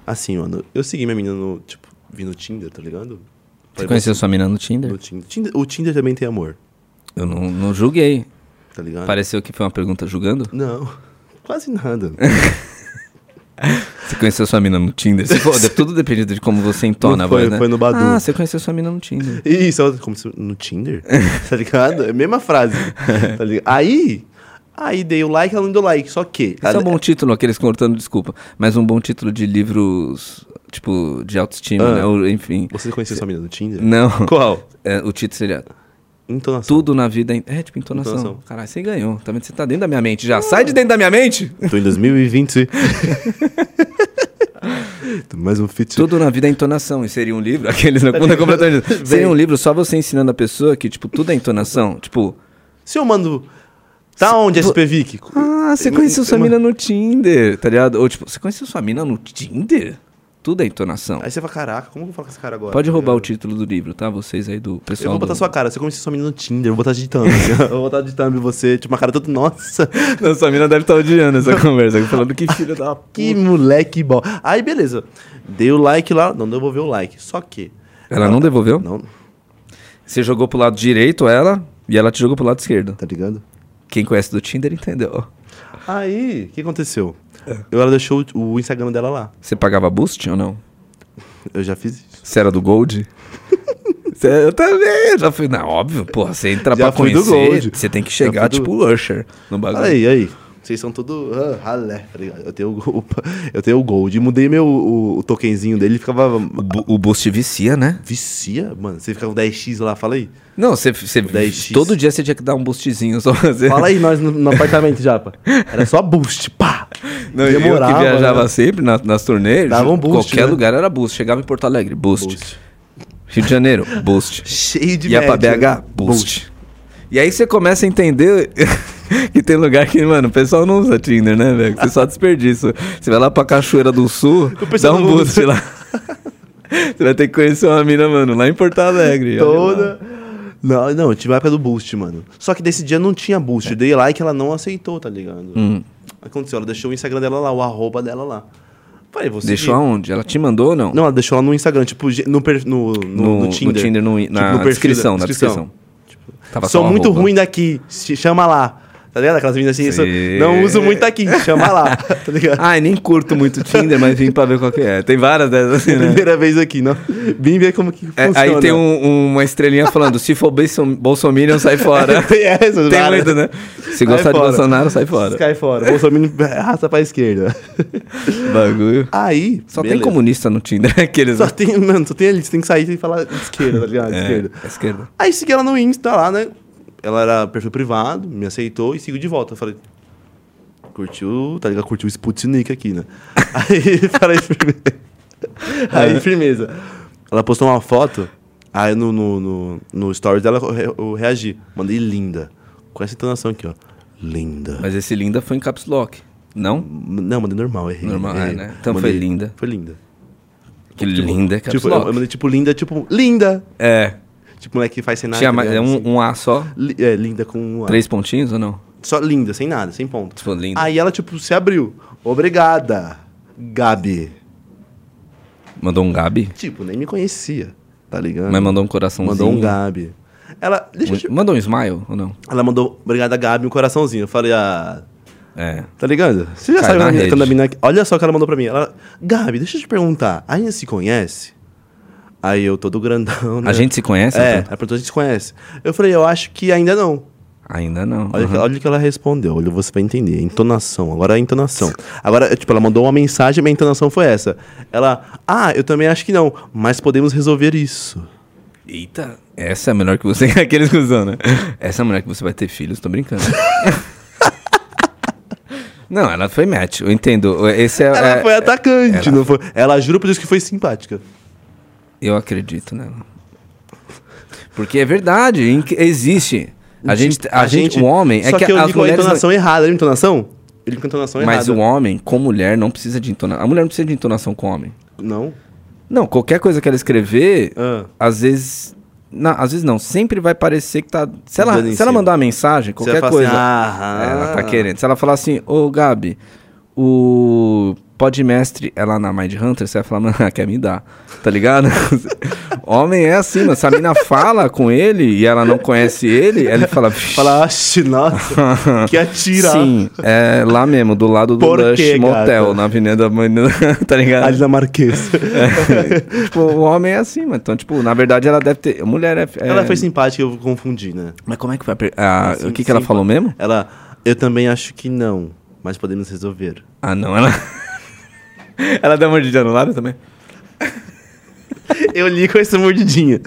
Assim, mano, eu segui minha menina no. Tipo, vi no Tinder, tá ligado?
Você conheceu sua mina no
no
Tinder?
Tinder. Tinder- O Tinder também tem amor,
Eu não, não julguei.
tá ligado?
Pareceu que foi uma pergunta julgando?
Não, quase nada.
Você conheceu sua mina no Tinder? Se for, de- tudo depende de como você entona
Não
a
foi,
voz, né?
foi no Badu.
Ah, você conheceu sua mina no Tinder.
Isso, ela- como se, no Tinder, tá ligado? É a mesma frase, tá ligado? Aí, aí dei o like, ela não deu like, só que...
Isso é um bom título, aqueles cortando, desculpa. Mas um bom título de livros, tipo, de autoestima,
Ah.
né? Ou, enfim.
Você conheceu sua menina no Tinder?
Não.
Qual? Então,
É, o título seria
Entonação.
Tudo na Vida... é- É, tipo, entonação.
Entonação.
Caralho, você ganhou. Tá vendo? Você tá dentro da minha mente já. Sai de dentro da minha mente!
Tô em 2020. Mais um feat.
Tudo na vida é entonação. E seria um livro, aqueles não é completamente. Seria um livro só você ensinando a pessoa que, tipo, tudo é entonação. Tipo,
Se eu mando... Tá onde, SPVIC?
ah, você conheceu sua mina no Tinder, tá ligado? Ou tipo, você conheceu sua mina no Tinder? Tudo é entonação.
Aí você fala, caraca, como que eu vou falar com esse cara agora?
Pode
Tá
roubar o
ligado?
título do livro, tá? Vocês aí do pessoal.
Eu vou botar
do...
sua cara, você conhece sua menina no Tinder, eu vou botar digitando. eu vou botar digitando em você, tipo, uma cara toda, nossa,
Não, sua mina deve estar odiando essa conversa, falando que filho da puta.
que moleque bom. Aí, beleza. Dei o like lá, não devolveu o like. Só que.
Ela não devolveu?
Não,
Você jogou pro lado direito ela e ela te jogou pro lado esquerdo.
tá ligado?
Quem conhece do Tinder entendeu.
Aí, o que aconteceu? Eu, ela deixou o o Instagram dela lá.
Você pagava boost ou não?
Eu já fiz isso.
Você era do Gold? Você- eu também, já fui. Não, óbvio, porra, você entra
Já
pra
fui do
conhecer,
Gold.
você tem que
Já
chegar
fui do-
tipo o Usher no bagulho.
Olha aí, aí. Vocês são tudo. Ah, ralé, tá ligado? Eu tenho o gol- opa, Eu tenho o gold. E Mudei meu o, o tokenzinho dele, ficava.
O, bu- o boost vicia, né?
Vicia, mano. Você fica com 10x lá, fala aí.
Não, você, você
10x.
todo dia você tinha que dar um boostzinho só fazer.
Fala aí nós no, no apartamento, Japa. Era só boost, pá!
Não, eu que viajava
né?
sempre na- nas turnês,
Dava um boost,
qualquer
né?
lugar era boost. Chegava em Porto Alegre, boost.
Boost.
Rio de Janeiro, boost.
Cheio de
Ia é pra
média.
BH, boost. E aí você começa a entender que tem lugar que, mano, o pessoal não usa Tinder, né, velho? Você só desperdiça. Você vai lá pra Cachoeira do Sul, dá
pessoal
um
não usa.
boost lá. Você vai ter que conhecer uma mina, mano, lá em Porto Alegre. olha lá.
Toda. Não, não, eu tive a época do boost, mano. Só que desse dia não tinha boost. Eu dei like, ela não aceitou, tá ligado?
Hum.
Aconteceu, ela deixou o Instagram dela lá, o arroba dela lá. Falei, você.
Deixou aonde? Ela te mandou ou não?
Não, ela deixou lá no Instagram, tipo, ge- no, per- no, no,
No-
no
no
Tinder. Tipo,
Tinder, no i- na
perfil da-
descrição, na descrição. Tava só
Sou
uma
muito
roupa.
ruim daqui, se- chama lá. Tá ligado? Aquelas meninas assim, sou-
Sim. Ah,
não uso muito aqui, chama lá. Tá ligado?
Ai, nem curto muito Tinder, mas vim pra ver qual que é. Tem várias dessas assim, né?
Primeira vez aqui, não. Vim ver como que
É,
funciona.
aí tem um- uma estrelinha falando, se for bolson- Bolsominion, sai fora.
tem É, essas,
Tem
várias.
muito, né? Se
Sai
gostar de
fora.
Bolsonaro, sai fora.
Cai fora. Bolsonaro arrasta pra esquerda.
Bagulho.
Aí.
Só
beleza.
tem comunista no Tinder, aqueles...
Só tem, mano, só tem ali. Você tem que sair e falar de esquerda, tá ligado? De
É,
esquerda.
à esquerda.
Aí segui ela no Insta lá, né? Ela era perfil privado, me aceitou e sigo de volta. Eu falei. Curtiu, tá ligado? Curtiu o Sputnik aqui, né? Aí falei, firmeza.
É.
Aí, firmeza. Ela postou uma foto, aí no, no, no, no stories dela eu, re- eu reagi. Mandei linda. Com essa entonação aqui, ó. Linda.
Mas esse linda foi em caps lock, não?
Não, mandei normal, errei.
Normal,
errei.
ah, né? Então foi linda.
Foi linda.
Que linda é caps
Tipo, eu,
lock.
eu mandei tipo linda, tipo, linda!
É,
Tipo, moleque que faz cenário.
tinha
tá
mais, é
ligado?
um, um A só,
Li- é, linda com um A.
três pontinhos ou não?
Só linda, sem nada, sem ponto.
Tipo, linda.
Aí ela, tipo, se abriu. Obrigada, Gabi.
Mandou um Gabi,
Tipo, nem me conhecia, tá ligado?
mas mandou um coraçãozinho.
Mandou um Gabi. Ela, deixa eu te...
Mandou um smile ou não?
ela mandou, obrigada, Gabi, um coraçãozinho. Eu falei, ah,
É.
Tá ligado? Você já
Cai
sabe
na
quando a mina-
rede.
quando a mina. Olha só o que ela mandou pra mim. Ela. Gabi, deixa eu te perguntar. A gente se conhece? Aí eu todo grandão, né?
A gente se conhece?
É, ela
então?
perguntou, a gente se conhece. Eu falei, eu acho que ainda não.
Ainda não.
Olha, o que-
Aham.
olha o que ela respondeu, olha, você vai entender. Entonação, agora é entonação. Agora, é, tipo, ela mandou uma mensagem, minha entonação foi essa. Ela, ah, eu também acho que não, mas podemos resolver isso.
Eita, essa é a melhor que você. Aqueles que usam, né? Essa é a mulher que você vai ter filhos, tô brincando. não, ela foi match, eu entendo. Esse é.
Ela
é-
foi atacante, não foi? Ela juro por Deus que foi simpática.
Eu acredito nela. Porque é verdade, inc- existe. A gente, a gente, o homem.
Só
é que,
eu
as
li com a
mulheres. não-
entonação errada, lembra a entonação? Eu li com a entonação
Mas
errada.
o homem, com mulher, não precisa de entonação. A mulher não precisa de entonação com o homem.
Não.
Não, qualquer coisa que ela escrever,
Ah.
às vezes. Não, às vezes não, sempre vai parecer que tá. Se ela,
Dando em
se ela
cima.
mandar uma mensagem, qualquer
fala assim, ah."
coisa.
"Aham."
ela tá querendo. Se ela falar assim, ô Gabi, o Podmestre é lá na Mind Hunter, você vai falar, mano, quer me dar. Tá ligado? Homem é assim, mano. Se a mina fala com ele e ela não conhece ele, ela fala. "Vixe,
Fala, "Oxi, nossa, que atira.
Sim, é lá mesmo, do lado do
Por
Lush
quê,
Motel,
gata?
na Avenida Manila, tá ligado?
Ali na Marquesa.
Tipo, o homem é assim, mano. Então, tipo, na verdade ela deve ter. Mulher é. é-
Ela foi simpática, eu confundi, né?
Mas como é que foi a. per- a-
Sim,
o que, que ela
sim,
falou mesmo?
Ela, eu também acho que não, mas podemos resolver.
Ah, não, ela. ela deu uma mordidinha no lábio também?
Eu li com essa mordidinha.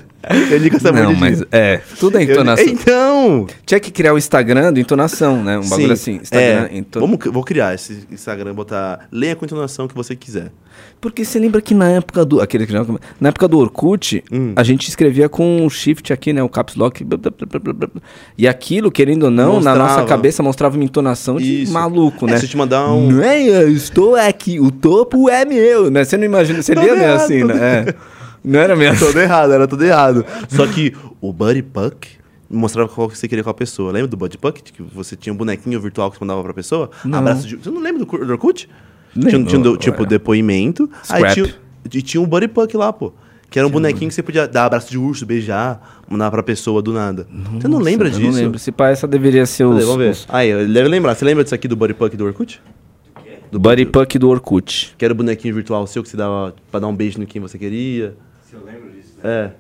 Eu digo essa
Não,
mordidinha.
mas é, tudo é
Eu-
entonação.
Então!
Tinha que criar o Instagram do entonação, né? Um bagulho assim, Instagram,
é,
entonação.
Vamos, cri- vou criar esse Instagram, botar leia com entonação que você quiser.
Porque você lembra que na época do. Aquele que já- na época do Orkut,
Hum.
a gente escrevia com o shift aqui, né? O caps lock. blá, blá, blá, blá, blá, blá. E aquilo, querendo ou não, na nossa
Mostrava.
cabeça mostrava uma entonação de
Isso.
maluco,
É,
né?
se eu te mandar um-
Não é, eu estou aqui, o topo é meu, né? Você não imagina, você
Tô
lia meio
errado,
assim,
tô
né? É. Não era meio assim.
Tudo errado, era tudo errado. Só que o Buddy Puck mostrava qual que você queria com a pessoa. Lembra do Buddy Puck? Que você tinha um bonequinho virtual que você mandava pra pessoa?
Não.
Abraço de. Você não lembra do, Cur- do Orkut?
Lembro,
Tinha, um- tinha um do-
ué.
tipo depoimento. Aí
Scrap.
tinha, e tinha um Buddy Puck lá, pô. Que era um bonequinho que você podia dar abraço de urso, beijar, mandar pra pessoa do nada. você não lembra
Eu
disso?
Não lembro. Se pá, essa deveria ser
Cadê?
os,
Vamos ver.
os-
Aí, ele deve lembrar. Você lembra disso aqui do Buddy Puck do Orkut?
do Buddy Puck do Orkut.
Que era o bonequinho virtual seu que você dava pra dar um beijo no quem você queria.
Se eu lembro disso, né?
É.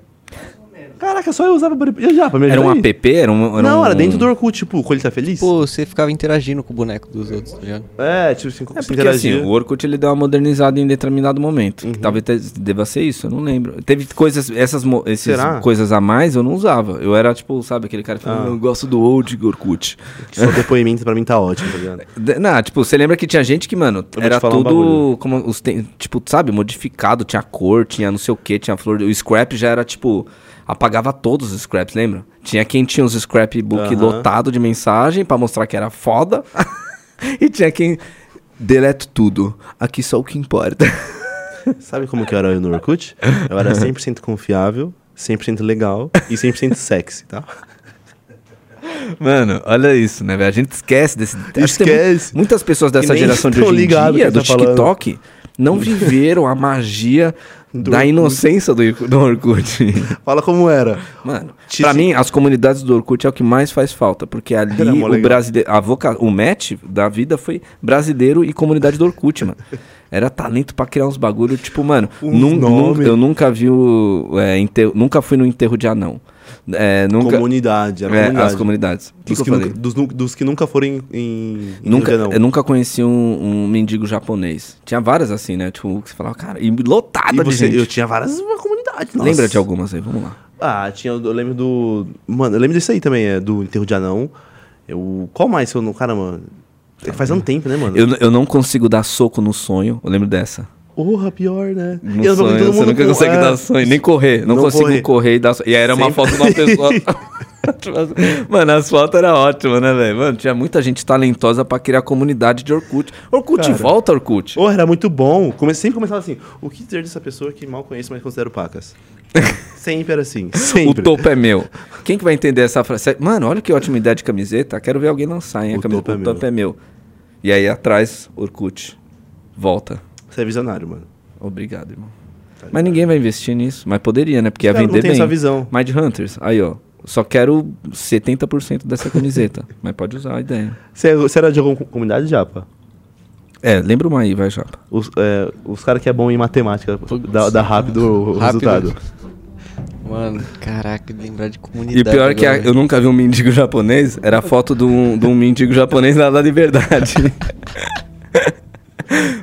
Caraca, só eu usava Buddy Puck. E já, pra me
Era um
ajudar aí?
app? Era um, era
não,
um...
era dentro do Orkut, tipo, Coelho tá feliz?
Pô, você ficava interagindo com o boneco dos outros, tá ligado?
É, tipo, assim, como
É
se
porque assim,
interagia.
o Orkut ele deu uma modernizada em determinado momento.
Uhum.
que talvez te- deva ser isso, eu não lembro. Teve coisas, essas mo- esses
Será? Ah.
coisas a mais eu não usava. Eu era tipo, sabe, aquele cara que fala, eu gosto do old Orkut.
Só depoimento pra mim tá ótimo, tá ligado?
De- Não, tipo, você lembra que tinha gente que, mano,
vou
era
te falar um
tudo
bagulho.
como os tem- tipo, sabe, modificado, tinha cor, tinha não sei o que, tinha flor. O scrap já era tipo apagava todos os scraps, lembra? Tinha quem tinha os scrapbook
Aham.
lotado de mensagem pra mostrar que era foda. e tinha quem deleto tudo. Aqui só o que importa.
Sabe como que eu era eu no Orkut? Eu era 100% confiável, 100% legal e 100% sexy, tá?
Mano, olha isso, né, velho? A gente esquece desse. acho que tem mu-
Esquece.
Muitas pessoas dessa
nem
geração de
tão
hoje em
ligado
dia,
que
do
tá falando.
TikTok, não viveram a magia da inocência do, Orkut- do Orkut.
Fala como era.
Mano,
Te-
pra mim, as comunidades do Orkut é o que mais faz falta, porque
Era
ali
mó
o
legal.
brasileiro. A voca, o match da vida foi brasileiro e comunidade do Orkut, mano. Era talento pra criar uns bagulho, tipo, mano,
Uns
nun- nun-
nome.
eu nunca vi o. é, enterro- nunca fui no enterro de anão. É, nunca,
Comunidade, era
é,
comunidade.
as comunidades. O que,
Dos
que eu
que,
falei?
nunca, dos, nu- dos que nunca foram em. em em Rio
Nunca,
de Janeiro.
eu nunca conheci um, um mendigo japonês. Tinha várias assim, né? Tipo, que você falava, cara, e lotada
E
de
você,
gente.
eu tinha várias comunidades. nossa.
Lembra de algumas aí, vamos lá.
Ah, tinha, eu lembro do. Mano, eu lembro desse aí também, é do enterro de anão. Eu, qual mais? Eu não, caramba. é que Faz um tempo, né, mano?
Eu, eu não consigo dar soco no sonho, eu lembro dessa.
Porra, pior, né?
No
E eu- todo
sonho, você
mundo
nunca
com-
consegue
é.
dar sonho, nem correr. Não,
Não
consigo correr.
correr.
e dar sonho. E aí era uma foto
Sempre.
de uma pessoa. Tipo assim, Mano, as fotos eram ótimas, né, velho? Mano, tinha muita gente talentosa pra criar comunidade de Orkut. Orkut,
Cara.
volta, Orkut.
Oh, era muito bom. Come... Sempre começava assim: o que dizer dessa pessoa que mal conheço, mas considero pacas? sempre era assim. Sempre.
O topo é meu. Quem que vai entender essa frase? Mano, olha que ótima ideia de camiseta. Quero ver alguém lançar, hein? A
O
camiseta.
topo é
o
meu.
topo é meu. E aí atrás, Orkut. Volta.
Você é visionário, mano.
Obrigado, irmão. Mas ninguém vai investir nisso. Mas poderia, né? Porque ia
Cara,
vender
Tá não tem
bem.
essa visão.
Mind Hunters. Aí, ó. Só quero 70% dessa camiseta. mas pode usar a ideia.
Você, é- você era de alguma co- comunidade, Japa?
É, lembra uma aí, vai, Japa.
Os, é, os caras que é bom em matemática, dá, dá rápido o
Rápido.
resultado.
Mano, caraca, lembrar de comunidade.
E
é
pior que a-
agora. né?
eu nunca vi um mendigo japonês, era a foto de um, de um mendigo japonês na da liberdade.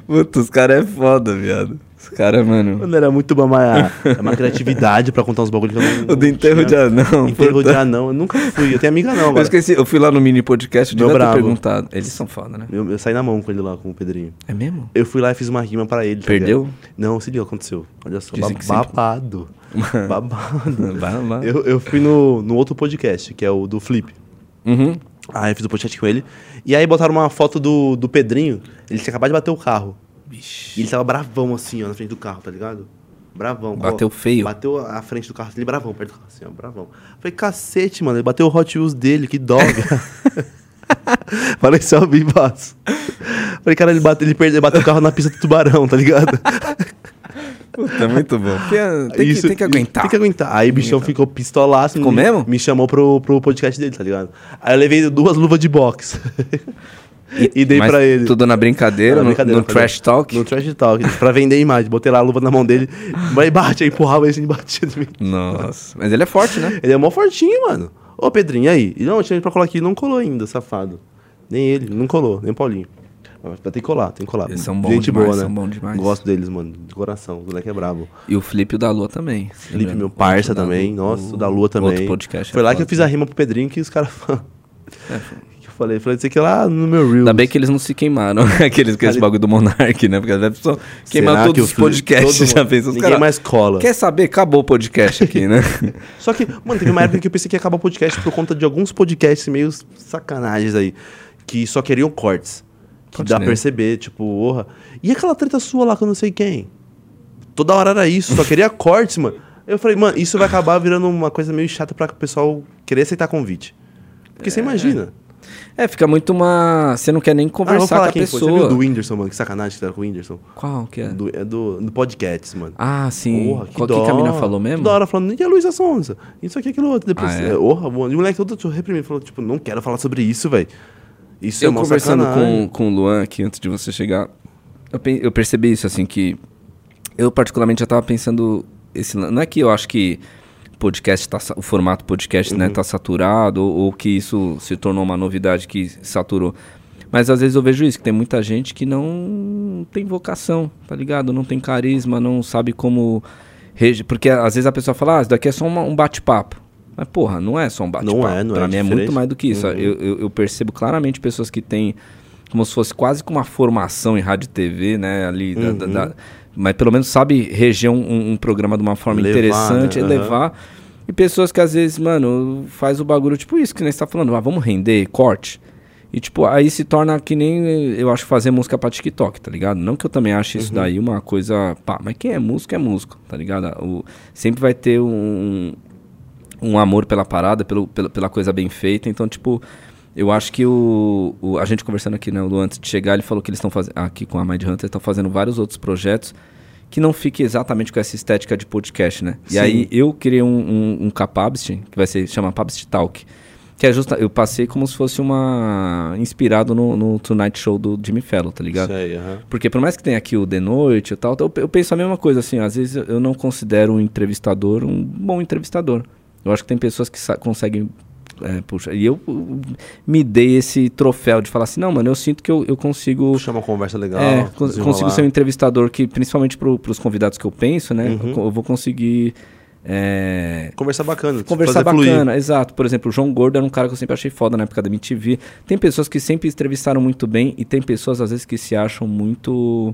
Puta, os caras é foda, viado. Os caras, mano.
Mano, era muito uma, uma, uma criatividade pra contar uns bagulhos que eu não.
O do enterro de anão.
Enterro de
puta.
anão, eu nunca fui. Eu tenho amiga não,
Eu
agora.
esqueci, eu fui lá no mini podcast, eu
Meu
devia ter
brabo.
perguntado. Eles são foda, né?
Eu, eu saí na mão com ele lá, com o Pedrinho.
É mesmo?
Eu fui lá e fiz uma rima pra ele. tá
Perdeu?
ligado? não, se liga, aconteceu. Olha só,
Dizem
ba-
que sempre-
babado. Babado.
Vai lá.
Eu, eu fui no, no outro podcast, que é o do Flip.
Uhum.
Aí eu fiz o podcast com ele. E aí botaram uma foto do, do Pedrinho. Ele tinha acabado de bater o carro. E ele tava bravão assim, ó, na frente do carro, tá ligado? Bravão.
Bateu
Ó,
feio.
Bateu a a frente do carro, ele bravão, perto do carro, assim, ó, bravão. Falei, cacete, mano, ele bateu o Hot Wheels dele, que dó. cara. Falei, só vi, boss. Falei, cara, ele bateu, ele perdeu, bateu o carro na pista do tubarão, tá ligado?
Puta, é muito bom. ah, Tem, que-
Isso-
tem que aguentar.
Tem que aguentar. Aí o bichão ficou pistolaço.
Ficou
me-
mesmo?
Me chamou pro, pro podcast dele, tá ligado? Aí eu levei duas luvas de boxe. e, dei
Mas
pra ele.
Tudo na brincadeira,
Ah,
no,
brincadeira,
no
eu falei.
trash talk.
No trash talk. pra vender a imagem. Botei lá a luva na mão dele. Vai bate, aí empurrava ele assim, batia em mim.
Nossa. Mas ele é forte, né?
Ele é mó fortinho, mano. Ô, Pedrinho, e aí? E não, tinha gente pra colar aqui. Não colou ainda, safado. Nem ele, não colou, nem o Paulinho. Mas Tem que colar, tem que colar. né?
Eles são bons demais, são bons demais.
Gosto deles, mano, de coração. O moleque é brabo.
E o Felipe da Lua também.
Felipe, meu parça também. Nossa, o da Lua também.
Outro podcast.
Foi
é
lá que
foda. É
eu fiz a rima pro Pedrinho que os caras falam. que eu falei, falei disso aqui lá no meu Reels.
Ainda bem que eles não se queimaram, aqueles com esse bagulho do Monark, né? Porque a pessoa queimar
Será que
todos
eu
os
fui-
podcasts,
todo
já
mundo-
fez os
ninguém
caras.
mais cola.
Quer saber? Acabou o podcast aqui, né?
Só que, mano, teve uma época que eu pensei que ia acabar o podcast por conta de alguns podcasts meio sacanagens aí. Que só queriam cortes. Que
Pode
dá
crer.
pra perceber, tipo, porra. E aquela treta sua lá que eu não sei quem? Toda hora era isso, só queria cortes, mano. Eu falei, mano, isso vai acabar virando uma coisa meio chata pra o pessoal querer aceitar convite. Porque você imagina.
é, fica muito uma. Você não quer nem
Ah, eu vou
conversar
falar
com a
quem
pessoa.
foi. Você viu do Whindersson, mano? Que sacanagem que era com o Whindersson.
Qual que é?
Do, é do, do podcast, mano.
Ah, sim.
Porra, que
Qual
dó.
que a mina falou mesmo?
Toda hora falando, e a Luísa Sonza? Isso aqui, aquilo outro. Depois,
Ah, é?
é, porra, mano. E o moleque todo reprimido, falou, tipo, não quero falar sobre isso, velho. Isso é
eu
uma
conversando
sacanagem.
com, com o Luan aqui antes de você chegar, eu, pe- eu percebi isso, assim, que eu particularmente já tava pensando. Esse, lan- não é que eu acho que podcast tá, sa- o formato podcast
Uhum.
né, tá saturado ou, ou que isso se tornou uma novidade que saturou. Mas às vezes eu vejo isso, que tem muita gente que não tem vocação, tá ligado? Não tem carisma, não sabe como. rege- Porque às vezes a pessoa fala, ah, isso daqui é só uma- um bate-papo. Mas, porra, não é só um bate-papo.
Não é, não é,
pra
é
mim é muito
diferente.
mais do que isso.
Uhum.
Eu, eu- eu percebo claramente pessoas que têm como se fosse quase com uma formação em rádio e TV, né? Ali, da- da- da- mas pelo menos sabe reger um- um, um programa de uma forma
Uhum. Levar,
interessante,
né?
elevar. E pessoas que às vezes, mano, faz o bagulho tipo isso que nem você tá falando, ah, vamos render, corte. E tipo, aí se torna que nem eh, eu acho fazer música pra TikTok, tá ligado? Não que eu também ache
Uhum.
isso daí uma coisa, pá, mas quem é músico é músico, tá ligado? O, sempre vai ter um, um amor pela parada, pelo, pela, pela coisa bem feita. Então, tipo, eu acho que o, o- a gente conversando aqui, né, o Lu, antes de chegar, ele falou que eles estão fazendo, aqui com a Mind Hunter, estão fazendo vários outros projetos que não fique exatamente com essa estética de podcast, né? E aí eu criei um, um, um Capabst, que vai se chamar Pabst Talk, que é justa, eu passei como se fosse uma inspirado no, no Tonight Show do Jimmy Fallon, tá ligado?
Isso aí, aham.
Porque por mais que tenha aqui o de noite e tal, eu, eu penso a mesma coisa, assim, às vezes eu- eu não considero um entrevistador um bom entrevistador. Eu acho que tem pessoas que sa- conseguem. é, puxa, e eu uh, me dei esse troféu de falar assim, não, mano, eu sinto que eu, eu consigo.
Puxa uma conversa legal.
é, con-
desenrolar.
consigo ser um entrevistador que, principalmente pro, pros convidados que eu penso, né?
Uhum.
Eu, co- eu vou conseguir. é,
Conversar bacana. tipo,
conversar
fazer fluir.
bacana, exato. Por exemplo, o João Gordo era um cara que eu sempre achei foda na época da MTV. Tem pessoas que sempre entrevistaram muito bem e tem pessoas, às vezes, que se acham muito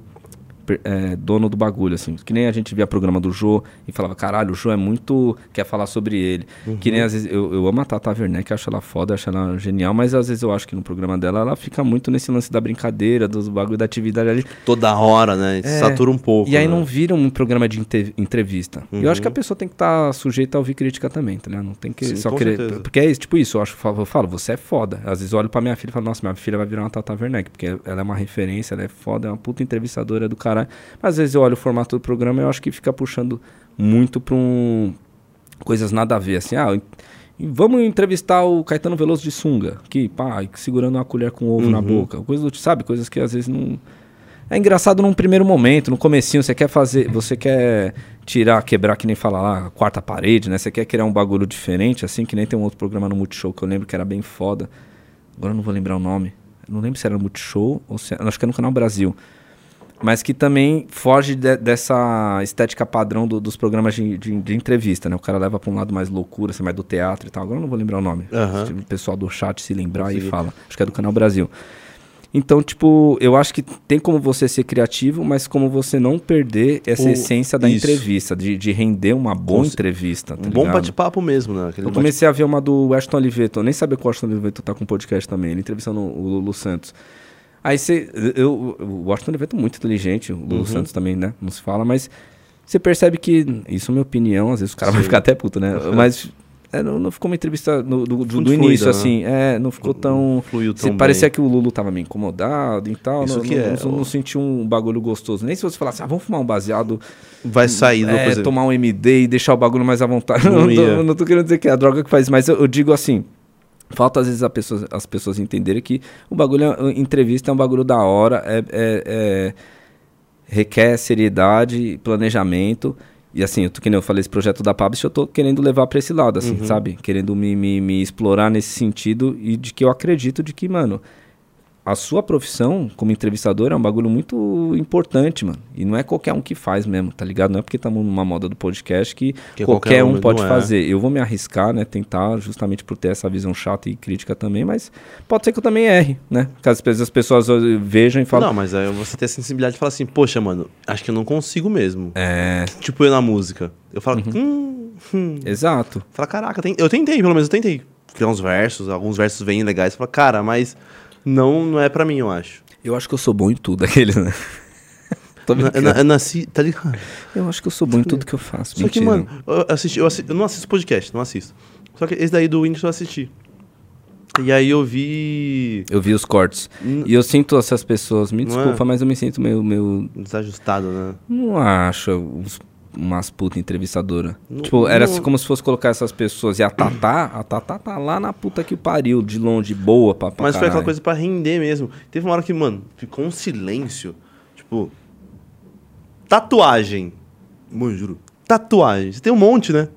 per- é, dono do bagulho, assim. Que nem a gente via programa do Jô e falava, caralho, o Jô é muito... quer falar sobre ele. Que
Uhum.
nem, às vezes, eu, eu amo a Tata Werneck, acho ela foda, acho ela genial, mas às vezes eu acho que no programa dela ela fica muito nesse lance da brincadeira, dos bagulho da atividade ali.
Toda hora, né?
É.
Satura um pouco.
E aí
né? Uhum.
não vira um programa de inte- entrevista. E Eu acho que a pessoa tem que estar sujeita a ouvir crítica também, tá ligado? Não tem que
Sim,
só
com
querer.
certeza.
Porque é isso, tipo isso, eu acho, eu falo- eu falo, você é foda. Às vezes eu olho pra minha filha e falo, nossa, minha filha vai virar uma Tata Werneck, porque ela é uma referência, ela é foda, é uma puta entrevistadora do caralho. Mas às vezes eu olho o formato do programa e eu acho que fica puxando muito pra um. coisas nada a ver, assim, ah. eu- Vamos entrevistar o Caetano Veloso de sunga, que pá, segurando uma colher com ovo
Uhum.
na boca, coisa do, sabe, coisas que às vezes não, é engraçado num primeiro momento, no comecinho, você quer fazer, você quer tirar, quebrar, que nem fala lá, a quarta parede, né? Você quer criar um bagulho diferente, assim, que nem tem um outro programa no Multishow que eu lembro que era bem foda. Agora eu não vou lembrar o nome. Eu não lembro se era no Multishow ou se acho que era no Canal Brasil. Mas que também foge de- dessa estética padrão do- dos programas de, de- de entrevista, né? O cara leva pra um lado mais loucura, assim, mais do teatro e tal. Agora eu não vou lembrar o nome.
Aham.
Se o pessoal do chat se lembrar e fala. Acho que é do Canal Brasil. Então, tipo, eu acho que tem como você ser criativo, mas como você não perder essa
O-
essência da
isso.
entrevista, de, de render uma boa
Com-
entrevista. Tá
Um bom
ligado?
bate-papo mesmo, né? Aquele
Eu comecei a ver uma do Weston Oliveto. Eu nem sabia que o Weston Oliveto tá com podcast também. Ele entrevistando o Lulu Santos. Aí você. Eu, o Weston Oliveto é muito inteligente. O Lulu
Uhum.
Santos também, né? Não se fala, mas você percebe que. Isso é minha opinião. Às vezes o cara vai ficar até puto, né? Mas. é, não, não ficou uma entrevista no- do, do- do
Fluida,
início,
né?
assim. É, não ficou tão.
fluiu
Se
tão
parecia
bem.
que o Lulu tava meio incomodado e tal.
Isso
não,
que
não,
é,
não,
o-
não senti um bagulho gostoso. Nem se você falasse, ah, vamos fumar um baseado
Vai sair, do- por
é,
exemplo.
tomar um MD e deixar o bagulho mais à vontade.
Não
Não, tô-
ia.
não tô querendo dizer que é a droga que faz, mas eu, eu digo assim. Falta às vezes a pessoa- as pessoas entenderem que o bagulho, é- entrevista é um bagulho da hora, é- é- é- requer seriedade, planejamento. E assim, eu tô, que nem eu falei, esse projeto da Pabst, eu tô querendo levar pra esse lado,
Uhum.
assim, sabe? Querendo me, me- me explorar nesse sentido e de que eu acredito de que, mano, a sua profissão como entrevistador é um bagulho muito importante, mano. E não é qualquer um que faz mesmo, tá ligado? Não é porque estamos numa moda do podcast que,
Que
qualquer,
qualquer um,
um
mas
pode
não é.
fazer. Eu vou me arriscar, né? Tentar, justamente por ter essa visão chata e crítica também, mas pode ser que eu também erre, né? Caso as pessoas vejam e falem.
Não, mas aí você tem a sensibilidade de falar assim, poxa, mano, acho que eu não consigo mesmo.
É, Uhum.
Tipo eu na música. Eu falo, hum, hum.
exato.
Fala, caraca, tem- eu tentei, pelo menos eu tentei criar uns versos, alguns versos bem legais. Fala, cara, mas não, não é pra mim, eu acho.
Eu acho que eu sou bom em tudo, aquele, né? Tô
Eu, na- eu
brincando.
na- eu nasci, tá ligado?
Eu acho que eu sou bom em tudo que eu faço.
Só que,
Mentira.
mano, eu, assisti, eu, assi- eu não assisto podcast, não assisto. Só que esse daí do Windows eu assisti. E aí eu vi.
Eu vi os cortes.
N-
E eu sinto essas pessoas. Me
Não é?
desculpa, mas eu me sinto meio. meio
Desajustado, né?
não acho uns- umas puta entrevistadora.
Não-
tipo, era
não-
como se fosse colocar essas pessoas. E a Tatá, a Tatá tá lá na puta que o pariu, de longe, boa pra, pra
Mas foi aquela
caralho.
coisa pra render mesmo. Teve uma hora que, mano, ficou um silêncio. Tipo. Tatuagem. Mano, juro. Tatuagem. Você tem um monte, né?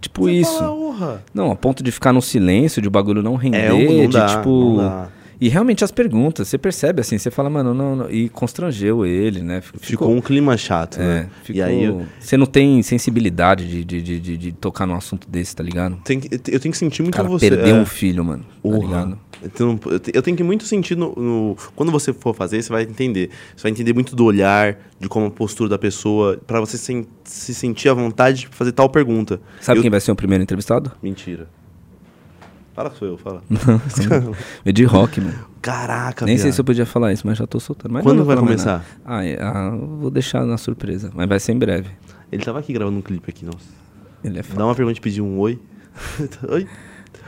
Tipo
Você
isso.
fala, "Porra."
Não, a ponto de ficar no silêncio, de o bagulho não render,
É, não, não
de
dá,
tipo.
não dá.
E realmente as perguntas, você percebe assim, você fala, mano, não, não. E constrangeu ele, né? Ficou.
Ficou um clima chato,
É,
né?
ficou...
E aí eu
Você não tem sensibilidade de, de, de, de, de tocar num assunto desse, tá ligado?
tenho, que, eu tenho que sentir
O
muito
cara
você.
perdeu
é.
um filho, mano. Tá ligado?
Eu tenho- um, eu te- eu tenho que muito sentir no, no- Quando você for fazer, você vai entender. Você vai entender muito do olhar, de como a postura da pessoa, pra você sen- se sentir à vontade de fazer tal pergunta.
Sabe
Eu-
quem vai ser o primeiro entrevistado?
Mentira. Fala que sou eu, fala.
Edi É Rock, mano.
Caraca,
Nem sei
viado.
se eu podia falar isso, mas já tô soltando. Mas
Tá Quando
não vou
vai
falar mais nada.
começar?
Ah, é- ah, eu vou deixar na surpresa. Mas vai ser em breve.
Ele tava aqui gravando um clipe aqui, nossa.
Ele é foda.
Dá uma vergonha de pedir um oi. oi.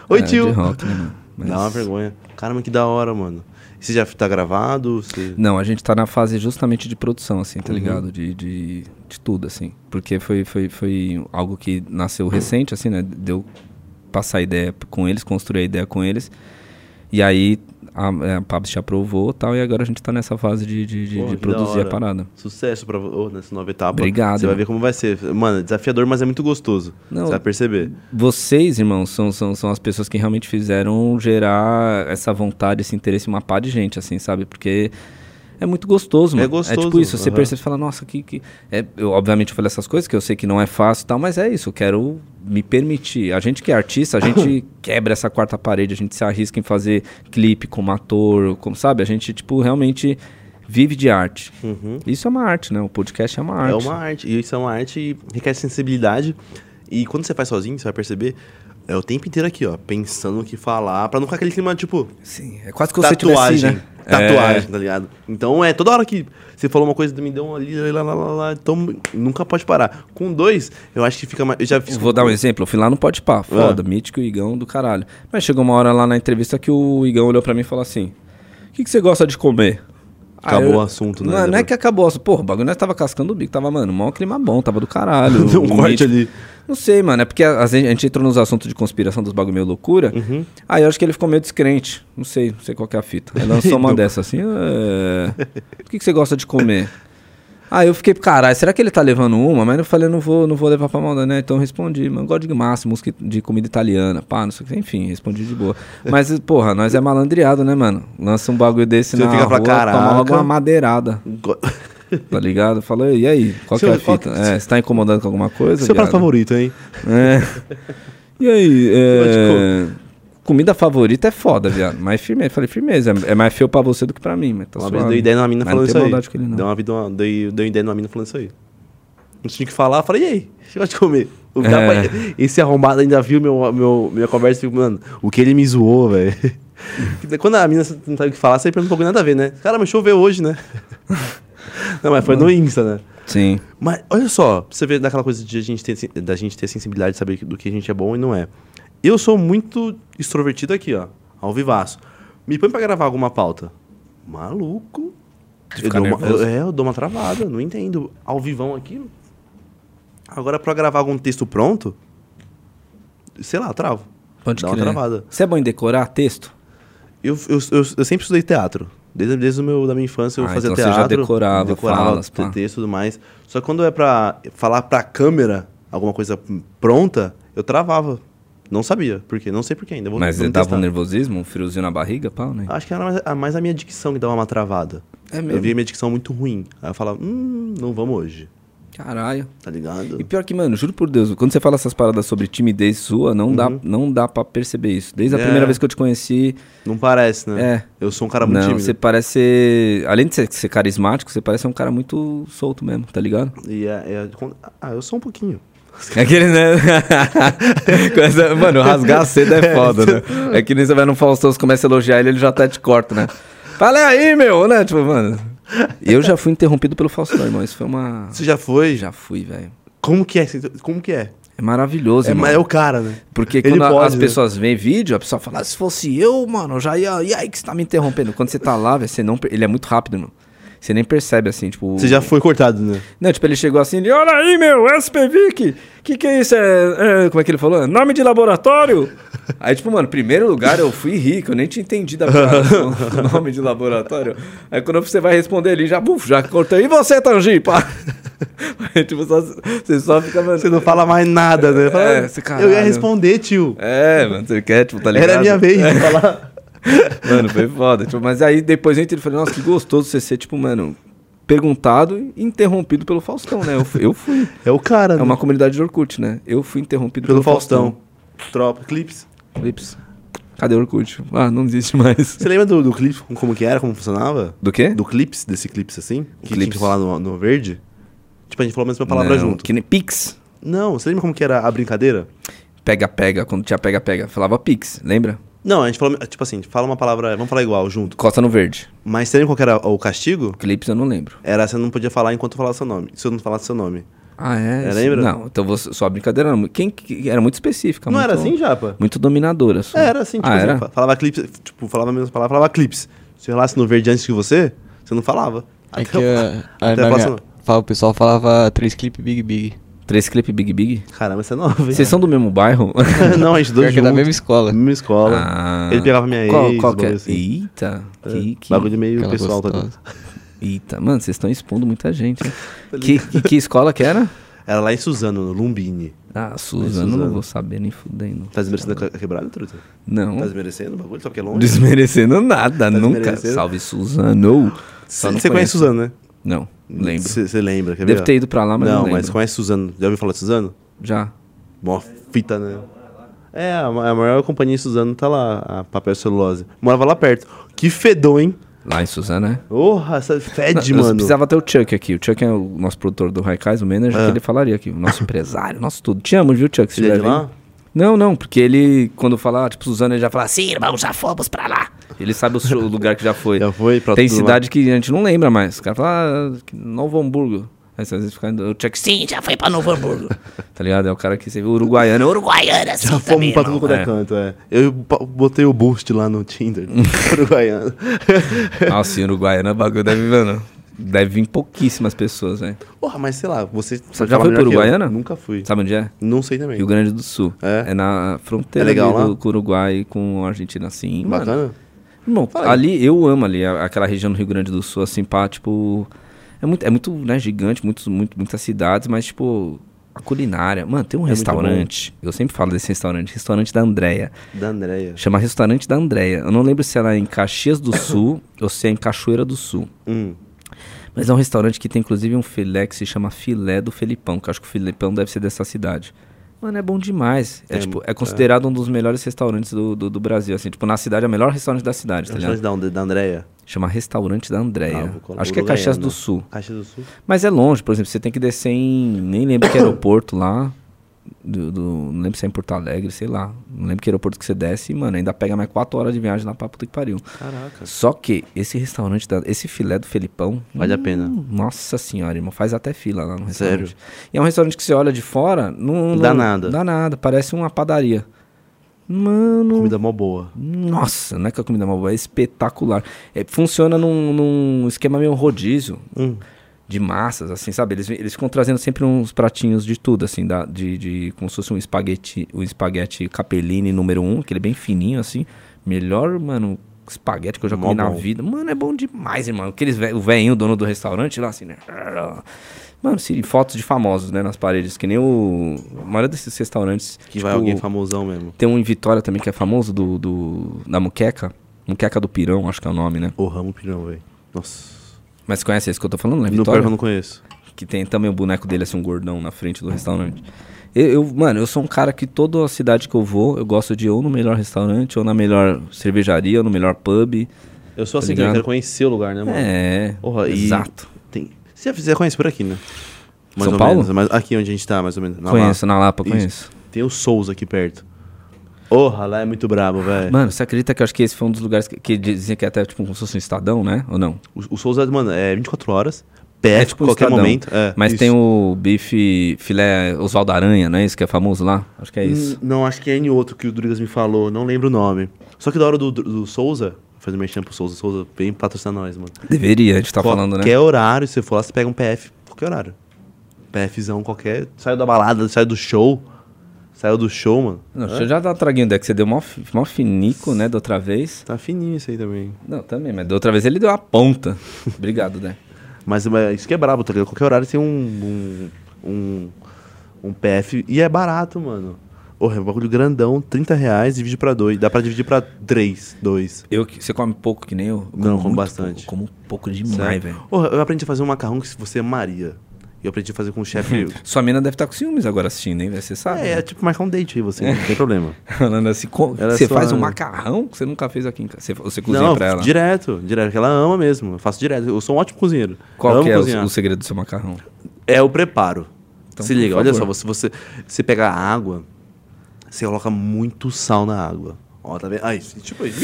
Oi,
É,
tio.
Ed Rock, né, mano? Mas-
Dá uma vergonha. Caramba, que da hora, mano. Você já tá gravado? Você...
Não, a gente tá na fase justamente de produção, assim,
Uhum.
tá ligado? De, de, de tudo, assim. Porque foi, foi, foi algo que nasceu recente, assim, né? Deu passar a ideia p- com eles, construir a ideia com eles. E aí a, é, a Pabst aprovou e tal, e agora a gente tá nessa fase de, de, de-
Porra,
de
que da
produzir a
hora.
parada.
Sucesso pra, ô, nessa nova etapa.
Obrigado,
Você vai
mano.
ver como vai ser. Mano, é desafiador, mas é muito gostoso.
Não.
Você vai perceber.
Vocês, irmãos, são, são, são as pessoas que realmente fizeram gerar essa vontade, esse interesse em uma pá de gente, assim, sabe? Porque é muito gostoso,
É
mano.
gostoso,
tipo isso, você
aham.
percebe e fala, nossa, que. que... É, eu, obviamente eu falei essas coisas, que eu sei que não é fácil e tal, mas é isso, eu quero me permitir. A gente que é artista, a gente quebra essa quarta parede, a gente se arrisca em fazer clipe como ator, como sabe? A gente, tipo, realmente vive de arte. Isso é uma arte, né? O podcast é uma arte.
Uhum. É uma arte. E isso é uma arte e requer sensibilidade. E quando você faz sozinho, você vai perceber. É o tempo inteiro aqui, ó, pensando o que falar, pra não ficar aquele clima, tipo,
Sim, é quase que você tivesse,
tatuagem.
né?
Tatuagem, tá ligado? Então é toda hora que você falou uma coisa, me deu uma ali, lá, lá, lá, lá, então nunca pode parar. Com dois, eu acho que fica mais. Eu já fiz.
Vou dar um exemplo, eu fui lá no Pode
Ah.
Pá, foda, mítico Igão do caralho. Mas chegou uma hora lá na entrevista que o Igão olhou pra mim e falou assim: O que, que você gosta de comer?
Acabou
Aí eu-
o assunto, né?
Não, não é que acabou o assunto. Porra, o bagulho nós tava cascando o bico, tava, mano, mó clima bom, tava do caralho.
Deu um
O
corte
Mítico-
ali.
Não sei, mano, é porque a, a gente entrou nos assuntos de conspiração dos bagulho meio loucura.
Uhum.
Aí eu acho que ele ficou meio descrente. Não sei, não sei qual que é a fita. Aí lançou uma dessa assim: é... O que, que você gosta de comer? Aí eu fiquei, caralho, será que ele tá levando uma? Mas eu falei, não vou, não vou levar pra maldade, né? Então eu respondi, mano, gosto de massa, música de comida italiana, pá, não sei o que, enfim, respondi de boa. Mas, porra, nós é malandreado, né, mano? Lança um bagulho desse
Você
na
fica
rua,
pra
toma logo
caraca.
uma madeirada,
Go-
tá ligado? Fala, e aí, qual que é a
Seu- qual
fita? É, você tá incomodando com alguma coisa?
Seu prato
viado?
favorito, hein?
É. E aí, é...
Você
comida favorita é foda, viado. Mas firmeza, falei, firmeza. É mais feio pra você do que pra mim, mas tá
uma
suave.
vez deu ideia numa mina
Mas
falando
não
isso
tem
aí.
maldade com ele, não.
Deu uma vida, uma, dei, deu ideia numa mina falando isso aí. Não tinha o que falar, eu falei, e aí? O que você gosta de comer? O
É.
cara- Esse arrombado ainda viu meu, meu, minha conversa e ficou, mano, o que ele me zoou, velho. Quando a mina não sabe o que falar, você pergunta um pouco nada a ver, né? Cara, mas choveu hoje, né? não, mas foi no Insta, né?
Sim.
Mas olha só, pra você vê daquela coisa de a gente ter, sen- da gente ter sensibilidade de saber do que a gente é bom e não é. Eu sou muito extrovertido aqui, ó, ao vivaço. Me põe pra gravar alguma pauta. Maluco. Eu
ficar
dou uma,
nervoso.
eu- é, eu dou uma travada, não entendo. Ao vivão aqui. Agora, pra gravar algum texto pronto, sei lá, eu travo.
Pode
Dá uma
crer.
travada.
Você é bom em decorar texto?
Eu, eu, eu, eu sempre estudei teatro. Desde, desde o meu, da minha infância eu
Ah,
fazia
então você já
teatro.
decorava falas,
te-
pá.
texto e tudo mais. Só que quando é pra falar pra câmera alguma coisa pronta, eu travava. Não sabia, por quê? Não sei por quê ainda. Vou,
Mas
vamos
ele dava
testar. Ah,
um nervosismo, um friozinho na barriga, pau, né?
Acho que era mais a, mais a minha dicção que dava uma travada.
É
Eu
mesmo?
via minha dicção muito ruim. Aí eu falava, hum, não vamos hoje.
Caralho.
Tá ligado?
E pior que, mano, juro por Deus, quando você fala essas paradas sobre timidez sua, não, dá, não dá pra perceber isso. Desde a
Uhum. É.
primeira vez que eu te conheci,
Não parece, né?
É.
Eu sou um cara muito
não,
tímido.
você parece ser... Além de ser, ser carismático, você parece ser um cara muito solto mesmo, tá ligado?
E é- é- con- ah, eu sou um pouquinho.
Aquele, né? Com essa- Mano, rasgar a seda é foda, né? É que nem você vai no Faustão, você começa a elogiar ele, ele já até te corta, né? Fala aí, meu, né? Tipo, mano... Eu já fui interrompido pelo Faustão, irmão. Isso foi uma...
Você já foi?
Já fui, velho.
Como que é? Como que é?
É maravilhoso,
É,
irmão.
mas é o cara, né?
Porque
Ele
quando a-
pode,
as
né?
pessoas veem vídeo, a pessoa fala, "Ah, se fosse eu, mano, eu já ia. E aí que você tá me interrompendo? Quando você tá lá, velho, você não. per- Ele é muito rápido, mano. Você nem percebe, assim, tipo.
Você já foi cortado, né?
Não, tipo, ele chegou assim, ele, olha aí, meu, SPVIC! Que que é isso? É, é, como é que ele falou? Nome de laboratório? Aí, tipo, mano, primeiro lugar eu fui rico, eu nem tinha entendido a piada do nome de laboratório. Aí quando você vai responder, ele já, buf, já cortou. E você, Tangi? Pá? Aí, tipo, só- você só fica, mano.
Você não fala mais nada, né? Fala,
É, esse
eu ia
caralho."
responder, tio.
É, mano, você quer, tipo, tá ligado?
Era a minha vez de falar.
Mano, foi foda. Tipo, mas aí depois eu entrei e falei, nossa, que gostoso você ser, tipo, mano, perguntado e interrompido pelo Faustão, né? Eu fui. eu fui.
É o cara,
É
né?
uma comunidade de Orkut, né? Eu fui interrompido
Pelo Faustão. Tropa, clipes.
Clips. Cadê o Orkut? Ah, não existe mais.
Você lembra do, do clipe, como que era, como funcionava?
Do quê?
Do clipes, desse clipes assim? Que tinha que
Clipes.
rolar no, no verde? Tipo, a gente falou a mesma palavra
Não,
junto.
Que nem Pix.
Não, você lembra como que era a brincadeira?
Pega, pega. Quando tinha pega, pega. Falava Pix, lembra?
Não, a gente falou, tipo assim, fala uma palavra, vamos falar igual, junto.
Costa no verde.
Mas você lembra qual que era o castigo?
Clips eu não lembro.
Era você não podia falar enquanto eu falava seu nome. Se eu não falasse seu nome.
Ah, é?
É, lembra?
Não, então você, sua brincadeira era muito, quem, que- era muito específica.
Não
Tá muito-
era assim, Japa?
Muito dominadora. sua.
Era assim, tipo
ah,
assim,
era?
fa- falava clipes, tipo, falava a mesma palavra, falava clipes. Se eu falasse no verde antes que você, você não falava.
É
Até
que
eu-
ah, ah,
até
na minha-
a próxima.
fala- o pessoal falava três clipes Big Big.
Três clipe Big Big?
Caramba, você é nova, hein?
Vocês são do mesmo bairro?
não, a gente
Pior
dois
que é da mesma
juntos.
escola.
Mesma escola.
Ah.
Ele pegava minha
Qual,
ex,
qual que é?
bagulho assim.
Eita, que, que-
Bagulho meio
Aquela
pessoal, tá
gostosa.
ligado?
Eita, mano, vocês estão expondo muita gente. Né? que, que, que escola que era?
Era lá em Suzano, no Lumbini.
Ah, Suzano,
Suzano.
não vou saber nem fudendo.
Tá desmerecendo a quebrada, Truta?
Não,
Tá desmerecendo o bagulho, só que é longe.
desmerecendo nada, nunca.
desmerecendo?
Salve Suzano. Só não
Você conhece
conheço.
Suzano, né?
Não, lembro.
Você lembra, quer
Deve
ver?
ter ido pra lá, mas não,
Não, mas
lembro.
conhece Suzano. Já ouviu falar de Suzano?
Já.
Mó fita, né? É, a ma- a maior companhia em Suzano tá lá, a Papel Celulose. Morava lá perto. Que fedor, hein?
Lá em Suzano, é?
Porra, essa fede,
Não, eu
mano.
Precisava ter o Chuck aqui. O Chuck é o nosso produtor do Raikais, o manager, que ele falaria aqui. O nosso empresário, nosso tudo. Te amo, viu, Chuck? Se
Ele Ah. é de
estiver
lá?
vendo. Não, não, porque ele, quando falar, tipo, Suzano, ele já fala assim, irmão, já fomos pra lá. Ele sabe o, seu- o lugar que já foi.
Já foi pra
Tem
tudo
cidade que a gente não lembra mais. O cara fala, ah, que Novo Hamburgo. Aí às vezes fica indo, o Chuck, sim, já foi pra Novo Hamburgo. tá ligado? É o cara que você viu, uruguaiano, uruguaiana, sim,
Já fomos
também,
pra tudo
irmão.
quanto é
É.
canto, é. Eu pa- botei o boost lá no Tinder, uruguaiano.
Nossa, e uruguaiana, o bagulho deve, mano, deve vir pouquíssimas pessoas, velho.
Porra, mas sei lá, você...
Você
sabe
já
falar
foi
melhor
pro
que eu.
Uruguaiana?
Nunca fui.
Sabe onde é?
Não sei também.
Rio Grande do Sul.
É?
É na fronteira
É legal
ali
lá?
do com o Uruguai com a Argentina, assim. mano.
Bacana?
Irmão,
Fala aí.
ali eu amo ali, a- aquela região do Rio Grande do Sul, assim, pá, tipo. É muito, é muito né, gigante, muitos, muito, muitas cidades, mas, tipo, a culinária. Mano, tem um restaurante. Eu sempre falo desse restaurante, restaurante da Andréia.
Da Andréia.
Chama Restaurante da Andréia. Eu não lembro se era em Caxias do Sul ou se é em Cachoeira do Sul.
Hum.
Mas é um restaurante que tem inclusive um filé que se chama filé do Felipão, que eu acho que o Felipão deve ser dessa cidade. Mano, é bom demais. É, tipo, é considerado um dos melhores restaurantes do, do, do Brasil, assim. Tipo, na cidade é o melhor restaurante da cidade, tá ligado?
Restaurante da And- da Andréia.
Chama Restaurante da
Ah,
Andréia.
vou colocar
acho que é
Uruguaiana.
Caxias do Sul.
Caxias do Sul.
Mas é longe, por exemplo, você tem que descer em... Nem lembro que aeroporto lá. do- do- não lembro se é em Porto Alegre, sei lá. Não lembro que aeroporto que você desce. E, mano, ainda pega mais 4 horas de viagem lá pra puta que pariu.
Caraca.
Só que esse restaurante, da- esse filé do Felipão...
Vale a pena.
Hum. Nossa senhora, irmão, faz até fila lá no
Sério?
restaurante. E é um restaurante que você olha de fora, não,
Não dá
não-
nada.
Dá nada, parece uma padaria. Mano,
Comida mó boa.
nossa, não é que a comida é uma boa, é espetacular. É, funciona num, num esquema meio rodízio
Hum.
de massas, assim, sabe? Eles, eles ficam trazendo sempre uns pratinhos de tudo, assim, da, de, de- como se fosse um espaguete, um espaguete capellini número um, aquele bem fininho, assim. Melhor, mano, espaguete que eu já
Mó
comi na
bom.
vida. Mano, é bom demais, irmão. Aqueles, ve- o velhinho, dono do restaurante lá, assim, né? Mano, se, fotos de famosos, né, nas paredes. Que nem o. A maioria desses restaurantes.
Que
tipo,
vai alguém famosão mesmo.
Tem um em Vitória também que é famoso, do, do da Muqueca. Muqueca do Pirão, acho que é o nome, né?
O ramo pirão, velho. Nossa.
Mas você conhece esse que eu tô falando, né?
No pior
Vitória?
que eu não conheço.
Que tem também o boneco dele, assim, um gordão na frente do restaurante. Eu, eu- mano, eu sou um cara que toda a cidade que eu vou, eu gosto de ir ou no melhor restaurante, ou na melhor cervejaria, ou no melhor pub.
Eu sou
Tá
assim também,
ligado?
quero conhecer o lugar, né, mano?
É,
Porra, e-
exato.
Tem... Você já- você já conhece por aqui, né?
São
ou
Paulo?
menos. Mas aqui onde a gente tá, mais ou menos. na
conheço, na Lapa,
Isso.
conheço.
Lapa. Tem o Souza aqui perto. Porra, lá é muito brabo, velho.
Mano, você acredita que eu acho que esse foi um dos lugares que, que dizia que é até tipo como se fosse um estadão, né? Ou não?
O, o Souza, mano, é 24 horas. Perto,
tipo um
qualquer
Estadão.
momento. É,
Mas
isso.
tem um o bife filé Oswaldo Aranha, não é isso que é famoso lá? Acho que é isso.
Hum, Não, acho que é em outro que o Durigas me falou, não lembro o nome. Só que da hora do, do Souza, fazer merchan pro Souza, Souza vem patrocinar nós, mano.
Deveria, a gente tá falando, né?
Qualquer horário, se você for lá, você pega um PF, qualquer horário. PFzão qualquer, saiu da balada, saiu do show. Saiu do show, mano.
Não, deixa eu já dar um traguinho daqui, que você deu mó, fi- mó finico, né, da outra vez.
Tá fininho isso aí também.
Não, também, mas da outra vez ele deu a ponta. Obrigado, né?
Mas, mas isso que é brabo, tá ligado? Qualquer horário tem um. um. um, um PF. E é barato, mano. Porra, é um bagulho grandão, 30 reais, divide pra dois. Dá pra dividir pra três, dois.
Eu, que- você come pouco que nem eu? eu
Não, como
muito
bastante.
pouco, eu como pouco demais, velho.
Porra, eu aprendi a fazer um macarrão que você Maria. Eu aprendi a fazer com o chefe.
Sua mina deve estar com ciúmes agora assistindo, hein? velho? Você sabe?
é, é
né?
tipo marcar um date aí, você, não tem problema.
Falando assim, co-
Ela
você
só-
faz um macarrão que você nunca fez aqui em casa. Você, você cozinha
não,
pra ela.
direto, direto, que ela ama mesmo. Eu faço direto. Eu sou um ótimo cozinheiro.
Qual
Amo
que é
cozinhar.
o, o segredo do seu macarrão?
É o preparo.
Então,
Se liga,
por
olha só,
favor.
você, você, você pega a água, você coloca muito sal na água. Ó, tá vendo? Aí, tipo, menina!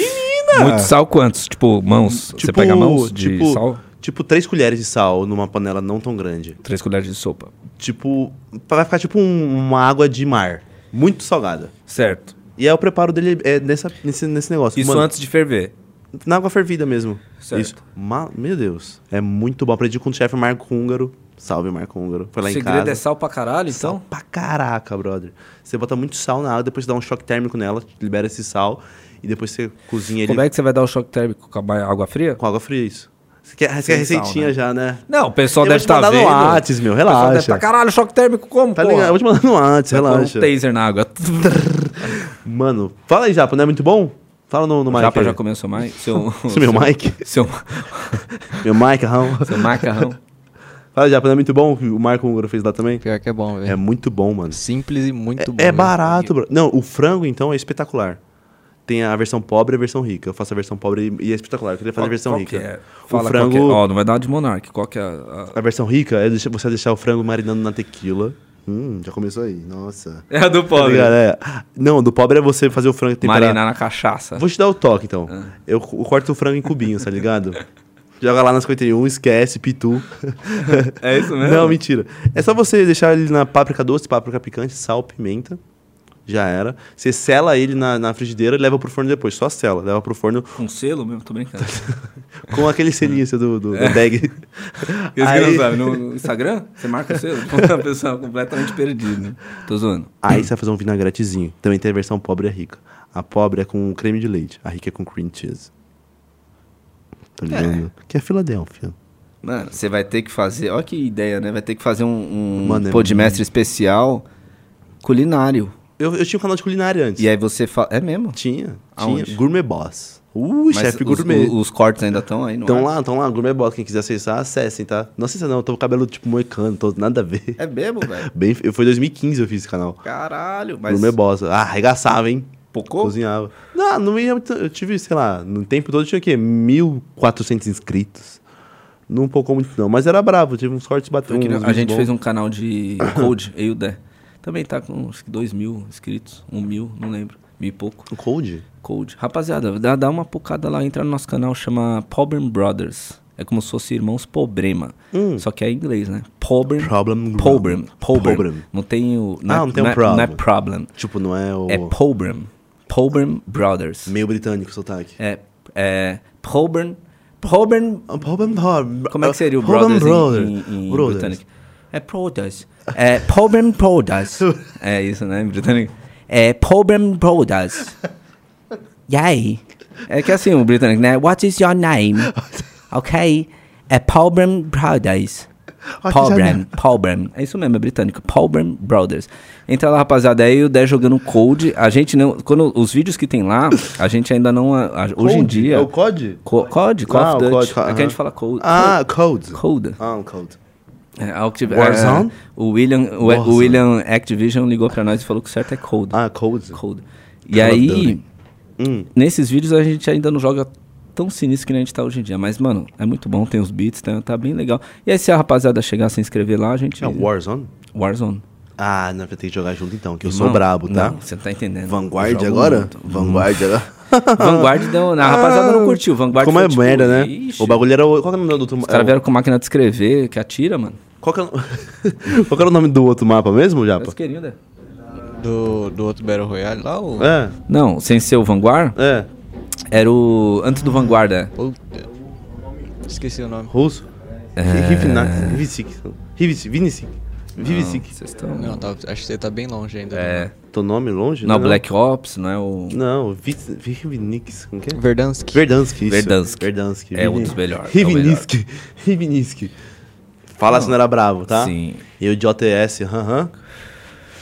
Muito sal quantos? Tipo, mãos? você
Tipo-
pega mãos de
tipo-
sal?
Tipo, três colheres de sal numa panela não tão grande.
Três colheres de sopa.
Tipo, vai ficar tipo um- uma água de mar. Muito salgada.
Certo.
E aí o preparo dele é nessa, nesse, nesse negócio.
Isso
Mano,
antes de ferver.
Na água fervida mesmo.
Certo.
Ma- Meu Deus. É muito bom. Aprendi com o chefe Marco Húngaro. Salve, Marco Húngaro. Foi lá
o
em
segredo
casa.
é sal pra caralho,
Sal
então?
pra caraca, brother. Você bota muito sal na água, depois você dá um choque térmico nela, libera esse sal, e depois você cozinha ele
Como é que você vai dar o choque térmico com a ba- água fria?
com água fria, isso. Você quer, você
Sem
quer receitinha
sal, né?
já, né?
Não, o pessoal
Eu vou
deve
te
estar
mandar no
vendo.
Whats, meu,
O pessoal
relaxa.
deve tá, caralho, choque térmico como,
Tá
porra?
ligado? Eu vou te mandar no antes,
Vai pôr
relaxa.
Um taser na água.
Mano, fala aí, Japa, não é muito bom? Fala no, no mic.
Japa
aí.
já comeu seu mic? Seu,
Esse é meu mic?
Seu,
Meu mic, Raul.
seu macarrão.
Fala, Japa, não é muito bom? que O Marco Húngaro fez lá também?
Pior que é bom,
É
velho.
muito bom, mano.
Simples e muito bom.
É,
né?
é
velho.
barato, bro. Não, o frango, então, é espetacular. Tem a versão pobre e a versão rica. Eu faço a versão pobre e e é espetacular. Eu queria fazer a versão
Qual que
rica.
é?
o
Fala qual
frango.
que é. Ó, não vai dar uma de Monark. Qual que é a... a-
A versão rica é deixa- você deixar o frango marinando na tequila. Hum, já começou aí. Nossa.
É a do
Tá ligado? É. Não, do pobre é você fazer o frango temperar.
Marinar na cachaça.
Vou te dar o toque, então.
Ah.
Eu co- eu corto o frango em cubinhos, tá ligado? Joga lá na 51, esquece, pitu.
É isso mesmo?
Não, mentira. É só você deixar ele na páprica doce, páprica picante, sal, pimenta. Já era. Você sela ele na, na frigideira e leva pro forno depois. Só sela. Leva pro forno
Com selo mesmo? Tô brincando.
com aquele selinho seu do, do, do bag.
Eles É. que
Aí-
não sabem, no no Instagram, você marca o selo. A pessoa completamente perdida. Tô zoando.
Aí você vai fazer um vinagretezinho. Também tem a versão pobre e a rica. A pobre é com creme de leite. A rica é com cream cheese. Tá ligado? Que é Filadélfia.
Mano, você vai ter que fazer. Olha que ideia, né? Vai ter que fazer um, um
Mano, é
podmestre especial culinário.
Eu, eu tinha um canal de culinária antes.
E aí você fala. É mesmo?
Tinha.
Aonde?
Tinha. Gourmet Boss. Uh,
Mas
chefe
os-
gourmet.
Os, os cortes ainda estão aí, não é?
Estão lá, estão lá, Gourmet Box, quem quiser acessar, acessem, tá? Não acessa não, eu tô com o cabelo tipo moicano, tô, nada a ver.
É mesmo, velho?
Bem, eu- foi 2015 eu fiz esse canal.
Caralho, mas.
Gourmet Boss. Ah, arregaçava, hein?
Pocô?
Cozinhava. Não, não ia muito- Eu tive, sei lá, no tempo todo eu tinha o quê? 1.400 inscritos. Não pocou muito não, mas era bravo, tive uns cortes
Foi
batendo.
que a gente fez um canal de Code, eu e o Dé. Também tá com acho que dois mil inscritos, um mil, não lembro, mil e pouco.
Um cold?
Code. Rapaziada, dá, dá uma pocada lá, entra no nosso canal, chama Problem Brothers. É como se fosse Irmãos Problema. Só que é em inglês, né? Problem.
Hum. Problem.
Problem. Problem.
Problem.
Não tem o.
Ah, não tem um problem.
Não é problem.
Tipo, não é o...
É Problem. Problem Brothers.
Meio britânico o sotaque.
É. É. Problem. Problem.
Problem Brothers.
Como é que seria o
Problem Brother.
Brothers, em, em, em
Oh, Brothers.
britânico? É Brothers. É Problem Brothers. É isso, né? Em britânico. É Problem Brothers. E aí? É que assim, o britânico, né? What is your name? Ok. É Problem Brothers.
Ah,
Paul Bram, Paul Bram. É isso mesmo, é britânico. Paul Bram Brothers. Entra lá, rapaziada. Aí o 10 jogando um Code. A gente não. Quando, os vídeos que tem lá, a gente ainda não. a- a- hoje em dia.
É o COD?
Co- Code? Call
Ah,
of
o COD,
Duty. É que a
aham.
gente fala Code.
Ah, Code.
Code.
Ah, um Code.
É, algo que-
Warzone?
é, o, William, o, o
Warzone.
William Activision ligou pra nós e falou que o certo é Code.
Ah, é. Code.
Code. E
Call of
aí,
Duty. Hum.
nesses vídeos a gente ainda não joga tão sinistro que nem a gente tá hoje em dia. Mas, mano, é muito bom, tem os beats, tá, tá bem legal. E aí, se a rapaziada chegar a se inscrever lá, a gente.
É o Warzone?
Warzone.
Ah, não, vai ter que jogar junto então, que eu
Irmão,
sou brabo, tá?
não, Você não tá entendendo.
Vanguard
Jogo
agora?
muito.
Vanguard agora?
Vanguard não. A rapaziada não curtiu. Vanguard
Como
foi,
é
tipo,
merda, né?
ixi.
O bagulho era. o- Qual que era o nome do outro
Os caras
mapa?
vieram com máquina de escrever, que atira, mano.
Qual, que era... o- qual que era o nome do outro mapa mesmo, Japa?
Mas querida.
Do, do outro Battle Royale lá, o.
É,
Não, sem ser o Vanguard,
é.
era o. Antes do Vanguard, é.
Puta. Esqueci o nome.
Russo? Rivisic. Rivisic. Vinicic. Vivisic.
Vocês estão.
Não, tá- acho que você tá bem longe ainda.
É.
Teu nome longe?
Não,
né,
Black Ops, não é o.
Não, Vits- Vivnix. Como que é?
Verdansk.
Verdansk, isso.
Verdansk.
Verdansk.
É um dos melhores, é o
Rivnisk. Rivnisk. Fala se não era bravo, tá?
Sim.
E o de OTS, aham.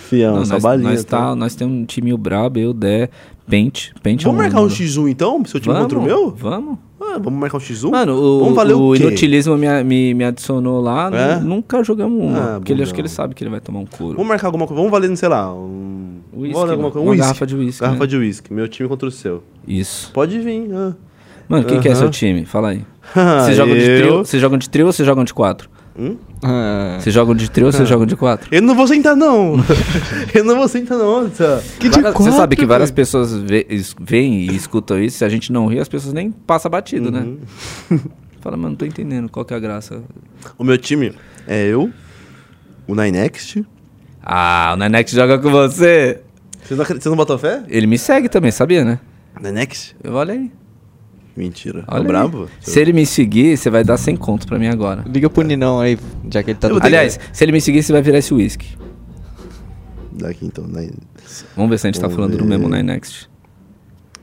Fião,
Não,
essa
nós,
balinha.
nós, tá, nós temos um timinho brabo, eu, Dé, Pente. Pente
Vamos
é
marcar um X1 então? Seu time contra o meu?
Vamos.
Ah, vamos marcar um X1?
Mano, o,
vamos valer o,
o
quê?
Inutilismo me, me, me adicionou lá,
É?
nu- nunca jogamos uma.
Ah,
porque ele, acho
bundão.
que ele sabe que ele vai tomar um couro.
Vamos marcar alguma coisa. Vamos valer, sei lá, um.
Whisky,
Bora alguma
mano.
coisa. Um
Uma
whisky.
garrafa de whisky,
Garrafa
né?
de whisky. Meu time contra o seu.
Isso.
Pode vir. ah.
Mano, quem que é
Aham. Ah,
seu time? Fala aí. Vocês jogam, de
Eu- Hum?
trio, vocês jogam de trio ou vocês jogam de quatro?
Ah,
Vocês jogam de trio ou vocês jogam de quatro?
Eu não vou sentar, não. eu não vou sentar, não. Anta.
Várias- Você sabe que várias pessoas vê- es- veem e escutam isso, se a gente não ri, as pessoas nem passam batido, né? Fala, mano, não tô entendendo qual que é a graça.
O meu time é eu, o Ninext.
Ah, o Nanex joga com você.
Vocês não, acreditam- vocês não botam fé?
Ele me segue também, sabia, né?
Ninext?
Eu olha aí.
Mentira.
Olha
Tô
aí.
brabo?
Se ele me seguir, você vai dar 100 conto pra mim agora.
liga pro Ninão aí, já que ele tá
Eu
do
tenho-
Aliás, se ele me seguir, você vai virar esse whisky.
Daqui então. Nine-
Vamos ver se a gente tá
Vamos
falando do
ver.
mesmo na Next.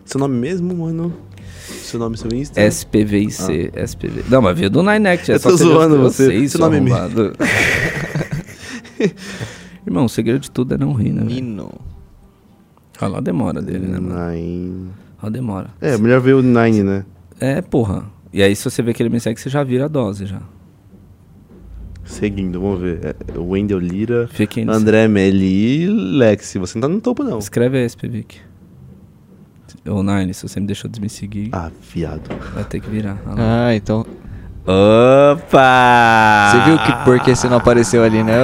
Seu nome mesmo, mano? Seu nome, seu Insta?
É SPVIC, SPV. Não, mas veio do Ninext. É
Ah. Eu
só
tô
você ver os
zoando
teus
você,
seis,
seu
seu
nome é meu.
arrombado. Irmão, o segredo de tudo é não rir, né? velho?
Nino.
Olha lá a demora dele, né, mano?
Nine.
Olha a demora.
É, melhor ver o Nine, né?
É, porra. E aí, se você vê que ele me segue, você já vira a dose já.
Seguindo, vamos ver. É, Wendel Lira,
Fiquem no-
André Meli e Lexi. Você não tá no topo, não.
Escreve aí, SPVIC. Ô, Nine, se você me deixou de me seguir,
Ah, viado.
vai ter que virar. Olha lá.
Ah, então.
Opa!
Você viu que porque você não apareceu ali, né,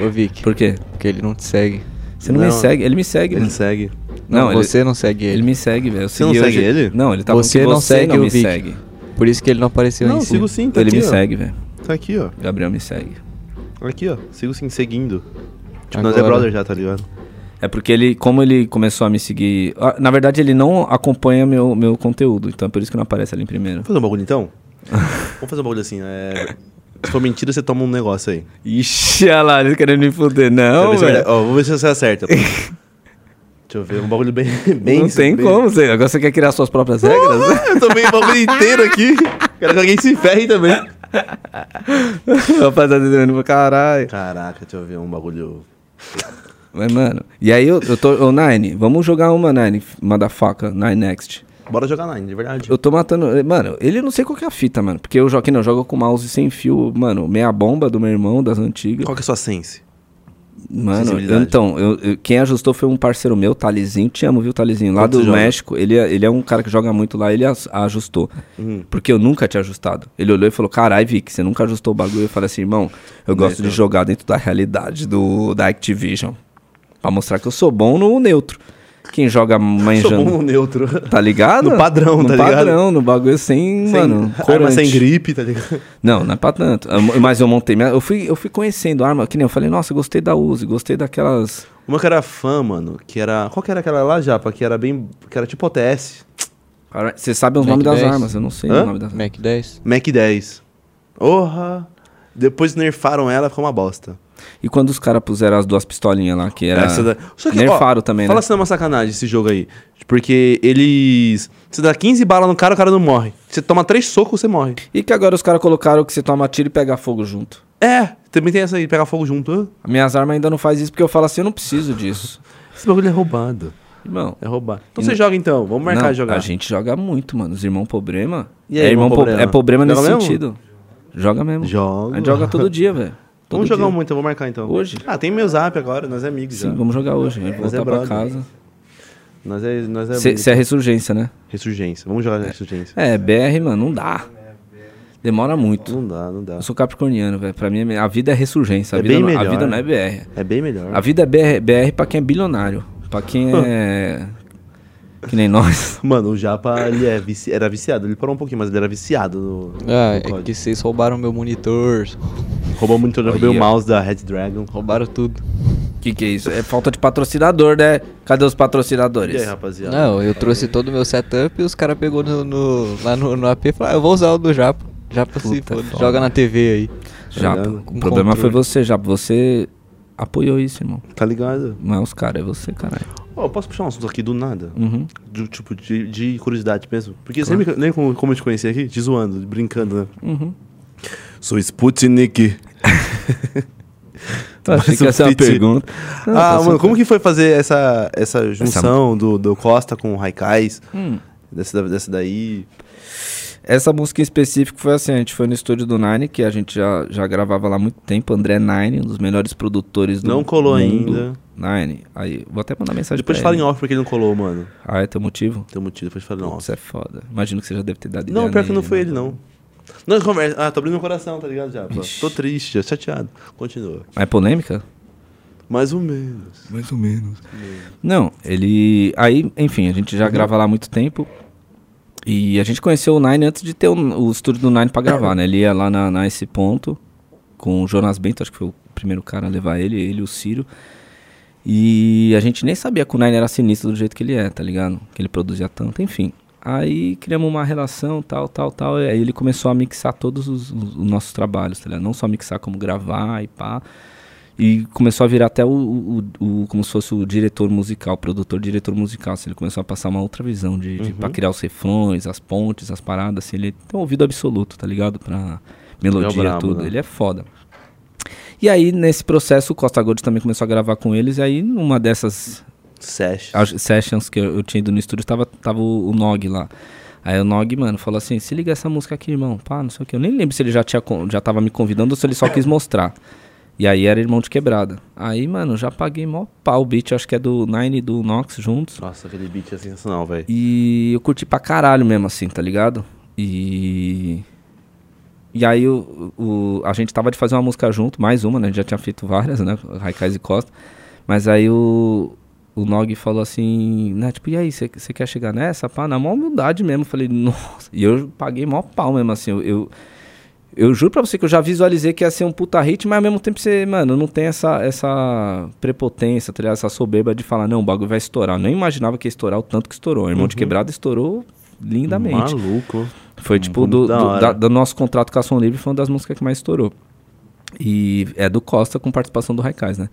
ô, ô Vic?
Por quê?
Porque ele não te segue.
Você não, me
Não.
segue? Ele me segue,
Ele
mano.
segue.
Não,
Não, ele-
você não segue
Ele,
ele.
me segue, velho. Eu
Você não
segui
segue ele?
Não, ele tava
Você
com que
não
você
segue
não
o
me
Vic.
segue.
Por isso que ele não apareceu
Não,
em si.
sigo sim, tá
um ele
aqui,
me
ó.
segue, velho.
Tá aqui, ó.
Gabriel me segue.
Aqui, ó. Sigo sim, seguindo. Tipo, nós é
Agora.
brother já, tá ligado?
É porque ele, como ele começou a me seguir, ah, na verdade ele não acompanha meu, meu conteúdo, então é por isso que não aparece ali em primeiro.
Vamos fazer um bagulho então? Vamos fazer um bagulho assim. É... Se for mentira, você toma um negócio aí.
Ixi, olha lá, ele querendo me foder.
Quero
Não,
ver se
velho.
vai dar- ó, vou ver se você acerta. Deixa eu ver. Um bagulho bem. bem
Não tem
bem-
como, você. Agora você quer criar suas próprias regras?
Ah, eu tomei o bagulho inteiro aqui. Quero que alguém se ferre também.
Rapaziada, eu não- caralho.
Caraca, deixa eu ver um bagulho.
Mas, mano. E aí eu, eu tô. Ô, Nine, vamos jogar uma, Nine. Motherfucker, Nine Next.
Bora jogar Nine, de verdade.
Eu tô matando. Mano, ele eu não sei qual que é a fita, mano. Porque eu jogo aqui, não, eu jogo com mouse sem fio, mano, meia bomba do meu irmão, das antigas.
Qual que é a sua sense?
Mano, eu-
sensibilidade?
então, eu- eu- quem ajustou foi um parceiro meu, Talizinho. Te amo, viu, Talizinho? Lá
Quanto
do
você joga?
México, ele, é- ele é um cara que joga muito lá, ele as- ajustou.
Uhum.
Porque eu nunca tinha ajustado. Ele olhou e falou: Carai, Vic, você nunca ajustou o bagulho. Eu falei assim, irmão, eu gosto de jogar dentro da realidade do, da Activision. Pra mostrar que eu sou bom no neutro. Quem joga
Sou
manjando.
bom no neutro.
Tá ligado?
No padrão,
no
tá ligado?
padrão, no bagulho sem, mano,
sem, arma
corante.
sem gripe, tá ligado?
Não, não é pra tanto. Ah, mo- Mas eu montei minha... Eu fui, eu fui conhecendo a arma, que nem eu falei, nossa, eu gostei da Uzi, gostei daquelas...
Uma que era fã, mano, que era. Qual que era aquela lá, Japa? Que era bem. Que era tipo OTS.
Cara, Você sabe os
Mac
nomes das
10?
armas, eu não sei
Hã?
o nome das armas.
Mac 10.
Mac 10. Orra! Depois nerfaram ela, ficou uma bosta.
E quando os caras puseram as duas pistolinhas lá, que era...
Essa da- Só que,
É. Nerfaram
ó,
também,
Fala
né?
se não é uma sacanagem esse jogo aí. Porque eles. Você dá 15 balas no cara, o cara não morre. Você toma três socos, você morre.
E que agora os caras colocaram que você toma tiro e pega fogo junto.
É, também tem essa aí, pegar fogo junto.
Minhas armas ainda não faz isso porque eu falo assim, eu não preciso disso.
Esse bagulho é roubado.
Irmão.
É roubado. Então
E
você
não-
joga então, vamos marcar
não,
de jogar.
A gente joga muito, mano. Os irmão problema.
E aí,
é
irmão
po-
problema?
É problema
Joga
nesse
mesmo?
sentido. Joga mesmo.
Joga.
A gente joga todo dia, velho. Todo
Vamos
dia.
jogar um então, vou marcar então.
Hoje?
Ah, tem meu zap agora, nós é amigos
Sim,
já.
vamos jogar hoje. Vamos
Mas é
voltar pra
brother.
casa.
Nós é, nós é amigo.
Você é ressurgência, né?
Ressurgência, vamos jogar Ressurgência.
É, BR, mano, não dá. Demora muito.
Não dá, não dá.
É. Eu sou capricorniano, velho. Pra mim, é me- a vida é ressurgência. A,
É
vida,
bem
não, a
melhor.
vida não é BR.
É bem melhor.
A vida é BR, BR pra quem é bilionário. Pra quem é... que nem nós.
Mano, o Japa ele é vici- era viciado, ele parou um pouquinho, mas ele era viciado no,
Ah,
no
é
COD.
que vocês roubaram meu monitor,
Roubou muito, eu roubei o
Olha.
mouse da Red Dragon.
roubaram tudo.
Que que é isso? É falta de patrocinador, né? Cadê os
E
patrocinadores?
aí,
né?
rapaziada?
Não, eu trouxe todo o meu setup e os caras pegou no, no- lá no, no AP e falaram, ah, eu vou usar o do Japa. Japa se
Puta
foda,
foda.
joga na TV aí.
Japa,
ligado?
o
Com
problema
controle.
foi você, Japa. Você apoiou isso, irmão.
Tá ligado?
Não é os caras, é você, caralho.
Ó, eu posso puxar um assunto aqui do nada?
Uhum.
Do, tipo, de, de curiosidade mesmo. Porque você lembra, lembra como, como eu te conheci aqui? Te zoando, brincando, né?
Uhum.
Sou Sputnik.
Então, achei
Tá, Mas
que
o
essa é uma
Pete-
pergunta. Não,
ah,
tá
mano,
certo.
como que foi fazer essa, essa junção do, do Costa com o Raikais?
Hum.
Dessa, dessa daí.
Essa música em específico foi assim, a gente foi no estúdio do Nine, que a gente já, já gravava lá há muito tempo, André Nine, um dos melhores produtores do
Não colou
mundo.
ainda.
Nine, aí, vou até mandar mensagem
Depois
pra
fala em
ele.
off porque ele não colou, mano.
Ah, é teu motivo?
Tem um motivo, depois fala em off.
Isso é foda. Imagino que você já deve ter dado
Não,
ideia
pior que não
nele,
foi
né?
ele, não. Nós conversa. Ah, tô abrindo meu coração, tá ligado, Japa?
Ixi.
Tô triste, chateado. Continua.
É polêmica?
Mais ou menos.
Mais ou menos. Não, ele. Aí, enfim, a gente
Uhum.
já grava lá há muito tempo. E a gente conheceu o Nine antes de ter o, o estúdio do Nine pra gravar, né? Ele ia lá na, na esse ponto com o Jonas Bento, acho que foi o primeiro cara a levar ele, ele e o Ciro. E a gente nem sabia que o Nine era sinistro do jeito que ele é, tá ligado? Que ele produzia tanto, enfim. Aí criamos uma relação, tal, tal, tal. e Aí ele começou a mixar todos os, os- os nossos trabalhos, tá ligado? Não só mixar, como gravar e pá. E começou a virar até o, o- o- como se fosse o diretor musical, produtor diretor musical. Assim, ele começou a passar uma outra visão de,
Uhum.
de pra criar os refrões, as pontes, as paradas. Assim, ele tem um ouvido absoluto, tá ligado? Pra melodia,
brabo,
tudo.
né?
Ele é foda. E aí, nesse processo, o Costa Gold também começou a gravar com eles. E aí, numa dessas
Sesh.
as sessions que eu, eu tinha ido no estúdio, tava, tava o, o Nog lá. Aí o Nog, mano, falou assim, se liga essa música aqui, irmão. Pá, não sei o que. Eu nem lembro se ele já, tinha, con- já tava me convidando ou se ele só quis mostrar. E aí era Irmão de Quebrada. Aí, mano, já paguei mó pau o beat, acho que é do Nine e do Nox juntos.
Nossa, aquele beat é sensacional, velho.
E eu curti pra caralho mesmo, assim, tá ligado? E. E aí o, o- a gente tava de fazer uma música junto, mais uma, né? A gente já tinha feito várias, né? Raikais e Costa. Mas aí o. O Nog falou assim, né? Tipo, e aí, você quer chegar nessa? Pá, na maior humildade mesmo. Eu Falei, nossa. E eu paguei mó pau mesmo, assim. Eu, eu, eu juro pra você que eu já visualizei que ia ser um puta hit, mas ao mesmo tempo você, mano, não tem essa, essa prepotência, tá ligado? Essa soberba de falar, não, o bagulho vai estourar. Eu nem imaginava que ia estourar o tanto que estourou. O Irmão de Quebrada estourou lindamente.
Uhum. Maluco.
Foi tipo do,
da
do-
hora.
da- do nosso contrato com a Som Livre, foi uma das músicas que mais estourou. E é do Costa com participação do Raikais, né?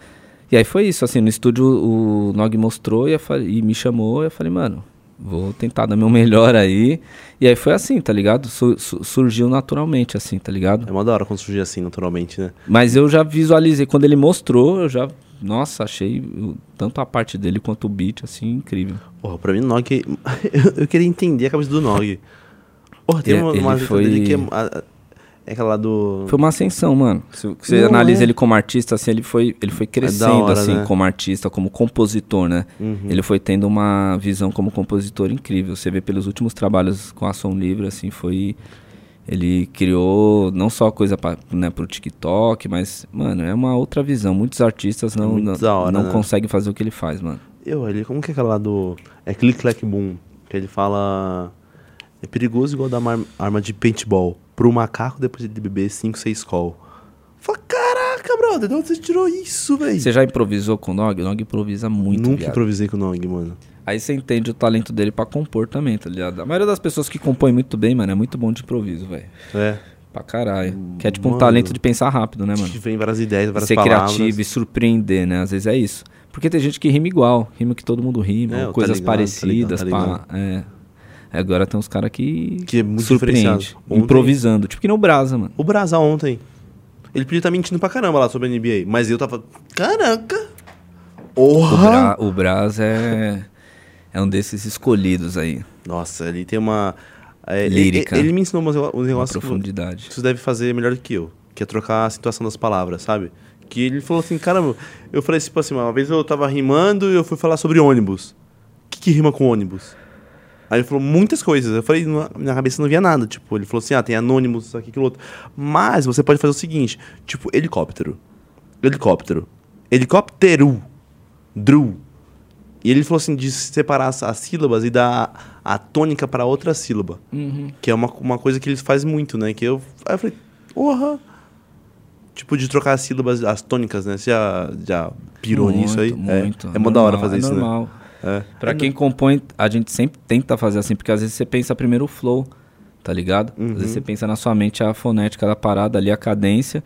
E aí foi isso, assim, no estúdio o Nog mostrou e, eu falei- e me chamou, e eu falei, mano, vou tentar dar meu melhor aí. E aí foi assim, tá ligado? Su- su- surgiu naturalmente, assim, tá ligado?
É uma da hora quando surge assim, naturalmente, né?
Mas eu já visualizei, quando ele mostrou, eu já, nossa, achei o- tanto a parte dele quanto o beat, assim, incrível.
Porra, pra mim, o Nog. eu, eu queria entender a cabeça do Nog. Porra, tem
Ele-
uma,
ele
uma letra
foi-
dele que é. a- a- é aquela lá do.
Foi uma ascensão, mano. Se você
Não
analisa
é.
ele como artista, assim, ele foi, ele foi crescendo,
hora,
assim,
né?
como artista, como compositor, né? Ele foi tendo uma visão como compositor incrível. Você vê pelos últimos trabalhos com a Som Livre, assim, foi... Ele criou não só coisa pra, né, pro TikTok, mas, mano, é uma outra visão. Muitos artistas não,
muito da
não,
hora,
não
né?
conseguem fazer o que ele faz, mano.
Eu, ele, como que é aquela lá do. É Click Clack Boom. Que ele fala. É perigoso igual dar uma arma- arma de paintball pro macaco depois de beber 5, 6 call. Fala, caraca, brother, de onde você tirou isso, velho?
Você já improvisou com o Nog? O Nog improvisa muito,
Nunca
viado.
improvisei com o Nog, mano.
Aí você entende o talento dele pra compor também, tá ligado? A maioria das pessoas que compõem muito bem, mano, é muito bom de improviso, velho.
É.
Pra caralho. Que é tipo um
Mano.
talento de pensar rápido, né, mano?
Que vem várias ideias, várias
Ser
palavras.
criativo e surpreender, né? Às vezes é isso. Porque tem gente que rima igual, rima que todo mundo rima,
É,
ou
tá
coisas
ligado, tá
parecidas,
ligado,
pá. É. Agora tem uns caras que,
Que é muito
surpreende,
diferenciado. Ontem-
improvisando. Tipo que não brasa, mano.
O Brasa ontem. Ele podia estar mentindo pra caramba lá sobre a NBA. Mas eu tava. Caraca! Porra!
Bra- o Braz é, é um desses escolhidos aí.
Nossa, ele tem uma. é, ele-
Lírica.
Ele, me ensinou umas- uns
Uma
negócios que
profundidade.
que você deve fazer melhor do que eu, que é trocar a situação das palavras, sabe? Que ele falou assim, caramba, eu falei tipo assim, uma vez eu tava rimando e eu fui falar sobre ônibus. O que, que rima com ônibus? Aí ele falou muitas coisas. Eu falei, na minha cabeça não via nada. Tipo, ele falou assim, ah, tem anônimos, isso aqui, aquilo outro. Mas você pode fazer o seguinte, tipo, helicóptero. Helicóptero. Helicóptero. Dru. E ele falou assim, de separar as, as sílabas e dar a, a tônica para outra sílaba.
Uhum.
Que é uma, uma coisa que eles fazem muito, né? Que eu, aí eu falei, porra. Tipo, de trocar as sílabas, as tônicas, né? Você já, já pirou
Muito,
nisso aí?
Muito.
é é mó da hora
normal,
fazer
é
isso, né?
normal.
É.
Pra quem compõe, a gente sempre tenta fazer assim, porque às vezes você pensa primeiro o flow, tá ligado? Às
Uhum.
vezes você pensa na sua mente a fonética da parada ali, a cadência.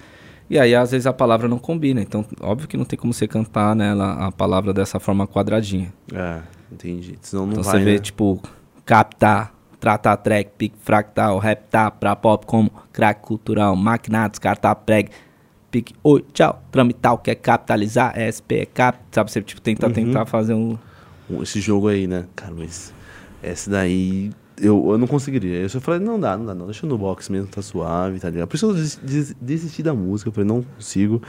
E aí, às vezes, a palavra não combina. Então, óbvio que não tem como você cantar né, ela- a palavra dessa forma quadradinha.
É, entendi. Senão não
Então
vai,
você vê,
né?
tipo, captar, tratar track, pic, fractal, reptar, pra pop como crack cultural, maquinato, descartar preg, pic, oi, tchau, tramital, quer capitalizar, SP, é cap, sabe? Você, tipo, tentar, tentar fazer um...
Um- Esse jogo aí, né? Cara, mas esse daí eu, eu não conseguiria. Eu só falei, não dá, não dá, não. Deixa eu no box mesmo, tá suave, tá ligado? Por isso eu des- des- desisti da música, eu falei, não consigo.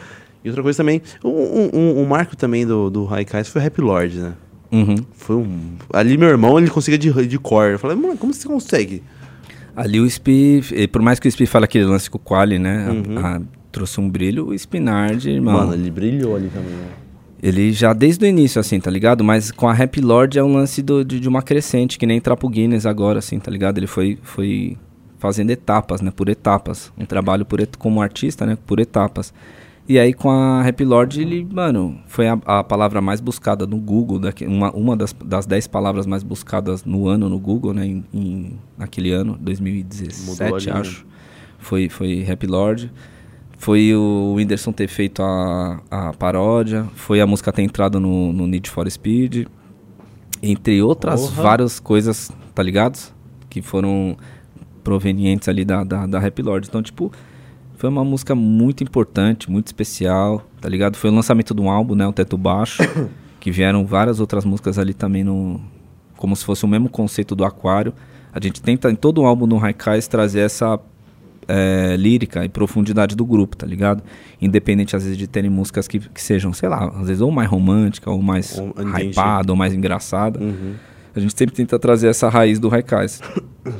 E outra coisa também, um, um, um- um marco também do, do Haikais foi o Rap Lord, né?
Uhum.
Foi um. Ali meu irmão, ele conseguia de, de core. Eu falei, mano, como você consegue?
Ali o Spi, eh, por mais que o Spi fale aquele lance com o Quali, né? a- a- trouxe um brilho, o Spinard, irmão.
Mano, ele brilhou ali também, né?
Ele já desde o início, assim, tá ligado? Mas com a Rap Lord é um lance do- de, de uma crescente, que nem entrar pro Guinness agora, assim, tá ligado? Ele foi, foi fazendo etapas, né? Por etapas. Um trabalho por et- como artista, né? Por etapas. E aí com a Rap Lord, ele, mano, foi a, a palavra mais buscada no Google, daqui, uma, uma das, das dez palavras mais buscadas no ano no Google, né? Em, em- naquele ano, 2017,
ali, né?
acho. Foi, foi Rap Lord. Foi o Whindersson ter feito a, a paródia. Foi a música ter entrado no, no Need for Speed. Entre outras várias coisas, tá ligados? Que foram provenientes ali da, da, da Rap Lord. Então, tipo, foi uma música muito importante, muito especial, tá ligado? Foi o lançamento de um álbum, né? O Teto Baixo. que vieram várias outras músicas ali também no... Como se fosse o mesmo conceito do Aquário. A gente tenta, em todo o álbum no Haikais, trazer essa é, lírica e profundidade do grupo, tá ligado? Independente, às vezes, de terem músicas que, que sejam, sei lá, às vezes ou mais romântica, ou mais
Ou- entendi.
hypada, ou mais engraçada. A gente sempre tenta trazer essa raiz do Haikais.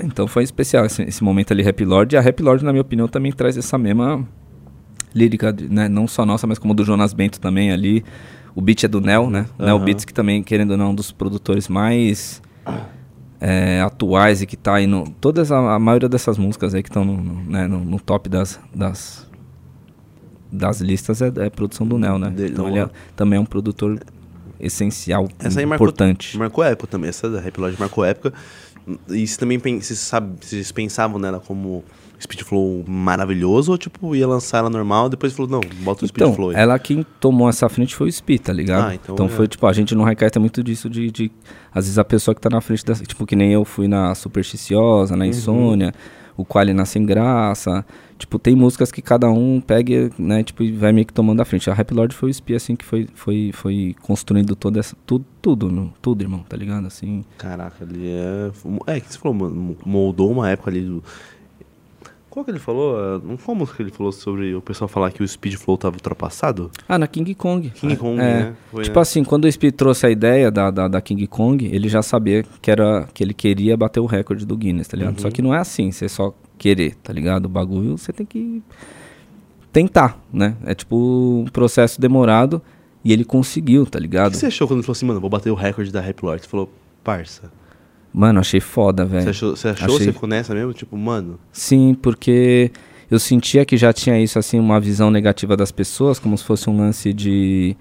Então foi especial esse, esse momento ali, Rap Lord. E a Rap Lord, na minha opinião, também traz essa mesma lírica, de- né? Não só nossa, mas como do Jonas Bento também ali. O beat é do Nel, né? O Nel Beats, que também, querendo ou não, é um dos produtores mais é, atuais e que tá aí no... Todas, a, a maioria dessas músicas aí que estão no, no- né, no- no top das... das das listas é, é produção do Nel, né?
Dele,
então
não,
ele é-
né?
também é um produtor essencial,
Essa aí marcou,
importante.
marcou época também. Essa da Rap Lodge marcou época. E você também pen- vocês, sabe, vocês pensavam nela como Speed Flow maravilhoso ou tipo ia lançar ela normal depois falou, não, bota o Speed
Então,
Flow aí.
ela quem tomou essa frente foi o Spi, tá ligado?
Ah, então
então
é.
foi tipo, a gente não recaita muito disso de, de- Às vezes a pessoa que tá na frente, da, tipo, que nem eu fui na Supersticiosa,
Uhum.
na Insônia, o Quali na Sem Graça. Tipo, tem músicas que cada um pega, né, tipo, e vai meio que tomando a frente. A Rap Lord foi o Spi, assim, que foi, foi, foi construindo toda essa. Tudo, tudo, no- tudo, irmão, tá ligado? Assim.
Caraca, ele é. É, que você falou, mano, moldou uma época ali do. Qual que ele falou? É, Não foi a música que ele falou sobre o pessoal falar que o Speed Flow tava ultrapassado?
Ah, na King Kong.
King
É,
Kong,
é.
né? Foi,
tipo
né?
assim, quando o Speed trouxe a ideia da, da, da King Kong, ele já sabia que, era, que ele queria bater o recorde do Guinness, tá ligado?
Uhum.
Só que não é assim, você só querer, tá ligado? O bagulho você tem que tentar, né? É tipo um processo demorado e ele conseguiu, tá
O
ligado?
que você achou quando ele falou assim, mano, vou bater o recorde da Rap Lord? Você falou, parça.
Mano, achei foda, velho.
Você achou, você achou
É. Achei.
você ficou nessa mesmo? Tipo, mano.
Sim, porque eu sentia que já tinha isso, assim, uma visão negativa das pessoas, como se fosse um lance de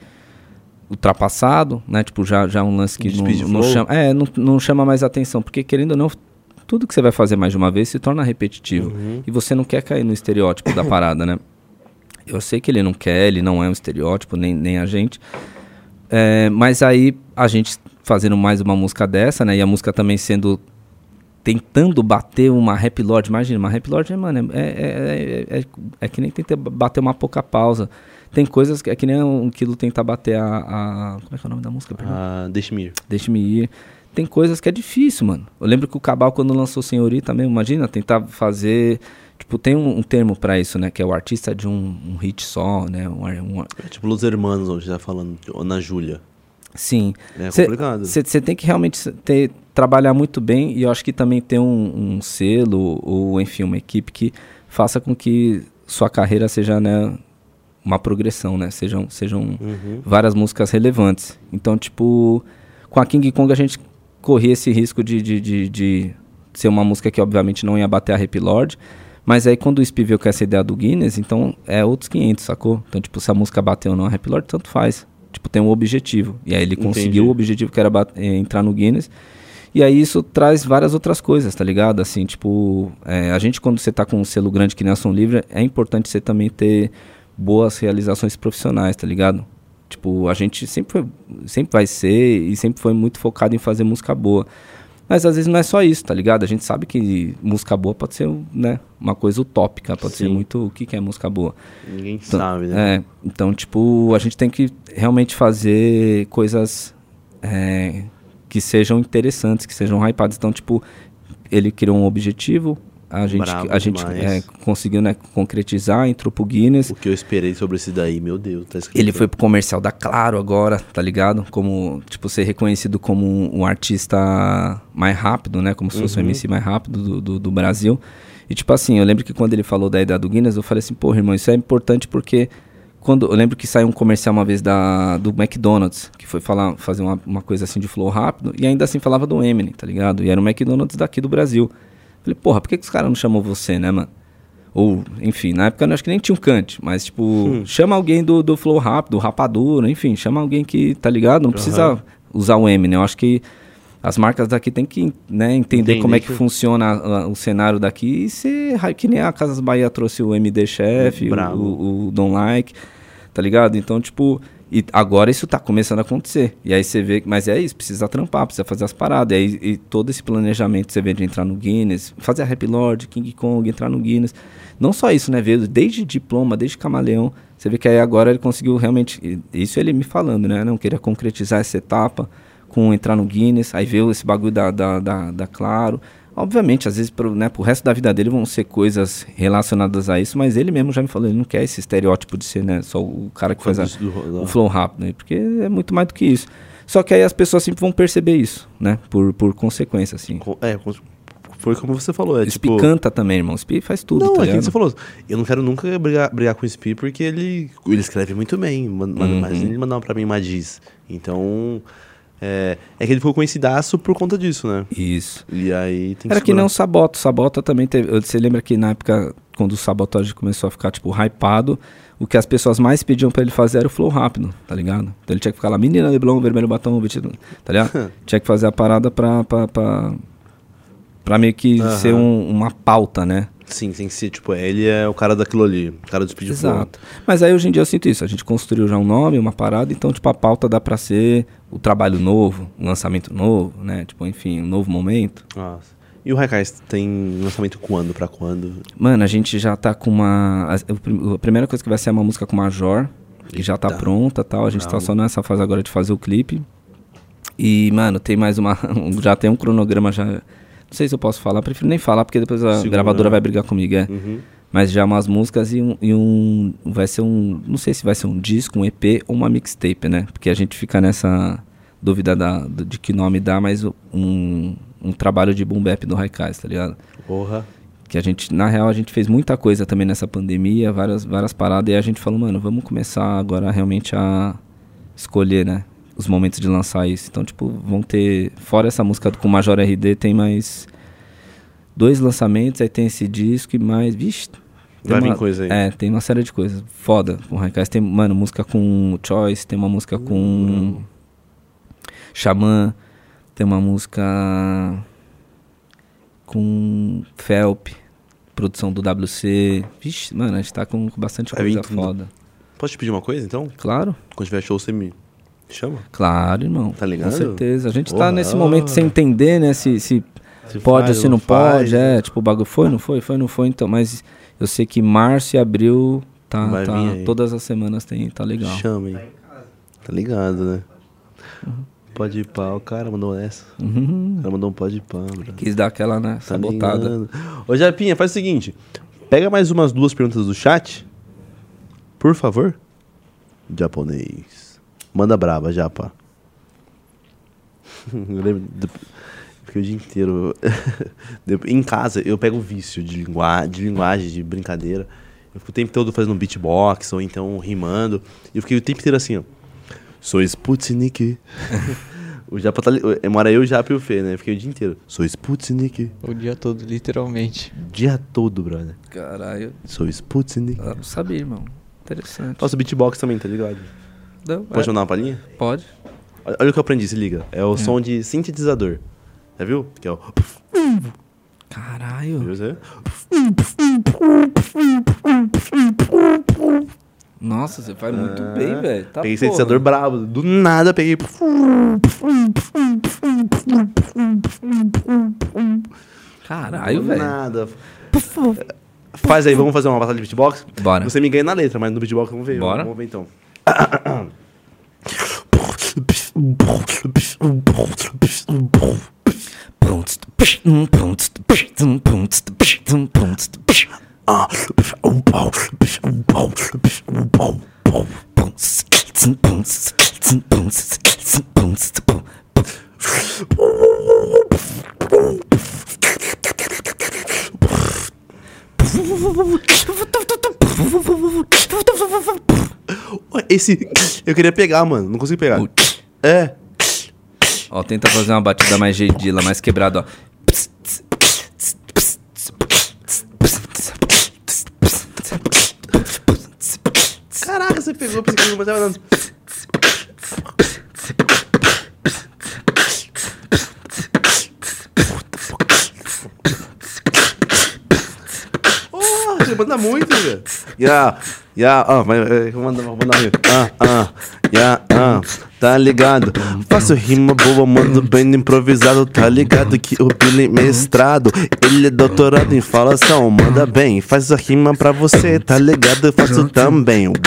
ultrapassado, né? Tipo, já, já um lance que
De
não,
speed
não
flow.
chama, é, não, não chama mais atenção, porque querendo ou não, tudo que você vai fazer mais de uma vez se torna repetitivo.
Uhum.
E você não quer cair no estereótipo da parada, né? Eu sei que ele não quer, ele não é um estereótipo, nem, nem a gente. É, mas aí a gente fazendo mais uma música dessa, né? E a música também sendo tentando bater uma rap lord. Imagina, uma rap lord, é, mano, é, é, é, é, é que nem tentar bater uma pouca pausa. Tem coisas que é que nem um quilo tentar bater a. a- como é que é o nome da música? perdão?
Ah, Deixa-me ir.
Deixa-me ir. Tem coisas que é difícil, mano. Eu lembro que o Cabal, quando lançou Senhorita mesmo, imagina, tentar fazer. Tipo, tem um, um termo pra isso, né? Que é o artista de um, um hit só, né? Um, ar- um ar-
É tipo Los Hermanos, onde tá falando, ou na Júlia.
Sim.
É
Cê-
complicado.
cê- Você tem que realmente ter, trabalhar muito bem e eu acho que também ter um, um selo ou, enfim, uma equipe que faça com que sua carreira seja, né, uma progressão, né? Sejam, sejam várias músicas relevantes. Então, tipo, com a King Kong a gente corria esse risco de, de, de, de ser uma música que obviamente não ia bater a Rap Lord. Mas aí quando o Spi veio com essa ideia do Guinness, então é outros 500, sacou? Então, tipo, se a música bateu ou não a Rap Lord, tanto faz. Tipo, tem um objetivo. E aí ele conseguiu o objetivo que era bat- eh, entrar no Guinness. E aí isso traz várias outras coisas, tá ligado? Assim, tipo, é, a gente quando você tá com um selo grande que nem ação livre, é importante você também ter boas realizações profissionais, tá ligado? Tipo, a gente sempre, foi- sempre vai ser e sempre foi muito focado em fazer música boa. Mas às vezes não é só isso, tá ligado? A gente sabe que música boa pode ser né, uma coisa utópica, pode ser
Sim.
muito. O que, que é música boa?
Ninguém
Então,
sabe, né?
É, então, tipo, a gente tem que realmente fazer coisas é, que sejam interessantes, que sejam hypadas. Então, tipo, ele criou um objetivo, a gente,
Brabo
a gente
demais.
é, conseguiu né, concretizar, entrou pro Guinness.
O que eu esperei sobre esse daí, meu Deus, tá escrito.
Ele foi pro comercial da Claro agora, tá ligado? Como, tipo, ser reconhecido como um, um artista mais rápido, né? Como se fosse o MC mais rápido do, do, do Brasil. E, tipo assim, eu lembro que quando ele falou da ideia do Guinness, eu falei assim, pô, irmão, isso é importante porque... Quando, eu lembro que saiu um comercial uma vez da, do McDonald's, que foi falar, fazer uma, uma coisa assim de flow rápido, e ainda assim falava do Eminem, tá ligado? E era o McDonald's daqui do Brasil. Falei, porra, por que, que os caras não chamou você, né, mano? Ou, enfim, na época eu acho que nem tinha um Kant, mas tipo, chama alguém do, do flow rápido, rapadura, enfim, chama alguém que, tá ligado? Não precisa usar o M, né? Eu acho que as marcas daqui tem que né, entender
Entender
como é que,
que-
funciona ah, o cenário daqui e ser hy- que nem a Casas Bahia trouxe o MD Chef, o,
Bravo.
o, o Don't Like, tá ligado? Então, tipo, e agora isso tá começando a acontecer. E aí você vê, que- mas é isso, precisa trampar, precisa fazer as paradas. E, aí, e todo esse planejamento que você vê de entrar no Guinness, fazer a Rap Lord, King Kong, entrar no Guinness. Não só isso, né, Vedo? Desde diploma, desde camaleão, você vê que aí agora ele conseguiu realmente. e- Isso ele me falando, né? Não queria concretizar essa etapa com entrar no Guinness, aí veio esse bagulho da, da, da, da Claro. Obviamente, às vezes, pro, né, pro resto da vida dele vão ser coisas relacionadas a isso, mas ele mesmo já me falou, ele não quer esse estereótipo de ser, né, só o cara que faz a-
Isso do-
o flow rápido, né, porque é muito mais do que isso. Só que aí as pessoas sempre vão perceber isso, né, por, por consequência, assim.
Co- É, cons- foi como você falou, é
O Spi
tipo...
canta também, irmão, o Spi faz tudo,
Não,
tá
é aquilo
ligado?
que você falou. Eu não quero nunca brigar, brigar com o Spi porque ele, ele escreve muito bem. man- man-
Uhum.
Mas ele mandava pra mim uma diz. Então. É, é que ele ficou conhecidaço por conta disso, né?
Isso.
E aí tem que
Era que não
segurar.
o Sabota. O Sabota também teve. eu- Você lembra que na época, quando o Sabotage começou a ficar, tipo, hypado, o que as pessoas mais pediam pra ele fazer era o flow rápido, tá ligado? Então ele tinha que ficar lá, menina Leblon, vermelho batom, vestido, tá ligado? tinha que fazer a parada pra. pra, pra... pra meio que ser um- uma pauta, né?
Sim, tem que ser. Tipo, ele é o cara daquilo ali. O cara do Speed
Exato. Mas aí hoje em dia eu sinto isso. A gente construiu já um nome, uma parada, então, tipo, a pauta dá pra ser o trabalho novo, o lançamento novo, né? Tipo, enfim, um novo momento.
Nossa. E o Raikais tem lançamento quando? Pra quando?
Mano, a gente já tá com uma. as- o prim- A primeira coisa que vai ser é uma música com Major, que já tá pronta e tal. A gente tá só nessa fase agora de fazer o clipe. E, mano, tem mais uma. um- Já tem um cronograma já. Não sei se eu posso falar, prefiro nem falar, porque depois a
Segura.
gravadora vai brigar comigo, é. Mas já umas músicas e um, e um- Vai ser um. Não sei se vai ser um disco, um EP ou uma mixtape, né? Porque a gente fica nessa dúvida da, do- de que nome dá, mas um, um trabalho de boom bap do Raikais, tá ligado?
Porra.
que a gente, na real, a gente fez muita coisa também nessa pandemia, várias, várias paradas, e a gente falou, mano, vamos começar agora realmente a escolher, né? Os momentos de lançar isso. Então, tipo, vão ter. Fora essa música com o Major RD, tem mais dois lançamentos, aí tem esse disco e mais. Vixe. tem
Vai vir
uma-
coisa aí.
É, tem uma série de coisas. Foda com o Raikais. Tem, mano, música com o Choice, tem uma música
Uhum.
com. Xamã, tem uma música com Felp, produção do WC. Vixe, mano, a gente tá com bastante
Vai vir
coisa
tudo.
foda.
Posso te pedir uma coisa, então?
Claro,
Quando tiver show, você me chama?
claro, irmão.
Tá ligado?
Com certeza. A gente tá
Porra.
nesse momento sem entender, né? Se, se
Se
Pode,
faz,
se não
faz. né?
pode, é, tipo, o bagulho foi, não foi, foi, não foi, então, mas eu sei que março e abril tá,
Vai
tá-
vir aí.
todas as semanas tem, tá legal.
Chamem. Tá ligado, né? Pode ir pá, o cara mandou essa. O cara mandou um pode ir pá, bro.
Quis dar aquela, né,
Tá
sabotada.
ligado. Ô, Japinha, faz o seguinte. Pega mais umas duas perguntas do chat. Por favor. Japonês. Manda braba, Japa. eu lembro... Do... Porque o dia inteiro... de- em casa, eu pego o vício de, lingua... de linguagem, de brincadeira. Eu fico o tempo todo fazendo um beatbox, ou então rimando. E eu fiquei o tempo inteiro assim, ó. Sou Sputnik. o Japa tá... li- Mora eu, o Japa e o Fê, né? Eu fiquei o dia inteiro. Sou Sputnik.
O dia todo, literalmente.
O dia todo, brother.
Caralho,
Sou Sputnik.
eu não sabia, irmão. Interessante.
Nossa, beatbox também, tá ligado?
Não, é,
Pode mandar uma palhinha?
pode.
Olha, olha o que eu aprendi, se liga. É
Hum.
o som de sintetizador. Já viu? Que é o...
Caralho.
Viu você?
Nossa, você faz muito bem, velho. Tá
peguei
porra.
sintetizador brabo. Ah, Do nada peguei...
Caralho,
Do
velho.
nada. Faz aí, vamos fazer uma batalha de beatbox?
Bora.
Você me ganha na letra, mas no beatbox vamos ver.
Bora.
Vamos ver então. Ué, Esse... Eu queria pegar, mano. Não consegui pegar. É.
Ó, tenta fazer uma batida mais gedila, mais quebrada, ó.
Caraca, você pegou, pensei que não tava dando. Oh, você manda muito, velho. Ya, ya, ó, vai, vai, vou mandar, vou mandar rir. Ah, ah, ya, ah, tá ligado? Faço rima boa, mando bem no improvisado, tá ligado? Que o Billy é mestrado, ele é doutorado em falação, manda bem, faz a rima pra você, tá ligado? Eu faço também, wow.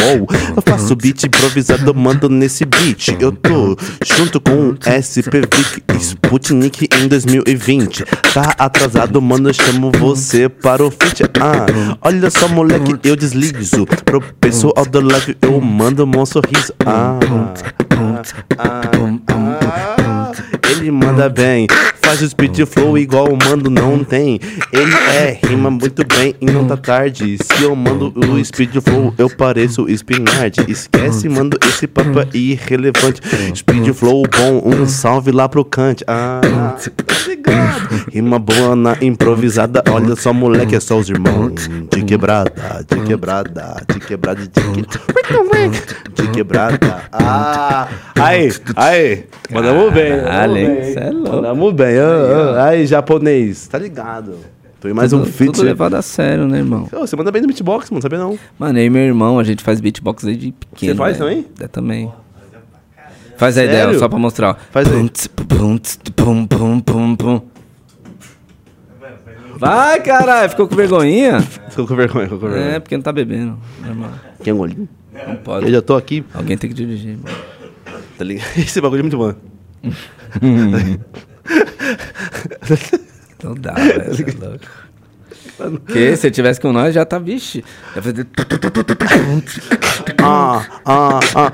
Eu faço beat improvisado, mando nesse beat. Eu tô junto com o SPVIC Sputnik em 2020. Tá atrasado, mano, eu chamo você para o feat. Ah, olha só, moleque, eu deslizo. Pro pessoal do live eu mando um sorriso. Ah, ah, ah, ele manda bem. Faz o speed flow igual o mando não tem. Ele é, rima muito bem e não tá tarde. Se eu mando o speed flow, eu pareço espinhard. Esquece, mando esse papo é irrelevante. Speed flow bom, um salve lá pro Kant. Ah, tá ligado? Rima boa na improvisada. Olha só, moleque, é só os irmãos. De quebrada, de quebrada, de quebrada, de quebrada. De quebrada. Ah, aí, aí. Mandamos bem. mandamos
Caralho, hein?
bem.
Cê é louco.
Mandamos bem. ah, ah. Aí, japonês. Tá ligado? Tô em mais um
Tudo-
feat.
Tudo levado a sério, né, irmão?
Ô, você manda bem no beatbox, mano. Sabia não.
Mano, eu e meu irmão, a gente faz beatbox desde pequeno.
Você faz
velho.
também?
É, também. Faz a ideia,
Sério?
só pra mostrar. ó.
Faz aí.
Pum, tss, pum, tss, pum, pum, pum, pum. Vai, caralho, ficou com vergonhinha?
Ficou com vergonha, ficou com
É,
vergonha.
porque não tá bebendo. normal.
Quem engoliu?
Não
Eu
pode.
já tô aqui,
Alguém tem que dirigir, mano.
tá ligado? Esse bagulho é muito bom.
Não Então dá, velho. cê é louco. Porque se ele tivesse com nós, já tá, vixe. Já fazer.
Ah, ah, ah.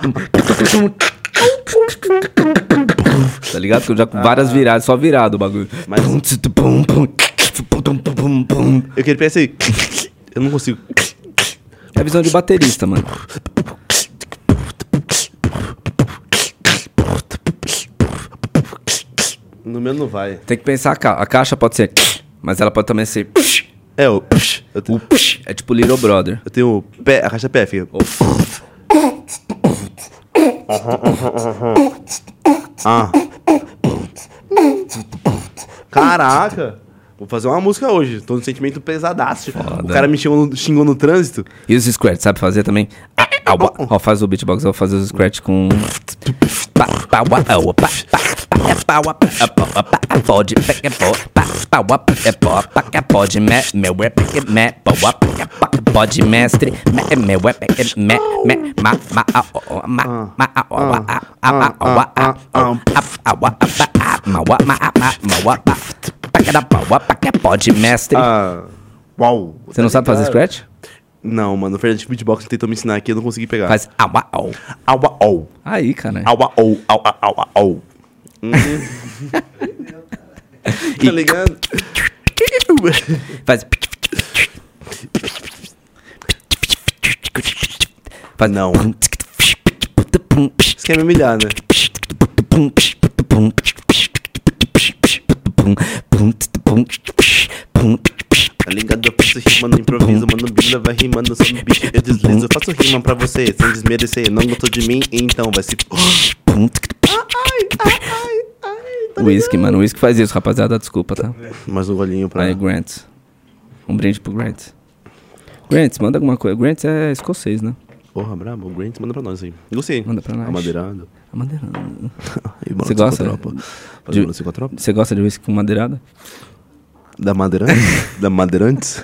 Tá ligado? Que eu já com várias viradas, só virado o bagulho.
Ah. Mas-
Pum, tss, pum, pum, pum, pum, pum, pum.
Eu queria pensar aí. Eu não consigo.
É a visão de baterista, mano.
No meu não vai.
Tem que pensar a, ca a caixa pode ser, mas ela pode também ser.
É, o. Eu
O
tenho,
é tipo Little Brother.
eu tenho o pé, a caixa pé, fica. Ah. Caraca! Vou fazer uma música hoje. Tô num sentimento pesadaço. O cara me xingou no, xingou no trânsito.
E os scratch, sabe fazer também?
Ah, um.
Ó, faz o beatbox, eu vou fazer os scratch com.
é pau, é pó, é pode, é pó, pau, é pó, é pode, me, meu é peque, me, pau, é pó, pode, mestre, me, meu é peque, me, me, ma, ma, a, o, ma, ma, a, o, a, a, a, a, o, a, a, o, a, a, o, a, a, a, ma, o, ma, a, ma, ma, o, a, paca da pau, a, paca pode, mestre.
Ah, uau.
Você não sabe fazer scratch?
Não, mano, o Fernandinho Beatbox tentou me ensinar aqui, eu não consegui pegar.
Faz aua, au,
Aua, ou.
Aí, cara.
Aua, ou. Aua, aua, ou. Uhum. Tá ligado?
faz.
Pra não. Você quer me humilhar, né? Tá ligado? Eu faço rima no improviso, mano. Bila vai rimando, sou no bicho, eu deslizo. Eu faço rima pra você, sem desmerecer. Não gostou de mim? Então vai se.
Whisky, mano. Whisky faz isso, rapaziada. Desculpa, tá?
Mais um golinho pra.
Aí, Grant. Um brinde pro Grant. Grant, manda alguma coisa. Grant é escocês, né?
Porra, brabo. O Grant manda pra nós aí. Gostei.
Manda pra nós.
Amadeirado.
A madeirada.
E bora
Você
no
gosta?
Psicotropa. Fazer
De-
bora no Psicotropa?
Você gosta de whisky com madeirada?
Da Madeirantes? da Madeirantes?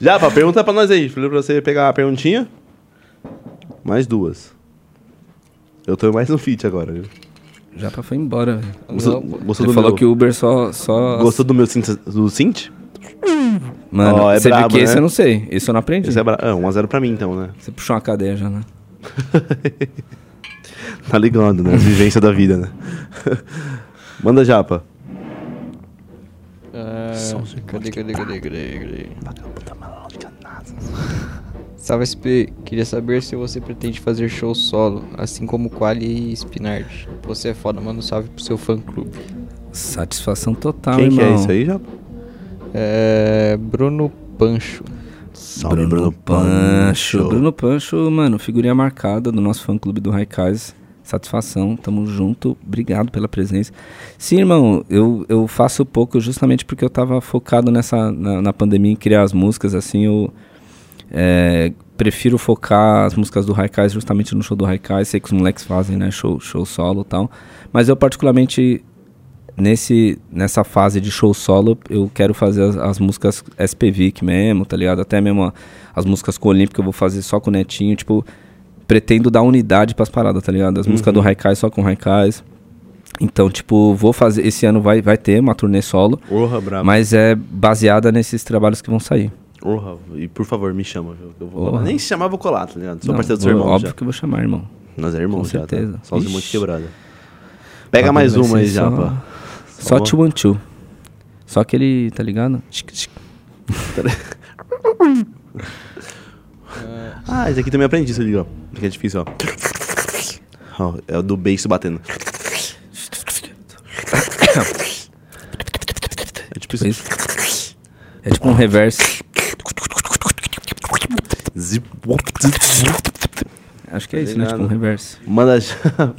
Já, pá, pergunta pra nós aí. Falei pra você pegar a perguntinha. Mais duas. Eu tô em mais um feat agora, viu?
Japa foi embora, velho.
Gostou, gostou
Ele
do
falou
meu,
que o Uber só. só...
Gostou do meu synth? Do synth?
Mano,
Ó, é
você
brabo,
de que
né?
isso eu não sei. Isso eu não aprendi.
Isso é bra... ah, 1x0 pra mim, então, né?
Você puxou uma cadeia já, né?
Tá ligando, né? As vivências da vida, né? Manda japa.
Ah,
um
cadê, cadê, cadê, cadê, cadê? Salve SP, queria saber se você pretende fazer show solo, assim como Quali e Spinard. Você é foda, manda um salve pro seu fã clube.
Satisfação total,
Quem que
irmão.
é isso aí, japa?
É. Bruno Pancho.
Salve,
Bruno Pancho. Bruno Pancho, mano, figurinha marcada do nosso fã-clube do Raikais. Satisfação, tamo junto. Obrigado pela presença. Sim, irmão, eu, eu faço pouco justamente porque eu tava focado nessa na, na pandemia em criar as músicas, assim, eu é, prefiro focar as músicas do Raikais justamente no show do Raikais. Sei que os moleques fazem, né, show, show solo e tal. Mas eu particularmente nesse, nessa fase de show solo, eu quero fazer as, as músicas SPVIC mesmo, tá ligado? Até mesmo a- as músicas com o Olímpico eu vou fazer só com o Netinho, tipo, pretendo dar unidade pras paradas, tá ligado? As músicas
Uhum.
do Raikais só com Raikais. Então, tipo, vou fazer. Esse ano vai, vai ter uma turnê solo,
Orra, brabo.
mas é baseada nesses trabalhos que vão sair.
Orra. E por favor, me chama, viu? Eu vou
Orra.
colar. Nem se chamar, eu vou colar, tá ligado? Sou
Não,
parceiro do seu
vou-
irmão
Óbvio
já.
que eu vou chamar, irmão.
Nós é irmão
Com
já,
certeza.
tá? Só os
Ixi.
irmãos de quebrada. Pega
Papo
mais
vai
uma aí,
ser só-
Japa.
Só
Tá bom.
Two and Two. Só aquele, tá ligado? Tchic, tchic.
Ah, esse aqui também aprendi, isso ali, ó. Que é difícil, ó. Ó, é o do beijo batendo. É tipo isso.
Isso. É tipo um reverse.
Zip, wop, zip, zip.
Acho que é isso, né? Tipo um
Tá ligado.
reverse.
Manda Japa.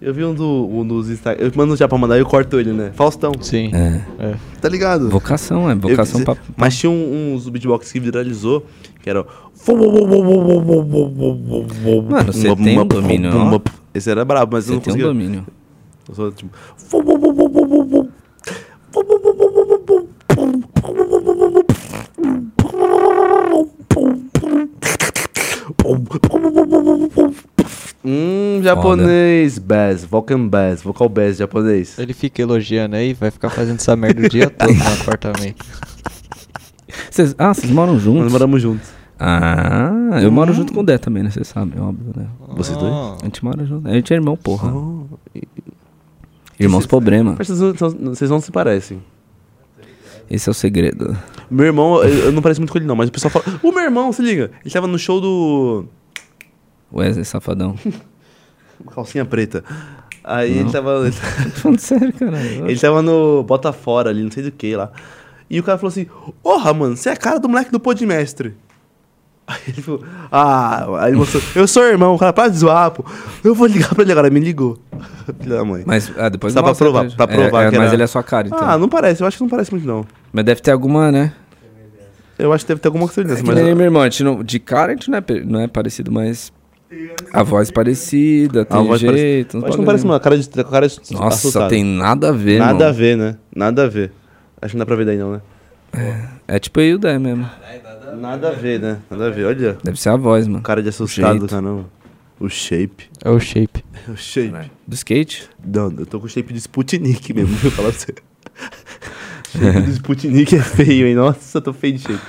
Eu vi um, do, um dos Instagram. Eu mando já pra mandar e eu corto ele, né? Faustão.
Sim.
É,
Tá ligado?
vocação, é vocação
Eu-
pra...
Mas tinha um, uns beatbox que viralizou, que era.
Mano, você tem um domínio, ó.
Esse era brabo, mas eu
Você
não
tem um
conseguia.
domínio.
Eu sou, tipo, Hum, japonês, bass, Vulcan bass, vocal bass japonês.
Ele fica elogiando aí, vai ficar fazendo essa merda o dia todo no apartamento.
Cês- ah, vocês moram
Nós
juntos?
moramos juntos.
Ah, eu moro junto com o Dé também, né? Vocês sabem, óbvio, né?
Vocês dois?
Ah,
A gente mora junto. A gente é irmão, porra. Irmãos problema.
Oh. Mas Vocês não, são- vocês não se parecem.
Esse é o segredo.
Meu irmão, eu, eu não pareço muito com ele, não, mas o pessoal fala. O meu irmão, se liga, ele tava no show do.
Wesley Safadão.
Calcinha preta. Aí ele tava.
Tô falando sério, cara.
Ele tava no Botafora ali, não sei do que lá. E o cara falou assim: Porra, mano, você é a cara do moleque do Podmestre. Aí ele falou: Ah, aí ele mostrou: Eu sou irmão, o cara, para de zoar, pô. Eu vou ligar pra ele agora, me ligou. Filha da mãe.
Mas, ah, depois
Só pra
mostra,
provar-
veja.
pra
É,
provar
é,
que
Mas
era-
ele é sua cara, então.
Ah, não parece, eu acho que não parece muito, não.
Mas deve ter alguma, né?
Eu acho que deve ter alguma semelhança,
É que
mas.
nem meu irmão, a gente não- de cara a gente não é, pe- não é parecido, mas A voz parecida, tem
A voz parece-
jeito. uns
Acho que não
bagulho.
parece, mano. A cara de. A cara de
Nossa,
assustado.
tem nada a ver,
Nada
mano.
a ver, né? Nada a ver. Acho que não dá pra ver daí, não, né?
É tipo eu e o Dé mesmo.
Nada a ver, né? Nada a ver. Olha. um
Deve ser a voz, mano.
Cara de assustado do
jeito.
caramba. O shape.
É o shape.
O shape.
Do skate?
Não, eu tô com shape de Sputnik mesmo, viu? Falar pra você. shape do Sputnik é feio, hein? Nossa, tô feio de shape.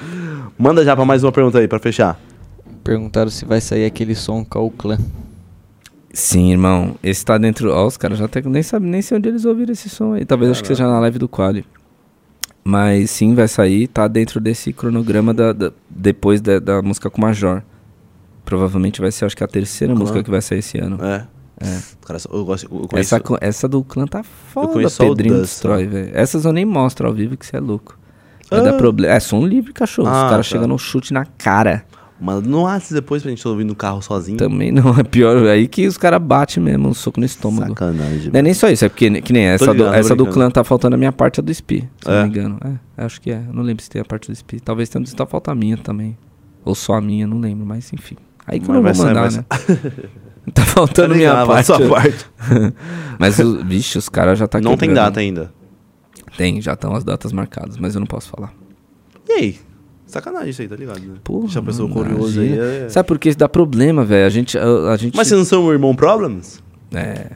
Manda já pra mais uma pergunta aí, pra fechar.
Perguntaram se vai sair aquele som Cauclan.
Sim, irmão. Esse tá dentro. Ó, os caras já até nem sabem nem sei onde eles ouviram esse som aí. Talvez acho que seja na live do Quali. Mas sim, vai sair. Tá dentro desse cronograma da, da- depois da, da música com o Major. Provavelmente vai ser, acho que é a terceira música que vai sair esse ano.
É. É. Cara, eu gosto. Eu conheço,
Essa, co- essa do clã tá foda,
conheço só o
Pedrinho
Dust,
destrói, velho. Essas eu nem mostro ao vivo que você é louco. Vai
Ah.
dar problema. É som livre, cachorro.
Ah,
Os caras
tá.
chegam num chute na cara.
Manda no WhatsApp depois pra gente ouvir no carro sozinho.
Também não é pior. Aí que os caras batem mesmo, um soco no estômago.
Sacanagem.
Não é nem só isso, é porque que nem essa,
ligado,
do,
tô
essa do
brincando.
clã tá faltando a minha parte é do SPI, se
É.
não me engano. É, acho que é. Eu Não lembro se tem a parte do SPI. Talvez tenha só falta a minha também. Ou só a minha, não lembro, mas enfim. Aí que eu não vou
Mas vai
mandar,
sair,
né? tá faltando
Tá
minha
ligado, a
parte.
sua parte.
Mas, o, vixe, os caras já tá
Não tem
quebrando.
data ainda.
Tem, já estão as datas marcadas, mas eu não posso falar.
E aí? Sacanagem isso aí, tá ligado? Né?
Porra,
Deixa a pessoa
mano,
curiosa aí.
imagina.
é-
Sabe por que isso dá problema, velho? A gente. A, a gente
Mas vocês não são o irmão Problems?
É.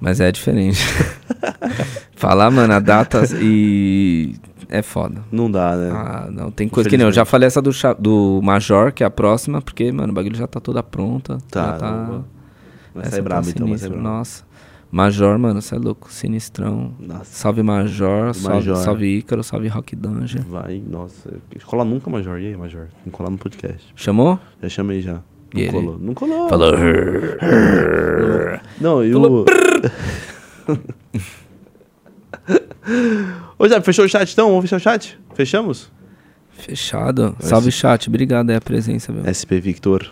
Mas é diferente. Falar, mano, a data e. É foda.
Não dá, né?
Ah, não, tem coisa que nem eu já falei essa do, cha- do Major, que é a próxima, porque, mano, o bagulho já tá toda pronta.
Tá,
já
boa. vai
essa
sair
tá
brabo então, vai
sinistra,
sair brabo.
Nossa. Major, mano, você é louco, sinistrão.
Nossa.
Salve Major, salve,
Major.
salve Ícaro, salve Rock Danger.
Vai, nossa. Cola nunca, Major. E aí, Major? Não colar no podcast.
Chamou?
Já chamei já. Não
E ele?
colou. Não colou.
Falou.
Não, e o. Ô, Zé, fechou o chat então? Vamos fechar o chat? Fechamos?
Fechado. Salve chat, obrigado aí a presença, meu.
SP Victor.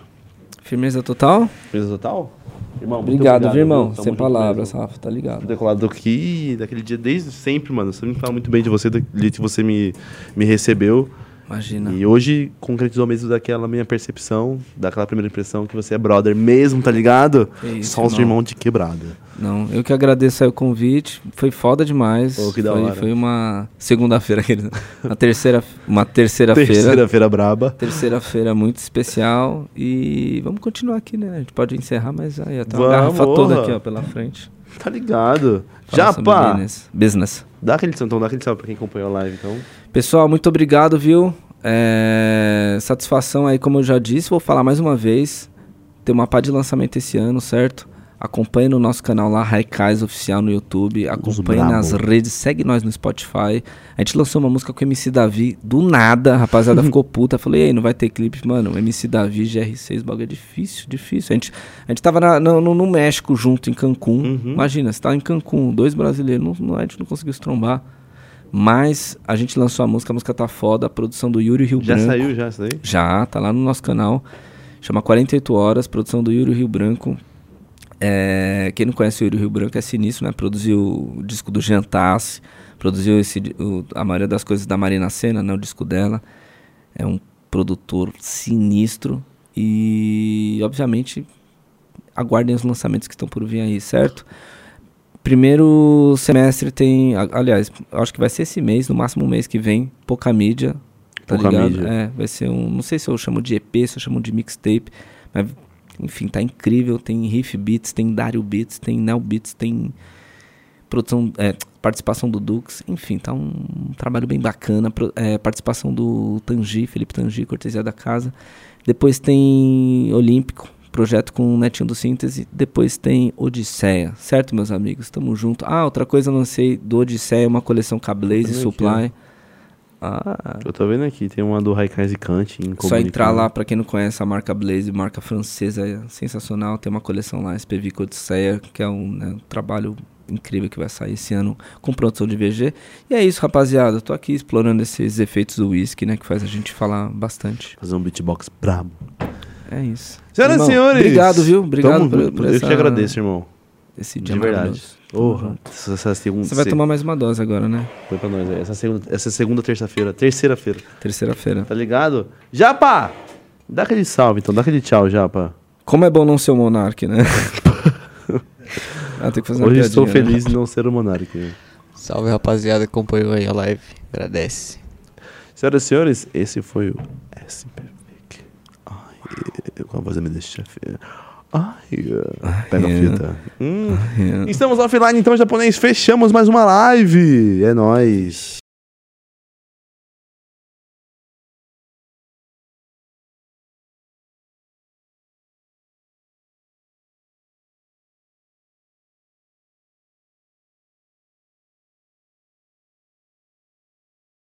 Firmeza total?
Firmeza total? Irmão, muito
Obrigado, viu, irmão?
Tamo
Sem
junto
palavras,
mesmo.
Rafa, tá
Por
ligado.
ter colado aqui, daquele dia, desde sempre, mano. Você me fala muito bem de você, do jeito que você me, me recebeu.
Imagina.
E hoje concretizou mesmo daquela minha percepção, daquela primeira impressão que você é brother mesmo, tá ligado?
Que isso,
Só os
irmão.
irmãos de quebrada.
Não, eu que agradeço aí o convite. Foi foda demais.
Pô, que da
foi,
hora.
foi uma segunda-feira, aquele- uma terceira, uma terceira-feira.
Terceira-feira braba.
Terceira-feira muito especial e vamos continuar aqui, né? A gente pode encerrar, mas aí até uma
Vamos,
garrafa toda
porra.
aqui, ó, pela frente.
Tá ligado?
Fala sobre né?
Japa!
business. business.
Dá aquele então, dá aquele salve pra quem acompanhou a live, então.
Pessoal, muito obrigado, viu? É, satisfação aí, como eu já disse, vou falar mais uma vez. Tem uma pá de lançamento esse ano, certo? Acompanhe no nosso canal lá, Raikais Oficial no YouTube. Acompanhe
brabo.
nas redes, segue nós no Spotify. A gente lançou uma música com o MC Davi do nada, a rapaziada ficou puta. Falei, e aí, não vai ter clipe? Mano, MC Davi, GR6, bagulho é difícil, difícil. A gente, a gente tava na- no, no- no México junto, em Cancún. Imagina, você tá em Cancún, dois brasileiros, não- não- a gente não conseguiu se trombar. Mas a gente lançou a música, a música tá foda, a produção do Yuri Rio
Já
Branco.
saiu, já, isso daí?
Já, tá lá no nosso canal. Chama 48 Horas, produção do Yuri Rio Branco. É, quem não conhece o Yuri Rio Branco é sinistro, né? Produziu o disco do Jean Tassi, produziu esse, di- o- a maioria das coisas da Marina Senna, né? O disco dela. É um produtor sinistro. E, obviamente, aguardem os lançamentos que estão por vir aí, certo? Primeiro semestre tem. a- Aliás, acho que vai ser esse mês, no máximo um mês que vem, pouca mídia. Tá
Pouca
ligado?
mídia.
É, vai ser um. Não sei se eu chamo de EP, se eu chamo de mixtape. Mas, enfim, tá incrível. Tem Riff Beats, tem Dario Beats, tem Nel Beats, tem produção, é, participação do Dux, enfim, tá um trabalho bem bacana. Pro- é, participação do Tangi, Felipe Tangi, cortesia da casa. Depois tem Olímpico, projeto com o Netinho do Síntese. Depois tem Odisseia, certo, meus amigos? Tamo junto. Ah, outra coisa eu lancei do Odisseia, uma coleção Cablaze
Olha aqui,
Supply. Ah,
Eu tô vendo aqui, tem uma do Raikais e Kant em
só entrar
Comunicando.
lá, pra quem não conhece a marca Blaze, marca francesa, é sensacional. Tem uma coleção lá, SPV Odisseia, que é um, né, um trabalho incrível que vai sair esse ano com produção de VG. E é isso, rapaziada. Eu tô aqui explorando esses efeitos do whisky, né, que faz a gente falar bastante.
Fazer um beatbox brabo.
É isso.
Senhoras
Irmão,
e senhores!
Obrigado, viu? Obrigado
tamo
por,
junto.
por
Eu
essa-
te agradeço, irmão.
Esse dia
De verdade.
maravilhoso.
Porra, essa, essa segunda.
Você vai tomar mais uma dose agora, né?
Foi pra nós aí. Essa segunda, essa segunda terça-feira. Terceira-feira.
Terceira-feira.
Tá ligado? tá Japa! Dá aquele salve, então, dá aquele tchau já, pá.
Como é bom não ser o Monark, né? ah, tem que fazer uma
Hoje estou
piadinha, né?
feliz de não ser o Monark. né?
Salve rapaziada que acompanhou aí a live. Agradece.
Senhoras e senhores, esse foi o SPVIC. Ai, eu- com a voz da minha chefe. Ai, eh, pega a
é.
fita. Hum. Estamos offline então, japonês. Fechamos mais uma live. É nóis.